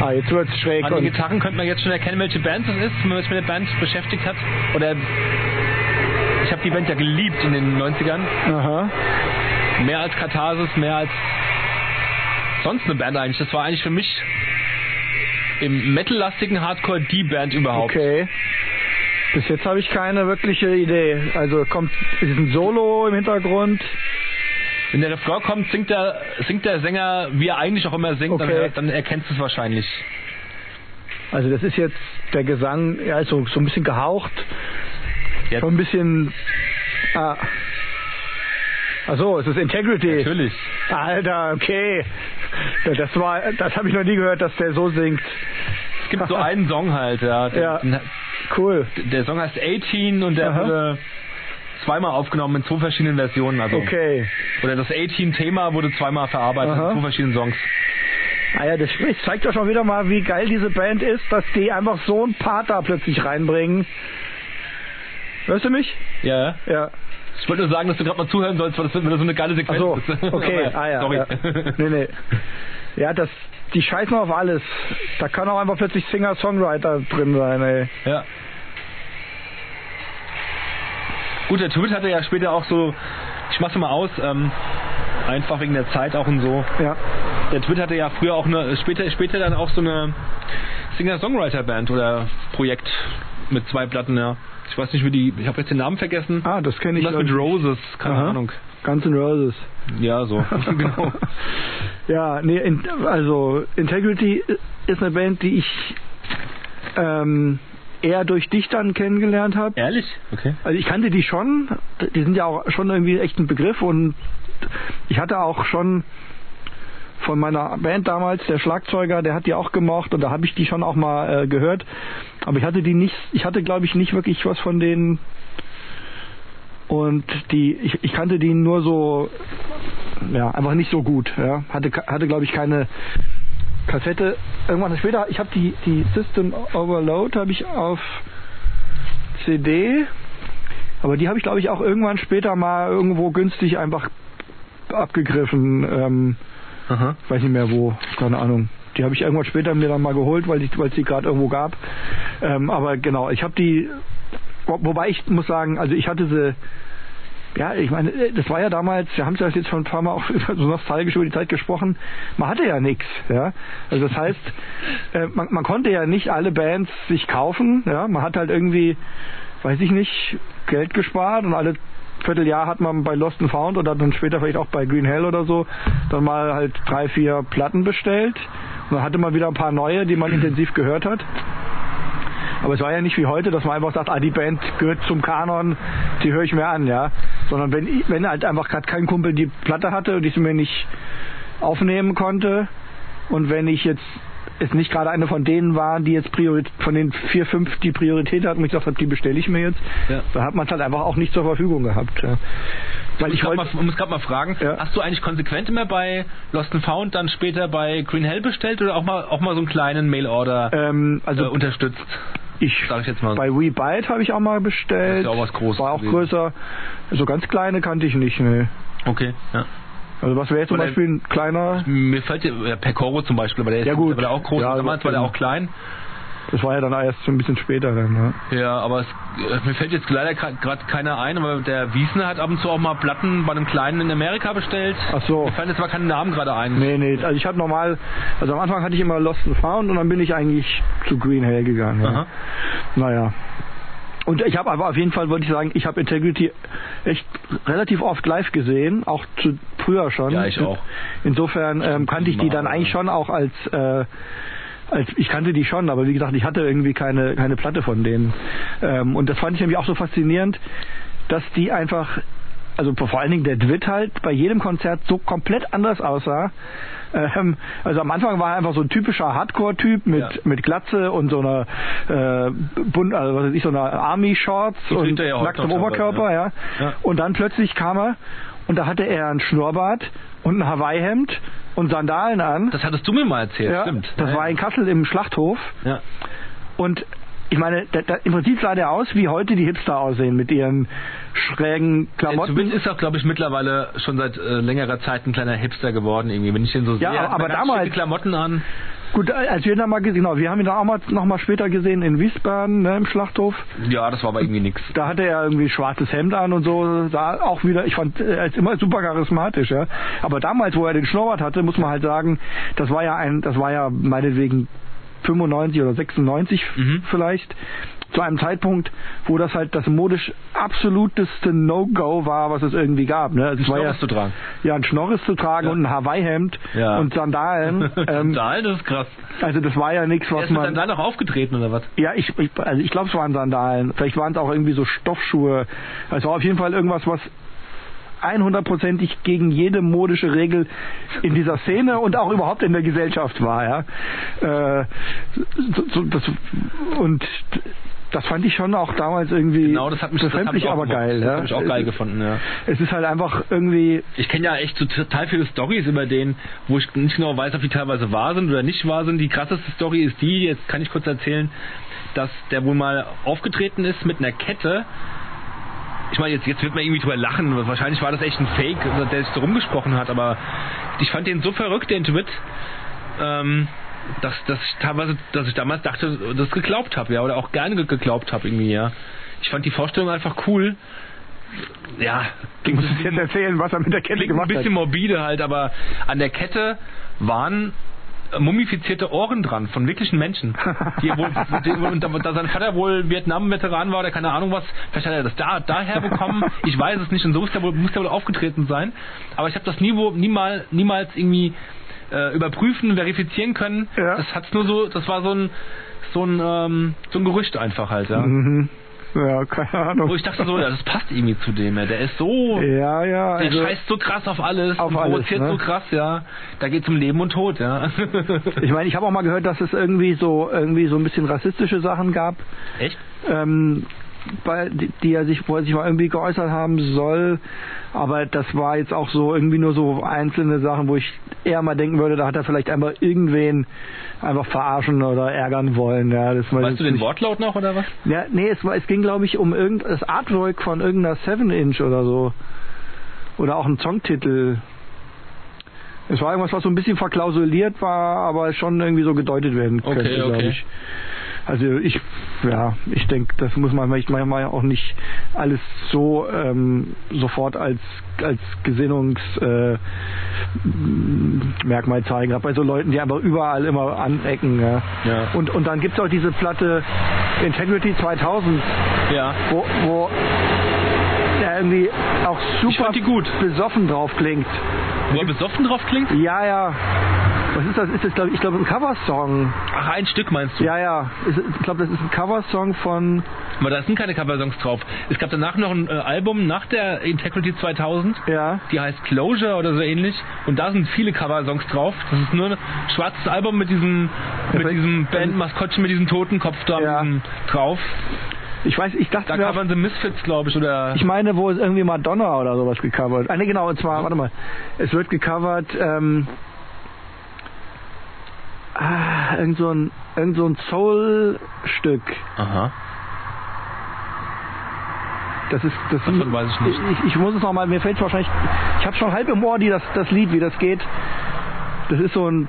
Speaker 2: Ah, jetzt wird's schräg.
Speaker 3: An den
Speaker 2: Und,
Speaker 3: Gitarren könnte man jetzt schon erkennen, welche Band es ist, wenn man sich mit der Band beschäftigt hat. Oder ich habe die Band ja geliebt in den 90ern.
Speaker 2: aha.
Speaker 3: Mehr als Katharsis, mehr als sonst eine Band eigentlich. Das war eigentlich für mich im metallastigen Hardcore die Band überhaupt.
Speaker 2: Okay. Bis jetzt habe ich keine wirkliche Idee. Also kommt ist ein Solo im Hintergrund.
Speaker 3: Wenn der Refrain kommt, singt der, singt der Sänger, wie er eigentlich auch immer singt, dann,
Speaker 2: Okay.
Speaker 3: hört- dann erkennst du es wahrscheinlich.
Speaker 2: Also das ist jetzt der Gesang, ja, ist so, so ein bisschen gehaucht.
Speaker 3: Ja.
Speaker 2: Schon ein bisschen. Ah. Achso, es ist Integrity.
Speaker 3: Natürlich.
Speaker 2: Alter, okay. Ja, das war, das habe ich noch nie gehört, dass der so singt.
Speaker 3: Es gibt so einen Song halt, ja. Den,
Speaker 2: Ja.
Speaker 3: Den,
Speaker 2: Cool.
Speaker 3: der Song heißt 18 und der
Speaker 2: Aha.
Speaker 3: wurde zweimal aufgenommen in zwei verschiedenen Versionen. Also.
Speaker 2: Okay.
Speaker 3: Oder das 18-Thema wurde zweimal verarbeitet
Speaker 2: Aha.
Speaker 3: in zwei verschiedenen Songs.
Speaker 2: Ah ja, das spricht, zeigt doch schon wieder mal, wie geil diese Band ist, dass die einfach so einen Part da plötzlich reinbringen. Hörst du mich?
Speaker 3: Ja.
Speaker 2: Ja.
Speaker 3: Ich wollte nur sagen, dass du gerade mal zuhören sollst, weil das, weil das so eine geile
Speaker 2: Ach
Speaker 3: Sequenz
Speaker 2: so,
Speaker 3: ist.
Speaker 2: okay,
Speaker 3: Aber,
Speaker 2: ah ja.
Speaker 3: Sorry.
Speaker 2: Ja. Nee, nee. Ja, das, die scheißen auf alles. Da kann auch einfach plötzlich Singer-Songwriter drin sein, ey.
Speaker 3: Ja. Gut, der Tweet hatte ja später auch so, ich mach's mal aus, ähm, einfach wegen der Zeit auch und so.
Speaker 2: Ja.
Speaker 3: Der Tweet hatte ja früher auch eine, später, später dann auch so eine Singer-Songwriter-Band oder Projekt mit zwei Platten, ja. Ich weiß nicht, wie die, ich habe jetzt den Namen vergessen.
Speaker 2: Ah, das kenne ich.
Speaker 3: Irgendwas mit Roses, keine
Speaker 2: Aha.
Speaker 3: Ahnung.
Speaker 2: Guns N' Roses.
Speaker 3: Ja, so. genau.
Speaker 2: Ja, nee, in, also Integrity ist eine Band, die ich ähm, eher durch dich dann kennengelernt habe.
Speaker 3: Ehrlich? Okay.
Speaker 2: Also ich kannte die schon, die sind ja auch schon irgendwie echt ein Begriff und ich hatte auch schon von meiner Band damals, der Schlagzeuger, der hat die auch gemocht und da habe ich die schon auch mal äh, gehört, aber ich hatte die nicht, ich hatte glaube ich nicht wirklich was von denen und die, ich, ich kannte die nur so, ja, einfach nicht so gut, ja, hatte, ke- hatte glaube ich keine Kassette, irgendwann später, ich habe die, die System Overload habe ich auf CD aber die habe ich, glaube ich, auch irgendwann später mal irgendwo günstig einfach abgegriffen. Ähm,
Speaker 3: Aha.
Speaker 2: weiß nicht mehr wo, keine Ahnung. Die habe ich irgendwann später mir dann mal geholt, weil ich, weil es die gerade irgendwo gab. Ähm, aber genau, ich habe die, wo- wobei ich muss sagen, also ich hatte sie, ja, ich meine, äh, das war ja damals, wir haben es ja jetzt schon ein paar Mal auch über- so nostalgisch über die Zeit gesprochen, man hatte ja nichts, ja. Also das heißt, äh, man, man konnte ja nicht alle Bands sich kaufen, ja. Man hat halt irgendwie, weiß ich nicht, Geld gespart und alle Vierteljahr hat man bei Lost and Found oder dann später vielleicht auch bei Green Hell oder so dann mal halt drei, vier Platten bestellt. Und dann hatte man wieder ein paar neue, die man intensiv gehört hat. Aber es war ja nicht wie heute, dass man einfach sagt, ah, die Band gehört zum Kanon, die höre ich mir an, ja. Sondern wenn, ich- wenn halt einfach gerade kein Kumpel die Platte hatte und ich sie mir nicht aufnehmen konnte und wenn ich jetzt es nicht gerade eine von denen war, die jetzt Priorität, von den vier, fünf, die Priorität hatten und ich gesagt habe, die bestelle ich mir jetzt,
Speaker 3: Ja.
Speaker 2: da hat man es halt einfach auch nicht zur Verfügung gehabt. Ja. Weil
Speaker 3: Ich
Speaker 2: ich
Speaker 3: grad
Speaker 2: heute,
Speaker 3: mal, muss gerade mal fragen,
Speaker 2: Ja.
Speaker 3: hast du eigentlich konsequent immer bei Lost and Found dann später bei Green Hell bestellt oder auch mal auch mal so einen kleinen Mail Order
Speaker 2: ähm,
Speaker 3: äh,
Speaker 2: also
Speaker 3: unterstützt?
Speaker 2: ich,
Speaker 3: Sag ich jetzt mal.
Speaker 2: bei We Bite habe ich auch mal
Speaker 3: Das
Speaker 2: bestellt.
Speaker 3: ist ja auch was Großes
Speaker 2: war auch
Speaker 3: gewesen.
Speaker 2: größer. So ganz kleine kannte ich nicht, ne.
Speaker 3: Okay, ja.
Speaker 2: Also was wäre jetzt zum
Speaker 3: Oder-
Speaker 2: Beispiel ein kleiner,
Speaker 3: Mir fällt dir- ja, Pecoro zum Beispiel, aber der ist
Speaker 2: Ja, gut.
Speaker 3: War der auch groß,
Speaker 2: Ja,
Speaker 3: damals war der auch klein.
Speaker 2: das war ja dann erst so ein bisschen später dann, ne?
Speaker 3: Ja, aber es, äh, mir fällt jetzt leider gerade keiner ein, aber der Wiesner hat ab und zu auch mal Platten bei einem Kleinen in Amerika bestellt.
Speaker 2: Ach so.
Speaker 3: Mir fallen jetzt mal keine Namen gerade ein.
Speaker 2: Nee, nee, also ich habe normal, also am Anfang hatte ich immer Lost and Found und dann bin ich eigentlich zu Green Hell gegangen. Ja.
Speaker 3: Aha.
Speaker 2: Naja. Und ich habe aber auf jeden Fall, wollte ich sagen, ich habe Integrity echt relativ oft live gesehen, auch zu früher schon.
Speaker 3: Ja, ich auch.
Speaker 2: Insofern ähm, kannte ich die dann
Speaker 3: Mal,
Speaker 2: eigentlich
Speaker 3: ja.
Speaker 2: schon auch als, äh, als ich kannte die schon, aber wie gesagt, ich hatte irgendwie keine, keine Platte von denen. Ähm, und das fand ich nämlich auch so faszinierend, dass die einfach, also vor allen Dingen der Dwitt halt bei jedem Konzert so komplett anders aussah. Ähm, also am Anfang war er einfach so ein typischer Hardcore-Typ mit,
Speaker 3: Ja.
Speaker 2: mit Glatze und so einer äh, bunt, also was weiß ich, so einer Army-Shorts
Speaker 3: Die
Speaker 2: und
Speaker 3: trägt er ja heute
Speaker 2: nacktem
Speaker 3: noch teilweise,
Speaker 2: Oberkörper, ja.
Speaker 3: Ja.
Speaker 2: Und dann plötzlich kam er und da hatte er einen Schnurrbart und ein Hawaii-Hemd und Sandalen an.
Speaker 3: Das hattest du mir mal erzählt,
Speaker 2: ja,
Speaker 3: stimmt.
Speaker 2: das
Speaker 3: ja,
Speaker 2: war in Kassel im Schlachthof.
Speaker 3: ja.
Speaker 2: Und ich meine, da, da, im Prinzip sah der aus, wie heute die Hipster aussehen, mit ihren schrägen
Speaker 3: Der
Speaker 2: Klamotten.
Speaker 3: Zubin Äh, ist auch, glaube ich, mittlerweile schon seit äh, längerer Zeit ein kleiner Hipster geworden irgendwie. Wenn ich den so
Speaker 2: Ja,
Speaker 3: sehe,
Speaker 2: aber-
Speaker 3: hat man
Speaker 2: aber
Speaker 3: ganz
Speaker 2: damals-
Speaker 3: schicke Klamotten an.
Speaker 2: Gut, als wir ihn dann mal gesehen, genau, wir haben ihn dann auch mal, noch mal später gesehen in Wiesbaden, ne, im Schlachthof.
Speaker 3: Ja, das war aber irgendwie nix.
Speaker 2: Da hatte er irgendwie ein schwarzes Hemd an und so, sah auch wieder, ich fand, äh, er ist immer super charismatisch, ja. Aber damals, wo er den Schnurrbart hatte, muss man halt sagen, das war ja ein, das war ja meinetwegen 95 oder 96
Speaker 3: Mhm.
Speaker 2: vielleicht, zu einem Zeitpunkt, wo das halt das modisch absoluteste No-Go war, was es irgendwie gab, ne. Also es war ja,
Speaker 3: Schnorres zu tragen.
Speaker 2: ja, ein Schnorris zu tragen
Speaker 3: Ja.
Speaker 2: und ein Hawaii-Hemd
Speaker 3: Ja.
Speaker 2: und Sandalen. ähm,
Speaker 3: Sandalen, das ist krass.
Speaker 2: also das war ja nichts,
Speaker 3: Der
Speaker 2: was
Speaker 3: ist mit
Speaker 2: man...
Speaker 3: Sandalen auch aufgetreten oder was?
Speaker 2: Ja, ich, ich also ich glaube, es waren Sandalen. Vielleicht waren es auch irgendwie so Stoffschuhe. Es war auf jeden Fall irgendwas, was 100%ig gegen jede modische Regel in dieser Szene und auch überhaupt in der Gesellschaft war. Ja. Äh, so, so, das, und das fand ich schon auch damals irgendwie
Speaker 3: Genau, das hat mich, das hat
Speaker 2: befremdlich,
Speaker 3: mich auch
Speaker 2: aber
Speaker 3: gemacht.
Speaker 2: geil. Ja.
Speaker 3: Das
Speaker 2: Äh,
Speaker 3: hab ich auch geil gefunden, ja.
Speaker 2: Es ist halt einfach irgendwie
Speaker 3: Ich kenne ja echt so total viele Stories über den, wo ich nicht genau weiß, ob die teilweise wahr sind oder nicht wahr sind. Die krasseste Story ist die, jetzt kann ich kurz erzählen, dass der wohl mal aufgetreten ist mit einer Kette ich meine, jetzt, jetzt wird man irgendwie drüber lachen. Wahrscheinlich war das echt ein Fake, der sich so rumgesprochen hat, aber ich fand den so verrückt, den Tweet, ähm, dass, dass ich teilweise, dass ich damals dachte, das geglaubt habe, ja, oder auch gerne ge- geglaubt habe irgendwie, ja. Ich fand die Vorstellung einfach cool. Ja,
Speaker 2: Du musst jetzt erzählen, was er mit der Kette
Speaker 3: klingt ein
Speaker 2: gemacht hat.
Speaker 3: bisschen morbide halt, aber an der Kette waren äh, mumifizierte Ohren dran von wirklichen Menschen. Die wohl, die, wohl- und da, da sein Vater wohl Vietnam-Veteran war oder keine Ahnung was, vielleicht hat er das da daher bekommen. Ich weiß es nicht und so ist er wohl, muss er wohl aufgetreten sein. Aber ich habe das nie, wo, niemal, niemals irgendwie äh, überprüfen, verifizieren können.
Speaker 2: Ja.
Speaker 3: Das hat's nur so, das war so ein so ein ähm, so ein Gerücht einfach halt, ja.
Speaker 2: Mhm. Ja, keine Ahnung.
Speaker 3: Wo ich dachte so, ja, das passt irgendwie zu dem, ja. der ist so
Speaker 2: ja, ja,
Speaker 3: der
Speaker 2: also
Speaker 3: scheißt so krass auf alles,
Speaker 2: Auf
Speaker 3: und
Speaker 2: alles,
Speaker 3: provoziert
Speaker 2: ne?
Speaker 3: so krass, ja. Da geht's um Leben und Tod, ja.
Speaker 2: ich meine, ich habe auch mal gehört, dass es irgendwie so irgendwie so ein bisschen rassistische Sachen gab,
Speaker 3: Echt?
Speaker 2: ähm, bei, die, die er sich, wo er sich mal irgendwie geäußert haben soll. Aber das war jetzt auch so irgendwie nur so einzelne Sachen, wo ich eher mal denken würde, da hat er vielleicht einfach irgendwen einfach verarschen oder ärgern wollen. Ja, das war
Speaker 3: Weißt
Speaker 2: jetzt
Speaker 3: du den
Speaker 2: nicht-
Speaker 3: Wortlaut noch oder was?
Speaker 2: Ja, nee, es, war, es ging, glaube ich, um irgend das Artwork von irgendeiner 7-Inch oder so. Oder auch ein Songtitel. Es war irgendwas, was so ein bisschen verklausuliert war, aber schon irgendwie so gedeutet werden
Speaker 3: Okay,
Speaker 2: könnte, glaube
Speaker 3: okay.
Speaker 2: ich. Also ich, ja, ich denke, das muss man manch- manchmal auch nicht alles so ähm, sofort als als Gesinnungsmerkmal äh, m- Merkmal zeigen. Gerade bei so Leuten, die einfach überall immer anecken. Ja.
Speaker 3: Ja.
Speaker 2: Und und dann gibt's auch diese Platte Integrity 2000,
Speaker 3: Ja.
Speaker 2: wo wo der irgendwie auch
Speaker 3: Ich
Speaker 2: super
Speaker 3: fand die gut.
Speaker 2: besoffen drauf klingt.
Speaker 3: Wo er besoffen drauf klingt?
Speaker 2: Ja, ja. Was ist das? Ist das, glaube ich, glaube ein Coversong.
Speaker 3: Ach, ein Stück meinst du?
Speaker 2: Ja, ja. Ist- Ich glaube, das ist ein Coversong von
Speaker 3: Aber da sind keine Coversongs drauf. Es gab danach noch ein äh, Album nach der Integrity 2000.
Speaker 2: ja.
Speaker 3: Die heißt Closure oder so ähnlich. Und da sind viele Coversongs drauf. Das ist nur ein schwarzes Album mit diesem, mit
Speaker 2: vielleicht-
Speaker 3: diesem Bandmaskottchen, mit diesem Totenkopf da
Speaker 2: Ja.
Speaker 3: mit diesem drauf.
Speaker 2: Ich weiß, ich dachte
Speaker 3: Da
Speaker 2: mir,
Speaker 3: covern sie Misfits, glaube ich, oder...
Speaker 2: ich meine, wo ist irgendwie Madonna oder sowas gecovert? Ah, ne, genau, und
Speaker 3: Hm?
Speaker 2: zwar, warte mal, es wird gecovert, ähm, ah, irgend so ein, irgend so ein Soul-Stück.
Speaker 3: Aha.
Speaker 2: Das ist, das
Speaker 3: Davon weiß ich nicht.
Speaker 2: Ich, ich muss es nochmal, mir fällt es wahrscheinlich, ich habe schon halb im Ohr, die, das, das Lied, wie das geht. Das ist so ein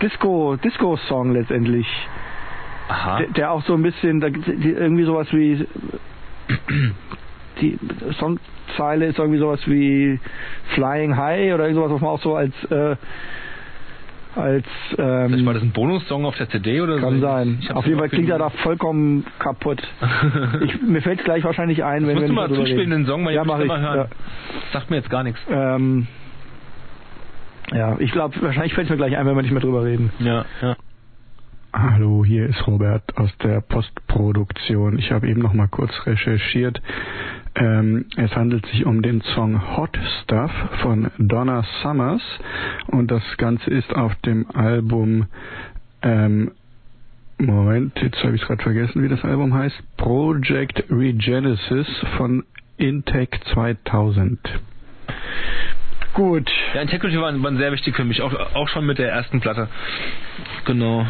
Speaker 2: Disco, Disco-Song letztendlich.
Speaker 3: Aha.
Speaker 2: Der, der auch so ein bisschen, da gibt's die- irgendwie sowas wie die Songzeile ist irgendwie sowas wie Flying High oder irgend sowas, was man auch so als äh, als
Speaker 3: Vielleicht war
Speaker 2: ähm,
Speaker 3: das ein Bonussong auf der CD oder so.
Speaker 2: kann sein.
Speaker 3: Ich hab's
Speaker 2: Auf jeden
Speaker 3: immer
Speaker 2: Fall klingt er da
Speaker 3: irgendwie-
Speaker 2: vollkommen kaputt. Ich, mir fällt es gleich wahrscheinlich ein, wenn wir
Speaker 3: Musst du
Speaker 2: nicht
Speaker 3: mal
Speaker 2: darüber
Speaker 3: zuspielen
Speaker 2: reden.
Speaker 3: den Song, weil
Speaker 2: ja,
Speaker 3: ich
Speaker 2: mach
Speaker 3: will
Speaker 2: ich.
Speaker 3: mal hören. Sagt mir jetzt gar nichts.
Speaker 2: Ja, ähm, ja ich glaube, wahrscheinlich fällt es mir gleich ein, wenn wir nicht mehr drüber reden.
Speaker 3: Ja, ja.
Speaker 5: Hallo, hier ist Robert aus der Postproduktion. Ich habe eben noch mal kurz recherchiert. Ähm, es handelt sich um den Song Hot Stuff von Donna Summers und das Ganze ist auf dem Album ähm, Moment, jetzt habe ich gerade vergessen, wie das Album heißt. Project Regenesis von Intech 2000.
Speaker 2: Gut.
Speaker 3: Ja, Integrity waren, waren sehr wichtig für mich, auch, auch schon mit der ersten Platte. Genau.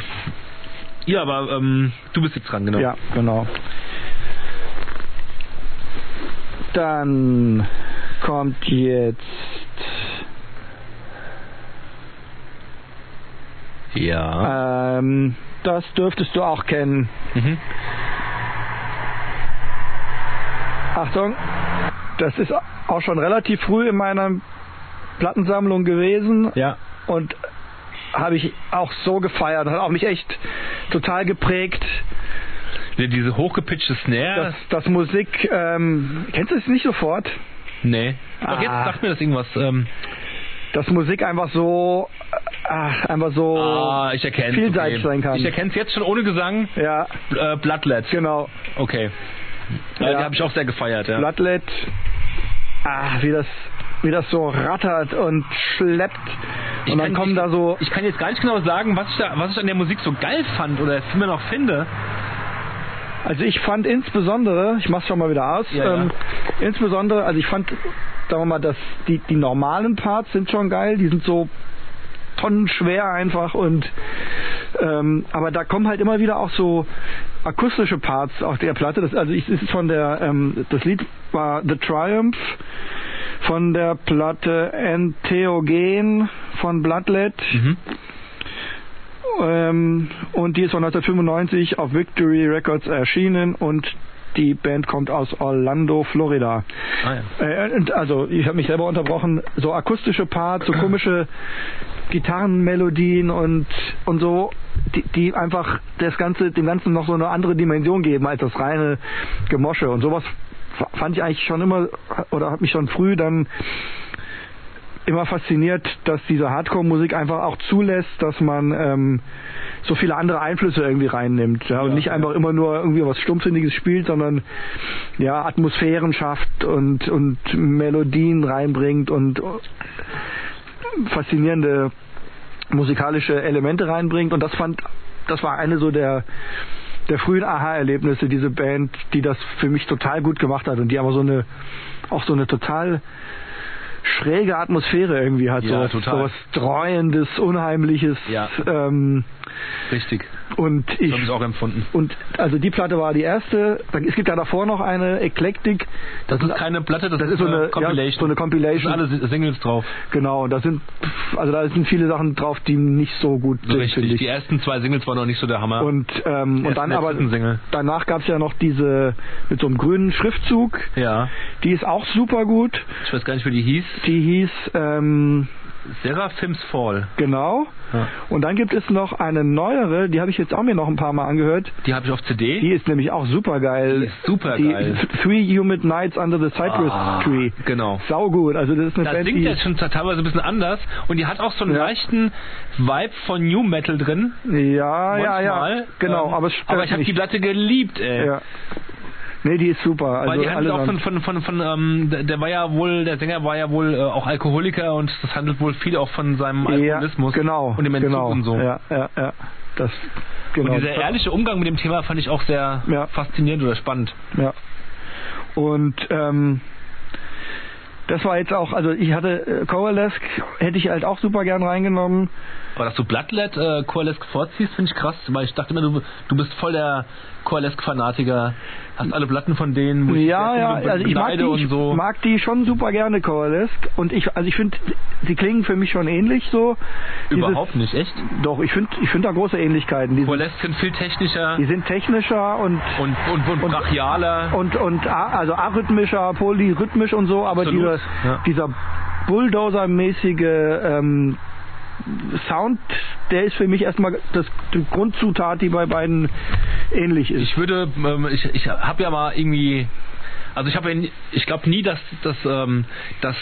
Speaker 3: Ja, aber ähm, du bist jetzt dran, genau.
Speaker 2: Ja, genau. Dann kommt jetzt.
Speaker 3: Ja.
Speaker 5: Ah.
Speaker 2: Ähm, das dürftest du auch kennen.
Speaker 3: Mhm.
Speaker 2: Achtung, das ist auch schon relativ früh in meiner Plattensammlung gewesen
Speaker 3: Ja.
Speaker 2: und habe ich auch so gefeiert. Hat auch mich echt total geprägt.
Speaker 3: Ja, Diese hochgepitchte Snare.
Speaker 2: Das, das Musik, ähm, kennst du es nicht sofort?
Speaker 3: nee. Doch jetzt
Speaker 2: Ah.
Speaker 3: sagt mir das irgendwas. Ähm,
Speaker 2: Dass Musik einfach so, ah, einfach so.
Speaker 3: ah, ich erkenne
Speaker 2: Vielseitig sein kann.
Speaker 3: Ich erkenne es jetzt schon ohne Gesang.
Speaker 2: Ja,
Speaker 3: Äh, Bloodlet.
Speaker 2: genau.
Speaker 3: Okay. Äh,
Speaker 2: Ja.
Speaker 3: Die habe ich auch sehr gefeiert, ja.
Speaker 2: Bloodlet. Ah, wie das, wie das so rattert und schleppt.
Speaker 3: Ich
Speaker 2: Und dann
Speaker 3: kann-
Speaker 2: kommen
Speaker 3: ich,
Speaker 2: da so.
Speaker 3: Ich kann jetzt gar nicht genau sagen, was ich, da, was ich an der Musik so geil fand oder immer noch finde.
Speaker 2: Also ich fand insbesondere, ich mach's schon mal wieder aus,
Speaker 3: Ja, ja.
Speaker 2: ähm, insbesondere, also ich fand, sagen wir mal, dass die, die normalen Parts sind schon geil, die sind so tonnenschwer einfach und ähm, aber da kommen halt immer wieder auch so akustische Parts auf der Platte. Das, also ich, ist von der, ähm, das Lied war The Triumph von der Platte Entheogen von Bloodlet.
Speaker 3: Mhm.
Speaker 2: Ähm, und die ist von 1995 auf Victory Records erschienen und die Band kommt aus Orlando, Florida.
Speaker 3: Ah, ja.
Speaker 2: Äh, und also ich habe mich selber unterbrochen. So akustische Parts, so komische Gitarrenmelodien und und so, die, die einfach das ganze, dem Ganzen noch so eine andere Dimension geben als das reine Gemosche und sowas f- fand ich eigentlich schon immer oder hat mich schon früh dann immer fasziniert, dass diese Hardcore-Musik einfach auch zulässt, dass man ähm, so viele andere Einflüsse irgendwie reinnimmt ja, und nicht einfach immer nur irgendwie was Stumpfsinniges spielt, sondern ja Atmosphären schafft und und Melodien reinbringt und faszinierende musikalische Elemente reinbringt und das fand das war eine so der der frühen Aha-Erlebnisse diese Band, die das für mich total gut gemacht hat und die aber so eine auch so eine total schräge Atmosphäre irgendwie hat,
Speaker 3: Ja,
Speaker 2: sowas,
Speaker 3: total.
Speaker 2: sowas dreuendes, unheimliches
Speaker 3: Ja.
Speaker 2: ähm,
Speaker 3: Richtig.
Speaker 2: und
Speaker 3: Ich
Speaker 2: ich
Speaker 3: habe es auch empfunden.
Speaker 2: und also die Platte war die erste. Dann- Es gibt ja davor noch eine Eklektik.
Speaker 3: Das ist keine Platte, das,
Speaker 2: das ist so eine,
Speaker 3: Compilation.
Speaker 2: Ja, so eine
Speaker 3: da sind
Speaker 2: Compilation.
Speaker 3: alle Singles drauf.
Speaker 2: Genau, da sind also da sind viele Sachen drauf, die nicht so gut
Speaker 3: So
Speaker 2: sind,
Speaker 3: richtig.
Speaker 2: finde ich.
Speaker 3: Die ersten zwei Singles waren noch nicht so der Hammer.
Speaker 2: Und, ähm, und
Speaker 3: Erst
Speaker 2: dann
Speaker 3: in der
Speaker 2: aber
Speaker 3: dritten Single.
Speaker 2: danach gab es ja noch diese mit so einem grünen Schriftzug,
Speaker 3: Ja.
Speaker 2: die ist auch super gut.
Speaker 3: Ich weiß gar nicht, wie die hieß.
Speaker 2: Die hieß ähm,
Speaker 3: Seraphims Fall.
Speaker 2: genau.
Speaker 3: Ja.
Speaker 2: Und dann gibt es noch eine neuere, die habe ich jetzt auch mir noch ein paar Mal angehört.
Speaker 3: Die habe ich auf CD.
Speaker 2: Die ist nämlich auch super geil.
Speaker 3: Die ist supergeil.
Speaker 2: Die Three Humid Nights Under the Cypress
Speaker 3: Ah,
Speaker 2: Tree.
Speaker 3: genau.
Speaker 2: Saugut. Also das ist eine
Speaker 3: Da
Speaker 2: Band,
Speaker 3: singt
Speaker 2: die,
Speaker 3: er schon teilweise ein bisschen anders und die hat auch so einen
Speaker 2: Ja.
Speaker 3: leichten Vibe von New Metal drin.
Speaker 2: Ja, ja,
Speaker 3: manchmal.
Speaker 2: ja. Genau,
Speaker 3: Ähm,
Speaker 2: aber es
Speaker 3: aber
Speaker 2: stört
Speaker 3: ich habe
Speaker 2: nicht.
Speaker 3: die Platte geliebt, ey.
Speaker 2: ja. Nee, die ist super. Also
Speaker 3: Weil die handelt auch von,
Speaker 2: allesamt.
Speaker 3: von, von, von ähm, der, der war ja wohl, der Sänger war ja wohl äh, auch Alkoholiker und das handelt wohl viel auch von seinem
Speaker 2: ja,
Speaker 3: Alkoholismus
Speaker 2: genau,
Speaker 3: und dem Entzug
Speaker 2: genau.
Speaker 3: und so.
Speaker 2: Ja, ja, ja. Das, genau.
Speaker 3: Und dieser ehrliche Umgang mit dem Thema fand ich auch sehr
Speaker 2: Ja.
Speaker 3: faszinierend oder spannend.
Speaker 2: Ja. Und ähm, das war jetzt auch, also ich hatte äh, Coalesque, hätte ich halt auch super gern reingenommen.
Speaker 3: Aber dass du Bloodlet äh, Coalesque vorziehst, finde ich krass, weil ich dachte immer, du, du bist voll der Coalesque-Fanatiker, hast alle Platten von denen, wo ich
Speaker 2: Ja,
Speaker 3: sehr
Speaker 2: ja,
Speaker 3: be-
Speaker 2: also ich mag die,
Speaker 3: beneide
Speaker 2: ich
Speaker 3: und so.
Speaker 2: mag die schon super gerne, Coalesque. Und ich, also ich finde, sie klingen für mich schon ähnlich so. Dieses-
Speaker 3: Überhaupt nicht, echt?
Speaker 2: Doch, ich finde ich find da große Ähnlichkeiten. Die,
Speaker 3: Burlesque sind viel technischer
Speaker 2: die sind technischer und
Speaker 3: und, und, und, brachialer.
Speaker 2: und und a- also arrhythmischer, polyrhythmisch und so, aber
Speaker 3: Absolut,
Speaker 2: dieser
Speaker 3: ja.
Speaker 2: dieser Bulldozer-mäßige ähm, Sound, der ist für mich erstmal das die Grundzutat, die bei beiden ähnlich ist.
Speaker 3: ich würde, ähm, ich, ich habe ja mal irgendwie, also ich habe, ja nie- ich glaube nie, dass, dass, ähm, dass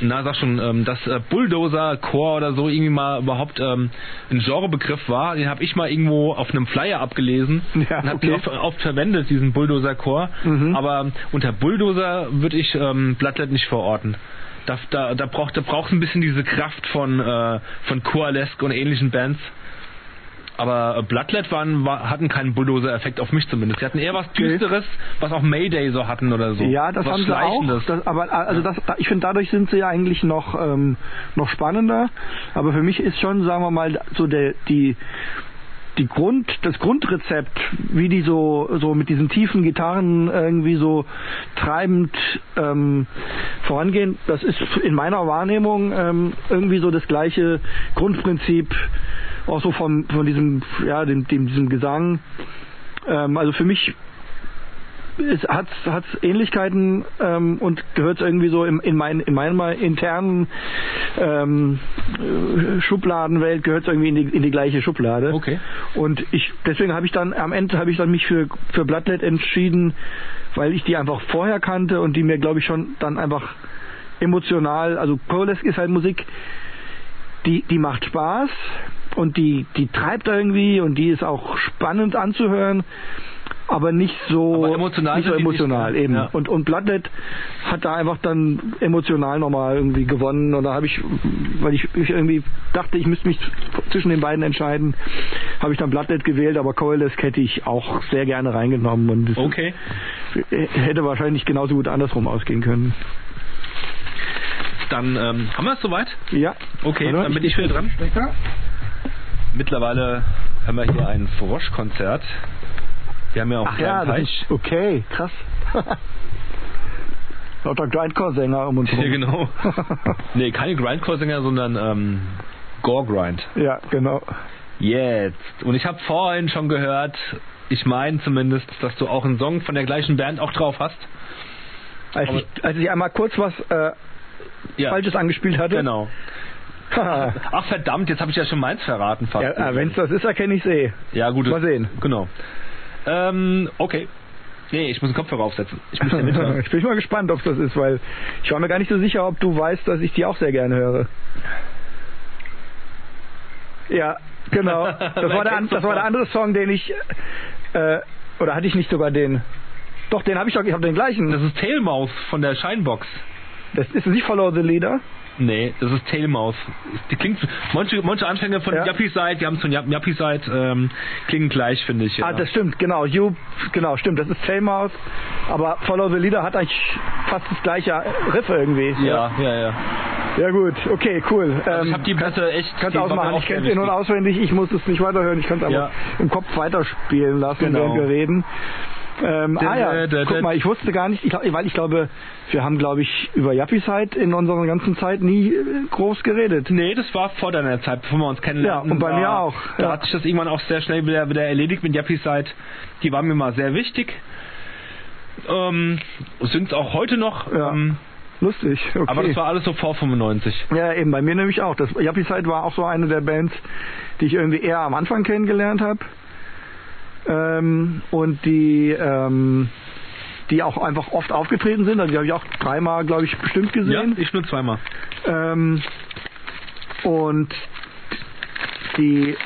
Speaker 3: na sag schon, ähm, dass äh, Bulldozer Core oder so irgendwie mal überhaupt ähm, ein Genrebegriff war, den habe ich mal irgendwo auf einem Flyer abgelesen
Speaker 2: Ja,
Speaker 3: und habe
Speaker 2: okay. Mhm.
Speaker 3: den oft, oft verwendet, diesen Bulldozer Core. Aber ähm, unter Bulldozer würde ich ähm, Bloodlet nicht verorten. Da, da, da braucht da braucht's ein bisschen diese Kraft von, äh, von Coalesque und ähnlichen Bands. Aber äh, Bloodlet waren, war, hatten keinen Bulldozer-Effekt auf mich zumindest. Sie hatten eher was Düsteres, was auch Mayday so hatten oder so.
Speaker 2: ja, das
Speaker 3: Also, was
Speaker 2: haben sie auch.
Speaker 3: Schleichendes.
Speaker 2: Das, aber also das, da- ich finde, dadurch sind sie eigentlich noch ähm, noch spannender. Aber für mich ist schon, sagen wir mal, so der die die Grund, das Grundrezept, wie die so, so mit diesen tiefen Gitarren irgendwie so treibend ähm, vorangehen, das ist in meiner Wahrnehmung ähm, irgendwie so das gleiche Grundprinzip, auch so vom, von diesem, ja, dem, dem, diesem Gesang. Ähm, also für mich es hat hat's Ähnlichkeiten ähm, und gehört irgendwie so in, in, mein, in meiner internen ähm, äh, Schubladenwelt gehört irgendwie in die, in die gleiche Schublade.
Speaker 3: Okay.
Speaker 2: Und ich deswegen habe ich dann am Ende habe ich dann mich für für Bloodlet entschieden, weil ich die einfach vorher kannte und die mir glaube ich schon dann einfach emotional, also Coalesque ist halt Musik, die die macht Spaß und die die treibt irgendwie und die ist auch spannend anzuhören, aber nicht so
Speaker 3: Aber emotional
Speaker 2: nicht so
Speaker 3: sind die nicht,
Speaker 2: emotional
Speaker 3: ne?
Speaker 2: eben.
Speaker 3: Ja.
Speaker 2: Und und Bloodlet hat da einfach dann emotional nochmal irgendwie gewonnen und da habe ich, weil ich, ich irgendwie dachte, ich müsste mich zwischen den beiden entscheiden, habe ich dann Bloodlet gewählt, aber Coalesce hätte ich auch sehr gerne reingenommen und es
Speaker 3: Okay.
Speaker 2: hätte wahrscheinlich genauso gut andersrum ausgehen können.
Speaker 3: Dann ähm, haben wir es soweit.
Speaker 2: Ja.
Speaker 3: Okay,
Speaker 2: Warte mal,
Speaker 3: dann bin ich wieder dran.
Speaker 2: Stecker.
Speaker 3: Mittlerweile haben wir hier ein Froschkonzert. Wir haben ja auch
Speaker 2: Ach
Speaker 3: einen
Speaker 2: ja,
Speaker 3: kleinen
Speaker 2: das
Speaker 3: Teich.
Speaker 2: ist, okay, krass. Lauter Grindcore-Sänger um uns
Speaker 3: Ja,
Speaker 2: rum.
Speaker 3: genau. nee, keine Grindcore-Sänger, sondern ähm, Gore-Grind.
Speaker 2: Ja, genau.
Speaker 3: Jetzt. Und ich habe vorhin schon gehört, ich meine zumindest, dass du auch einen Song von der gleichen Band auch drauf hast.
Speaker 2: Als
Speaker 3: Aber-
Speaker 2: ich, als ich einmal kurz was äh,
Speaker 3: Ja,
Speaker 2: Falsches angespielt hatte.
Speaker 3: genau.
Speaker 2: ja,
Speaker 3: Ach verdammt, jetzt habe ich ja schon meins verraten fast.
Speaker 2: äh, Wenn es das ist, erkenne ich es eh.
Speaker 3: Ja, gut.
Speaker 2: Mal sehen.
Speaker 3: Genau. Ähm, okay. Nee, ich muss den Kopfhörer aufsetzen. Ich muss den mithören.
Speaker 2: Ich bin mal gespannt, ob es das ist, weil ich war mir gar nicht so sicher, ob du weißt, dass ich die auch sehr gerne höre. Ja, genau. Das, war, der, an- das war der andere Song, den ich. Äh, oder hatte ich nicht sogar den? Doch, den habe ich doch. Ich habe den gleichen.
Speaker 3: Das ist Tailmouse von der Scheinbox.
Speaker 2: Das ist nicht Follow the Leader.
Speaker 3: Nee, das ist Tailmouse. Die klingt, manche, manche Anfänge von
Speaker 2: Ja.
Speaker 3: ja. Yuppie Side, wir haben es von Yup- Yuppie Side, ähm, klingen gleich, finde ich. Ja.
Speaker 2: Ah, das stimmt, genau. You, genau, stimmt. Das ist Tailmouse. Aber Follow the Leader hat eigentlich fast das gleiche Riff irgendwie.
Speaker 3: ja, ja, ja.
Speaker 2: Ja, gut. Okay, cool.
Speaker 3: Also ich
Speaker 2: Ähm,
Speaker 3: habe die Platte echt.
Speaker 2: Kannst
Speaker 3: die war mir
Speaker 2: ausmachen.
Speaker 3: auch
Speaker 2: Ich kenne
Speaker 3: sehr
Speaker 2: den nun
Speaker 3: wichtig.
Speaker 2: auswendig. Ich muss es nicht weiterhören. Ich kann es aber
Speaker 3: Ja.
Speaker 2: im Kopf weiterspielen lassen,
Speaker 3: Genau.
Speaker 2: während wir reden. Ähm,
Speaker 3: Da,
Speaker 2: ah ja,
Speaker 3: da, da,
Speaker 2: guck
Speaker 3: da.
Speaker 2: mal, ich wusste gar nicht, ich glaub, weil ich glaube, wir haben, glaube ich, über Yuppie-Side in unserer ganzen Zeit nie äh, groß geredet.
Speaker 3: Nee, das war vor deiner Zeit, bevor wir uns kennenlernten.
Speaker 2: Ja, und bei mir
Speaker 3: da,
Speaker 2: auch,
Speaker 3: Da
Speaker 2: ja.
Speaker 3: hat sich das irgendwann auch sehr schnell wieder, wieder erledigt mit Yuppie Side. Die waren mir mal sehr wichtig. Ähm, sind es auch heute noch.
Speaker 2: Ja.
Speaker 3: Ähm,
Speaker 2: Lustig, okay.
Speaker 3: aber das war alles so vor 95.
Speaker 2: ja, eben, bei mir nämlich auch. Das Yuppie-Side war auch so eine der Bands, die ich irgendwie eher am Anfang kennengelernt habe. Ähm, und die, ähm, die auch einfach oft aufgetreten sind. Also die habe ich auch dreimal, glaube ich, bestimmt
Speaker 3: Ja,
Speaker 2: gesehen.
Speaker 3: ich nur zweimal.
Speaker 2: Ähm, und die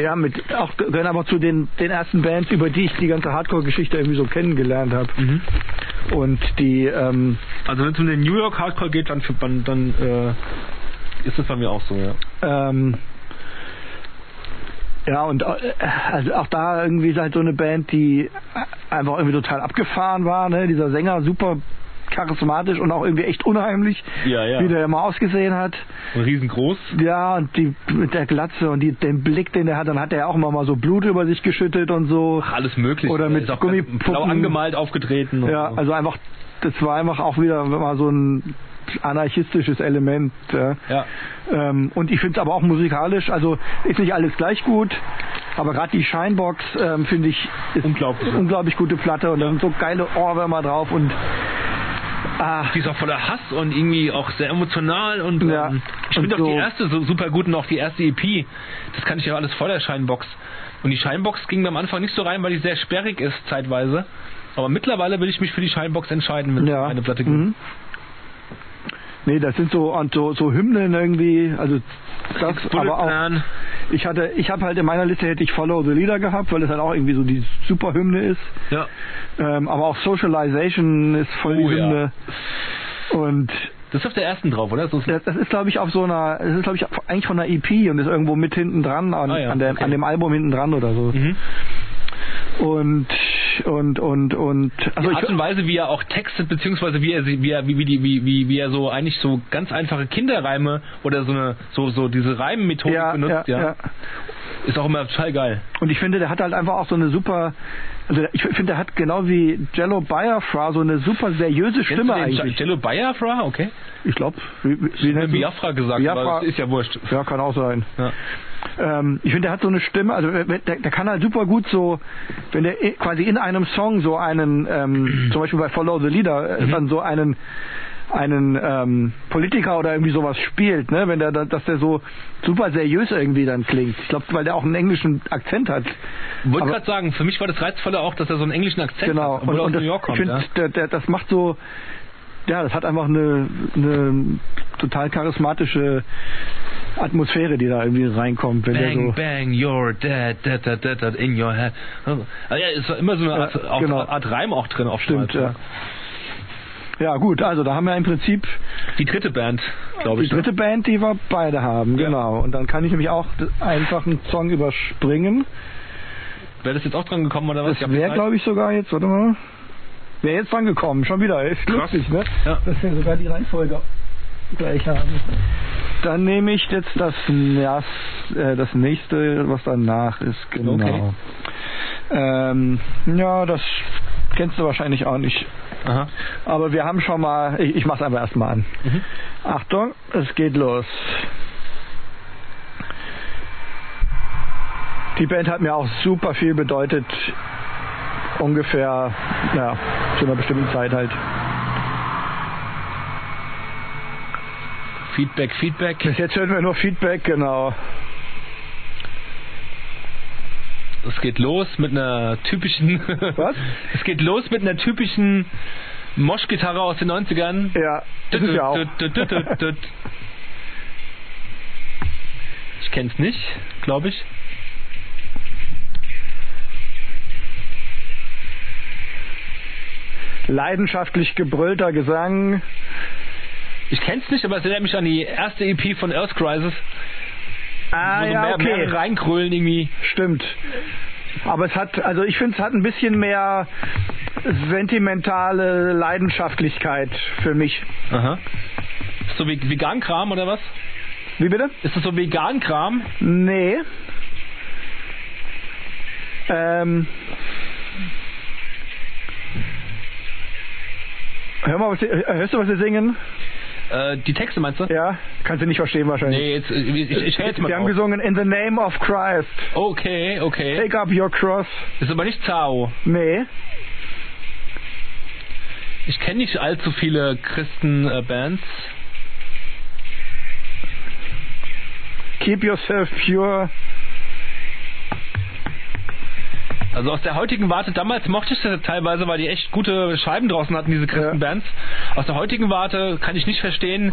Speaker 2: ja, mit auch gehören aber zu den, den ersten Bands, über die ich die ganze Hardcore-Geschichte irgendwie so kennengelernt habe. Und die, ähm,
Speaker 3: Also wenn es um den New York Hardcore geht, dann, für- dann, dann äh, ist das bei mir auch so, ja.
Speaker 2: ähm, ja, und äh, also auch da irgendwie ist halt so eine Band, die einfach irgendwie total abgefahren war, ne? Dieser Sänger super charismatisch und auch irgendwie echt unheimlich,
Speaker 3: Ja, ja.
Speaker 2: wie der immer ausgesehen hat.
Speaker 3: Und Riesengroß.
Speaker 2: Ja, und die mit der Glatze und die, den Blick, den er hat, dann hat er auch immer mal so Blut über sich geschüttet und so.
Speaker 3: Ach, alles möglich.
Speaker 2: Oder mit
Speaker 3: Ist auch
Speaker 2: Gummipuppen.
Speaker 3: Blau angemalt, aufgetreten. und
Speaker 2: Ja,
Speaker 3: so.
Speaker 2: also einfach, das war einfach auch wieder mal so ein anarchistisches Element. Ja.
Speaker 3: ja.
Speaker 2: Ähm, und ich finde es aber auch musikalisch, also ist nicht alles gleich gut, aber gerade die Scheinbox ähm, finde ich ist
Speaker 3: Unglaublich.
Speaker 2: eine unglaublich gute Platte und da sind so geile Ohrwürmer drauf und ah,
Speaker 3: Die ist auch voller Hass und irgendwie auch sehr emotional und
Speaker 2: Ja,
Speaker 3: ähm, ich
Speaker 2: und
Speaker 3: finde auch
Speaker 2: so.
Speaker 3: die erste so super gut und auch die erste EP. Das kann ich ja alles vor der Scheinbox. Und die Scheinbox ging mir am Anfang nicht so rein, weil die sehr sperrig ist zeitweise. Aber mittlerweile will ich mich für die Scheinbox entscheiden, wenn es
Speaker 2: ja.
Speaker 3: um eine Platte geht.
Speaker 2: mhm. Nee, das sind so, und so, so Hymnen irgendwie, also das, aber auch
Speaker 3: Plan.
Speaker 2: Ich hatte, ich habe halt in meiner Liste hätte ich Follow the Leader gehabt, weil das halt auch irgendwie so die Superhymne ist.
Speaker 3: Ja.
Speaker 2: Ähm, aber auch Socialization ist voll die
Speaker 3: Oh ja.
Speaker 2: Hymne. Und
Speaker 3: Das ist auf der ersten drauf, oder? So ist
Speaker 2: das, das ist, glaube ich, auf so einer, das ist, glaube ich, eigentlich von einer EP und ist irgendwo mit hinten dran, an,
Speaker 3: Ah ja,
Speaker 2: an, der,
Speaker 3: okay.
Speaker 2: an dem Album hinten dran oder so.
Speaker 3: Mhm.
Speaker 2: Und, und, und, und, also
Speaker 3: die Art und Weise, wie er auch textet, beziehungsweise wie er, sie- wie er, wie, wie, die- wie, wie, wie er so eigentlich so ganz einfache Kinderreime oder so eine, so, so diese Reimmethode
Speaker 2: ja,
Speaker 3: benutzt, ja,
Speaker 2: ja, ja.
Speaker 3: Ist auch immer total geil.
Speaker 2: Und ich finde, der hat halt einfach auch so eine super, also ich finde, der hat genau wie Jello Biafra so eine super seriöse
Speaker 3: Kennst
Speaker 2: Stimme
Speaker 3: du den
Speaker 2: eigentlich.
Speaker 3: Jello Biafra, okay.
Speaker 2: Ich glaube, wie, wie, wie
Speaker 3: Ich hab
Speaker 2: nennt man-
Speaker 3: Biafra gesagt,
Speaker 2: Biafra-
Speaker 3: aber das ist ja wurscht.
Speaker 2: Ja, kann auch sein.
Speaker 3: Ja.
Speaker 2: Ähm, ich finde, der hat so eine Stimme, also äh, der, der kann halt super gut so, wenn der i- quasi in einem Song so einen, ähm, zum Beispiel bei Follow the Leader,
Speaker 3: Mhm.
Speaker 2: äh, dann so einen einen ähm, Politiker oder irgendwie sowas spielt, ne? Wenn der, da- dass der so super seriös irgendwie dann klingt. Ich glaube, weil der auch einen englischen Akzent hat.
Speaker 3: Wollte
Speaker 2: Aber-
Speaker 3: gerade sagen, für mich war das Reizvolle auch, dass er so einen englischen Akzent
Speaker 2: genau.
Speaker 3: hat, obwohl er aus
Speaker 2: das,
Speaker 3: New York
Speaker 2: ich
Speaker 3: kommt.
Speaker 2: finde,
Speaker 3: ja.
Speaker 2: der, der, das macht so, ja, das hat einfach eine, eine total charismatische Atmosphäre, die da irgendwie reinkommt, wenn der so.
Speaker 3: Bang, bang, you're dead, dead, dead, dead, dead, in your head. Also, ja, ist immer so eine Art,
Speaker 2: Ja,
Speaker 3: auch,
Speaker 2: genau.
Speaker 3: Art Reim auch drin oftmals.
Speaker 2: Stimmt, ja. Ja, gut, also da haben wir im Prinzip
Speaker 3: Die dritte Band, glaube
Speaker 2: die
Speaker 3: ich. ne?
Speaker 2: dritte Band, die wir beide haben,
Speaker 3: Ja.
Speaker 2: genau. Und dann kann ich nämlich auch d- einfach einen Song überspringen.
Speaker 3: Wäre das jetzt auch dran gekommen oder was?
Speaker 2: Das wäre, glaube ich, sogar jetzt, warte mal. Wäre jetzt dran gekommen, schon wieder. Ist
Speaker 3: Krass.
Speaker 2: lustig, ne?
Speaker 3: Ja.
Speaker 2: Dass wir sogar die Reihenfolge
Speaker 6: gleich haben.
Speaker 2: Dann nehme ich jetzt das, das, äh, das nächste, was danach ist. Genau.
Speaker 3: Okay.
Speaker 2: Ähm, ja, das kennst du wahrscheinlich auch nicht.
Speaker 3: Aha.
Speaker 2: Aber wir haben schon mal. Ich, ich mach's einfach erstmal an. Achtung, es geht los. Die Band hat mir auch super viel bedeutet. Ungefähr, ja, zu einer bestimmten Zeit halt.
Speaker 3: Feedback, Feedback.
Speaker 2: Bis jetzt hören wir nur Feedback, genau.
Speaker 3: Es geht los mit einer typischen.
Speaker 2: Was?
Speaker 3: es geht los mit einer typischen Mosch-Gitarre aus den 90ern.
Speaker 2: Ja, das ist ja auch.
Speaker 3: Tut, tut, tut, tut, tut. Ich kenn's nicht, glaube ich.
Speaker 2: Leidenschaftlich gebrüllter Gesang.
Speaker 3: Ich kenn's nicht, aber es erinnert mich an die erste EP von Earth Crisis.
Speaker 2: Ah,
Speaker 3: wo so mehr, mehr reinkrölen irgendwie.
Speaker 2: Stimmt. Aber es hat, also ich finde, es hat ein bisschen mehr sentimentale Leidenschaftlichkeit für mich.
Speaker 3: Aha. Ist so wie Vegan-Kram oder was?
Speaker 2: Wie bitte?
Speaker 3: Ist das so Vegan-Kram?
Speaker 2: Nee. Ähm. Hör mal, was sie, hörst du, was sie singen?
Speaker 3: Äh, die Texte meinst du?
Speaker 2: Ja? Kannst du nicht verstehen wahrscheinlich.
Speaker 3: Nee, jetzt, ich, ich, ich höre jetzt mal
Speaker 2: Sie haben
Speaker 3: drauf.
Speaker 2: gesungen In the name of Christ,
Speaker 3: Okay, okay.
Speaker 2: take up your cross.
Speaker 3: Ist aber nicht Zao.
Speaker 2: Nee.
Speaker 3: Ich kenne nicht allzu viele äh, Christen-Bands.
Speaker 2: Keep yourself pure.
Speaker 3: Also aus der heutigen Warte, damals mochte ich das teilweise, weil die echt gute Scheiben draußen hatten, diese Christenbands. Aus der heutigen Warte kann ich nicht verstehen,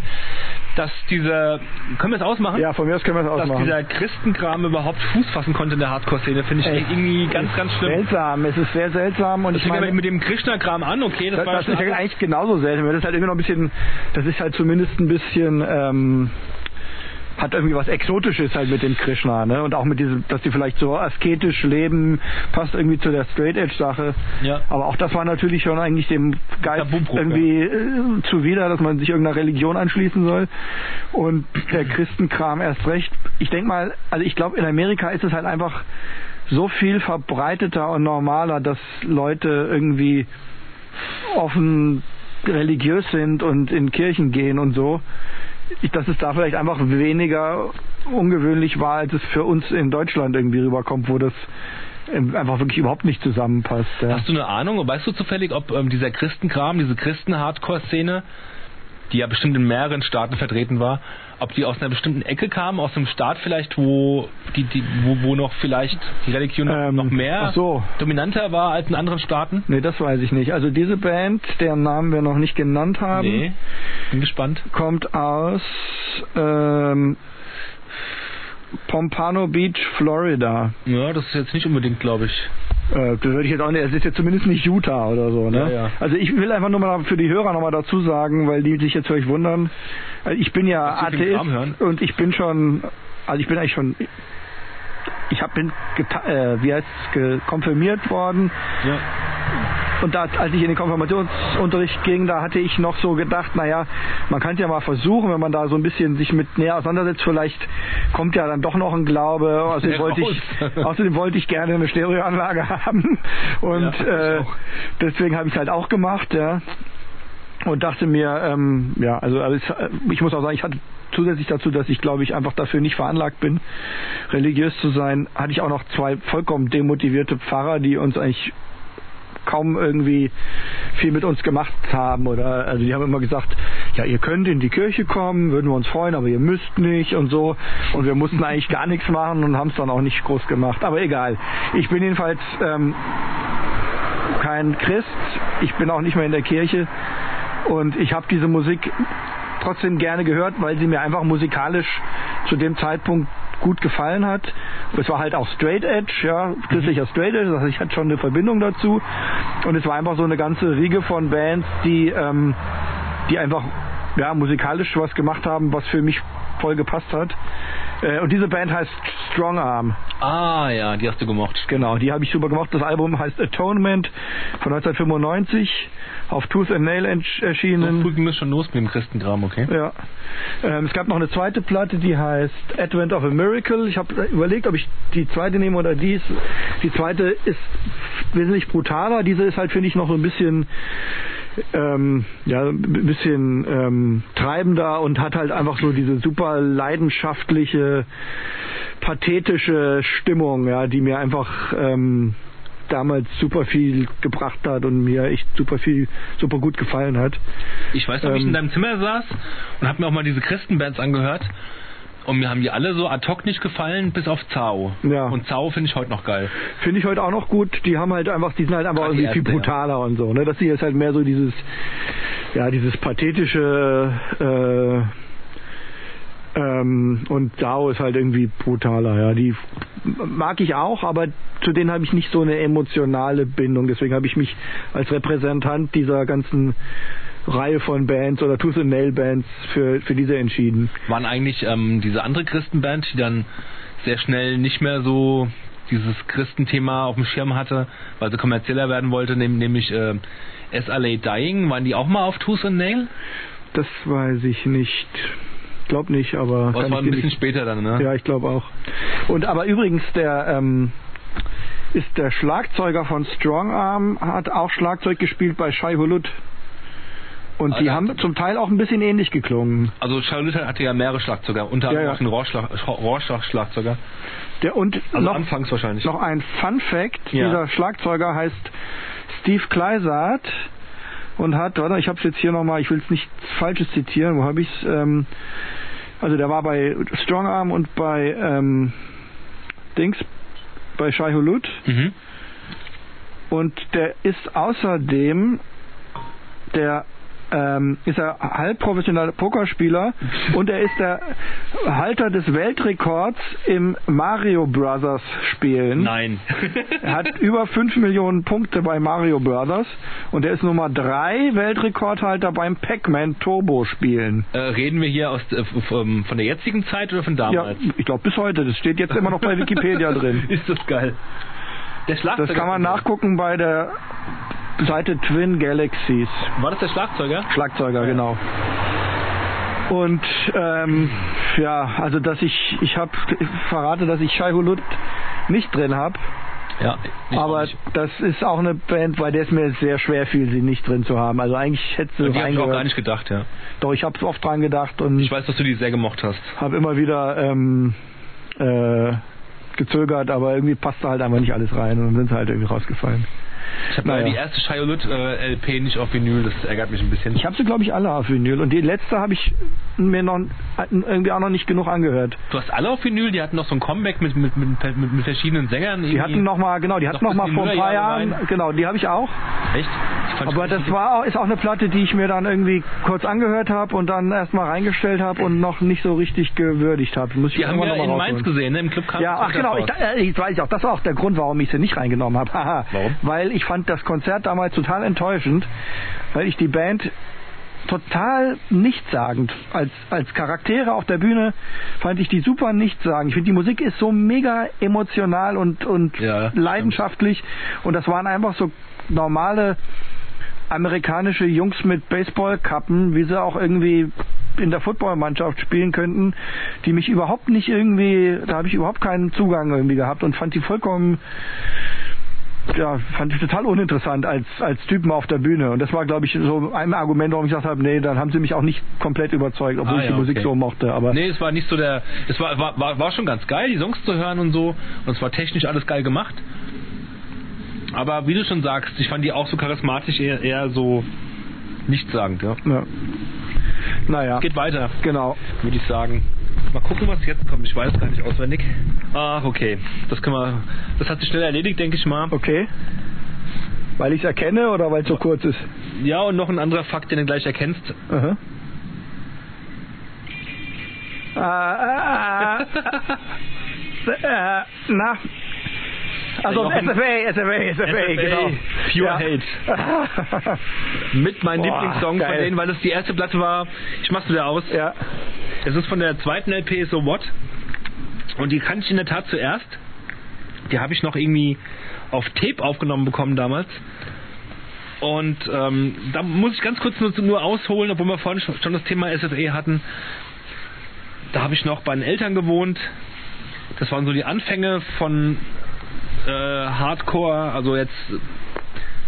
Speaker 3: dass dieser, können wir es ausmachen?
Speaker 2: Ja, von mir aus können wir es
Speaker 3: Dass
Speaker 2: ausmachen.
Speaker 3: dieser Christenkram überhaupt Fuß fassen konnte in der Hardcore-Szene, finde ich
Speaker 2: Echt?
Speaker 3: irgendwie ganz, ganz schlimm.
Speaker 2: Seltsam, es ist sehr seltsam und
Speaker 3: Das
Speaker 2: ich
Speaker 3: fing
Speaker 2: meine,
Speaker 3: aber mit dem Krishna-Kram an, okay, das,
Speaker 2: das,
Speaker 3: war
Speaker 2: das
Speaker 3: schon
Speaker 2: ist ja eigentlich genauso selten, weil das halt irgendwie noch ein bisschen, das ist halt zumindest ein bisschen, ähm, hat irgendwie was Exotisches halt mit dem Krishna, ne? Und auch mit diesem, dass die vielleicht so asketisch leben, passt irgendwie zu der Straight Edge Sache.
Speaker 3: Ja.
Speaker 2: Aber auch das war natürlich schon eigentlich dem Geist
Speaker 3: Tabubruch,
Speaker 2: irgendwie äh, zuwider, dass man sich irgendeiner Religion anschließen soll. Und der Christenkram erst recht. Ich denke mal, also ich glaube, in Amerika ist es halt einfach so viel verbreiteter und normaler, dass Leute irgendwie offen religiös sind und in Kirchen gehen und so, ich- dass es da vielleicht einfach weniger ungewöhnlich war, als es für uns in Deutschland irgendwie rüberkommt, wo das ähm, einfach wirklich überhaupt nicht zusammenpasst. Ja.
Speaker 3: Hast du eine Ahnung, weißt du zufällig, ob ähm, dieser Christenkram, diese Christen-Hardcore-Szene, die ja bestimmt in mehreren Staaten vertreten war, ob die aus einer bestimmten Ecke kam, aus einem Staat vielleicht, wo die, die wo, wo noch vielleicht die Religion
Speaker 2: Ähm,
Speaker 3: noch mehr
Speaker 2: ach so.
Speaker 3: dominanter war als in anderen Staaten?
Speaker 2: Nee, das weiß ich nicht. Also diese Band, deren Namen wir noch nicht genannt haben,
Speaker 3: Nee. Bin gespannt.
Speaker 2: kommt aus ähm, Pompano Beach, Florida.
Speaker 3: Ja, das ist jetzt nicht unbedingt, glaube ich.
Speaker 2: Äh, das würde ich jetzt auch nicht, es ist jetzt zumindest nicht Utah oder so, ne?
Speaker 3: Ja, ja.
Speaker 2: Also ich will einfach nur mal für die Hörer nochmal dazu sagen, weil die sich jetzt vielleicht wundern. Also ich bin ja
Speaker 3: Dass sie viel Kram hören.
Speaker 2: Atheist und ich bin schon, also ich bin eigentlich schon, ich hab, bin, geta- äh, wie heißt es, konfirmiert worden
Speaker 3: Ja.
Speaker 2: und da, als ich in den Konfirmationsunterricht ging, da hatte ich noch so gedacht, naja, man kann es ja mal versuchen, wenn man da so ein bisschen sich mit näher auseinandersetzt, vielleicht kommt ja dann doch noch ein Glaube. Außerdem wollte ich,
Speaker 3: Raus.
Speaker 2: außerdem wollte ich gerne eine Stereoanlage haben. Und
Speaker 3: Ja, ich
Speaker 2: äh,
Speaker 3: auch.
Speaker 2: deswegen habe ich es halt auch gemacht, ja. Und dachte mir, ähm, ja, also, also ich muss auch sagen, ich hatte zusätzlich dazu, dass ich glaube ich einfach dafür nicht veranlagt bin, religiös zu sein, hatte ich auch noch zwei vollkommen demotivierte Pfarrer, die uns eigentlich kaum irgendwie viel mit uns gemacht haben oder also die haben immer gesagt, ja ihr könnt in die Kirche kommen, würden wir uns freuen, aber ihr müsst nicht und so und wir mussten eigentlich gar nichts machen und haben es dann auch nicht groß gemacht, aber egal. Ich bin jedenfalls ähm, kein Christ, ich bin auch nicht mehr in der Kirche und ich habe diese Musik trotzdem gerne gehört, weil sie mir einfach musikalisch zu dem Zeitpunkt gut gefallen hat. Es war halt auch Straight Edge, ja, christlicher Straight Edge, also ich hatte schon eine Verbindung dazu und es war einfach so eine ganze Riege von Bands, die, ähm, die einfach ja, musikalisch was gemacht haben, was für mich voll gepasst hat. Äh, und diese Band heißt Strong Arm.
Speaker 3: Ah ja, die hast du gemocht.
Speaker 2: Genau, die habe ich super gemacht. Das Album heißt Atonement von 1995, auf Tooth and Nail entsch-
Speaker 3: So
Speaker 2: erschienen.
Speaker 3: früh ging das schon los mit dem Christenkram, okay?
Speaker 2: Ja. Ähm, es gab noch eine zweite Platte, die heißt Advent of a Miracle. Ich habe überlegt, ob ich die zweite nehme oder dies. Die zweite ist wesentlich brutaler. Diese ist halt, finde ich, noch so ein bisschen, ähm, ja, ein bisschen ähm, treibender und hat halt einfach so diese super leidenschaftliche, pathetische Stimmung, ja, die mir einfach ähm, damals super viel gebracht hat und mir echt super viel, super gut gefallen hat.
Speaker 3: Ich weiß noch, wie ich
Speaker 2: Ähm.
Speaker 3: in deinem Zimmer saß und habe mir auch mal diese Christenbands angehört. Und mir haben die alle so ad hoc nicht gefallen, bis auf Zao.
Speaker 2: Ja.
Speaker 3: Und Zao finde ich heute noch geil.
Speaker 2: Finde ich heute auch noch gut. Die haben halt einfach, die sind halt einfach
Speaker 3: Ah, die
Speaker 2: irgendwie viel
Speaker 3: Ärzte, ja.
Speaker 2: brutaler und so. Ne? Das hier ist halt mehr so dieses, ja, dieses pathetische äh, ähm, und Dao ist halt irgendwie brutaler. Ja, die mag ich auch, aber zu denen habe ich nicht so eine emotionale Bindung. Deswegen habe ich mich als Repräsentant dieser ganzen Reihe von Bands oder Tooth and Nail Bands für für diese entschieden.
Speaker 3: Waren eigentlich ähm, diese andere Christenband, die dann sehr schnell nicht mehr so dieses Christenthema auf dem Schirm hatte, weil sie kommerzieller werden wollte, nehm, nämlich äh, SLA Dying, waren die auch mal auf Tooth and Nail?
Speaker 2: Das weiß ich nicht. Glaub nicht, aber
Speaker 3: Aber
Speaker 2: kann
Speaker 3: es
Speaker 2: ich
Speaker 3: war
Speaker 2: dir
Speaker 3: ein
Speaker 2: nicht
Speaker 3: bisschen später dann, ne?
Speaker 2: Ja, ich glaube auch. Und aber übrigens der ähm, ist der Schlagzeuger von Strongarm hat auch Schlagzeug gespielt bei Shai Hulud. Und
Speaker 3: Ah,
Speaker 2: die
Speaker 3: ja.
Speaker 2: haben zum Teil auch ein bisschen ähnlich geklungen.
Speaker 3: Also Charlotte hatte ja mehrere Schlagzeuger, unter anderem
Speaker 2: Ja, ja.
Speaker 3: auch den Rorschach- Rorschach-Schlagzeuger.
Speaker 2: Der und
Speaker 3: Also
Speaker 2: noch,
Speaker 3: anfangs wahrscheinlich.
Speaker 2: noch ein Fun Fact:
Speaker 3: Ja.
Speaker 2: Dieser Schlagzeuger heißt Steve Kleisart und hat, warte, ich habe es jetzt hier nochmal, ich will es nicht falsches zitieren. Wo habe ich es? Ähm, also der war bei Strongarm und bei ähm, Dings, bei Shai Hulud.
Speaker 3: Mhm.
Speaker 2: Und der ist außerdem der ähm, ist er halbprofessioneller Pokerspieler und er ist der Halter des Weltrekords im Mario Brothers Spielen.
Speaker 3: Nein.
Speaker 2: Er hat über 5 Millionen Punkte bei Mario Brothers und er ist Nummer 3 Weltrekordhalter beim Pac-Man Turbo Spielen.
Speaker 3: äh, reden wir hier aus, äh, f- ähm, von der jetzigen Zeit oder von
Speaker 2: Ja,
Speaker 3: damals?
Speaker 2: ich glaube bis heute, das steht jetzt immer noch bei Wikipedia drin.
Speaker 3: Ist das geil. Der Schlagzeuger.
Speaker 2: Das kann man nachgucken bei der Seite Twin Galaxies.
Speaker 3: War das der Schlagzeuger?
Speaker 2: Schlagzeuger, genau. Und ähm, ja, also dass ich ich habe verrate, dass ich Shai Hulud nicht drin habe,
Speaker 3: Ja. ich auch
Speaker 2: aber
Speaker 3: nicht.
Speaker 2: das ist auch eine Band, bei der es mir sehr schwer fiel, sie nicht drin zu haben. Also eigentlich hätte sie
Speaker 3: An die hab ich auch gar
Speaker 2: reingehört.
Speaker 3: nicht gedacht, ja.
Speaker 2: Doch ich habe oft dran gedacht und
Speaker 3: Ich weiß, dass du die sehr gemocht hast.
Speaker 2: habe immer wieder ähm, äh, gezögert, aber irgendwie passte halt einfach nicht alles rein und dann sind sie halt irgendwie rausgefallen.
Speaker 3: Ich habe
Speaker 2: Naja.
Speaker 3: die erste Shiolut äh, LP nicht auf Vinyl, das ärgert mich ein bisschen.
Speaker 2: Ich habe sie glaube ich alle auf Vinyl und die letzte habe ich mir noch äh, irgendwie auch noch nicht genug angehört.
Speaker 3: du hast alle auf Vinyl, die hatten noch so ein Comeback mit, mit, mit, mit, mit verschiedenen Sängern.
Speaker 2: Die hatten noch mal, genau, die hatten
Speaker 3: Noch
Speaker 2: noch mal
Speaker 3: bis in die
Speaker 2: vor ein paar
Speaker 3: Nullerjahre
Speaker 2: Jahren,
Speaker 3: rein.
Speaker 2: genau, die habe ich auch.
Speaker 3: Echt? Ich fand
Speaker 2: Aber das war auch, ist auch eine Platte, die ich mir dann irgendwie kurz angehört habe und dann erstmal reingestellt habe und noch nicht so richtig gewürdigt habe. Muss ich
Speaker 3: Die haben wir
Speaker 2: irgendwann
Speaker 3: in
Speaker 2: noch mal
Speaker 3: Mainz
Speaker 2: rausholen.
Speaker 3: gesehen, ne? im Club Karl
Speaker 2: Ja, ach genau, ich, äh, ich weiß auch, das war auch der Grund, warum ich sie nicht reingenommen habe. Haha.
Speaker 3: Warum?
Speaker 2: Weil ich fand das Konzert damals total enttäuschend, weil ich die Band total nichtssagend als als Charaktere auf der Bühne fand ich die super nichtssagend. Ich finde die Musik ist so mega emotional und und
Speaker 3: Ja, stimmt.
Speaker 2: leidenschaftlich und das waren einfach so normale amerikanische Jungs mit Baseballkappen, wie sie auch irgendwie in der Footballmannschaft spielen könnten, die mich überhaupt nicht irgendwie, da habe ich überhaupt keinen Zugang irgendwie gehabt und fand die vollkommen ja, fand ich total uninteressant als, als Typen auf der Bühne. Und das war, glaube ich, so ein Argument, warum ich gesagt habe, nee, dann haben sie mich auch nicht komplett überzeugt, obwohl
Speaker 3: Ah,
Speaker 2: ich
Speaker 3: ja,
Speaker 2: die Musik
Speaker 3: okay.
Speaker 2: so mochte. Aber
Speaker 3: Nee, es war nicht so der. Es war, war, war, war schon ganz geil, die Songs zu hören und so. Und es war technisch alles geil gemacht. Aber wie du schon sagst, ich fand die auch so charismatisch eher, eher so nichtssagend, ja.
Speaker 2: ja. naja,
Speaker 3: Geht weiter,
Speaker 2: genau.
Speaker 3: würde ich sagen. Mal gucken, was jetzt kommt. Ich weiß gar nicht auswendig. Ach, okay. Das können wir. Das hat sich schnell erledigt, denke ich mal.
Speaker 2: Okay. Weil ich es erkenne oder weil es so kurz ist?
Speaker 3: Ja, und noch ein anderer Fakt, den du gleich erkennst.
Speaker 2: Aha. Äh, äh, äh, na. Also
Speaker 3: Jochen.
Speaker 2: SFA, SFA, SFA,
Speaker 3: SFA,
Speaker 2: genau.
Speaker 3: Pure
Speaker 2: Ja.
Speaker 3: Hate. Mit meinem
Speaker 2: Boah,
Speaker 3: Lieblingssong von
Speaker 2: geil.
Speaker 3: denen, weil es die erste Platte war. Ich mach's wieder aus.
Speaker 2: ja.
Speaker 3: Es ist von der zweiten LP So What. Und die kannte ich in der Tat zuerst. Die habe ich noch irgendwie auf Tape aufgenommen bekommen damals. Und ähm, da muss ich ganz kurz nur, nur ausholen, obwohl wir vorhin schon das Thema SFE hatten. Da habe ich noch bei den Eltern gewohnt. Das waren so die Anfänge von äh, Hardcore, also jetzt,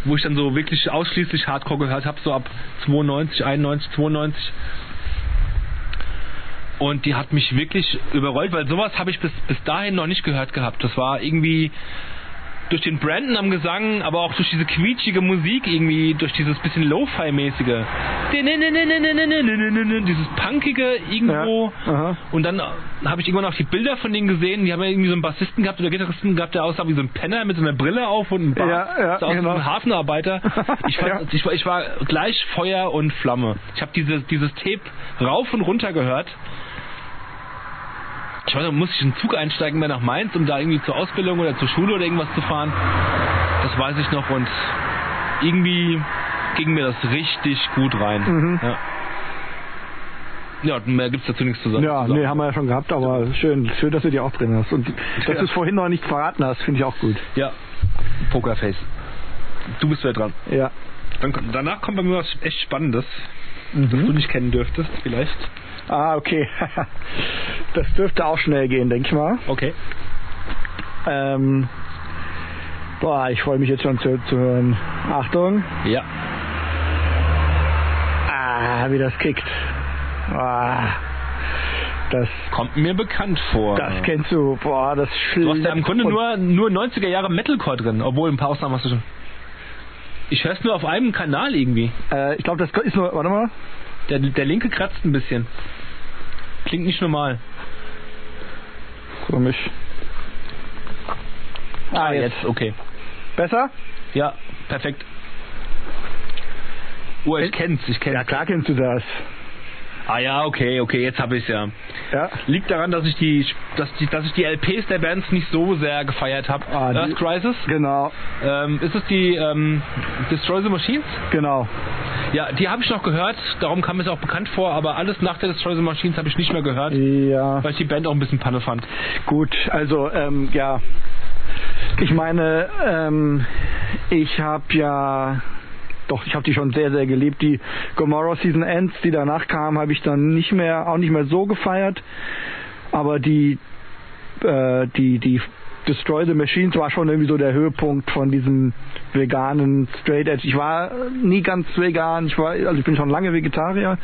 Speaker 3: wo ich dann so wirklich ausschließlich Hardcore gehört habe, so ab 92, 91, 92. Und die hat mich wirklich überrollt, weil sowas habe ich bis, bis dahin noch nicht gehört gehabt. Das war irgendwie durch den Brandon am Gesang, aber auch durch diese quietschige Musik irgendwie, durch dieses bisschen Lo-Fi-mäßige. Dieses punkige irgendwo.
Speaker 2: aha.
Speaker 3: Und dann habe ich irgendwann auch die Bilder von denen gesehen. Die haben ja irgendwie so einen Bassisten gehabt oder Gitarristen gehabt, der aussah wie so ein Penner mit so einer Brille auf und einem Bart.
Speaker 2: Ja, ja,
Speaker 3: so aus wie
Speaker 2: genau.
Speaker 3: ein Hafenarbeiter. Ich, fand,
Speaker 2: Ja.
Speaker 3: ich, war, ich war gleich Feuer und Flamme. Ich habe dieses, dieses Tape rauf und runter gehört. Ich weiß nicht, muss ich in den Zug einsteigen mehr nach Mainz, um da irgendwie zur Ausbildung oder zur Schule oder irgendwas zu fahren? Das weiß ich noch und irgendwie ging mir das richtig gut rein.
Speaker 2: Mhm.
Speaker 3: Ja. ja, und mehr gibt's dazu nichts zu sagen.
Speaker 2: Ja,
Speaker 3: zu sagen.
Speaker 2: nee, haben wir ja schon gehabt, aber schön, schön, dass du die auch drin hast. Und dass du es vorhin noch nicht verraten hast, finde ich auch gut.
Speaker 3: ja. Pokerface. Du bist wieder dran.
Speaker 2: Ja.
Speaker 3: Dann, danach kommt bei mir was echt Spannendes,
Speaker 2: Hm?
Speaker 3: das
Speaker 2: Mhm.
Speaker 3: du nicht kennen dürftest, vielleicht.
Speaker 2: Ah, okay. Das dürfte auch schnell gehen, denke ich mal.
Speaker 3: Okay.
Speaker 2: Ähm, boah, ich freue mich jetzt schon zu, zu hören. Achtung.
Speaker 3: Ja.
Speaker 2: Ah, wie das kickt. Ah, das,
Speaker 3: Kommt mir bekannt vor.
Speaker 2: das kennst du. Boah, das
Speaker 3: Du hast ja im
Speaker 2: schlägt
Speaker 3: Grunde
Speaker 2: und-
Speaker 3: nur, nur 90er Jahre Metalcore drin, obwohl ein paar Ausnahmen hast du schon. Ich hör's nur auf einem Kanal irgendwie.
Speaker 2: Äh, ich glaube, das ist nur. Warte mal.
Speaker 3: Der, der linke kratzt ein bisschen. Klingt nicht normal.
Speaker 2: Komisch. Ah, jetzt.
Speaker 3: okay.
Speaker 2: Besser?
Speaker 3: Ja, perfekt.
Speaker 2: Äh,
Speaker 3: Oh, ich kenn's, ich kenn's.
Speaker 2: Ja, klar kennst du das.
Speaker 3: Ah ja, okay, okay, jetzt hab ich's ja.
Speaker 2: Ja.
Speaker 3: Liegt daran, dass ich die, dass die, dass ich die LPs der Bands nicht so sehr gefeiert habe.
Speaker 2: Ah, die-
Speaker 3: Earth Crisis.
Speaker 2: Genau,
Speaker 3: Ähm, ist es die ähm, Destroy the Machines?
Speaker 2: genau.
Speaker 3: Ja, die habe ich noch gehört, darum kam es auch bekannt vor, aber alles nach der Destroy the Machines habe ich nicht mehr gehört,
Speaker 2: Ja.
Speaker 3: weil ich die Band auch ein bisschen Panne fand.
Speaker 2: Gut, also ähm, ja, ich meine, ähm, ich habe ja, doch, ich habe die schon sehr, sehr geliebt. Die Gomorrah Season Ends, die danach kamen, habe ich dann nicht mehr, auch nicht mehr so gefeiert. Aber die, äh, die, die Destroy the Machines war schon irgendwie so der Höhepunkt von diesem veganen Straight Edge. Ich war nie ganz vegan. Ich war, also ich bin schon lange Vegetarier.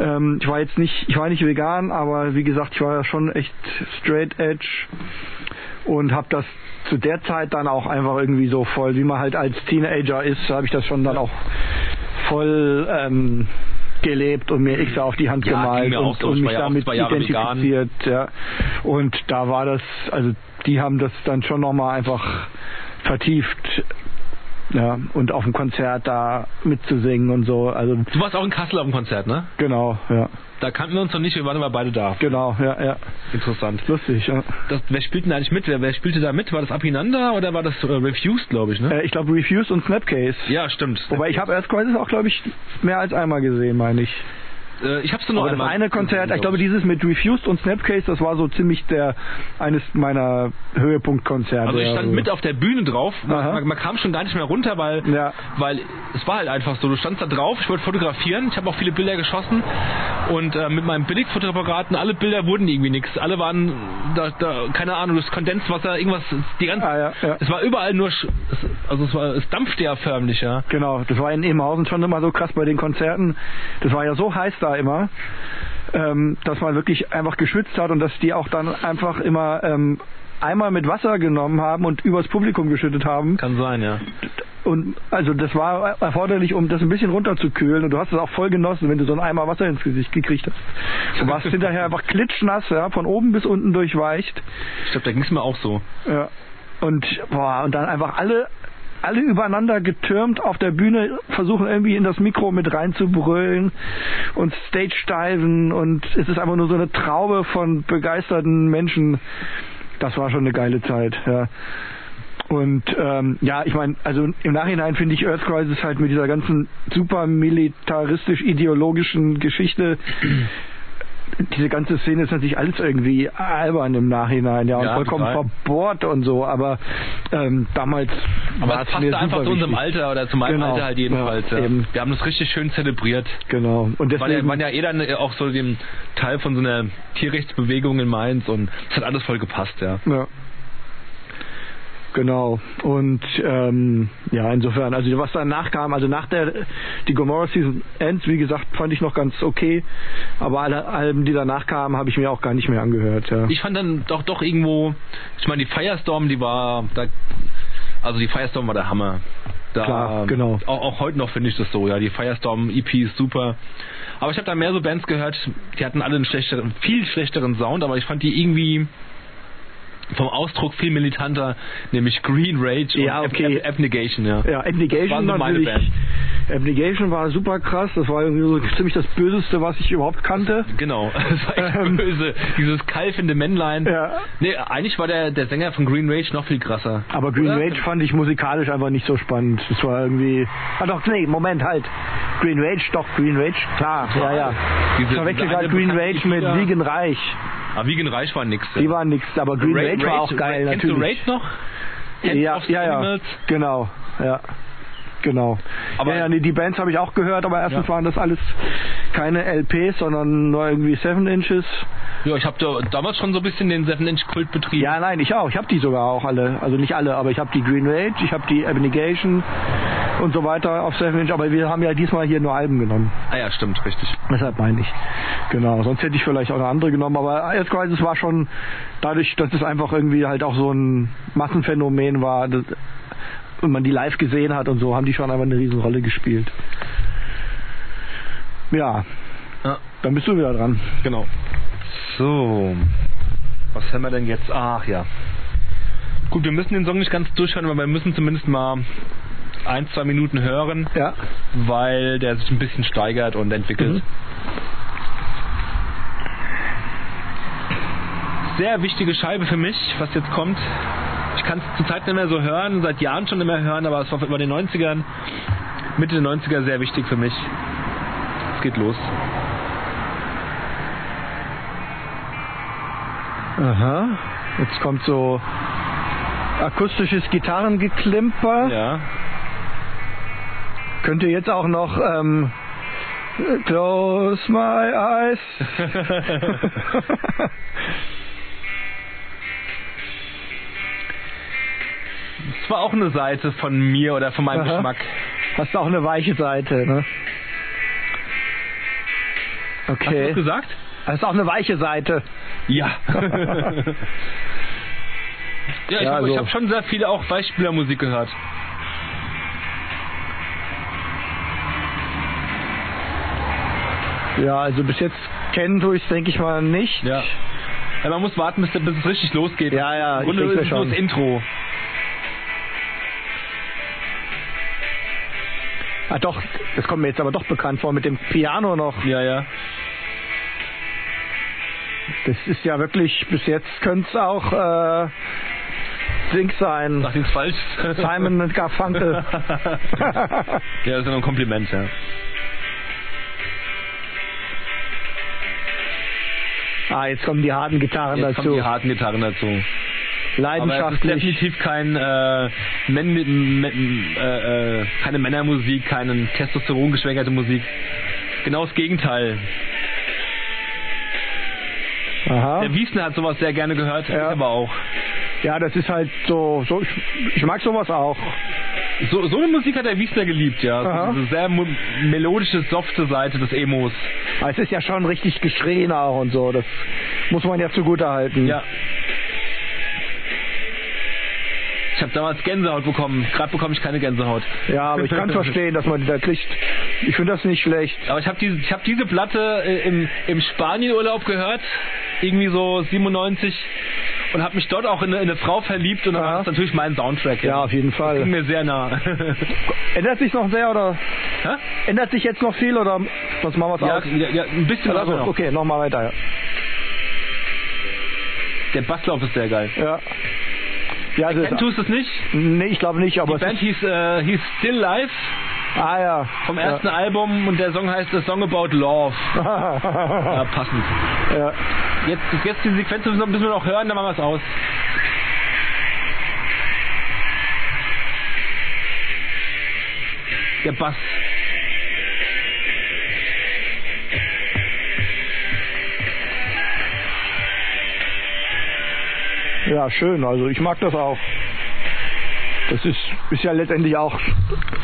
Speaker 2: Ähm, ich war jetzt nicht, ich war nicht vegan, aber wie gesagt, ich war ja schon echt Straight Edge und habe das zu der Zeit dann auch einfach irgendwie so voll, wie man halt als Teenager ist, habe ich das schon dann auch voll ähm, gelebt und mir X auf die Hand
Speaker 3: Ja, ging
Speaker 2: gemalt
Speaker 3: mir auch
Speaker 2: und,
Speaker 3: so.
Speaker 2: und
Speaker 3: Ich war
Speaker 2: mich
Speaker 3: ja auch
Speaker 2: damit
Speaker 3: zwei Jahre vegan.
Speaker 2: identifiziert passiert, ja. Und da war das, also die haben das dann schon nochmal einfach vertieft. Ja, und auf dem Konzert da mitzusingen und so. Also
Speaker 3: Du warst auch in Kassel auf dem Konzert, ne?
Speaker 2: genau, ja.
Speaker 3: Da kannten wir uns noch nicht, wir waren aber beide da.
Speaker 2: Genau, ja, ja.
Speaker 3: Interessant.
Speaker 2: Lustig, ja.
Speaker 3: Das, wer spielt denn eigentlich mit? Wer, wer spielte da mit? War das Apinanda oder war das äh, Refused, glaube ich, ne?
Speaker 2: Äh, ich glaube Refuse und Snapcase.
Speaker 3: ja, stimmt.
Speaker 2: Äh. Wobei ich habe Earth Crisis auch, glaube ich, mehr als einmal gesehen, meine ich.
Speaker 3: äh, ich hab's nur noch
Speaker 2: Aber Oh, das
Speaker 3: einmal
Speaker 2: eine Konzert,
Speaker 3: gesehen,
Speaker 2: ich glaube dieses mit Refused und Snapcase, das war so ziemlich der eines meiner Höhepunktkonzerte.
Speaker 3: Also ich stand mit auf der Bühne drauf.
Speaker 2: Aha.
Speaker 3: Man, man kam schon gar nicht mehr runter, weil,
Speaker 2: Ja.
Speaker 3: weil es war halt einfach so. Du standst da drauf, ich wollte fotografieren, ich habe auch viele Bilder geschossen und äh, mit meinem Billigfotoapparaten, alle Bilder wurden irgendwie nichts. Alle waren, da, da, keine Ahnung, das Kondenswasser, irgendwas, die ganze...
Speaker 2: Ah, ja, ja.
Speaker 3: Es war überall nur, sch- es, also es, war, es dampfte ja förmlich, ja.
Speaker 2: Genau, das war in Ebenhausen schon immer so krass bei den Konzerten. Das war ja so heiß da immer, ähm, dass man wirklich einfach geschwitzt hat und dass die auch dann einfach immer ähm, einmal mit Wasser genommen haben und übers Publikum geschüttet haben.
Speaker 3: Kann sein, ja.
Speaker 2: Und also das war erforderlich, um das ein bisschen runterzukühlen. Und du hast es auch voll genossen, wenn du so einen Eimer Wasser ins Gesicht gekriegt hast. Du warst hinterher einfach klitschnass, ja, von oben bis unten durchweicht.
Speaker 3: Ich glaube, da ging's mir auch so.
Speaker 2: Ja. Und boah, und dann einfach alle alle übereinander getürmt auf der Bühne versuchen irgendwie in das Mikro mit reinzubrüllen und stage steifen und es ist einfach nur so eine Traube von begeisterten Menschen. Das war schon eine geile Zeit, ja. Und ähm, ja, ich meine, also im Nachhinein finde ich Earth Crisis halt mit dieser ganzen super militaristisch-ideologischen Geschichte diese ganze Szene ist natürlich alles irgendwie albern im Nachhinein, ja, und
Speaker 3: Ja,
Speaker 2: vollkommen
Speaker 3: total.
Speaker 2: verbohrt und so, aber ähm, damals
Speaker 3: Aber
Speaker 2: war
Speaker 3: es
Speaker 2: es mir
Speaker 3: passte einfach
Speaker 2: super
Speaker 3: zu unserem
Speaker 2: wichtig.
Speaker 3: Alter oder zu meinem
Speaker 2: Genau.
Speaker 3: Alter halt jedenfalls.
Speaker 2: Ja,
Speaker 3: Ja,
Speaker 2: eben.
Speaker 3: Wir haben das richtig schön zelebriert.
Speaker 2: Genau. Und
Speaker 3: Waren ja,
Speaker 2: deswegen,
Speaker 3: waren ja eh dann auch so dem Teil von so einer Tierrechtsbewegung in Mainz und es hat alles voll gepasst, ja.
Speaker 2: Ja. Genau. Und ähm, ja, insofern, also was danach kam, also nach der die Gomorrah Season Ends, wie gesagt, fand ich noch ganz okay. Aber alle Alben, die danach kamen, habe ich mir auch gar nicht mehr angehört. Ja.
Speaker 3: Ich fand dann doch doch irgendwo, ich meine die Firestorm, die war da also die Firestorm war der Hammer. Da, ähm,
Speaker 2: Klar, genau.
Speaker 3: Auch, auch heute noch finde ich das so, ja. Die Firestorm EP ist super. Aber ich habe da mehr so Bands gehört, die hatten alle einen schlechteren, viel schlechteren Sound, aber ich fand die irgendwie vom Ausdruck viel militanter, nämlich Green Rage
Speaker 2: Ja,
Speaker 3: und
Speaker 2: okay.
Speaker 3: Ab- Ab- Abnegation, ja.
Speaker 2: ja, Abnegation
Speaker 3: Das war so meine
Speaker 2: natürlich.
Speaker 3: Band.
Speaker 2: Abnegation war super krass. Das war irgendwie so ziemlich das Böseste, was ich überhaupt kannte.
Speaker 3: Genau, das war echt
Speaker 2: Ähm.
Speaker 3: böse. Dieses kalfende Männlein.
Speaker 2: Ja.
Speaker 3: Nee, eigentlich war der, der Sänger von Green Rage noch viel krasser.
Speaker 2: Aber Green
Speaker 3: Oder?
Speaker 2: Rage fand ich musikalisch einfach nicht so spannend. Es war irgendwie. Ah doch, nee, Moment halt. Green Rage, doch, Green Rage, klar, ja, ja. Ich
Speaker 3: Diese-
Speaker 2: verwechsel
Speaker 3: diese
Speaker 2: gerade
Speaker 3: eine
Speaker 2: Green
Speaker 3: bekannte
Speaker 2: Rage mit
Speaker 3: Lieder.
Speaker 2: Siegen Reich.
Speaker 3: Aber Vegan Reich war nix.
Speaker 2: Die waren nix, aber Green Rage, war auch geil,
Speaker 3: kennst
Speaker 2: natürlich.
Speaker 3: du Rage noch?
Speaker 2: ja,
Speaker 3: of the
Speaker 2: ja, ja.
Speaker 3: Animals?
Speaker 2: Genau, ja. Genau.
Speaker 3: Aber-
Speaker 2: ja, ja, nee, die Bands habe ich auch gehört, aber erstens waren das alles keine LPs, sondern nur irgendwie Seven Inches.
Speaker 3: Ja, ich habe da damals schon so ein bisschen den Seven-Inch-Kult betrieben.
Speaker 2: Ja, nein, ich auch. Ich habe die sogar auch alle. Also nicht alle, aber ich habe die Green Rage, ich habe die Abnegation und so weiter auf Seven Inch. Aber wir haben ja diesmal hier nur Alben genommen.
Speaker 3: Ah ja, stimmt, richtig.
Speaker 2: Deshalb meine ich. Genau, sonst hätte ich vielleicht auch eine andere genommen. Aber Ice Crisis war schon dadurch, dass es einfach irgendwie halt auch so ein Massenphänomen war das, und man die live gesehen hat und so, haben die schon einfach eine Riesenrolle gespielt. Ja,
Speaker 3: Ja,
Speaker 2: dann bist du wieder dran.
Speaker 3: genau. So. Was haben wir denn jetzt? Ach ja. Gut, wir müssen den Song nicht ganz durchhören, aber wir müssen zumindest mal ein, zwei Minuten hören,
Speaker 2: Ja.
Speaker 3: weil der sich ein bisschen steigert und
Speaker 2: Mhm.
Speaker 3: entwickelt. Sehr wichtige Scheibe für mich, was jetzt kommt. Ich kann es zurzeit nicht mehr so hören, seit Jahren schon nicht mehr hören, aber es war über den 90ern, Mitte der 90er sehr wichtig für mich. Es geht los.
Speaker 2: Aha. Jetzt kommt so akustisches Gitarrengeklimper.
Speaker 3: Ja.
Speaker 2: Könnt ihr jetzt auch noch ähm, Close my eyes.
Speaker 3: Es war auch eine Seite von mir oder von meinem
Speaker 2: Aha.
Speaker 3: Geschmack.
Speaker 2: Hast du auch eine weiche Seite, ne?
Speaker 3: Hast du das
Speaker 2: Okay.
Speaker 3: gesagt?
Speaker 2: Hast du auch eine weiche Seite.
Speaker 3: Ja. ja, ich
Speaker 2: Ja,
Speaker 3: habe
Speaker 2: so.
Speaker 3: hab schon sehr viele auch Beispielermusik gehört.
Speaker 2: Ja, also bis jetzt kennen tue ich denke ich mal, nicht.
Speaker 3: Ja. ja man muss warten, bis, bis es richtig losgeht.
Speaker 2: Ja, ja,
Speaker 3: Im
Speaker 2: ich
Speaker 3: Grunde
Speaker 2: denke
Speaker 3: ist
Speaker 2: mir
Speaker 3: es nur
Speaker 2: schon.
Speaker 3: das Intro.
Speaker 2: Ah doch, das kommt mir jetzt aber doch bekannt vor mit dem Piano noch.
Speaker 3: Ja, ja.
Speaker 2: Das ist ja wirklich, bis jetzt könnte es auch äh, Sing sein.
Speaker 3: Sag nichts falsch.
Speaker 2: Simon und Garfunkel.
Speaker 3: Ja, das ist ja nur ein Kompliment, ja.
Speaker 2: ah, jetzt kommen die harten Gitarren
Speaker 3: Jetzt kommen
Speaker 2: dazu.
Speaker 3: die harten Gitarren dazu. Aber es ist
Speaker 2: Leidenschaftlich.
Speaker 3: definitiv kein, äh, Männ, Männ, äh, äh, keine Männermusik, keine Testosteron geschwängerte Musik. Genau das Gegenteil.
Speaker 2: Aha.
Speaker 3: Der Wiesner hat sowas sehr gerne gehört,
Speaker 2: Ja.
Speaker 3: ich aber auch.
Speaker 2: Ja, das ist halt so, so ich, ich mag sowas auch.
Speaker 3: So, so eine Musik hat der Wiesner geliebt, ja.
Speaker 2: Aha.
Speaker 3: So diese sehr mu- melodische, softe Seite des Emos.
Speaker 2: Aber es ist ja schon richtig geschrien auch und so. Das muss man ja zugutehalten.
Speaker 3: Ja. Ich habe damals Gänsehaut bekommen. Gerade bekomme ich keine Gänsehaut.
Speaker 2: ja aber ich kann verstehen, dass man die da kriegt. Ich finde das nicht schlecht.
Speaker 3: Aber ich habe diese, ich hab diese Platte äh, im, im Spanienurlaub gehört, irgendwie so 97, und habe mich dort auch in eine, in eine Frau verliebt und dann
Speaker 2: Aha.
Speaker 3: war das natürlich mein Soundtrack.
Speaker 2: Ja, auf jeden
Speaker 3: Ging
Speaker 2: Fall.
Speaker 3: mir sehr nah.
Speaker 2: Ändert sich noch sehr oder
Speaker 3: Hä?
Speaker 2: ändert sich jetzt noch viel oder was machen wir
Speaker 3: ja,
Speaker 2: aus?
Speaker 3: ja, ja, ein bisschen was
Speaker 2: Also,
Speaker 3: noch.
Speaker 2: okay, nochmal weiter.
Speaker 3: Der Basslauf ist sehr geil.
Speaker 2: Ja. Ja, ja das
Speaker 3: Kennst
Speaker 2: ist,
Speaker 3: du es nicht?
Speaker 2: nee, ich glaube nicht, aber
Speaker 3: Die
Speaker 2: es
Speaker 3: Band hieß, äh, hieß Still Life.
Speaker 2: Ah ja.
Speaker 3: Vom ersten Album und der Song heißt The Song About Love. ja, passend.
Speaker 2: Ja.
Speaker 3: Jetzt, jetzt die Sequenz müssen wir noch hören, dann machen wir es aus. Der Bass.
Speaker 2: ja, schön. Also ich mag das auch. Das ist, ist ja letztendlich auch,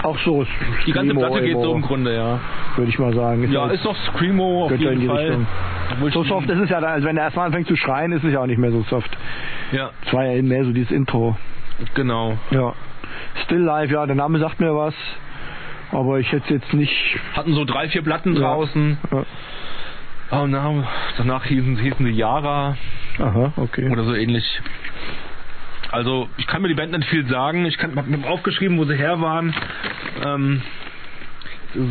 Speaker 2: auch so.
Speaker 3: Die ganze
Speaker 2: Screamo,
Speaker 3: Platte geht
Speaker 2: Emo,
Speaker 3: so im Grunde, ja.
Speaker 2: Würde ich mal sagen.
Speaker 3: Ja, ist doch Screamo auf
Speaker 2: Geht ja in
Speaker 3: jeden
Speaker 2: die
Speaker 3: Fall.
Speaker 2: Richtung.
Speaker 3: Obwohl
Speaker 2: so
Speaker 3: ich-
Speaker 2: soft ist es ja dann, also wenn er erstmal anfängt zu schreien, ist es ja auch nicht mehr so soft.
Speaker 3: Ja,
Speaker 2: Es war ja eben mehr so dieses Intro.
Speaker 3: genau.
Speaker 2: Ja. Still Life, ja, der Name sagt mir was. Aber ich hätte jetzt nicht. äh,
Speaker 3: Hatten so drei, vier Platten
Speaker 2: Ja.
Speaker 3: draußen.
Speaker 2: Ja.
Speaker 3: Oh no. Danach hießen, hießen die Yara
Speaker 2: Aha, okay.
Speaker 3: oder so ähnlich. Also ich kann mir die Band nicht viel sagen. Ich kann hab mir aufgeschrieben, wo sie her waren. Ähm,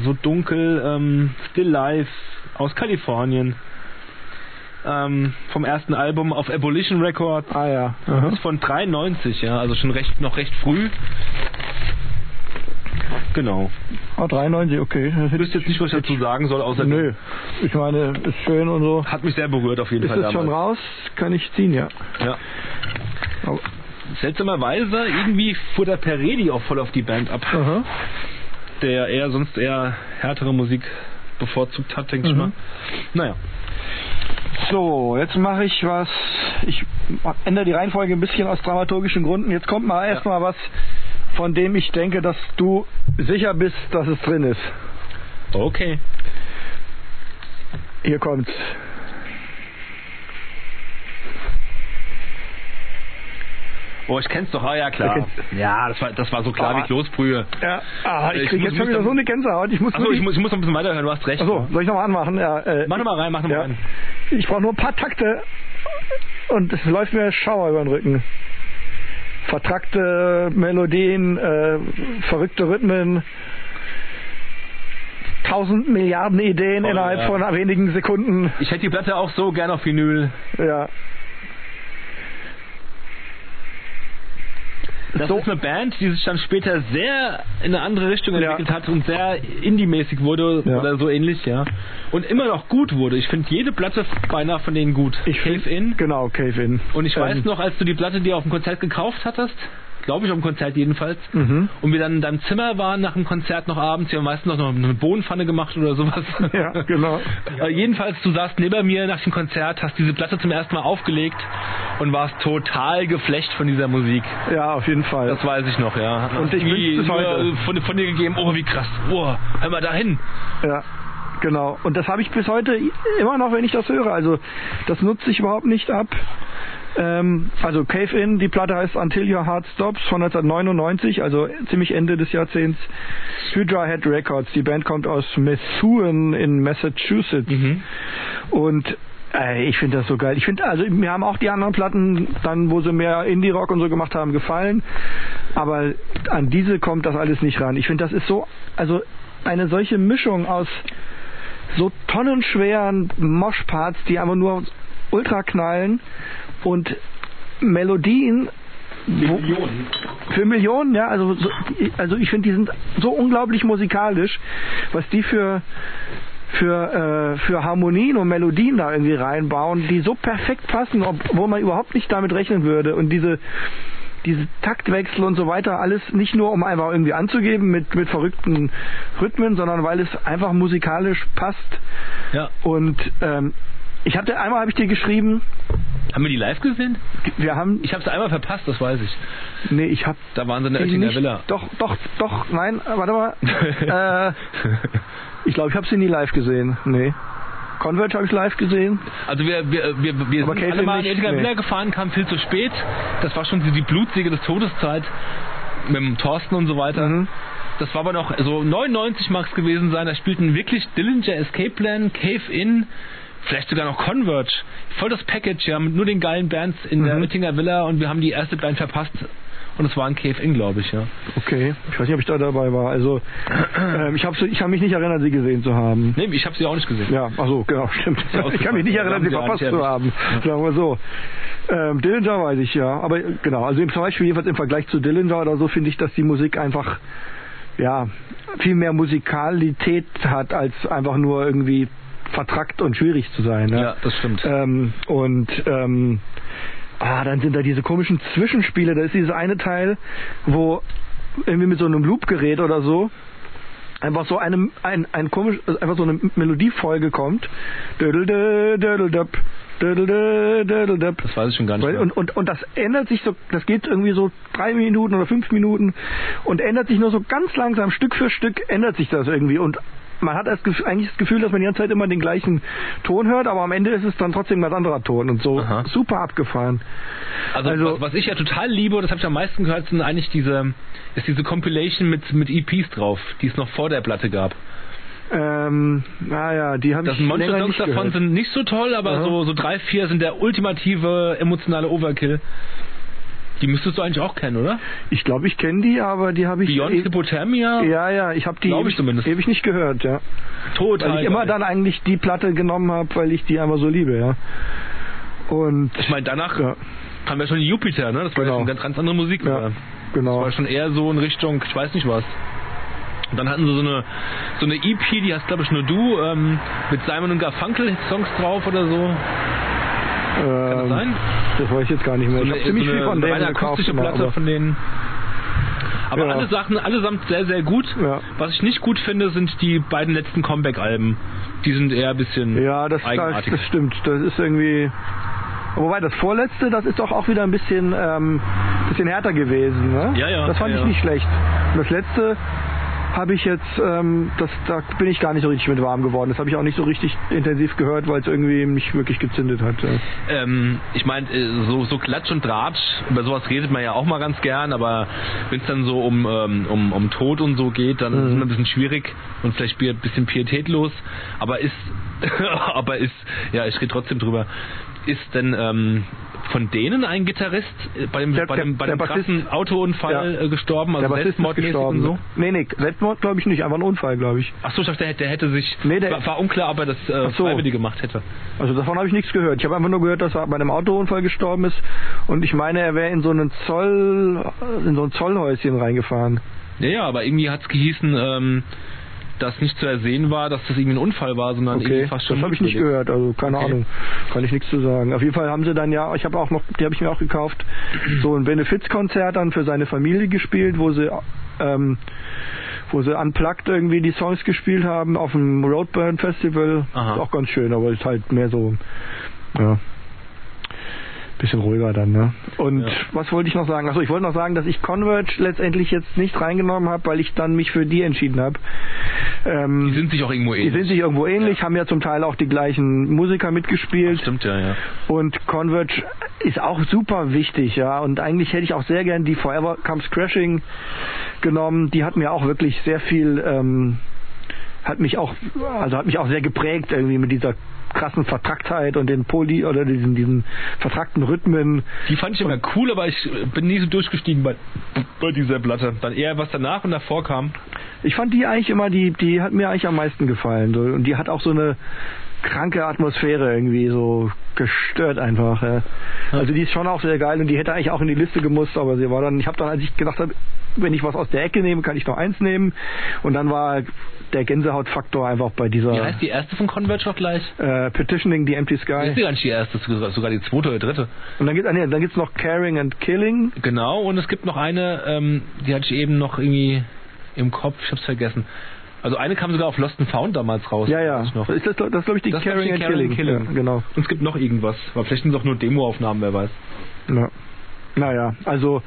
Speaker 3: so dunkel, ähm, Still Life aus Kalifornien. Ähm, vom ersten Album auf Abolition Records.
Speaker 2: Ah ja. Aha.
Speaker 3: Ist von 93, ja, also schon recht, noch recht früh. Genau.
Speaker 2: Ah, 93, okay. Das
Speaker 3: Ich
Speaker 2: hätte-
Speaker 3: wüsste jetzt nicht, was ich dazu sagen soll, außer
Speaker 2: Nö. Ich meine, ist schön und so.
Speaker 3: hat mich sehr berührt auf jeden
Speaker 2: Ist
Speaker 3: Fall
Speaker 2: es schon raus?
Speaker 3: damals.
Speaker 2: Kann ich ziehen, ja. Oh.
Speaker 3: Ja.
Speaker 2: Aber-
Speaker 3: Seltsamerweise, irgendwie fuhr der Peredi auch voll auf die Band ab,
Speaker 2: Aha.
Speaker 3: der eher sonst eher härtere Musik bevorzugt hat,
Speaker 2: Mhm.
Speaker 3: denke ich mal. Naja.
Speaker 2: So, jetzt mache ich was. Ich ändere die Reihenfolge ein bisschen aus dramaturgischen Gründen. Jetzt kommt mal erstmal was, von dem ich denke, dass du sicher bist, dass es drin ist.
Speaker 3: Okay.
Speaker 2: Hier kommt's.
Speaker 3: Oh, ich kenn's doch, ah ja klar. Ja, das war das war so klar
Speaker 2: Ah.
Speaker 3: wie Kloßbrühe.
Speaker 2: Ja, ah, ich
Speaker 3: Ich
Speaker 2: kriege
Speaker 3: muss
Speaker 2: jetzt schon
Speaker 3: mich
Speaker 2: wieder
Speaker 3: dann-
Speaker 2: so eine Gänsehaut. Ich muss
Speaker 3: Achso,
Speaker 2: nur
Speaker 3: ich
Speaker 2: die-
Speaker 3: muss, ich muss noch ein bisschen weiterhören, du hast recht.
Speaker 2: Achso, soll ich nochmal anmachen? Ja, äh,
Speaker 3: Mach nochmal rein, mach nochmal
Speaker 2: ja.
Speaker 3: rein.
Speaker 2: Ich brauche nur ein paar Takte und es läuft mir Schauer über den Rücken. Vertrackte Melodien, äh, verrückte Rhythmen, tausend Milliarden Ideen
Speaker 3: Voll,
Speaker 2: innerhalb
Speaker 3: ja.
Speaker 2: von wenigen Sekunden.
Speaker 3: Ich hätte die Platte auch so gern auf Vinyl.
Speaker 2: Ja,
Speaker 3: Das
Speaker 2: So.
Speaker 3: ist eine Band, die sich dann später sehr in eine andere Richtung
Speaker 2: Ja.
Speaker 3: entwickelt hat und sehr Indie-mäßig wurde
Speaker 2: Ja.
Speaker 3: oder so ähnlich, ja. Und immer noch gut wurde. Ich finde jede Platte beinahe von denen gut.
Speaker 2: Ich
Speaker 3: Cave In.
Speaker 2: genau, Cave In.
Speaker 3: Und ich
Speaker 2: Ähm,
Speaker 3: weiß noch, als du die Platte dir auf dem Konzert gekauft hattest, glaube ich auf dem Konzert jedenfalls,
Speaker 2: Mhm.
Speaker 3: und wir dann in deinem Zimmer waren nach dem Konzert noch abends, wir haben meistens noch eine Bohnenpfanne gemacht oder sowas.
Speaker 2: Ja, genau.
Speaker 3: Äh, jedenfalls, du saßt neben mir nach dem Konzert, hast diese Platte zum ersten Mal aufgelegt und warst total geflecht von dieser Musik.
Speaker 2: Ja, auf jeden Fall.
Speaker 3: Das weiß ich noch, ja.
Speaker 2: Und ich wünsch's
Speaker 3: Irgendwie
Speaker 2: bis
Speaker 3: nur
Speaker 2: heute.
Speaker 3: Von, von dir gegeben, oh, wie krass, oh, hör mal dahin.
Speaker 2: Ja, genau. Und das habe ich bis heute immer noch, wenn ich das höre. Also das nutze ich überhaupt nicht ab. Ähm, also Cave In, die Platte heißt Until Your Heart Stops von 1999, also ziemlich Ende des Jahrzehnts. Hydra Head Records, die Band kommt aus Methuen in Massachusetts. Und äh, ich finde das so geil. Ich finde, also mir haben auch die anderen Platten, dann wo sie mehr Indie-Rock und so gemacht haben, gefallen. Aber an diese kommt das alles nicht ran. Ich finde, das ist so, also eine solche Mischung aus so tonnenschweren Moshparts, die einfach nur ultra knallen und Melodien wo- für Millionen, ja, also so, also ich finde, die sind so unglaublich musikalisch, was die für für äh, für Harmonien und Melodien da irgendwie reinbauen, die so perfekt passen, obwohl man überhaupt nicht damit rechnen würde und diese diese Taktwechsel und so weiter, alles nicht nur um einfach irgendwie anzugeben mit mit verrückten Rhythmen, sondern weil es einfach musikalisch passt
Speaker 3: Ja.
Speaker 2: und ähm, ich hatte einmal habe ich dir geschrieben,
Speaker 3: Haben wir die live gesehen?
Speaker 2: wir haben
Speaker 3: Ich hab's einmal verpasst, das weiß ich.
Speaker 2: nee, ich habe
Speaker 3: Da waren sie in der
Speaker 2: Die
Speaker 3: Oettinger
Speaker 2: nicht-
Speaker 3: Villa.
Speaker 2: Doch, doch, doch, nein, äh, warte mal. äh, ich glaube, ich habe sie nie live gesehen. Nee. Converge habe ich live gesehen.
Speaker 3: Also wir, wir, wir, wir
Speaker 2: Aber
Speaker 3: sind
Speaker 2: Cave
Speaker 3: alle
Speaker 2: In
Speaker 3: mal in die
Speaker 2: nicht,
Speaker 3: Oettinger
Speaker 2: nee.
Speaker 3: Villa gefahren, kamen viel zu spät. Das war schon die, die Blutsäge des Todeszeit mit dem Thorsten und so weiter.
Speaker 2: Mhm.
Speaker 3: Das war aber noch, so 99 mag es gewesen sein, da spielten wirklich Dillinger Escape Plan, Cave In, vielleicht sogar noch Converge. Voll das Package, ja, mit nur den geilen Bands in
Speaker 2: Mhm.
Speaker 3: der Oettinger Villa und wir haben die erste Band verpasst. Und es war ein Cave In, glaube ich, ja.
Speaker 2: Okay. Ich weiß nicht, ob ich da dabei war. Also, ähm, ich habe ich hab mich nicht erinnert, sie gesehen zu haben.
Speaker 3: Nee, ich habe sie auch nicht gesehen.
Speaker 2: Ja, ach so, genau, stimmt.
Speaker 3: ja
Speaker 2: Ich kann mich nicht
Speaker 3: ausgefallen.
Speaker 2: erinnern, sie
Speaker 3: Wir haben
Speaker 2: verpasst
Speaker 3: sie
Speaker 2: zu haben. Sagen wir so. Ähm, Dillinger weiß ich ja, aber äh, genau, also im Beispiel jedenfalls im Vergleich zu Dillinger oder so finde ich, dass die Musik einfach ja, viel mehr Musikalität hat, als einfach nur irgendwie vertrackt und schwierig zu sein. Ne?
Speaker 3: Ja, das stimmt.
Speaker 2: Ähm, und ähm, ah, dann sind da diese komischen Zwischenspiele. Da ist dieses eine Teil, wo irgendwie mit so einem Loop-Gerät oder so einfach so einem ein, ein komisch also einfach so eine Melodiefolge kommt. Dödeldö, dödeldöp, dödeldö, dödeldöp.
Speaker 3: Das weiß ich schon gar nicht.
Speaker 2: Weil-
Speaker 3: mehr.
Speaker 2: Und, und, und das ändert sich so, das geht irgendwie so drei Minuten oder fünf Minuten und ändert sich nur so ganz langsam, Stück für Stück ändert sich das irgendwie und man hat das Gefühl, eigentlich das Gefühl, dass man die ganze Zeit immer den gleichen Ton hört, aber am Ende ist es dann trotzdem ein ganz anderer Ton und so
Speaker 3: Aha.
Speaker 2: super abgefahren.
Speaker 3: Also,
Speaker 2: Also-
Speaker 3: was, was ich ja total liebe, und das habe ich am meisten gehört, sind eigentlich diese, ist diese Compilation mit, mit EPs drauf, die es noch vor der Platte gab.
Speaker 2: Ähm, naja, die habe
Speaker 3: Das
Speaker 2: ich
Speaker 3: Monster
Speaker 2: länger
Speaker 3: Dogs
Speaker 2: nicht
Speaker 3: davon
Speaker 2: gehört.
Speaker 3: sind nicht so toll, aber
Speaker 2: Aha.
Speaker 3: so, so drei, vier sind der ultimative emotionale Overkill. Die müsstest du eigentlich auch kennen, oder?
Speaker 2: Ich glaube, ich kenne die, aber die habe ich
Speaker 3: Beyond
Speaker 2: eh-
Speaker 3: Hypothermia?
Speaker 2: ja, ja, ich habe die
Speaker 3: Glaub ich
Speaker 2: ewig,
Speaker 3: zumindest.
Speaker 2: ewig nicht gehört, ja.
Speaker 3: Total.
Speaker 2: Weil ich immer
Speaker 3: geil.
Speaker 2: dann eigentlich die Platte genommen habe, weil ich die einfach so liebe, ja. Und
Speaker 3: ich meine, danach
Speaker 2: Ja.
Speaker 3: kam ja schon Jupiter, ne? Das war
Speaker 2: Genau.
Speaker 3: ja schon ganz, ganz andere Musik.
Speaker 2: Ja,
Speaker 3: aber Das
Speaker 2: genau.
Speaker 3: war schon eher so in Richtung, ich weiß nicht was. Und dann hatten sie so eine, so eine EP, die hast glaube ich nur du, ähm, mit Simon und Garfunkel Songs drauf oder so. Kann das
Speaker 2: Ähm,
Speaker 3: sein?
Speaker 2: Das weiß ich jetzt gar nicht mehr.
Speaker 3: So
Speaker 2: Ich
Speaker 3: eine,
Speaker 2: habe ziemlich
Speaker 3: so
Speaker 2: viel
Speaker 3: eine,
Speaker 2: von
Speaker 3: so
Speaker 2: denen
Speaker 3: eine
Speaker 2: gekauft.
Speaker 3: akustische
Speaker 2: immer,
Speaker 3: Platte von denen. Aber
Speaker 2: Ja.
Speaker 3: alle Sachen, allesamt sehr, sehr gut.
Speaker 2: Ja.
Speaker 3: Was ich nicht gut finde, sind die beiden letzten Comeback-Alben. Die sind eher ein bisschen
Speaker 2: aber, ja, das, das,
Speaker 3: eigenartig.
Speaker 2: das stimmt. Das ist irgendwie. Wobei das vorletzte, das ist doch auch wieder ein bisschen, ähm, bisschen härter gewesen. Ne?
Speaker 3: Ja, ja,
Speaker 2: Das fand
Speaker 3: ja,
Speaker 2: ich
Speaker 3: ja.
Speaker 2: nicht schlecht. Und das letzte habe ich jetzt, ähm, das, da bin ich gar nicht so richtig mit warm geworden. Das habe ich auch nicht so richtig intensiv gehört, weil es irgendwie mich wirklich gezündet hat. ja.
Speaker 3: Ähm, ich meine, äh, so, so Klatsch und Tratsch, über sowas redet man ja auch mal ganz gern, aber wenn es dann so um, ähm, um, um Tod und so geht, dann
Speaker 2: Mhm.
Speaker 3: ist es immer ein bisschen schwierig und vielleicht ein bisschen pietätlos, aber ist, aber ist, ja, ich rede trotzdem drüber, ist denn ähm, von denen ein Gitarrist äh, bei dem,
Speaker 2: Der-
Speaker 3: bei
Speaker 2: der-
Speaker 3: dem, bei
Speaker 2: der
Speaker 3: dem
Speaker 2: Bassist-
Speaker 3: krassen Autounfall
Speaker 2: Ja.
Speaker 3: äh, gestorben, also
Speaker 2: der Bassist ist
Speaker 3: selbstmordmäßig
Speaker 2: gestorben.
Speaker 3: und so?
Speaker 2: Nee, nee, Selbstmord glaube ich nicht, einfach ein Unfall, glaube ich.
Speaker 3: Achso, ich dachte, der, hätte- der hätte sich,
Speaker 2: Nee, der-
Speaker 3: war, war unklar, ob er das äh,
Speaker 2: Ach so.
Speaker 3: freiwillig gemacht hätte.
Speaker 2: Also davon habe ich nichts gehört. Ich habe einfach nur gehört, dass er bei einem Autounfall gestorben ist und ich meine, er wäre in so einen Zoll in so ein Zollhäuschen reingefahren.
Speaker 3: Ja, ja, aber irgendwie hat's gehießen, ähm, dass nicht zu ersehen war, dass das irgendwie ein Unfall war, sondern
Speaker 2: Okay,
Speaker 3: irgendwie fast
Speaker 2: das
Speaker 3: schon.
Speaker 2: habe ich nicht
Speaker 3: mutwillig.
Speaker 2: gehört, also keine
Speaker 3: Okay.
Speaker 2: Ahnung, kann ich nichts zu sagen. Auf jeden Fall haben sie dann ja, ich habe auch noch, die habe ich mir auch gekauft, so ein Benefizkonzert dann für seine Familie gespielt, wo sie ähm, wo sie unplugged irgendwie die Songs gespielt haben auf dem Roadburn Festival.
Speaker 3: Aha.
Speaker 2: Ist auch ganz schön, aber ist halt mehr so ja, bisschen ruhiger dann, ne? Und
Speaker 3: Ja.
Speaker 2: was wollte ich noch sagen? Achso, ich wollte noch sagen, dass ich Converge letztendlich jetzt nicht reingenommen habe, weil ich dann mich für die entschieden habe. Ähm,
Speaker 3: Die sind sich auch irgendwo
Speaker 2: die
Speaker 3: ähnlich.
Speaker 2: sind sich irgendwo ähnlich, haben ja zum Teil auch die gleichen Musiker mitgespielt
Speaker 3: Stimmt, ja, ja.
Speaker 2: und Converge ist auch super wichtig, ja. Und eigentlich hätte ich auch sehr gern die Forever Comes Crashing genommen. Die hat mir auch wirklich sehr viel, ähm, hat mich auch, also hat mich auch sehr geprägt irgendwie mit dieser krassen Vertracktheit und den Poly oder diesen, diesen vertrackten Rhythmen.
Speaker 3: Die fand ich immer cool, aber ich äh, bin nie so durchgestiegen bei, bei dieser Platte. Dann eher was danach und davor kam.
Speaker 2: Ich fand die eigentlich immer, die, die hat mir eigentlich am meisten gefallen. So. Und die hat auch so eine kranke Atmosphäre irgendwie, so gestört einfach. Ja. Also die ist schon auch sehr geil und die hätte eigentlich auch in die Liste gemusst, aber sie war dann, ich habe dann, als ich gedacht habe, wenn ich was aus der Ecke nehme, kann ich noch eins nehmen. Und dann war der Gänsehautfaktor einfach bei
Speaker 3: Wie
Speaker 2: dieser
Speaker 3: heißt die erste von Converge noch gleich?
Speaker 2: äh, Petitioning the Empty
Speaker 3: Ist
Speaker 2: Sky.
Speaker 3: die gar nicht die erste, sogar sogar die zweite oder dritte.
Speaker 2: Und dann gibt nee, dann gibt's noch Caring and Killing.
Speaker 3: Genau, und es gibt noch eine, ähm, die hatte ich eben noch irgendwie im Kopf, ich hab's vergessen. Also eine kam sogar auf Lost and Found damals raus.
Speaker 2: Ja,
Speaker 3: weiß
Speaker 2: ja.
Speaker 3: ich Noch.
Speaker 2: Ist das, das glaube ich, die
Speaker 3: Das ist
Speaker 2: Caring
Speaker 3: die
Speaker 2: and
Speaker 3: Caring
Speaker 2: Killing.
Speaker 3: Killing.
Speaker 2: Ja, genau.
Speaker 3: Und es gibt noch irgendwas. Aber vielleicht sind es auch nur Demoaufnahmen, wer weiß.
Speaker 2: Ja. Naja, also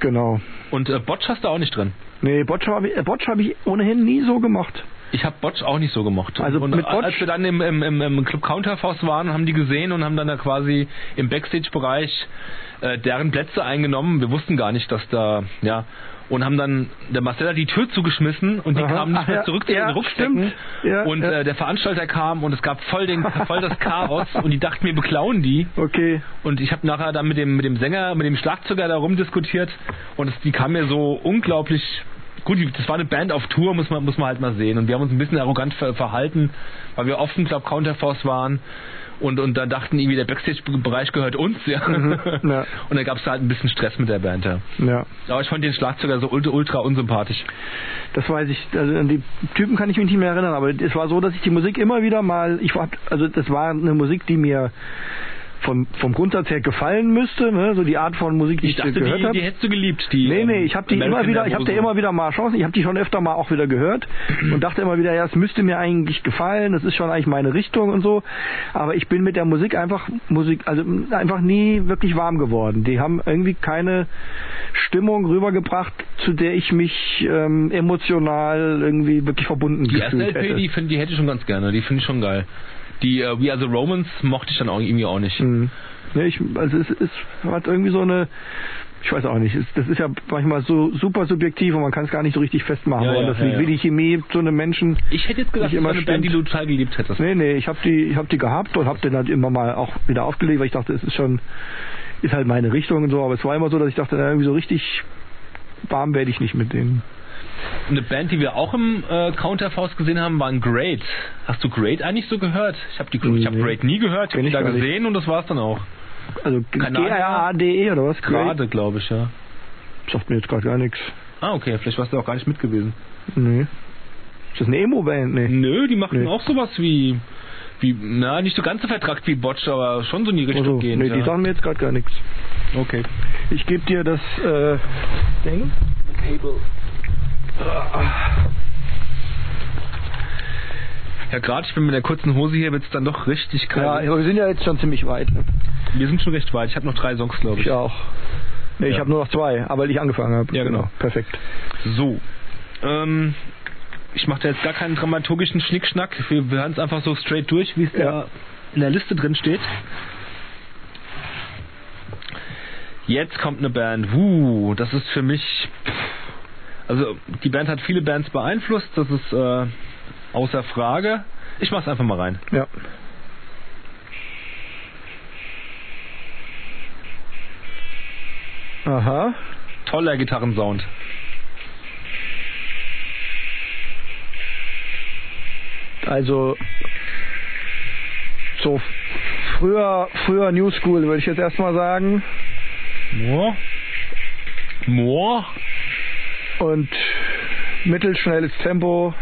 Speaker 2: genau.
Speaker 3: Und äh, Botch hast du auch nicht drin.
Speaker 2: Nee, Botsch habe ich, äh, Botsch hab ich ohnehin nie so gemacht.
Speaker 3: Ich habe Botch auch nicht so gemocht.
Speaker 2: Also
Speaker 3: und
Speaker 2: mit
Speaker 3: a-
Speaker 2: Botch-
Speaker 3: als wir dann im, im, im, im Club Counterforce waren, haben die gesehen und haben dann da quasi im Backstage-Bereich äh, deren Plätze eingenommen. Wir wussten gar nicht, dass da, ja, und haben dann der Marcella die Tür zugeschmissen und die
Speaker 2: Aha.
Speaker 3: kamen nicht
Speaker 2: Ach
Speaker 3: mehr
Speaker 2: ja.
Speaker 3: zurück zu
Speaker 2: Ja,
Speaker 3: ihren Rucksäcken.
Speaker 2: stimmt. Ja,
Speaker 3: und
Speaker 2: ja.
Speaker 3: Äh, der Veranstalter kam und es gab voll, den, voll das Chaos und die dachten, wir beklauen die.
Speaker 2: Okay.
Speaker 3: Und ich habe nachher dann mit dem, mit dem Sänger, mit dem Schlagzeuger da rumdiskutiert und es, die kam mir so unglaublich gut. die- Das war eine Band auf Tour, muss man, muss man halt mal sehen. Und wir haben uns ein bisschen arrogant ver, verhalten, weil wir oft im Club Counterforce waren und, und da dachten irgendwie, der Backstage-Bereich gehört uns, ja.
Speaker 2: Mhm, ja.
Speaker 3: Und da gab es halt ein bisschen Stress mit der Band, ja.
Speaker 2: Ja,
Speaker 3: Aber ich fand den Schlagzeuger so ultra, ultra unsympathisch.
Speaker 2: das weiß ich. Also an die Typen kann ich mich nicht mehr erinnern, aber es war so, dass ich die Musik immer wieder mal, ich war, also das war eine Musik, die mir vom, vom Grundsatz her gefallen müsste, ne? so die Art von Musik, die ich, gehört
Speaker 3: die,
Speaker 2: habe.
Speaker 3: die hättest du geliebt, die.
Speaker 2: Nee,
Speaker 3: ähm,
Speaker 2: nee, ich habe die
Speaker 3: American
Speaker 2: immer wieder, ich habe da
Speaker 3: Nervose.
Speaker 2: immer wieder mal Chancen, ich habe die schon öfter mal auch wieder gehört und dachte immer wieder, ja, es müsste mir eigentlich gefallen, das ist schon eigentlich meine Richtung und so, aber ich bin mit der Musik einfach Musik, also mh, einfach nie wirklich warm geworden. Die haben irgendwie keine Stimmung rübergebracht, zu der ich mich ähm, emotional irgendwie wirklich verbunden
Speaker 3: Die erste
Speaker 2: gefühlt
Speaker 3: LP,
Speaker 2: hätte.
Speaker 3: die, find, die hätte ich schon ganz gerne, die finde ich schon geil. Die äh, We Are the Romans mochte ich dann auch irgendwie auch nicht.
Speaker 2: Hm. Ja, ich, also es ist hat irgendwie so eine ich weiß auch nicht, es, das ist ja manchmal so super subjektiv und man kann es gar nicht so richtig festmachen,
Speaker 3: Ja,
Speaker 2: woran
Speaker 3: ja,
Speaker 2: das
Speaker 3: ja,
Speaker 2: liegt,
Speaker 3: ja.
Speaker 2: wie die Chemie zu einem Menschen
Speaker 3: Ich hätte jetzt gedacht,
Speaker 2: Nicht
Speaker 3: das
Speaker 2: immer
Speaker 3: war eine Band, die du
Speaker 2: stimmt.
Speaker 3: total geliebt hättest.
Speaker 2: Nee, nee, ich habe die, ich hab die gehabt und habe den halt immer mal auch wieder aufgelegt, weil ich dachte, es ist schon, ist halt meine Richtung und so, aber es war immer so, dass ich dachte, na, irgendwie so richtig warm werde ich nicht mit denen.
Speaker 3: Eine Band, die wir auch im äh, Counterfaust gesehen haben, waren Great. Hast du Great eigentlich so gehört? Ich habe ich hab
Speaker 2: Nee.
Speaker 3: Great nie gehört, ich
Speaker 2: Kenn
Speaker 3: habe die
Speaker 2: ich
Speaker 3: da
Speaker 2: gar nicht.
Speaker 3: gesehen und das war's dann auch.
Speaker 2: Also
Speaker 3: Keine Ahnung.
Speaker 2: G-R-A-D-E E oder was?
Speaker 3: Gerade, glaube ich, ja.
Speaker 2: Great. Sagt mir jetzt gerade gar nichts.
Speaker 3: Ah, okay, vielleicht warst du auch gar nicht mit gewesen.
Speaker 2: Nee. Ist das eine Emo-Band? Nee.
Speaker 3: Nö, die machten
Speaker 2: Nee.
Speaker 3: auch sowas wie, wie, na, nicht so ganz so vertrackt wie Botch, aber schon so in die Richtung
Speaker 2: Also,
Speaker 3: gehen.
Speaker 2: nee, die
Speaker 3: ja.
Speaker 2: sagen mir jetzt gerade gar nichts.
Speaker 3: Okay.
Speaker 2: Ich gebe dir das äh, Ding.
Speaker 3: Ja, gerade, ich bin mit der kurzen Hose hier, wird's dann doch richtig
Speaker 2: Ja,
Speaker 3: kalt.
Speaker 2: aber wir sind ja jetzt schon ziemlich weit. Ne?
Speaker 3: wir sind schon recht weit. Ich habe noch drei Songs, glaube ich.
Speaker 2: Ich auch. Nee, ich
Speaker 3: Ja.
Speaker 2: habe nur noch zwei, aber weil ich angefangen habe.
Speaker 3: Ja, genau.
Speaker 2: Perfekt.
Speaker 3: So. Ähm, ich mache da jetzt gar keinen dramaturgischen Schnickschnack. Wir, wir hören es einfach so straight durch, wie es
Speaker 2: Ja.
Speaker 3: da in der Liste drin steht. Jetzt kommt eine Band. Wuh, das ist für mich. Also, die Band hat viele Bands beeinflusst. Das ist äh, außer Frage. Ich mach's einfach mal rein.
Speaker 2: Ja. Aha.
Speaker 3: Toller Gitarrensound.
Speaker 2: Also so früher, früher New School würde ich jetzt erstmal sagen.
Speaker 3: Moor. Moor.
Speaker 2: Und mittelschnelles Tempo.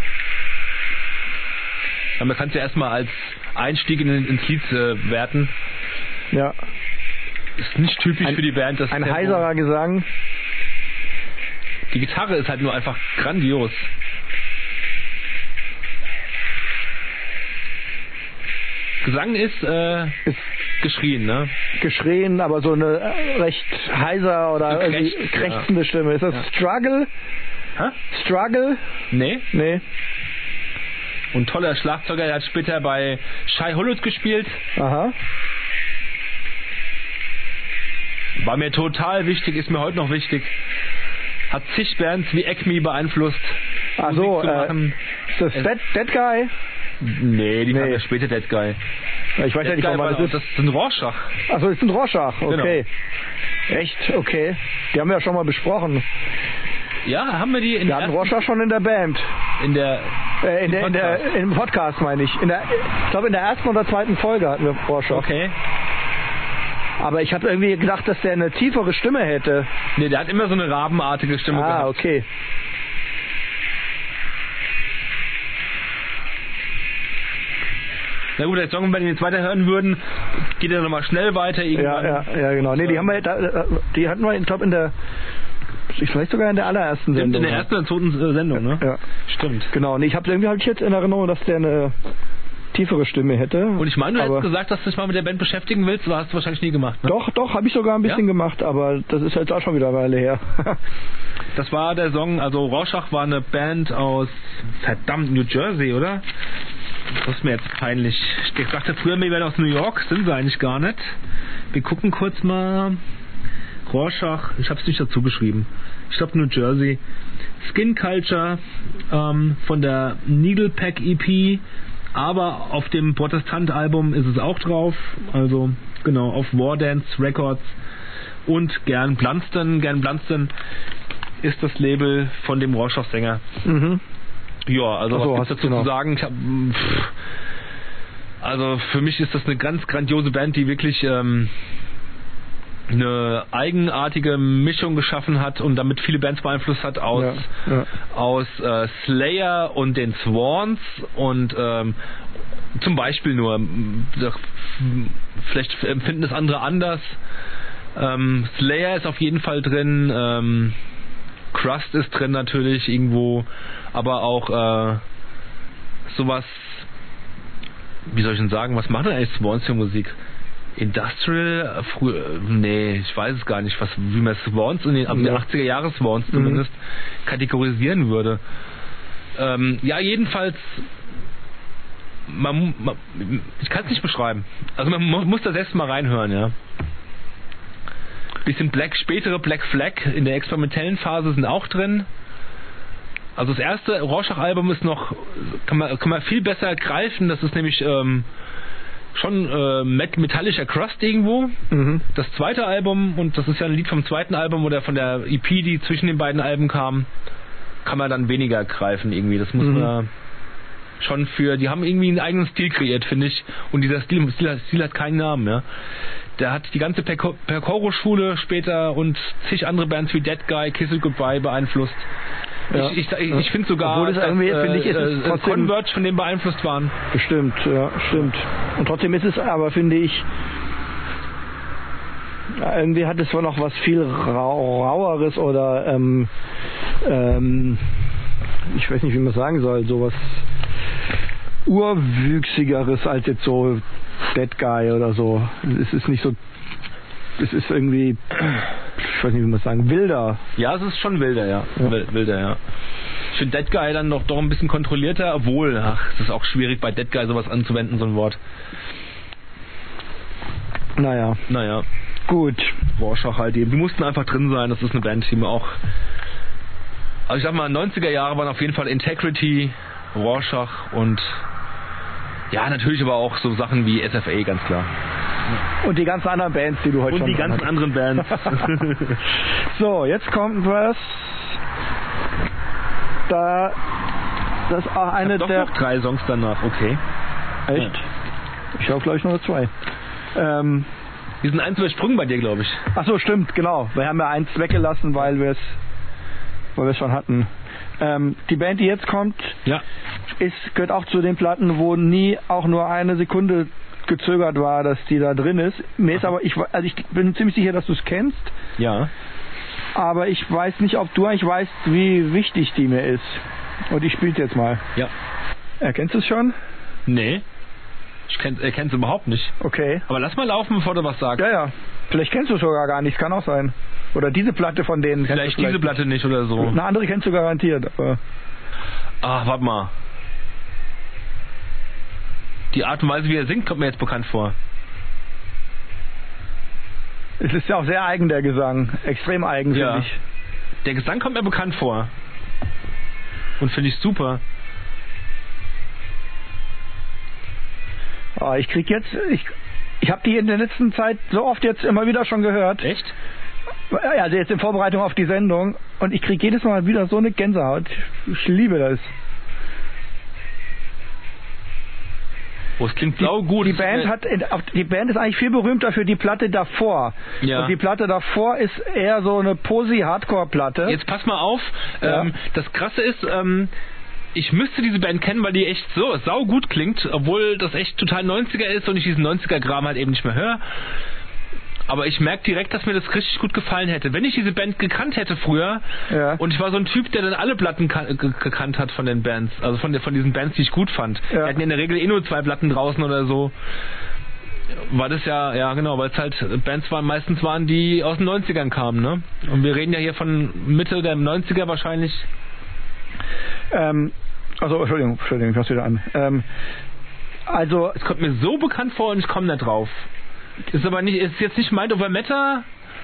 Speaker 3: Ja, man kann es ja erstmal als Einstieg in, ins Lied äh, werten.
Speaker 2: Ja.
Speaker 3: Ist nicht typisch
Speaker 2: Ein-
Speaker 3: für die Band. Das
Speaker 2: Ein
Speaker 3: Tempo.
Speaker 2: heiserer Gesang.
Speaker 3: Die Gitarre ist halt nur einfach grandios. Gesang ist, äh,
Speaker 2: Ist
Speaker 3: geschrien, ne?
Speaker 2: geschrien, aber so eine äh, recht heiser oder
Speaker 3: So
Speaker 2: irgendwie
Speaker 3: krächzt, ja.
Speaker 2: krächzende Stimme. Ist das
Speaker 3: Ja.
Speaker 2: Struggle?
Speaker 3: Hä?
Speaker 2: Struggle?
Speaker 3: Nee?
Speaker 2: Nee.
Speaker 3: Und toller Schlagzeuger, der hat später bei Shai Hullut gespielt.
Speaker 2: Aha.
Speaker 3: War mir total wichtig, ist mir heute noch wichtig. Hat zig Bands wie Acme beeinflusst.
Speaker 2: Ach
Speaker 3: Musik
Speaker 2: so,
Speaker 3: zu
Speaker 2: äh,
Speaker 3: machen.
Speaker 2: ist das Dead, Dead Guy?
Speaker 3: Nee, die
Speaker 2: nee.
Speaker 3: kam ja später Dead Guy.
Speaker 2: Ich weiß ja
Speaker 3: Dead
Speaker 2: nicht,
Speaker 3: Guy
Speaker 2: wann
Speaker 3: war
Speaker 2: das
Speaker 3: das,
Speaker 2: ist.
Speaker 3: das Genau. ist ein Rorschach.
Speaker 2: Achso, ist ein Rorschach, okay. Echt, okay. Die haben wir ja schon mal besprochen.
Speaker 3: Ja, haben wir die in,
Speaker 2: Wir
Speaker 3: der
Speaker 2: hatten
Speaker 3: ersten-
Speaker 2: Rorschach schon in der Band.
Speaker 3: in der
Speaker 2: Äh, in,
Speaker 3: Im
Speaker 2: der, in der, Im Podcast meine ich. In der, ich glaube, in der ersten oder zweiten Folge hatten wir Rorschach.
Speaker 3: Okay.
Speaker 2: Aber ich habe irgendwie gedacht, dass der eine tiefere Stimme hätte.
Speaker 3: Nee, der hat immer so eine rabenartige Stimme
Speaker 2: Ah,
Speaker 3: gehabt.
Speaker 2: okay.
Speaker 3: Na gut, der Song, wenn wir ihn jetzt weiterhören würden, geht er nochmal schnell weiter.
Speaker 2: Ja,
Speaker 3: Irgendwann.
Speaker 2: ja, ja, genau. Nee, die haben wir, da- da, die hatten wir, ich glaube, in der, ich vielleicht sogar in der allerersten
Speaker 3: Stimmt, in
Speaker 2: Sendung.
Speaker 3: der ersten oder zweiten äh, Sendung, ne?
Speaker 2: ja,
Speaker 3: Stimmt.
Speaker 2: genau. Nee, ich habe irgendwie hab ich jetzt in Erinnerung, dass der eine tiefere Stimme hätte.
Speaker 3: Und ich meine, du
Speaker 2: aber
Speaker 3: hättest gesagt, dass du dich mal mit der Band beschäftigen willst, aber hast du wahrscheinlich nie gemacht, ne?
Speaker 2: doch, doch, habe ich sogar ein bisschen
Speaker 3: Ja?
Speaker 2: gemacht, aber das ist jetzt auch schon wieder eine Weile her.
Speaker 3: Das war der Song, also Rorschach war eine Band aus, verdammt, New Jersey, oder? Das ist mir jetzt peinlich. Ich dachte früher, wir wären aus New York, sind sie eigentlich gar nicht. Wir gucken kurz mal. Rorschach, ich habe es nicht dazu geschrieben. Ich glaube New Jersey. Skin Culture ähm, von der Needlepack EP, aber auf dem Protestant-Album ist es auch drauf. Also genau, auf Wardance Records und Gern Blunston. Gern Blunston ist das Label von dem Rorschach-Sänger.
Speaker 2: mhm.
Speaker 3: Ja, also
Speaker 2: Ach so,
Speaker 3: was
Speaker 2: hast
Speaker 3: gibt's
Speaker 2: du
Speaker 3: dazu
Speaker 2: genau.
Speaker 3: zu sagen? Ich hab, mh, pff. Also für mich ist das eine ganz grandiose Band, die wirklich ähm, eine eigenartige Mischung geschaffen hat und damit viele Bands beeinflusst hat aus,
Speaker 2: Ja, ja.
Speaker 3: aus äh, Slayer und den Swans und ähm, zum Beispiel nur, m, doch, m, vielleicht empfinden das andere anders. Ähm, Slayer ist auf jeden Fall drin, ähm, Crust ist drin natürlich irgendwo, aber auch äh, sowas, wie soll ich denn sagen, was macht denn eigentlich Swans für Musik? Industrial, äh, früh, äh, nee, ich weiß es gar nicht, was, wie man Swans in den, ab den 80er Jahre Swans zumindest kategorisieren würde. Ähm, ja, jedenfalls, man, mu- man, ich kann es nicht beschreiben. Also man mu- muss da selbst mal reinhören, ja. Bisschen Black, spätere Black Flag in der experimentellen Phase sind auch drin. Also das erste Rorschach-Album ist noch, kann man, kann man viel besser greifen, das ist nämlich ähm, schon äh, met- metallischer Crust irgendwo.
Speaker 2: Mhm.
Speaker 3: Das zweite Album, und das ist ja ein Lied vom zweiten Album oder von der EP, die zwischen den beiden Alben kam, kann man dann weniger greifen irgendwie. Das muss
Speaker 2: Mhm.
Speaker 3: man schon für, die haben irgendwie einen eigenen Stil kreiert, finde ich. Und dieser Stil, Stil, Stil hat keinen Namen, ja. Der hat die ganze Perco- Percoro-Schule später und zig andere Bands wie Dead Guy, Kiss It Goodbye beeinflusst.
Speaker 2: Ja.
Speaker 3: Ich, ich, ich, ich finde sogar,
Speaker 2: Obwohl es irgendwie,
Speaker 3: dass,
Speaker 2: finde ich, ist es
Speaker 3: äh,
Speaker 2: trotzdem-
Speaker 3: Converge von dem beeinflusst waren.
Speaker 2: Stimmt, ja, stimmt. Und trotzdem ist es aber, finde ich, ja, irgendwie hat es wohl noch was viel rau raueres oder ähm, ähm, ich weiß nicht, wie man es sagen soll, sowas urwüchsigeres als jetzt so Dead Guy oder so. Es ist nicht so, es ist irgendwie, ich weiß nicht, wie man es sagen, wilder.
Speaker 3: Ja, es ist schon wilder, ja. Wil- Wilder, ja. Ich finde Dead Guy dann doch, doch ein bisschen kontrollierter, obwohl, ach, es ist auch schwierig bei Dead Guy sowas anzuwenden, so ein Wort.
Speaker 2: Naja,
Speaker 3: Naja,
Speaker 2: gut.
Speaker 3: Rorschach halt eben. Die mussten einfach drin sein, das ist eine Band, die mir auch. Also ich sag mal, 90er Jahre waren auf jeden Fall Integrity, Rorschach und ja, natürlich aber auch so Sachen wie SFA, ganz klar.
Speaker 2: Und die ganzen anderen Bands, die du heute
Speaker 3: Und
Speaker 2: schon
Speaker 3: die
Speaker 2: dran
Speaker 3: ganzen anderen Bands.
Speaker 2: So, jetzt kommt was. Da. Das ist auch eine
Speaker 3: doch
Speaker 2: der.
Speaker 3: noch drei Songs danach, okay.
Speaker 2: Echt? Ich habe gleich nur zwei. Ähm,
Speaker 3: Wir sind eins übersprungen bei dir, glaube ich.
Speaker 2: ach so, stimmt, genau. Wir haben ja eins weggelassen, weil wir es weil wir es schon hatten. Ähm, die Band, die jetzt kommt,
Speaker 3: Ja.
Speaker 2: ist, gehört auch zu den Platten, wo nie auch nur eine Sekunde gezögert war, dass die da drin ist. Mir ist aber, ich, wa- also ich bin ziemlich sicher, dass du es kennst,
Speaker 3: Ja.
Speaker 2: aber ich weiß nicht, ob du eigentlich weißt, wie wichtig die mir ist. Und ich spiele jetzt mal.
Speaker 3: Ja.
Speaker 2: Erkennst du es schon?
Speaker 3: Nee. Ich kenn, er kennt's überhaupt nicht.
Speaker 2: Okay.
Speaker 3: Aber lass mal laufen, bevor du was sagst.
Speaker 2: Ja, ja. Vielleicht kennst du es sogar gar nicht, kann auch sein. Oder diese Platte von denen. kennst
Speaker 3: vielleicht,
Speaker 2: du
Speaker 3: diese Platte nicht oder so.
Speaker 2: Eine andere kennst du garantiert. Aber
Speaker 3: Ach, warte mal. Die Art und Weise, wie er singt, kommt mir jetzt bekannt vor.
Speaker 2: es ist ja auch sehr eigen, der Gesang. Extrem eigen, finde
Speaker 3: Ja.
Speaker 2: ich.
Speaker 3: Der Gesang kommt mir bekannt vor. Und finde ich super.
Speaker 2: Ah, ich krieg jetzt... Ich, ich habe die in der letzten Zeit so oft jetzt immer wieder schon gehört.
Speaker 3: Echt?
Speaker 2: Ja, Also jetzt in Vorbereitung auf die Sendung. Und ich krieg jedes Mal wieder so eine Gänsehaut. Ich liebe das.
Speaker 3: Oh, es klingt sau gut.
Speaker 2: Die
Speaker 3: Es-
Speaker 2: Band, hat, in- auf- die Band ist eigentlich viel berühmter für die Platte davor.
Speaker 3: Ja.
Speaker 2: Und die Platte davor ist eher so eine Posi-Hardcore-Platte.
Speaker 3: Jetzt pass mal auf.
Speaker 2: Ja.
Speaker 3: Ähm, das Krasse ist, ähm, ich müsste diese Band kennen, weil die echt so sau gut klingt, obwohl das echt total 90er ist und ich diesen 90er-Gram halt eben nicht mehr höre. Aber ich merke direkt, dass mir das richtig gut gefallen hätte. Wenn ich diese Band gekannt hätte früher,
Speaker 2: Ja.
Speaker 3: und ich war so ein Typ, der dann alle Platten kan- ge- gekannt hat von den Bands, also von, der, von diesen Bands, die ich gut fand.
Speaker 2: Ja.
Speaker 3: Die hatten ja in der Regel eh nur zwei Platten draußen oder so. War das ja, ja genau, weil es halt Bands waren, meistens waren, die aus den 90ern kamen, ne? Und wir reden ja hier von Mitte der 90er wahrscheinlich.
Speaker 2: Ähm, also, Entschuldigung, Entschuldigung, ich fass wieder an. Ähm, also,
Speaker 3: Es kommt mir so bekannt vor und ich komme da drauf. Ist aber nicht, ist jetzt nicht Mind Over Matter?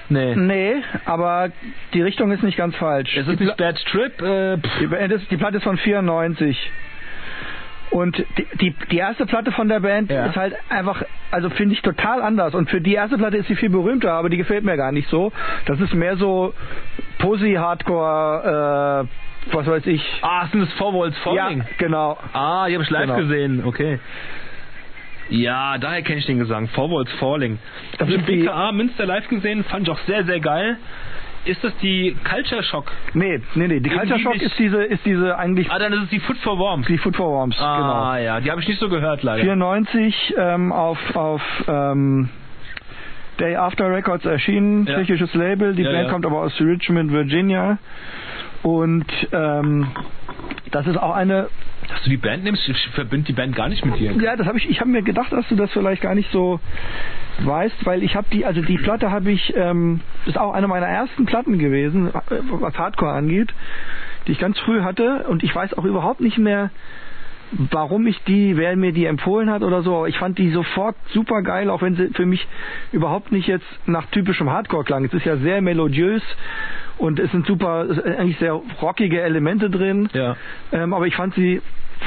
Speaker 3: Nee.
Speaker 2: nee, aber die Richtung ist nicht ganz falsch.
Speaker 3: Es ist nicht Bad Trip, äh, pff,
Speaker 2: Die, Band ist, die Platte ist von 94. Und die, die, die erste Platte von der Band
Speaker 3: Ja.
Speaker 2: ist halt einfach, also finde ich total anders. Und für die erste Platte ist sie viel berühmter, aber die gefällt mir gar nicht so. Das ist mehr so Posi-Hardcore, äh, was weiß ich.
Speaker 3: ah, sind das Four Walls Falling?
Speaker 2: Ja, genau.
Speaker 3: Ah, die habe ich live
Speaker 2: Genau.
Speaker 3: gesehen, okay. Ja, daher kenne ich den Gesang. Also Forwards Falling. Das habe ich im BKA Münster live gesehen, fand ich auch sehr, sehr geil. Ist das die Culture Shock?
Speaker 2: Nee, nee, nee. Die Culture Shock
Speaker 3: nicht.
Speaker 2: ist diese, ist diese eigentlich
Speaker 3: Ah, dann ist es die Foot for Worms.
Speaker 2: die Food for Worms, genau.
Speaker 3: Ah, ja, die habe ich nicht so gehört leider.
Speaker 2: 94 ähm, auf, auf ähm, Day After Records erschienen,
Speaker 3: Ja.
Speaker 2: tschechisches Label. Die
Speaker 3: Ja,
Speaker 2: Band
Speaker 3: ja.
Speaker 2: kommt aber aus Richmond, Virginia. Und ähm, das ist auch eine.
Speaker 3: Dass du die Band nimmst, ich verbinde die Band gar nicht mit dir.
Speaker 2: Ja, das habe ich. Ich habe mir gedacht, dass du das vielleicht gar nicht so weißt, weil ich habe die, also die Platte habe ich, ähm, ist auch eine meiner ersten Platten gewesen, äh, was Hardcore angeht, die ich ganz früh hatte. Und ich weiß auch überhaupt nicht mehr, warum ich die, wer mir die empfohlen hat oder so. Aber ich fand die sofort super geil, auch wenn sie für mich überhaupt nicht jetzt nach typischem Hardcore klang. Es ist ja sehr melodiös und es sind super, es sind eigentlich sehr rockige Elemente drin.
Speaker 3: Ja.
Speaker 2: Ähm, aber ich fand sie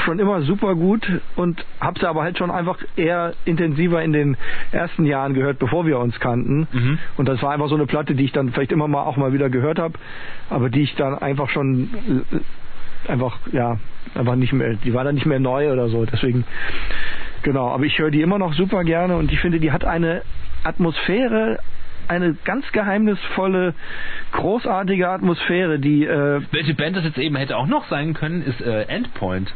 Speaker 2: schon immer super gut und habe sie aber halt schon einfach eher intensiver in den ersten Jahren gehört, bevor wir uns kannten.
Speaker 3: Mhm.
Speaker 2: Und das war einfach so eine Platte, die ich dann vielleicht immer mal auch mal wieder gehört habe, aber die ich dann einfach schon äh, einfach ja einfach nicht mehr, die war dann nicht mehr neu oder so. Deswegen genau. Aber ich höre die immer noch super gerne und ich finde, die hat eine Atmosphäre, eine ganz geheimnisvolle, großartige Atmosphäre, die äh,
Speaker 3: Welche Band das jetzt eben hätte auch noch sein können, ist äh, Endpoint.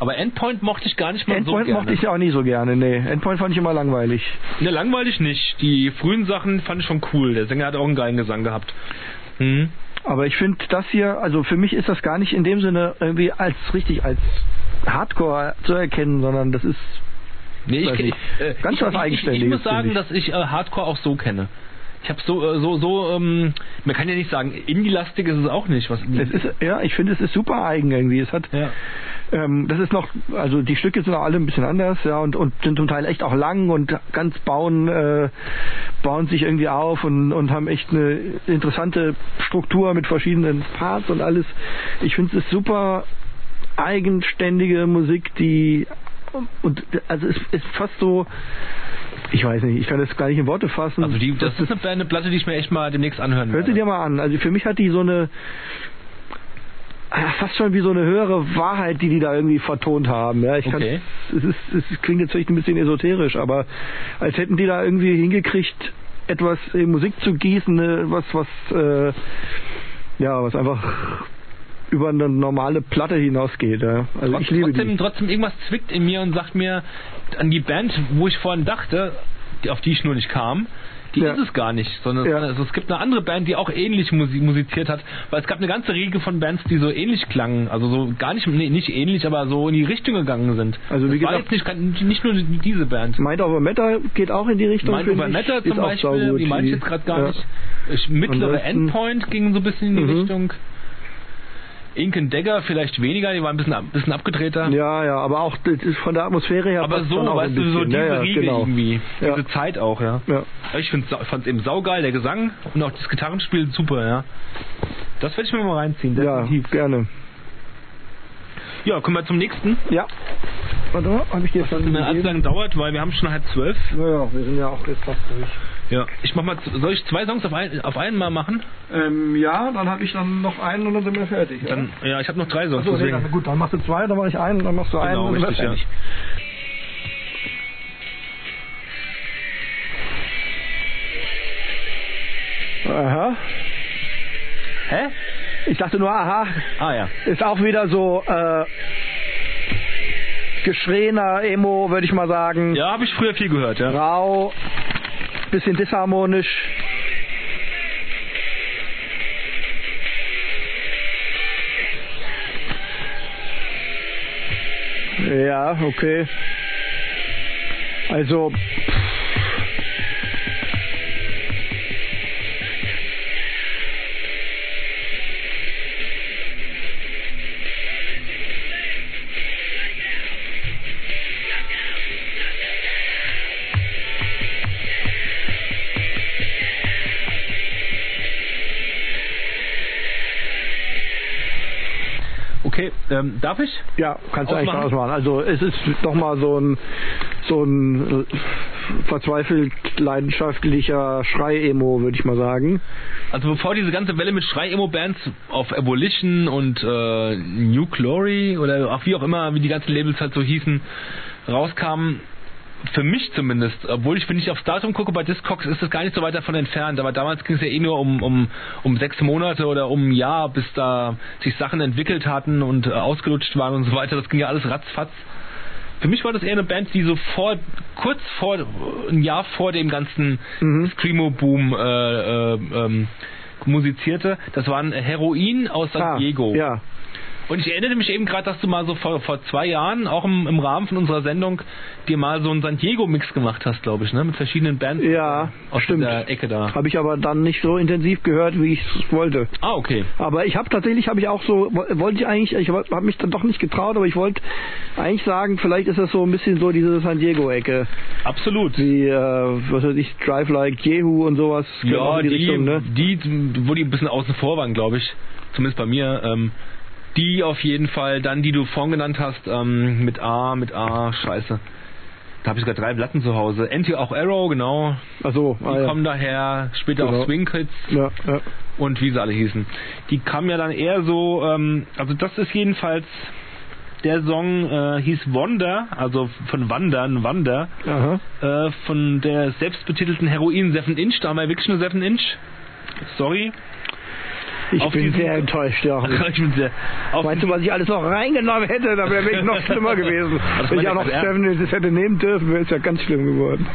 Speaker 3: Aber Endpoint mochte ich gar nicht mal so
Speaker 2: Endpoint
Speaker 3: gerne.
Speaker 2: mochte ich auch nie so gerne, nee. Endpoint fand ich immer langweilig.
Speaker 3: Ne, langweilig nicht. Die frühen Sachen fand ich schon cool. Der Sänger hat auch einen geilen Gesang gehabt. Hm.
Speaker 2: Aber ich finde das hier, also für mich ist das gar nicht in dem Sinne irgendwie als richtig als Hardcore zu erkennen, sondern das ist
Speaker 3: Nee, ich,
Speaker 2: Weiß
Speaker 3: kenn-
Speaker 2: nicht.
Speaker 3: äh,
Speaker 2: Ganz
Speaker 3: ich,
Speaker 2: was
Speaker 3: ich, ich, ich
Speaker 2: Eigenständiges,
Speaker 3: muss sagen,
Speaker 2: finde
Speaker 3: dass ich äh, Hardcore auch so kenne. Ich habe so, äh, so, so, ähm, man kann ja nicht sagen, Indie-lastig ist es auch nicht. Was
Speaker 2: es ist ja, ich finde es ist super eigen irgendwie. Es hat
Speaker 3: ja.
Speaker 2: ähm, das ist noch also die Stücke sind auch alle ein bisschen anders, ja und und sind zum Teil echt auch lang und ganz bauen äh, bauen sich irgendwie auf und und haben echt eine interessante Struktur mit verschiedenen Parts und alles. Ich finde es ist super eigenständige Musik, die und also es ist fast so ich weiß nicht, ich kann das gar nicht in Worte fassen.
Speaker 3: Also die, das ist eine, eine Platte, die ich mir echt mal demnächst anhören
Speaker 2: Hör sie
Speaker 3: werde.
Speaker 2: dir mal an. Also für mich hat die so eine ah, fast schon wie so eine höhere Wahrheit, die die da irgendwie vertont haben. Ja, ich kann's-
Speaker 3: Okay.
Speaker 2: es, ist, es klingt jetzt vielleicht ein bisschen esoterisch, aber als hätten die da irgendwie hingekriegt, etwas in Musik zu gießen, ne, was was äh, ja was einfach über eine normale Platte hinausgeht. Ja. Also ich liebe
Speaker 3: trotzdem,
Speaker 2: die.
Speaker 3: trotzdem, irgendwas zwickt in mir und sagt mir, an die Band, wo ich vorhin dachte, die, auf die ich nur nicht kam, die
Speaker 2: Ja.
Speaker 3: ist es gar nicht, sondern
Speaker 2: Ja.
Speaker 3: also es gibt eine andere Band, die auch ähnlich musi musiziert hat, weil es gab eine ganze Riege von Bands, die so ähnlich klangen, also so gar nicht, nee, nicht ähnlich, aber so in die Richtung gegangen sind.
Speaker 2: Also wie
Speaker 3: das war
Speaker 2: gesagt-
Speaker 3: jetzt nicht, kein- nicht nur diese Band.
Speaker 2: Mind over Matter geht auch in die Richtung.
Speaker 3: Mind
Speaker 2: finde
Speaker 3: Over
Speaker 2: ich.
Speaker 3: Matter
Speaker 2: Ist
Speaker 3: zum
Speaker 2: auch
Speaker 3: Beispiel,
Speaker 2: saugut.
Speaker 3: die meine ich jetzt gerade gar
Speaker 2: Ja.
Speaker 3: nicht. Ich, mittlere
Speaker 2: Ansonsten-
Speaker 3: Endpoint ging so ein bisschen in die
Speaker 2: Mhm.
Speaker 3: Richtung. Ink and Dagger vielleicht weniger, die waren ein bisschen, ab- bisschen abgedrehter.
Speaker 2: Ja, ja, aber auch das ist von der Atmosphäre her.
Speaker 3: Aber
Speaker 2: passt
Speaker 3: so,
Speaker 2: schon auch
Speaker 3: weißt
Speaker 2: ein
Speaker 3: du, so
Speaker 2: bisschen.
Speaker 3: diese
Speaker 2: ja, ja,
Speaker 3: Riege
Speaker 2: genau.
Speaker 3: irgendwie.
Speaker 2: Ja.
Speaker 3: Diese Zeit auch, ja.
Speaker 2: Ja.
Speaker 3: Ich find's, sau- fand's eben saugeil, der Gesang und auch das Gitarrenspiel super, ja. Das werde ich mir mal reinziehen,
Speaker 2: Ja,
Speaker 3: definitiv.
Speaker 2: gerne.
Speaker 3: Ja, kommen wir zum nächsten.
Speaker 2: Ja. Warte mal, habe ich dir schon
Speaker 3: Wenn mir allzu
Speaker 2: gegeben?
Speaker 3: lange dauert, weil wir haben schon halb zwölf.
Speaker 2: Naja, wir sind ja auch jetzt fast durch.
Speaker 3: Ja. Ich mach mal, z- soll ich zwei Songs auf, ein, auf einmal machen?
Speaker 2: Ähm, ja, dann habe ich dann noch einen und dann sind wir fertig. ja?
Speaker 3: Dann, ja, ich habe noch drei Songs.
Speaker 2: Achso, nee,
Speaker 3: deswegen.
Speaker 2: dann, gut, dann machst du zwei, dann mache ich einen, dann machst du einen
Speaker 3: genau,
Speaker 2: und dann
Speaker 3: richtig,
Speaker 2: sind wir fertig.
Speaker 3: ja.
Speaker 2: Aha.
Speaker 3: Hä?
Speaker 2: Ich dachte nur, aha,
Speaker 3: Ah ja.
Speaker 2: ist auch wieder so äh, geschriener Emo, würde ich mal sagen.
Speaker 3: Ja, habe ich früher viel gehört, ja.
Speaker 2: Rau, bisschen disharmonisch. Ja, okay. Also.
Speaker 3: Okay, ähm, darf ich?
Speaker 2: Ja, kannst du eigentlich
Speaker 3: Ausmachen?
Speaker 2: ausmachen. Also es ist doch mal so ein so ein äh, verzweifelt leidenschaftlicher Schrei-Emo, würde ich mal sagen.
Speaker 3: Also bevor diese ganze Welle mit Schrei-Emo-Bands auf Abolition und äh, New Glory oder auch wie auch immer, wie die ganzen Labels halt so hießen, rauskamen, für mich zumindest, obwohl ich, wenn ich aufs Datum gucke, bei Discogs ist es gar nicht so weit davon entfernt, aber damals ging es ja eh nur um, um, um sechs Monate oder um ein Jahr, bis da sich Sachen entwickelt hatten und äh, ausgelutscht waren und so weiter, das ging ja alles ratzfatz. Für mich war das eher eine Band, die so vor, kurz vor, äh, ein Jahr vor dem ganzen
Speaker 2: Mhm.
Speaker 3: Screamo-Boom äh, äh, ähm, musizierte. Das waren Heroin aus San
Speaker 2: Ah,
Speaker 3: Diego.
Speaker 2: Ja,
Speaker 3: Und ich erinnere mich eben gerade, dass du mal so vor, vor zwei Jahren, auch im, im Rahmen von unserer Sendung, dir mal so einen San Diego-Mix gemacht hast, glaube ich, ne? Mit verschiedenen Bands
Speaker 2: ja,
Speaker 3: aus
Speaker 2: stimmt.
Speaker 3: der Ecke da.
Speaker 2: Habe ich aber dann nicht so intensiv gehört, wie ich es wollte.
Speaker 3: Ah, okay.
Speaker 2: Aber ich habe tatsächlich, habe ich auch so, wo- wollte ich eigentlich, ich habe mich dann doch nicht getraut, aber ich wollte eigentlich sagen, vielleicht ist das so ein bisschen so diese San Diego-Ecke,
Speaker 3: Absolut.
Speaker 2: wie, äh, was weiß ich, Drive Like Jehu und sowas. gehört auch
Speaker 3: ja,
Speaker 2: in
Speaker 3: die,
Speaker 2: die, Richtung, ne?
Speaker 3: die, wo die ein bisschen außen vor waren, glaube ich. Zumindest bei mir. Ähm, die auf jeden Fall, dann die du vorhin genannt hast, ähm, mit A, mit A, scheiße. Da habe ich sogar drei Platten zu Hause. Anti auch Arrow, genau.
Speaker 2: Ach so,
Speaker 3: Die
Speaker 2: ah, ja.
Speaker 3: kommen daher, später
Speaker 2: Genau.
Speaker 3: auch Swing Kids.
Speaker 2: Ja, ja.
Speaker 3: und wie sie alle hießen. Die kamen ja dann eher so, ähm, also das ist jedenfalls der Song äh, hieß Wonder, also von Wandern, Wander,
Speaker 2: Aha.
Speaker 3: äh, von der selbstbetitelten Heroin 7 Inch, da haben wir wirklich nur 7 Inch. Sorry.
Speaker 2: Ich
Speaker 3: Auf
Speaker 2: bin
Speaker 3: diesen-
Speaker 2: sehr enttäuscht, ja.
Speaker 3: Ich bin sehr. Auf
Speaker 2: Weißt du, was ich alles noch reingenommen hätte, da wäre ich noch schlimmer gewesen.
Speaker 3: Das
Speaker 2: Wenn ich auch
Speaker 3: war
Speaker 2: noch
Speaker 3: der Ernst.
Speaker 2: Seven Inches hätte nehmen dürfen, wäre es ja ganz schlimm geworden.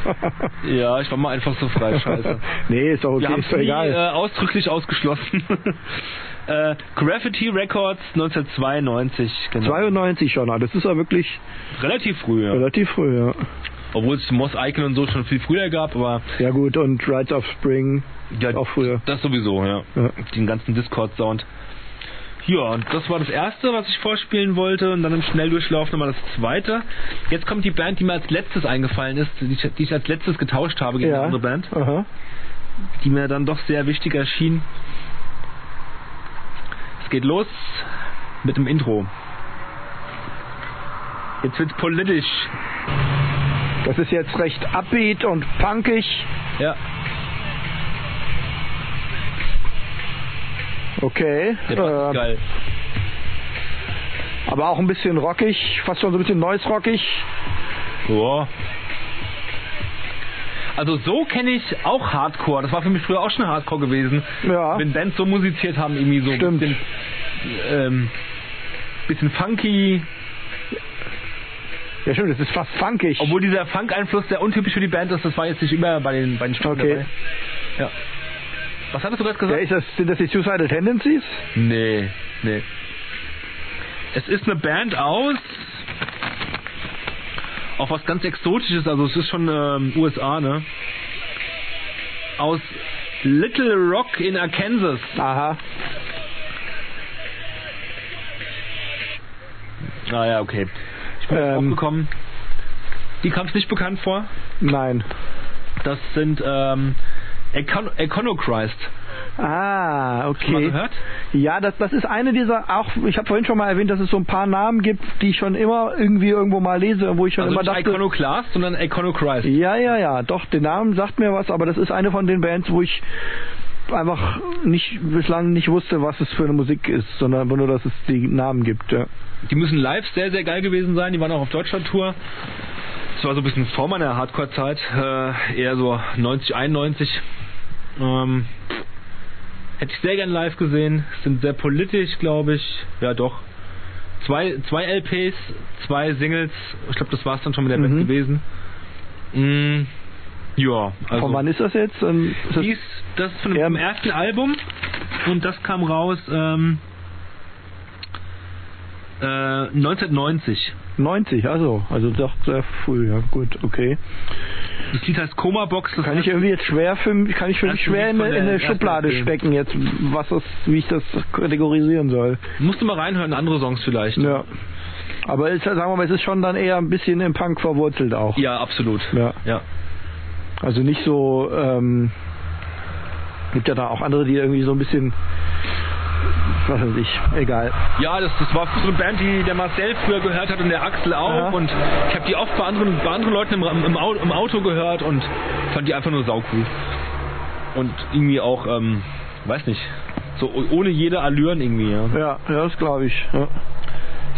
Speaker 3: ja, ich war mal einfach so frei, scheiße.
Speaker 2: nee, ist doch
Speaker 3: Wir
Speaker 2: okay,
Speaker 3: haben
Speaker 2: ist
Speaker 3: es
Speaker 2: doch
Speaker 3: nie äh,
Speaker 2: egal.
Speaker 3: ausdrücklich ausgeschlossen. äh, Graffiti Records 1992, genau.
Speaker 2: 92 schon, ah, das ist ja wirklich
Speaker 3: Relativ früh, ja.
Speaker 2: relativ früh, ja.
Speaker 3: Obwohl es Moss Icon und so schon viel früher gab, aber
Speaker 2: Ja gut, und Rides of Spring
Speaker 3: ja,
Speaker 2: auch früher.
Speaker 3: Das sowieso, ja.
Speaker 2: Ja.
Speaker 3: Den ganzen Discord-Sound. Ja, und das war das erste, was ich vorspielen wollte. Und dann im Schnelldurchlauf nochmal das zweite. Jetzt kommt die Band, die mir als letztes eingefallen ist, die ich, die ich als letztes getauscht habe gegen eine andere Band,
Speaker 2: Aha.
Speaker 3: die mir dann doch sehr wichtig erschien. Es geht los mit dem Intro. Jetzt wird's politisch.
Speaker 2: Das ist jetzt recht upbeat und punkig.
Speaker 3: Ja,
Speaker 2: Okay.
Speaker 3: der Bass ist
Speaker 2: äh,
Speaker 3: geil.
Speaker 2: aber auch ein bisschen rockig, fast schon so ein bisschen noise rockig.
Speaker 3: Ja. Also so kenne ich auch Hardcore. Das war für mich früher auch schon Hardcore gewesen.
Speaker 2: Ja.
Speaker 3: Wenn Bands so musiziert haben, irgendwie so ein
Speaker 2: Stimmt.
Speaker 3: bisschen, ähm, bisschen funky.
Speaker 2: Ja stimmt, das ist fast funkig.
Speaker 3: Obwohl dieser Funk-Einfluss sehr untypisch für die Band ist, das war jetzt nicht immer bei den, bei den Stimmen
Speaker 2: Okay.
Speaker 3: dabei. Ja. Was hattest du gerade
Speaker 2: ja,
Speaker 3: gesagt?
Speaker 2: ist das, sind das die Suicidal Tendencies?
Speaker 3: Nee, nee. Es ist eine Band aus auch was ganz Exotisches, also es ist schon ähm, USA, ne? Aus Little Rock in Arkansas.
Speaker 2: Aha.
Speaker 3: Ah ja, okay. Ich bin
Speaker 2: Ähm.
Speaker 3: ähm, aufgekommen. Die kam es nicht bekannt vor.
Speaker 2: Nein.
Speaker 3: Das sind ähm, Econ Econocrist.
Speaker 2: Ah,
Speaker 3: Mal
Speaker 2: okay.
Speaker 3: gehört? Also
Speaker 2: Ja, das, das ist eine dieser, auch ich habe vorhin schon mal erwähnt, dass es so ein paar Namen gibt, die ich schon immer irgendwie irgendwo mal lese, wo ich schon
Speaker 3: Also
Speaker 2: immer
Speaker 3: nicht
Speaker 2: dachte.
Speaker 3: Iconoclast, sondern Econocrist.
Speaker 2: Ja, ja, ja, doch, der Name sagt mir was, aber das ist eine von den Bands, wo ich einfach nicht bislang nicht wusste, was es für eine Musik ist, sondern einfach nur, dass es die Namen gibt. Ja.
Speaker 3: Die müssen live sehr, sehr geil gewesen sein. Die waren auch auf Deutschland-Tour. Das war so ein bisschen vor meiner Hardcore-Zeit. Äh, eher so 90, 91. Ähm, hätte ich sehr gern live gesehen. Sind sehr politisch, glaube ich. Ja, doch. Zwei, zwei LPs, zwei Singles. Ich glaube, das war es dann schon mit der
Speaker 2: Mhm.
Speaker 3: Band gewesen. Mm, ja, also.
Speaker 2: Von wann ist das jetzt? Ähm, Ist das
Speaker 3: Dies, das ist von
Speaker 2: Ja.
Speaker 3: dem ersten Album und das kam raus ähm, äh, 1990.
Speaker 2: 90, also, also doch sehr früh, ja gut, okay.
Speaker 3: Das Lied heißt Coma Box. Das
Speaker 2: Kann ich irgendwie jetzt schwer für mich- kann ich für mich
Speaker 3: Erste
Speaker 2: schwer
Speaker 3: Lied
Speaker 2: in,
Speaker 3: von
Speaker 2: eine-
Speaker 3: der
Speaker 2: in eine
Speaker 3: ersten
Speaker 2: Schublade
Speaker 3: LP.
Speaker 2: stecken jetzt, was das, wie ich das kategorisieren soll.
Speaker 3: musst du mal reinhören, andere Songs vielleicht.
Speaker 2: Ja. Aber ist, ja- sagen wir mal, es ist schon dann eher ein bisschen im Punk verwurzelt auch.
Speaker 3: Ja, absolut.
Speaker 2: Ja.
Speaker 3: Ja.
Speaker 2: Also nicht so, ähm, gibt ja da auch andere, die irgendwie so ein bisschen, was weiß ich, egal.
Speaker 3: Ja, das, das war so eine Band, die der Marcel früher gehört hat und der Axel auch.
Speaker 2: Aha.
Speaker 3: Und ich habe die oft bei anderen, bei anderen Leuten im, Ra- im, Au- im Auto gehört und fand die einfach nur saucool. Und irgendwie auch, ähm, weiß nicht, so o- ohne jede Allüren irgendwie. Ja.
Speaker 2: Ja, ja das glaube ich. Ja.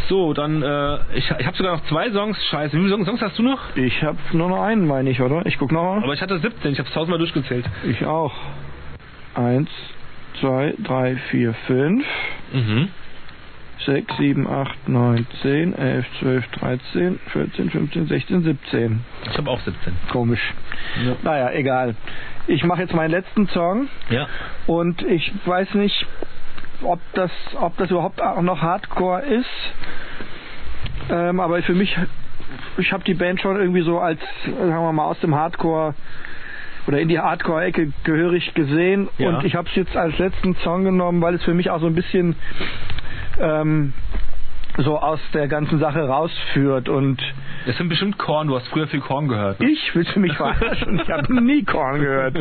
Speaker 3: So, dann, äh, ich, ich habe sogar noch zwei Songs. Scheiße, wie viele Songs hast du noch?
Speaker 2: Ich habe nur noch einen, meine ich, oder? Ich guck nochmal.
Speaker 3: Aber ich hatte 17, ich habe es tausendmal durchgezählt.
Speaker 2: Ich auch. Eins, zwei, drei, vier, fünf,
Speaker 3: Mhm.
Speaker 2: sechs, sieben, acht, neun, zehn, elf, zwölf, dreizehn, vierzehn, fünfzehn, sechzehn, siebzehn.
Speaker 3: Ich habe auch 17.
Speaker 2: Komisch. Naja, egal. Ich mache jetzt meinen letzten Song
Speaker 3: Ja.
Speaker 2: und ich weiß nicht, ob das, ob das überhaupt auch noch Hardcore ist. Ähm, aber für mich, ich habe die Band schon irgendwie so als, sagen wir mal, aus dem Hardcore oder in die Hardcore-Ecke gehörig gesehen.
Speaker 3: Ja.
Speaker 2: Und ich habe es jetzt als letzten Song genommen, weil es für mich auch so ein bisschen ähm, so aus der ganzen Sache rausführt und
Speaker 3: Das sind bestimmt Korn, du hast früher viel Korn gehört. ne?
Speaker 2: ich willst du mich verarschen? Ich habe nie Korn gehört.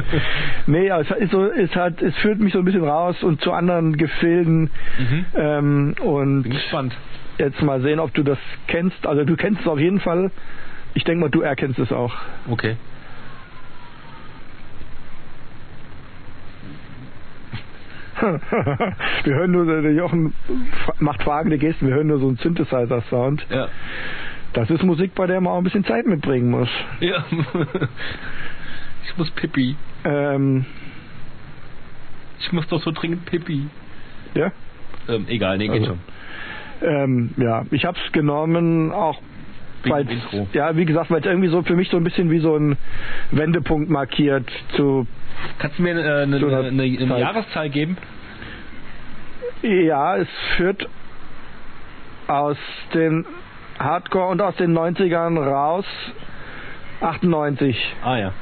Speaker 2: Nee, aber es ist so, es hat, es führt mich so ein bisschen raus und zu anderen Gefilden.
Speaker 3: Mhm.
Speaker 2: Ähm, und
Speaker 3: Bin gespannt.
Speaker 2: jetzt mal sehen, ob du das kennst. Also du kennst es auf jeden Fall. Ich denke mal, du erkennst es auch.
Speaker 3: Okay.
Speaker 2: Wir hören nur, der Jochen fra- macht fragende Gesten, wir hören nur so einen Synthesizer-Sound.
Speaker 3: Ja.
Speaker 2: Das ist Musik, bei der man auch ein bisschen Zeit mitbringen muss.
Speaker 3: Ja. Ich muss Pippi.
Speaker 2: Ähm,
Speaker 3: Ich muss doch so dringend Pippi.
Speaker 2: ja?
Speaker 3: Ähm, egal, nee, geht
Speaker 2: Also,
Speaker 3: schon.
Speaker 2: Ähm, ja, ich habe es genommen, auch
Speaker 3: Wegen
Speaker 2: weil
Speaker 3: dem Intro.
Speaker 2: ja, wie gesagt, weil es irgendwie so für mich so ein bisschen wie so ein Wendepunkt markiert zu
Speaker 3: Kannst du mir äh, eine,
Speaker 2: So,
Speaker 3: eine,
Speaker 2: das
Speaker 3: eine, eine
Speaker 2: Zeit.
Speaker 3: Jahreszahl geben?
Speaker 2: ja, es führt aus den Hardcore und aus den 90ern raus 98.
Speaker 3: Ah ja.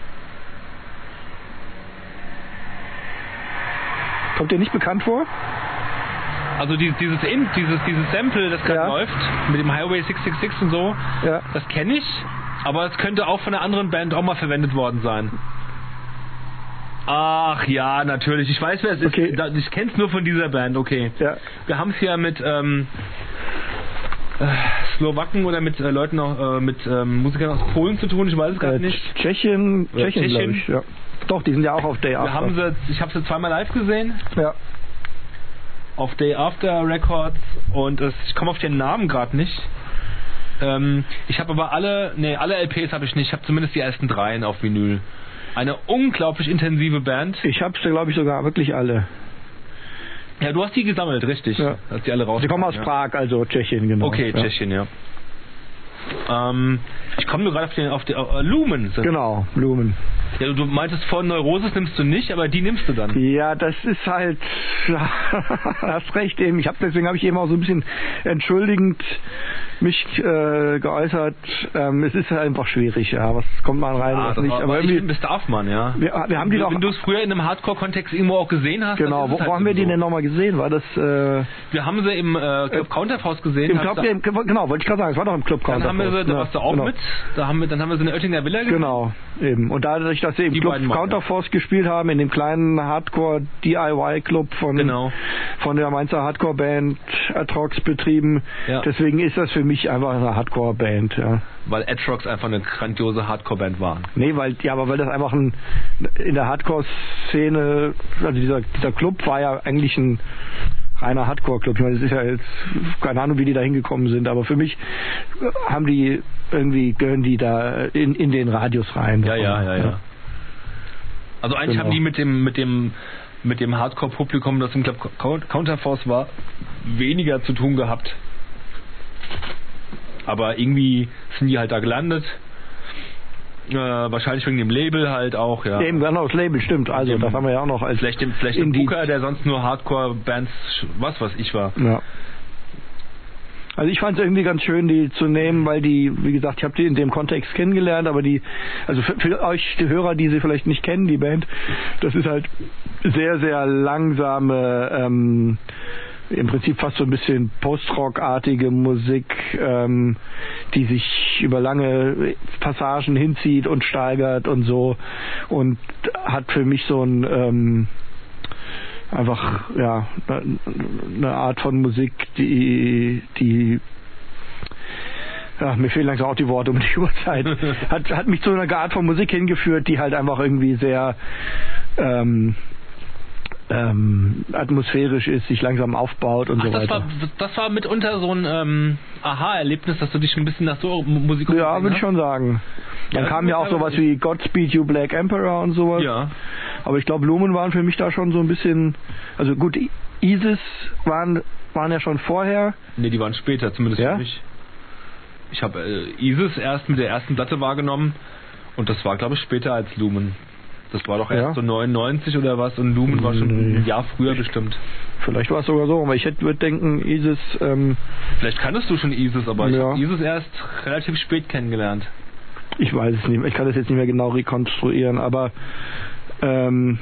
Speaker 2: Kommt dir nicht bekannt vor?
Speaker 3: Also die, dieses, In, dieses, dieses Sample, das gerade
Speaker 2: Ja.
Speaker 3: läuft, mit dem Highway 666 und so,
Speaker 2: Ja.
Speaker 3: das kenne ich, aber es könnte auch von einer anderen Band auch mal verwendet worden sein. Ach ja, natürlich. Ich weiß, wer es
Speaker 2: Okay.
Speaker 3: ist. Da- Ich kenne es nur von dieser Band, okay.
Speaker 2: Ja.
Speaker 3: Wir haben es ja mit ähm, äh, Slowaken oder mit äh, Leuten, auch, äh, mit ähm, Musikern aus Polen zu tun, ich weiß es gerade
Speaker 2: Äh,
Speaker 3: nicht.
Speaker 2: Tschechien,
Speaker 3: Oder
Speaker 2: Tschechien, glaub
Speaker 3: Tschechien.
Speaker 2: ich, ja. Doch, die sind ja auch auf Day
Speaker 3: Wir
Speaker 2: After.
Speaker 3: haben sie, ich habe sie zweimal live gesehen,
Speaker 2: ja.
Speaker 3: auf Day After Records und es, ich komme auf den Namen gerade nicht. Ähm, ich habe aber alle, nee, alle LPs habe ich nicht. Ich habe zumindest die ersten dreien auf Vinyl. Eine unglaublich intensive Band.
Speaker 2: Ich hab's, glaube ich, sogar wirklich alle.
Speaker 3: Ja, du hast die gesammelt, richtig?
Speaker 2: Ja.
Speaker 3: Hast die alle raus.
Speaker 2: Sie kommen aus
Speaker 3: ja.
Speaker 2: Prag, also Tschechien, genau.
Speaker 3: Okay,
Speaker 2: ja.
Speaker 3: Tschechien, ja. Ähm, ich komme nur gerade auf den, auf den äh, Lumen. sind-
Speaker 2: Genau, Blumen.
Speaker 3: Ja, du, du meintest vorhin Neurosis nimmst du nicht, aber die nimmst du dann.
Speaker 2: Ja, das ist halt, hast recht eben. Ich habe deswegen habe ich eben auch so ein bisschen entschuldigend mich äh, geäußert. Ähm, es ist halt einfach schwierig, ja. Was kommt man rein,
Speaker 3: Ah,
Speaker 2: was
Speaker 3: das
Speaker 2: nicht?
Speaker 3: war-
Speaker 2: Aber
Speaker 3: ich
Speaker 2: irgendwie,
Speaker 3: finde, das darf man, ja.
Speaker 2: wir, wir haben die doch.
Speaker 3: Wenn du es früher in einem Hardcore-Kontext irgendwo auch gesehen hast,
Speaker 2: Genau,
Speaker 3: dann
Speaker 2: wo,
Speaker 3: ist es
Speaker 2: wo haben wir
Speaker 3: eben
Speaker 2: die
Speaker 3: so.
Speaker 2: denn nochmal gesehen? War das äh,
Speaker 3: Wir haben sie im äh, Club Counterfaust gesehen.
Speaker 2: im
Speaker 3: hast
Speaker 2: Club?
Speaker 3: du-
Speaker 2: Ja, im, genau, wollte ich gerade sagen. Es war doch im Club
Speaker 3: dann haben wir sie, da
Speaker 2: ja,
Speaker 3: warst du auch
Speaker 2: genau.
Speaker 3: mit. Da haben wir, dann haben wir sie in der Oettinger Villa gesehen.
Speaker 2: Genau, eben. Und dadurch, dass sie im
Speaker 3: Die
Speaker 2: Club
Speaker 3: beiden Mann,
Speaker 2: Counterforce gespielt haben, in dem kleinen Hardcore-DIY-Club von,
Speaker 3: Genau.
Speaker 2: von der Mainzer Hardcore-Band Atrox betrieben,
Speaker 3: Ja.
Speaker 2: deswegen ist das für mich einfach eine Hardcore-Band. Ja.
Speaker 3: Weil Atrox einfach eine grandiose Hardcore-Band waren.
Speaker 2: Nee, weil, ja, aber weil das einfach ein, in der Hardcore-Szene, also dieser, dieser Club war ja eigentlich ein reiner Hardcore-Club. Ich meine, es ist ja jetzt, keine Ahnung, wie die da hingekommen sind, aber für mich äh, haben die irgendwie, gehören die da in, in den Radius rein.
Speaker 3: Ja, ja, ja, ja. Also eigentlich
Speaker 2: Genau.
Speaker 3: haben die mit dem, mit dem, mit dem Hardcore-Publikum, das im Club Count- Counterforce war, weniger zu tun gehabt. Aber irgendwie sind die halt da gelandet. Äh, wahrscheinlich wegen dem Label halt auch, ja.
Speaker 2: Eben, genau, das Label stimmt. Also,
Speaker 3: Dem-
Speaker 2: das haben wir ja auch noch als.
Speaker 3: Vielleicht dem, vielleicht dem
Speaker 2: Indie.
Speaker 3: Booker, der sonst nur Hardcore-Bands, was was ich war.
Speaker 2: Ja. Also ich fand es irgendwie ganz schön, die zu nehmen, weil die, wie gesagt, ich habe die in dem Kontext kennengelernt, aber die, also für, für euch die Hörer, die sie vielleicht nicht kennen, die Band, das ist halt sehr, sehr langsame, ähm, im Prinzip fast so ein bisschen Post-Rock-artige Musik, ähm, die sich über lange Passagen hinzieht und steigert und so und hat für mich so ein, ähm, einfach ja eine Art von Musik, die die ja, mir fehlen langsam auch die Worte um die Uhrzeit. Hat, hat mich zu einer Art von Musik hingeführt, die halt einfach irgendwie sehr ähm, ähm, atmosphärisch ist, sich langsam aufbaut und
Speaker 3: Ach,
Speaker 2: so
Speaker 3: das
Speaker 2: weiter.
Speaker 3: war, das war mitunter so ein ähm, Aha-Erlebnis, dass du dich ein bisschen nach so Musik ne?
Speaker 2: ja,
Speaker 3: umgesehen
Speaker 2: würde ich
Speaker 3: hast?
Speaker 2: schon sagen. Dann
Speaker 3: Ja,
Speaker 2: kamen ja auch sowas wie Godspeed You Black Emperor und sowas.
Speaker 3: Ja,
Speaker 2: Aber ich glaube, Lumen waren für mich da schon so ein bisschen, also gut, I- Isis waren, waren ja schon vorher.
Speaker 3: nee, die waren später, zumindest
Speaker 2: Ja?
Speaker 3: für mich. Ich habe äh, Isis erst mit der ersten Platte wahrgenommen und das war, glaube ich, später als Lumen. Das war doch erst
Speaker 2: Ja.
Speaker 3: so 99 oder was und Lumen war schon
Speaker 2: Nee.
Speaker 3: ein Jahr früher bestimmt.
Speaker 2: Vielleicht war es sogar so, aber ich hätte würde denken, Isis, ähm,
Speaker 3: Vielleicht kanntest du schon Isis, aber ich
Speaker 2: Ja.
Speaker 3: habe Isis erst relativ spät kennengelernt.
Speaker 2: ich weiß es nicht mehr, ich kann das jetzt nicht mehr genau rekonstruieren, aber ähm,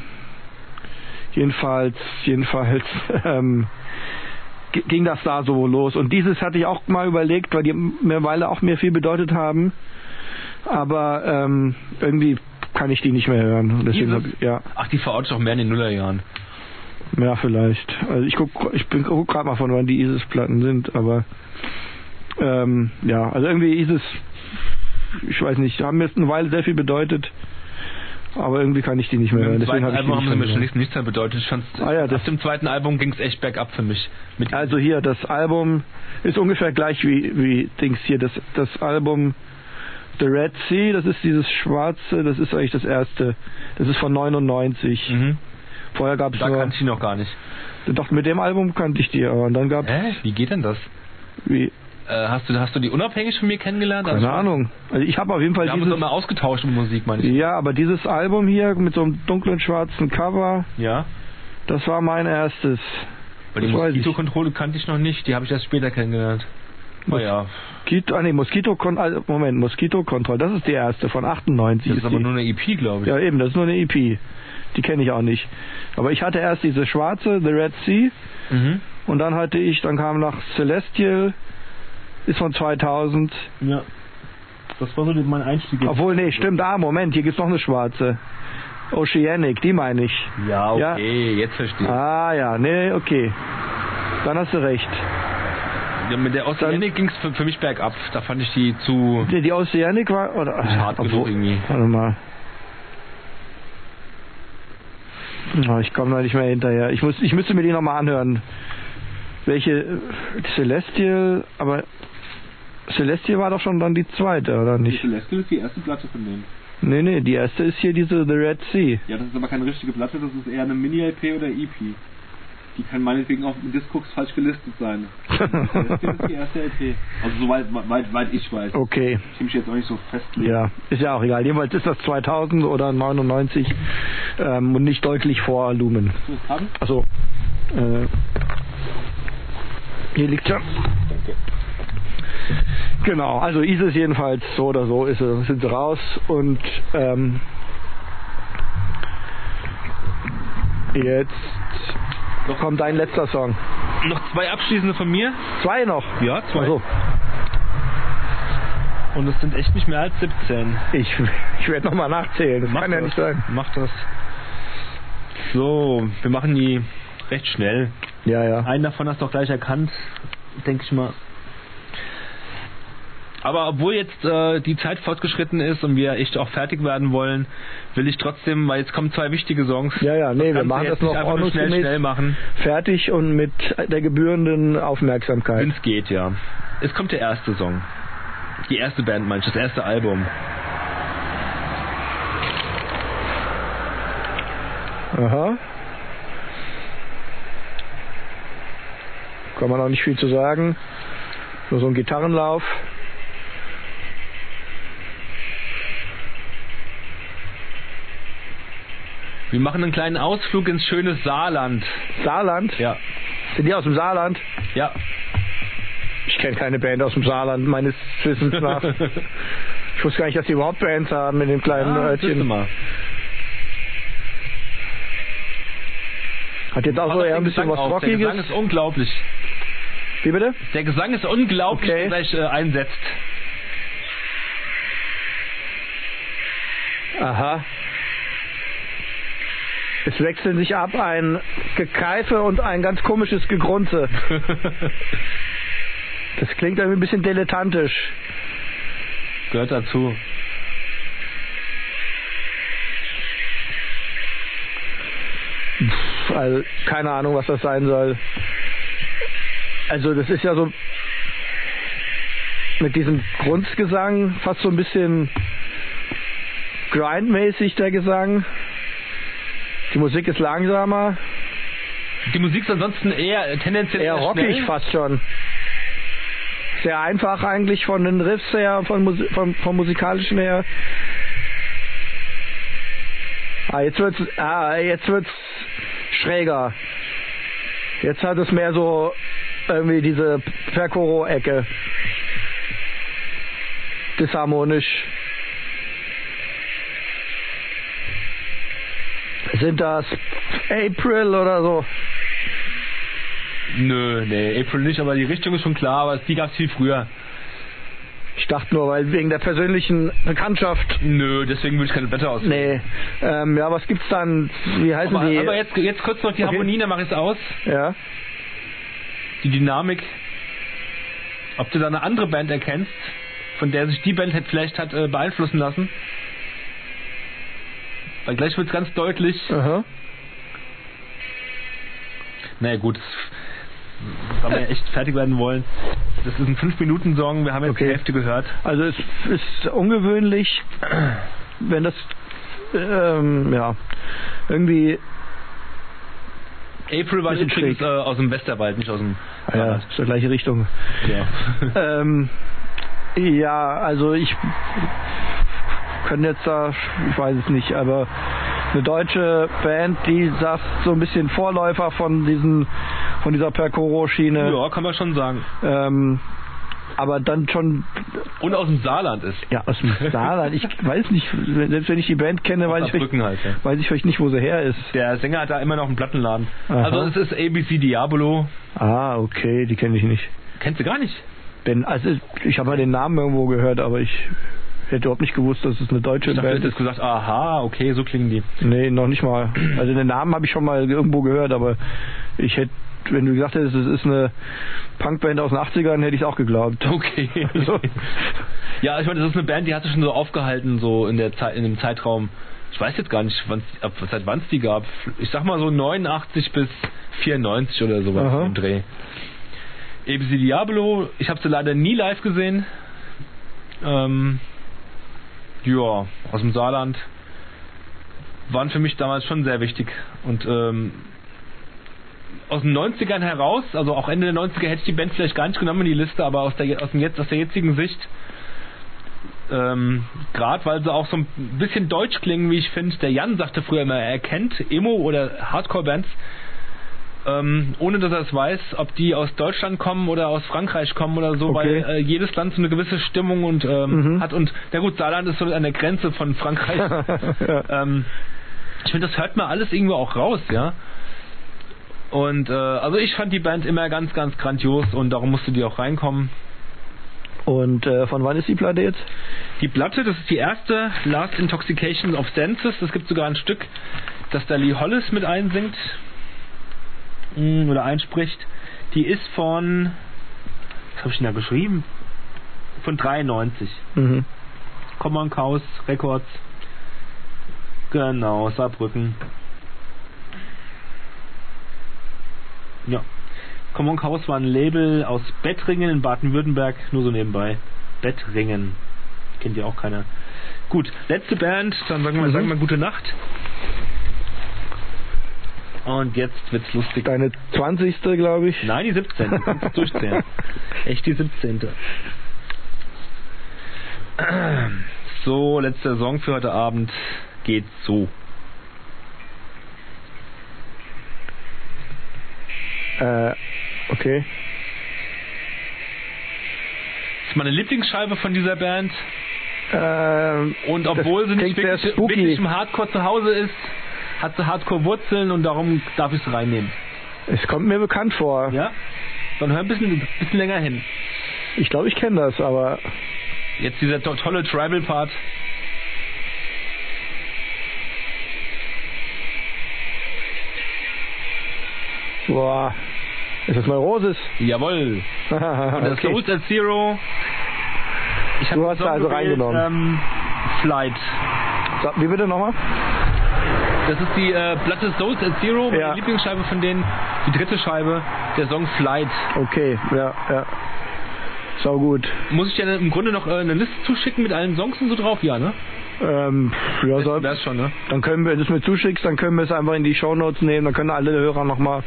Speaker 2: jedenfalls, jedenfalls ähm, g- ging das da so los. Und dieses hatte ich auch mal überlegt, weil die mittlerweile auch mir viel bedeutet haben, aber ähm, irgendwie kann ich die nicht mehr hören. Deswegen,
Speaker 3: Isis?
Speaker 2: hab- ja.
Speaker 3: Ach, die verortet doch mehr in den Nullerjahren.
Speaker 2: Ja, vielleicht. Also ich guck, ich bin guck gerade mal von wann die ISIS-Platten sind, aber ähm, ja, also irgendwie ISIS, ich weiß nicht, haben mir jetzt eine Weile sehr viel bedeutet, aber irgendwie kann ich die nicht mehr hören.
Speaker 3: Mit dem zweiten
Speaker 2: Deswegen habe ich die
Speaker 3: Album haben sie mir
Speaker 2: nicht
Speaker 3: schon
Speaker 2: mehr
Speaker 3: nichts, nichts mehr bedeutet. Ich fand's,
Speaker 2: Ah ja, das-
Speaker 3: ab dem zweiten Album ging's echt bergab für mich. Mit
Speaker 2: Also hier, das Album ist ungefähr gleich wie, wie Dings hier. Das, das Album The Red Sea, das ist dieses schwarze, das ist eigentlich das erste. Das ist von 99.
Speaker 3: mhm.
Speaker 2: Vorher gab es
Speaker 3: Da
Speaker 2: nur...
Speaker 3: kannte ich ihn noch gar nicht.
Speaker 2: Doch, mit dem Album kannte ich die, aber und dann gab es...
Speaker 3: Hä? Wie geht denn das?
Speaker 2: Wie,
Speaker 3: Äh, hast, du, hast du die unabhängig von mir kennengelernt? Also,
Speaker 2: keine Ahnung. Also ich habe auf jeden Fall
Speaker 3: Wir haben uns
Speaker 2: dieses...
Speaker 3: doch mal ausgetauscht mit Musik, meine ich.
Speaker 2: Ja, aber dieses Album hier mit so einem dunklen schwarzen Cover,
Speaker 3: Ja.
Speaker 2: das war mein erstes.
Speaker 3: Weil die
Speaker 2: Das weiß ich.
Speaker 3: Mosquito-Kontrolle kannte ich noch nicht. Die habe ich erst später kennengelernt. Oh Naja,
Speaker 2: Kito, ah nee, Mosquito Con ah, Moment, Mosquito Control, das ist die erste von 98.
Speaker 3: das ist aber
Speaker 2: die.
Speaker 3: nur eine EP, glaube ich.
Speaker 2: ja eben, das ist nur eine EP. Die kenne ich auch nicht. Aber ich hatte erst diese schwarze, The Red Sea,
Speaker 3: Mhm.
Speaker 2: und dann hatte ich, dann kam nach Celestial, ist von 2000.
Speaker 3: ja. Das war so mein Einstieg.
Speaker 2: Obwohl, nee, stimmt, ah, Moment, hier gibt's noch eine schwarze. Oceanic, die meine ich.
Speaker 3: Ja,
Speaker 2: Ja.
Speaker 3: okay, jetzt verstehe ich.
Speaker 2: Ah ja, nee, okay. Dann hast du recht.
Speaker 3: Ja, mit der Oceanic ging's für, für mich bergab. Da fand ich die zu...
Speaker 2: Die, die Oceanic war oder
Speaker 3: hart genug irgendwie.
Speaker 2: Warte mal. Oh, ich komme da nicht mehr hinterher. Ich muss, ich müsste mir die nochmal anhören. Welche äh, Celestial, aber Celestial war doch schon dann die zweite, oder nicht?
Speaker 3: Celestial ist die erste Platte von denen.
Speaker 2: Nee, nee, die erste ist hier diese The Red Sea.
Speaker 3: Ja, das ist aber keine richtige Platte, das ist eher eine Mini-LP oder EP. Die kann meinetwegen auch mit Discogs falsch gelistet sein. Das ist die erste LP. Also soweit weit, weit ich weiß.
Speaker 2: Okay,
Speaker 3: Ich will mich jetzt auch nicht so festlegen.
Speaker 2: ja, ist ja auch egal. Jedenfalls ist das 2000 oder 99 ähm, und nicht deutlich vor Lumen.
Speaker 3: Willst du das haben?
Speaker 2: Achso. Also, Äh, hier liegt ja. Genau, also ISIS jedenfalls, so oder so ist sie, sind sie raus und ähm, jetzt kommt dein letzter Song.
Speaker 3: Noch zwei abschließende von mir.
Speaker 2: Zwei noch.
Speaker 3: Ja,
Speaker 2: Also,
Speaker 3: Und es sind echt nicht mehr als 17.
Speaker 2: ich, ich werde nochmal nachzählen, das kann ja
Speaker 3: das.
Speaker 2: nicht sein.
Speaker 3: Mach das. So, wir machen die recht schnell.
Speaker 2: Ja, ja.
Speaker 3: Einen davon hast du auch gleich erkannt, denke ich mal. Aber obwohl jetzt äh, die Zeit fortgeschritten ist und wir echt auch fertig werden wollen, will ich trotzdem, weil jetzt kommen zwei wichtige Songs.
Speaker 2: Ja, ja, nee, wir
Speaker 3: Kannst du
Speaker 2: machen
Speaker 3: jetzt
Speaker 2: das noch
Speaker 3: nicht einfach nur schnell,
Speaker 2: ordnungsgemäß
Speaker 3: schnell machen,
Speaker 2: fertig und mit der gebührenden Aufmerksamkeit.
Speaker 3: wenn es geht, ja. Es kommt der erste Song. Die erste Band, meinst du, das erste Album.
Speaker 2: Aha. Kann man auch nicht viel zu sagen. Nur so ein Gitarrenlauf.
Speaker 3: Wir machen einen kleinen Ausflug ins schöne Saarland.
Speaker 2: Saarland?
Speaker 3: Ja.
Speaker 2: Sind die aus dem Saarland?
Speaker 3: Ja.
Speaker 2: Ich kenne keine Band aus dem Saarland, meines Wissens nach. ich wusste gar nicht, dass die überhaupt Bands haben in dem kleinen
Speaker 3: Ah, das
Speaker 2: Örtchen.
Speaker 3: mal.
Speaker 2: Hat jetzt auch so eher ein bisschen was
Speaker 3: Der Gesang
Speaker 2: Rockiges.
Speaker 3: ist unglaublich.
Speaker 2: Wie bitte?
Speaker 3: Der Gesang ist unglaublich,
Speaker 2: Okay.
Speaker 3: der gleich äh, einsetzt.
Speaker 2: Aha. Es wechseln sich ab ein Gekeife und ein ganz komisches Gegrunze. Das klingt irgendwie ein bisschen dilettantisch.
Speaker 3: Gehört dazu.
Speaker 2: Also keine Ahnung, was das sein soll. Also das ist ja so mit diesem Grundgesang fast so ein bisschen grindmäßig der Gesang. Die Musik ist langsamer,
Speaker 3: Die Musik ist ansonsten eher äh, tendenziell
Speaker 2: eher
Speaker 3: eher
Speaker 2: rockig
Speaker 3: schnell.
Speaker 2: fast schon. Sehr einfach eigentlich von den Riffs her, von Musi vom, vom musikalischen her. Ah, jetzt wird's, ah, jetzt wird's schräger. Jetzt hat es mehr so irgendwie diese Percoro-Ecke. Disharmonisch. Sind das April oder so?
Speaker 3: Nö, nee, April nicht, aber die Richtung ist schon klar, aber die gab es viel früher.
Speaker 2: Ich dachte nur, weil wegen der persönlichen Bekanntschaft.
Speaker 3: Nö, deswegen würde ich keine Blätter aus.
Speaker 2: Nee. Ähm, ja, was gibt's dann? Wie heißen
Speaker 3: aber,
Speaker 2: die?
Speaker 3: aber jetzt, jetzt kurz noch die
Speaker 2: Okay.
Speaker 3: Harmonie, dann mache ich es aus.
Speaker 2: ja.
Speaker 3: Die Dynamik. Ob du da eine andere Band erkennst, von der sich die Band hätte vielleicht hat äh, beeinflussen lassen. Weil gleich wird es ganz deutlich.
Speaker 2: Aha.
Speaker 3: Naja gut, das- weil wir echt fertig werden wollen. Das ist ein 5-Minuten-Song, wir haben jetzt die
Speaker 2: Okay.
Speaker 3: Hälfte gehört.
Speaker 2: Also es ist ungewöhnlich, wenn das ähm, ja irgendwie
Speaker 3: April war
Speaker 2: Bisschen
Speaker 3: übrigens
Speaker 2: schräg.
Speaker 3: äh, aus dem Westerwald, nicht aus dem
Speaker 2: ah, ja,
Speaker 3: Rheinland.
Speaker 2: ist die gleiche Richtung.
Speaker 3: Ja.
Speaker 2: ähm, ja, also ich kann jetzt da, ich weiß es nicht, aber eine deutsche Band, die sagt so ein bisschen Vorläufer von diesen, von dieser Percoro-Schiene.
Speaker 3: ja, kann man schon sagen.
Speaker 2: Ähm, aber dann schon,
Speaker 3: Und aus dem Saarland ist.
Speaker 2: ja, aus dem Saarland. Ich weiß nicht, selbst wenn ich die Band kenne, weiß ich, vielleicht,
Speaker 3: Saarbrücken halt, ja.
Speaker 2: weiß ich vielleicht nicht, wo sie her ist.
Speaker 3: Der Sänger hat da immer noch einen Plattenladen.
Speaker 2: Aha.
Speaker 3: Also es ist ABC Diabolo.
Speaker 2: Ah, okay, die kenne ich nicht.
Speaker 3: Kennst du gar nicht?
Speaker 2: Denn, also, ich habe mal den Namen irgendwo gehört, aber ich hätte überhaupt nicht gewusst, dass es eine deutsche
Speaker 3: Ich dachte, du
Speaker 2: Band ist.
Speaker 3: hättest gesagt, aha, okay, so klingen die.
Speaker 2: Nee, noch nicht mal. Also den Namen habe ich schon mal irgendwo gehört, aber ich hätte, wenn du gesagt hättest, es ist eine Punkband aus den 80ern, hätte ich es auch geglaubt.
Speaker 3: Okay.
Speaker 2: So.
Speaker 3: ja, ich meine, das ist eine Band, die hat sich schon so aufgehalten, so in der Zeit, in dem Zeitraum. Ich weiß jetzt gar nicht, wann's, ab, seit wann es die gab. Ich sag mal so 89 bis 94 oder sowas
Speaker 2: Aha.
Speaker 3: im Dreh. ABC Diablo, ich habe sie leider nie live gesehen. Ähm, ja, aus dem Saarland. Waren für mich damals schon sehr wichtig. Und ähm, aus den 90ern heraus, also auch Ende der 90er hätte ich die Band vielleicht gar nicht genommen in die Liste, aber aus der, aus dem jetzt, aus der jetzigen Sicht, ähm, gerade weil sie auch so ein bisschen deutsch klingen, wie ich finde, der Jan sagte früher immer, er kennt Emo oder Hardcore-Bands, ähm, ohne dass er es weiß, ob die aus Deutschland kommen oder aus Frankreich kommen oder so,
Speaker 2: Okay.
Speaker 3: weil äh, jedes Land so eine gewisse Stimmung und ähm,
Speaker 2: Mhm.
Speaker 3: hat und na gut, Saarland ist so an der Grenze von Frankreich.
Speaker 2: ja.
Speaker 3: Ähm, ich finde, das hört man alles irgendwo auch raus, ja. Und äh, also ich fand die Band immer ganz, ganz grandios und darum musste die auch reinkommen.
Speaker 2: Und äh, von wann ist die Platte jetzt?
Speaker 3: Die Platte, das ist die erste, Last Intoxication of Senses. Es gibt sogar ein Stück, das da Lee Hollis mit einsingt Mm, oder einspricht. Die ist von, was habe ich denn da geschrieben? Von 93.
Speaker 2: Mhm.
Speaker 3: Common Chaos Records. Genau, Saarbrücken. Ja. Common Chaos war ein Label aus Bettringen in Baden-Württemberg, nur so nebenbei. Bettringen. Kennt ja auch keiner. Gut, letzte Band, dann sagen wir, sagen wir gute Nacht. Und jetzt wird's lustig.
Speaker 2: Deine 20. glaube ich.
Speaker 3: Nein, die 17. Du kannst durchzählen. Echt die 17. So, letzter Song für heute Abend geht so.
Speaker 2: Äh, okay.
Speaker 3: Das ist meine Lieblingsscheibe von dieser Band.
Speaker 2: Ähm,
Speaker 3: Und obwohl sie nicht
Speaker 2: klingt sehr
Speaker 3: wirklich,
Speaker 2: spooky.
Speaker 3: wirklich im Hardcore zu Hause ist, hat sie Hardcore-Wurzeln und darum darf ich es reinnehmen.
Speaker 2: es kommt mir bekannt vor.
Speaker 3: Ja? Dann hör ein bisschen, bisschen länger hin.
Speaker 2: Ich glaube, ich kenne das, aber
Speaker 3: Jetzt dieser to tolle Tribal-Part.
Speaker 2: boah, ist das mal Roses?
Speaker 3: Jawohl. Das
Speaker 2: okay.
Speaker 3: Souls at Zero. Ich hab
Speaker 2: Du hast
Speaker 3: den Song ähm,
Speaker 2: da also
Speaker 3: gewählt,
Speaker 2: reingenommen.
Speaker 3: Ähm, Flight.
Speaker 2: so, wie bitte nochmal?
Speaker 3: Das ist die äh, Platte Souls at Zero, meine
Speaker 2: Ja.
Speaker 3: Lieblingsscheibe von denen. Die dritte Scheibe, der Song Flight.
Speaker 2: Okay, ja, ja. Sau gut.
Speaker 3: Muss ich dir im Grunde noch äh, eine Liste zuschicken mit allen Songs und so drauf? Ja, ne?
Speaker 2: Ähm, ja, so,
Speaker 3: Wär's schon, ne?
Speaker 2: dann können wir, wenn du es mir zuschickst, dann können wir es einfach in die Shownotes nehmen, dann können alle Hörer nochmal,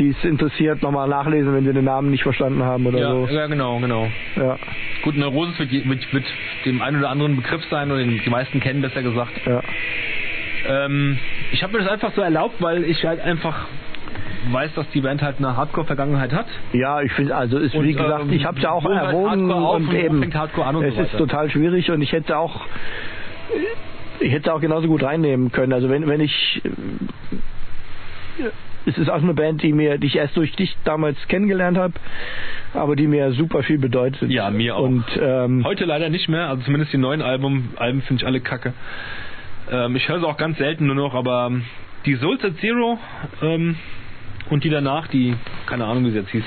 Speaker 2: die es interessiert, nochmal nachlesen, wenn sie den Namen nicht verstanden haben oder
Speaker 3: Ja,
Speaker 2: so.
Speaker 3: ja, genau, genau.
Speaker 2: Ja,
Speaker 3: Gut, Neurosis wird, je- wird, wird dem einen oder anderen Begriff sein oder den, die meisten kennen, besser gesagt.
Speaker 2: ja.
Speaker 3: Ähm, ich habe mir das einfach so erlaubt, weil ich halt einfach weiß, dass die Band halt eine Hardcore-Vergangenheit hat.
Speaker 2: Ja, ich finde, also ist wie
Speaker 3: Und,
Speaker 2: gesagt,
Speaker 3: ähm,
Speaker 2: ich habe ja auch
Speaker 3: wo hört
Speaker 2: erwogen
Speaker 3: Hardcore auf
Speaker 2: und,
Speaker 3: und wo
Speaker 2: eben,
Speaker 3: fängt Hardcore an und
Speaker 2: es
Speaker 3: so
Speaker 2: ist
Speaker 3: weiter?
Speaker 2: total schwierig und ich hätte auch, ich hätte auch genauso gut reinnehmen können. Also wenn, wenn ich, äh, es ist auch eine Band, die mir, die ich erst durch dich damals kennengelernt habe, aber die mir super viel bedeutet.
Speaker 3: Ja, mir auch.
Speaker 2: Und ähm,
Speaker 3: Heute leider nicht mehr, also zumindest die neuen Album, Alben finde ich alle kacke. Ähm, ich höre sie auch ganz selten nur noch, aber ähm, die Souls at Zero ähm, und die danach, die, keine Ahnung wie sie jetzt hieß.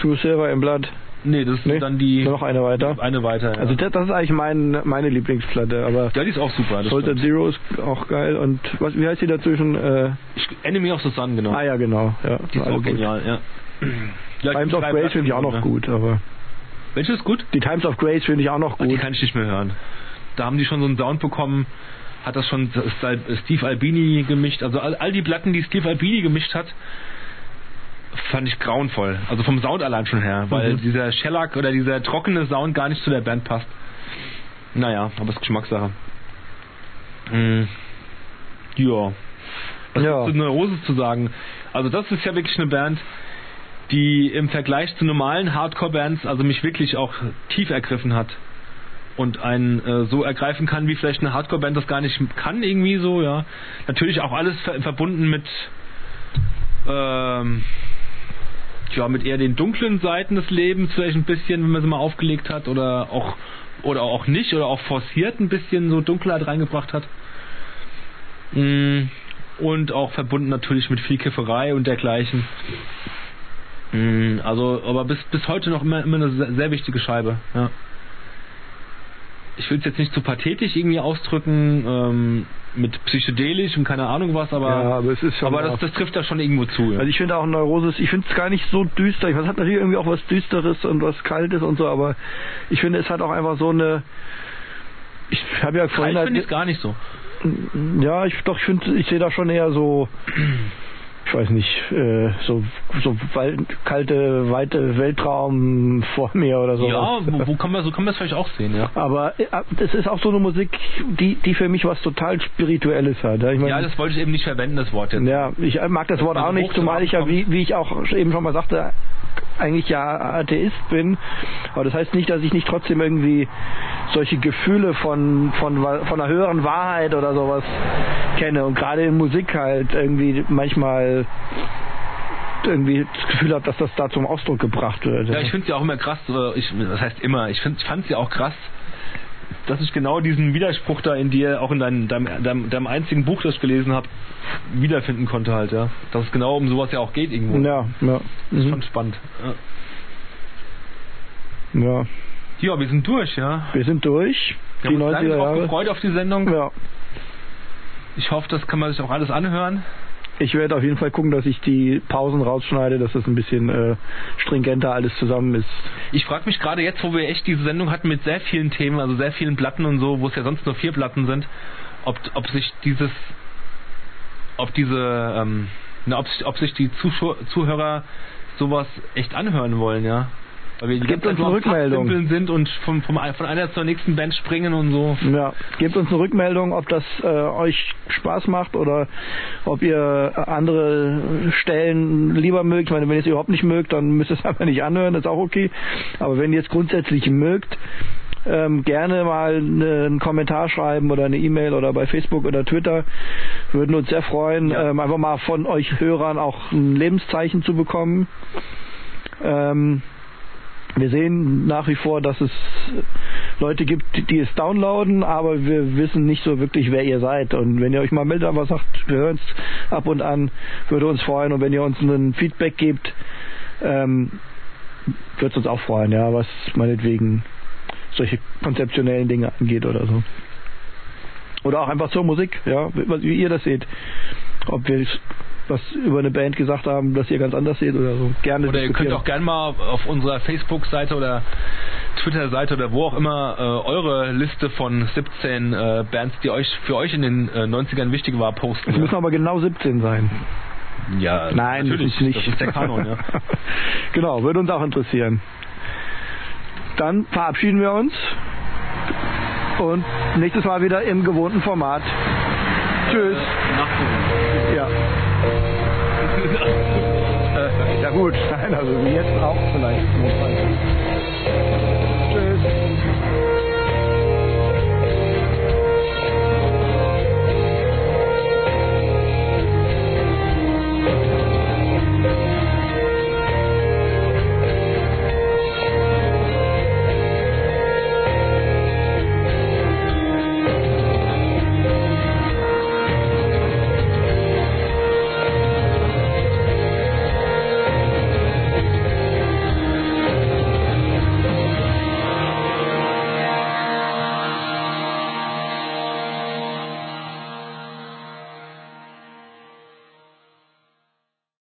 Speaker 2: Through Silver im Blood,
Speaker 3: Nee, das ist
Speaker 2: Nee,
Speaker 3: dann die
Speaker 2: noch eine weiter.
Speaker 3: eine weiter. Ja.
Speaker 2: Also das, das ist eigentlich mein, meine Lieblingsplatte, aber
Speaker 3: ja, die ist auch super. das
Speaker 2: Soldier
Speaker 3: stimmt.
Speaker 2: Zero ist auch geil und was, wie heißt die dazwischen? Äh,
Speaker 3: Ich, Enemy of the Sun, genau.
Speaker 2: ah ja, genau. Ja,
Speaker 3: die ist
Speaker 2: alle
Speaker 3: auch
Speaker 2: gut.
Speaker 3: genial, ja. ja
Speaker 2: Times
Speaker 3: die
Speaker 2: of
Speaker 3: drei
Speaker 2: Grace finde ich auch noch
Speaker 3: Platten,
Speaker 2: gut, aber
Speaker 3: ne? Welche ist gut?
Speaker 2: die Times of Grace finde ich auch noch
Speaker 3: Ah, die
Speaker 2: gut.
Speaker 3: kann ich nicht mehr hören. Da haben die schon so einen Sound bekommen, hat das schon Steve Albini gemischt, also all, all die Platten, die Steve Albini gemischt hat, fand ich grauenvoll. Also vom Sound allein schon her, weil
Speaker 2: Mhm.
Speaker 3: dieser Shellac oder dieser trockene Sound gar nicht zu der Band passt. Naja, aber ist Geschmackssache. Hm. Ja. Was
Speaker 2: Ja.
Speaker 3: gibt's zu Neurosis zu sagen? Also das ist ja wirklich eine Band, die im Vergleich zu normalen Hardcore-Bands also mich wirklich auch tief ergriffen hat und einen äh, so ergreifen kann, wie vielleicht eine Hardcore-Band das gar nicht kann irgendwie so, ja. Natürlich auch alles ver verbunden mit ähm, ja, mit eher den dunklen Seiten des Lebens vielleicht ein bisschen, wenn man sie mal aufgelegt hat oder auch oder auch nicht oder auch forciert ein bisschen so Dunkelheit reingebracht hat. Mm, Und auch verbunden natürlich mit viel Kifferei und dergleichen. Mm, Also, aber bis, bis heute noch immer, immer eine sehr, sehr wichtige Scheibe. Ja. Ich will es jetzt nicht zu pathetisch irgendwie ausdrücken, ähm, mit psychedelisch und keine Ahnung was, aber,
Speaker 2: Ja, aber es ist schon
Speaker 3: aber
Speaker 2: auch-
Speaker 3: das, das trifft da schon irgendwo zu. Ja.
Speaker 2: Also ich finde auch Neurosis, ich finde es gar nicht so düster. Ich weiß, es hat natürlich irgendwie auch was Düsteres und was Kaltes und so, aber ich finde, es hat auch einfach so eine. Ich habe ja vorhin
Speaker 3: Kalt
Speaker 2: halt-
Speaker 3: finde ich es gar nicht so.
Speaker 2: Ja, ich doch, ich finde, ich sehe da schon eher so, ich weiß nicht, äh, so, so wal- kalte, weite Weltraum vor mir oder so.
Speaker 3: Ja, wo, wo kann man, so kann man es vielleicht auch sehen, ja.
Speaker 2: Aber äh, es ist auch so eine Musik, die, die für mich was total Spirituelles hat. ja. Ich meine,
Speaker 3: Ja, das wollte ich eben nicht verwenden, das Wort jetzt.
Speaker 2: Ja, ich äh, mag das Wort
Speaker 3: man
Speaker 2: auch
Speaker 3: so
Speaker 2: nicht,
Speaker 3: hoch
Speaker 2: zumal ich ja,
Speaker 3: zusammenkommt.
Speaker 2: wie, wie ich auch eben schon mal sagte, eigentlich ja Atheist bin. Aber das heißt nicht, dass ich nicht trotzdem irgendwie solche Gefühle von, von, wa- von einer höheren Wahrheit oder sowas kenne. Und gerade in Musik halt irgendwie manchmal irgendwie das Gefühl habe, dass das da zum Ausdruck gebracht wird.
Speaker 3: Ja, ich finde es ja auch immer krass, äh, ich, das heißt immer, ich fand es ja auch krass, dass ich genau diesen Widerspruch da in dir, auch in deinem, deinem, deinem, deinem einzigen Buch, das ich gelesen habe, wiederfinden konnte halt, ja. Dass es genau um sowas ja auch geht irgendwo.
Speaker 2: ja, ja.
Speaker 3: Das ist
Speaker 2: Mhm.
Speaker 3: schon spannend.
Speaker 2: ja.
Speaker 3: Ja, ja wir sind durch, ja.
Speaker 2: Wir sind durch.
Speaker 3: Wir
Speaker 2: die
Speaker 3: haben uns lange
Speaker 2: 90er
Speaker 3: drauf
Speaker 2: Jahre.
Speaker 3: gefreut auf die Sendung.
Speaker 2: Ja.
Speaker 3: Ich hoffe, das kann man sich auch alles anhören.
Speaker 2: Ich werde auf jeden Fall gucken, dass ich die Pausen rausschneide, dass das ein bisschen äh, stringenter alles zusammen ist.
Speaker 3: Ich frage mich gerade jetzt, wo wir echt diese Sendung hatten mit sehr vielen Themen, also sehr vielen Platten und so, wo es ja sonst nur vier Platten sind, ob, ob sich dieses, ob diese, ähm, na, ob, sich- ob sich die Zuschau Zuhörer sowas echt anhören wollen, ja. Weil wir die
Speaker 2: Gebt uns
Speaker 3: ganze Zeit
Speaker 2: eine
Speaker 3: nur am
Speaker 2: Rückmeldung.
Speaker 3: Fachsimpeln sind und vom, vom, ein- von einer zur nächsten Band springen und so.
Speaker 2: Ja, gebt uns eine Rückmeldung, ob das äh, euch Spaß macht oder ob ihr andere Stellen lieber mögt. Ich meine, wenn ihr es überhaupt nicht mögt, dann müsst ihr es einfach nicht anhören, ist auch okay. Aber wenn ihr es grundsätzlich mögt, ähm, gerne mal ne- einen Kommentar schreiben oder eine E-Mail oder bei Facebook oder Twitter. Würden uns sehr freuen, ähm, einfach mal von euch Hörern auch ein Lebenszeichen zu bekommen. Ähm, wir sehen nach wie vor, dass es Leute gibt, die es downloaden, aber wir wissen nicht so wirklich, wer ihr seid. Und wenn ihr euch mal meldet, aber sagt, wir hören es ab und an, würde uns freuen. Und wenn ihr uns ein Feedback gebt, ähm, würde es uns auch freuen, ja, was meinetwegen solche konzeptionellen Dinge angeht oder so. Oder auch einfach zur Musik, ja, wie ihr das seht. Ob wir was über eine Band gesagt haben, das ihr ganz anders seht oder so. Gerne.
Speaker 3: Oder ihr könnt auch gerne mal auf unserer Facebook-Seite oder Twitter-Seite oder wo auch immer äh, eure Liste von 17 äh, Bands, die euch für euch in den äh, 90ern wichtig war, posten.
Speaker 2: Es müssen aber genau 17 sein.
Speaker 3: Ja,
Speaker 2: Nein,
Speaker 3: natürlich
Speaker 2: nicht.
Speaker 3: Das ist der Kanon, ja.
Speaker 2: genau, würde uns auch interessieren. Dann verabschieden wir uns und nächstes Mal wieder im gewohnten Format. Tschüss. Ja. ja gut, nein, also jetzt auch vielleicht. Notfalls.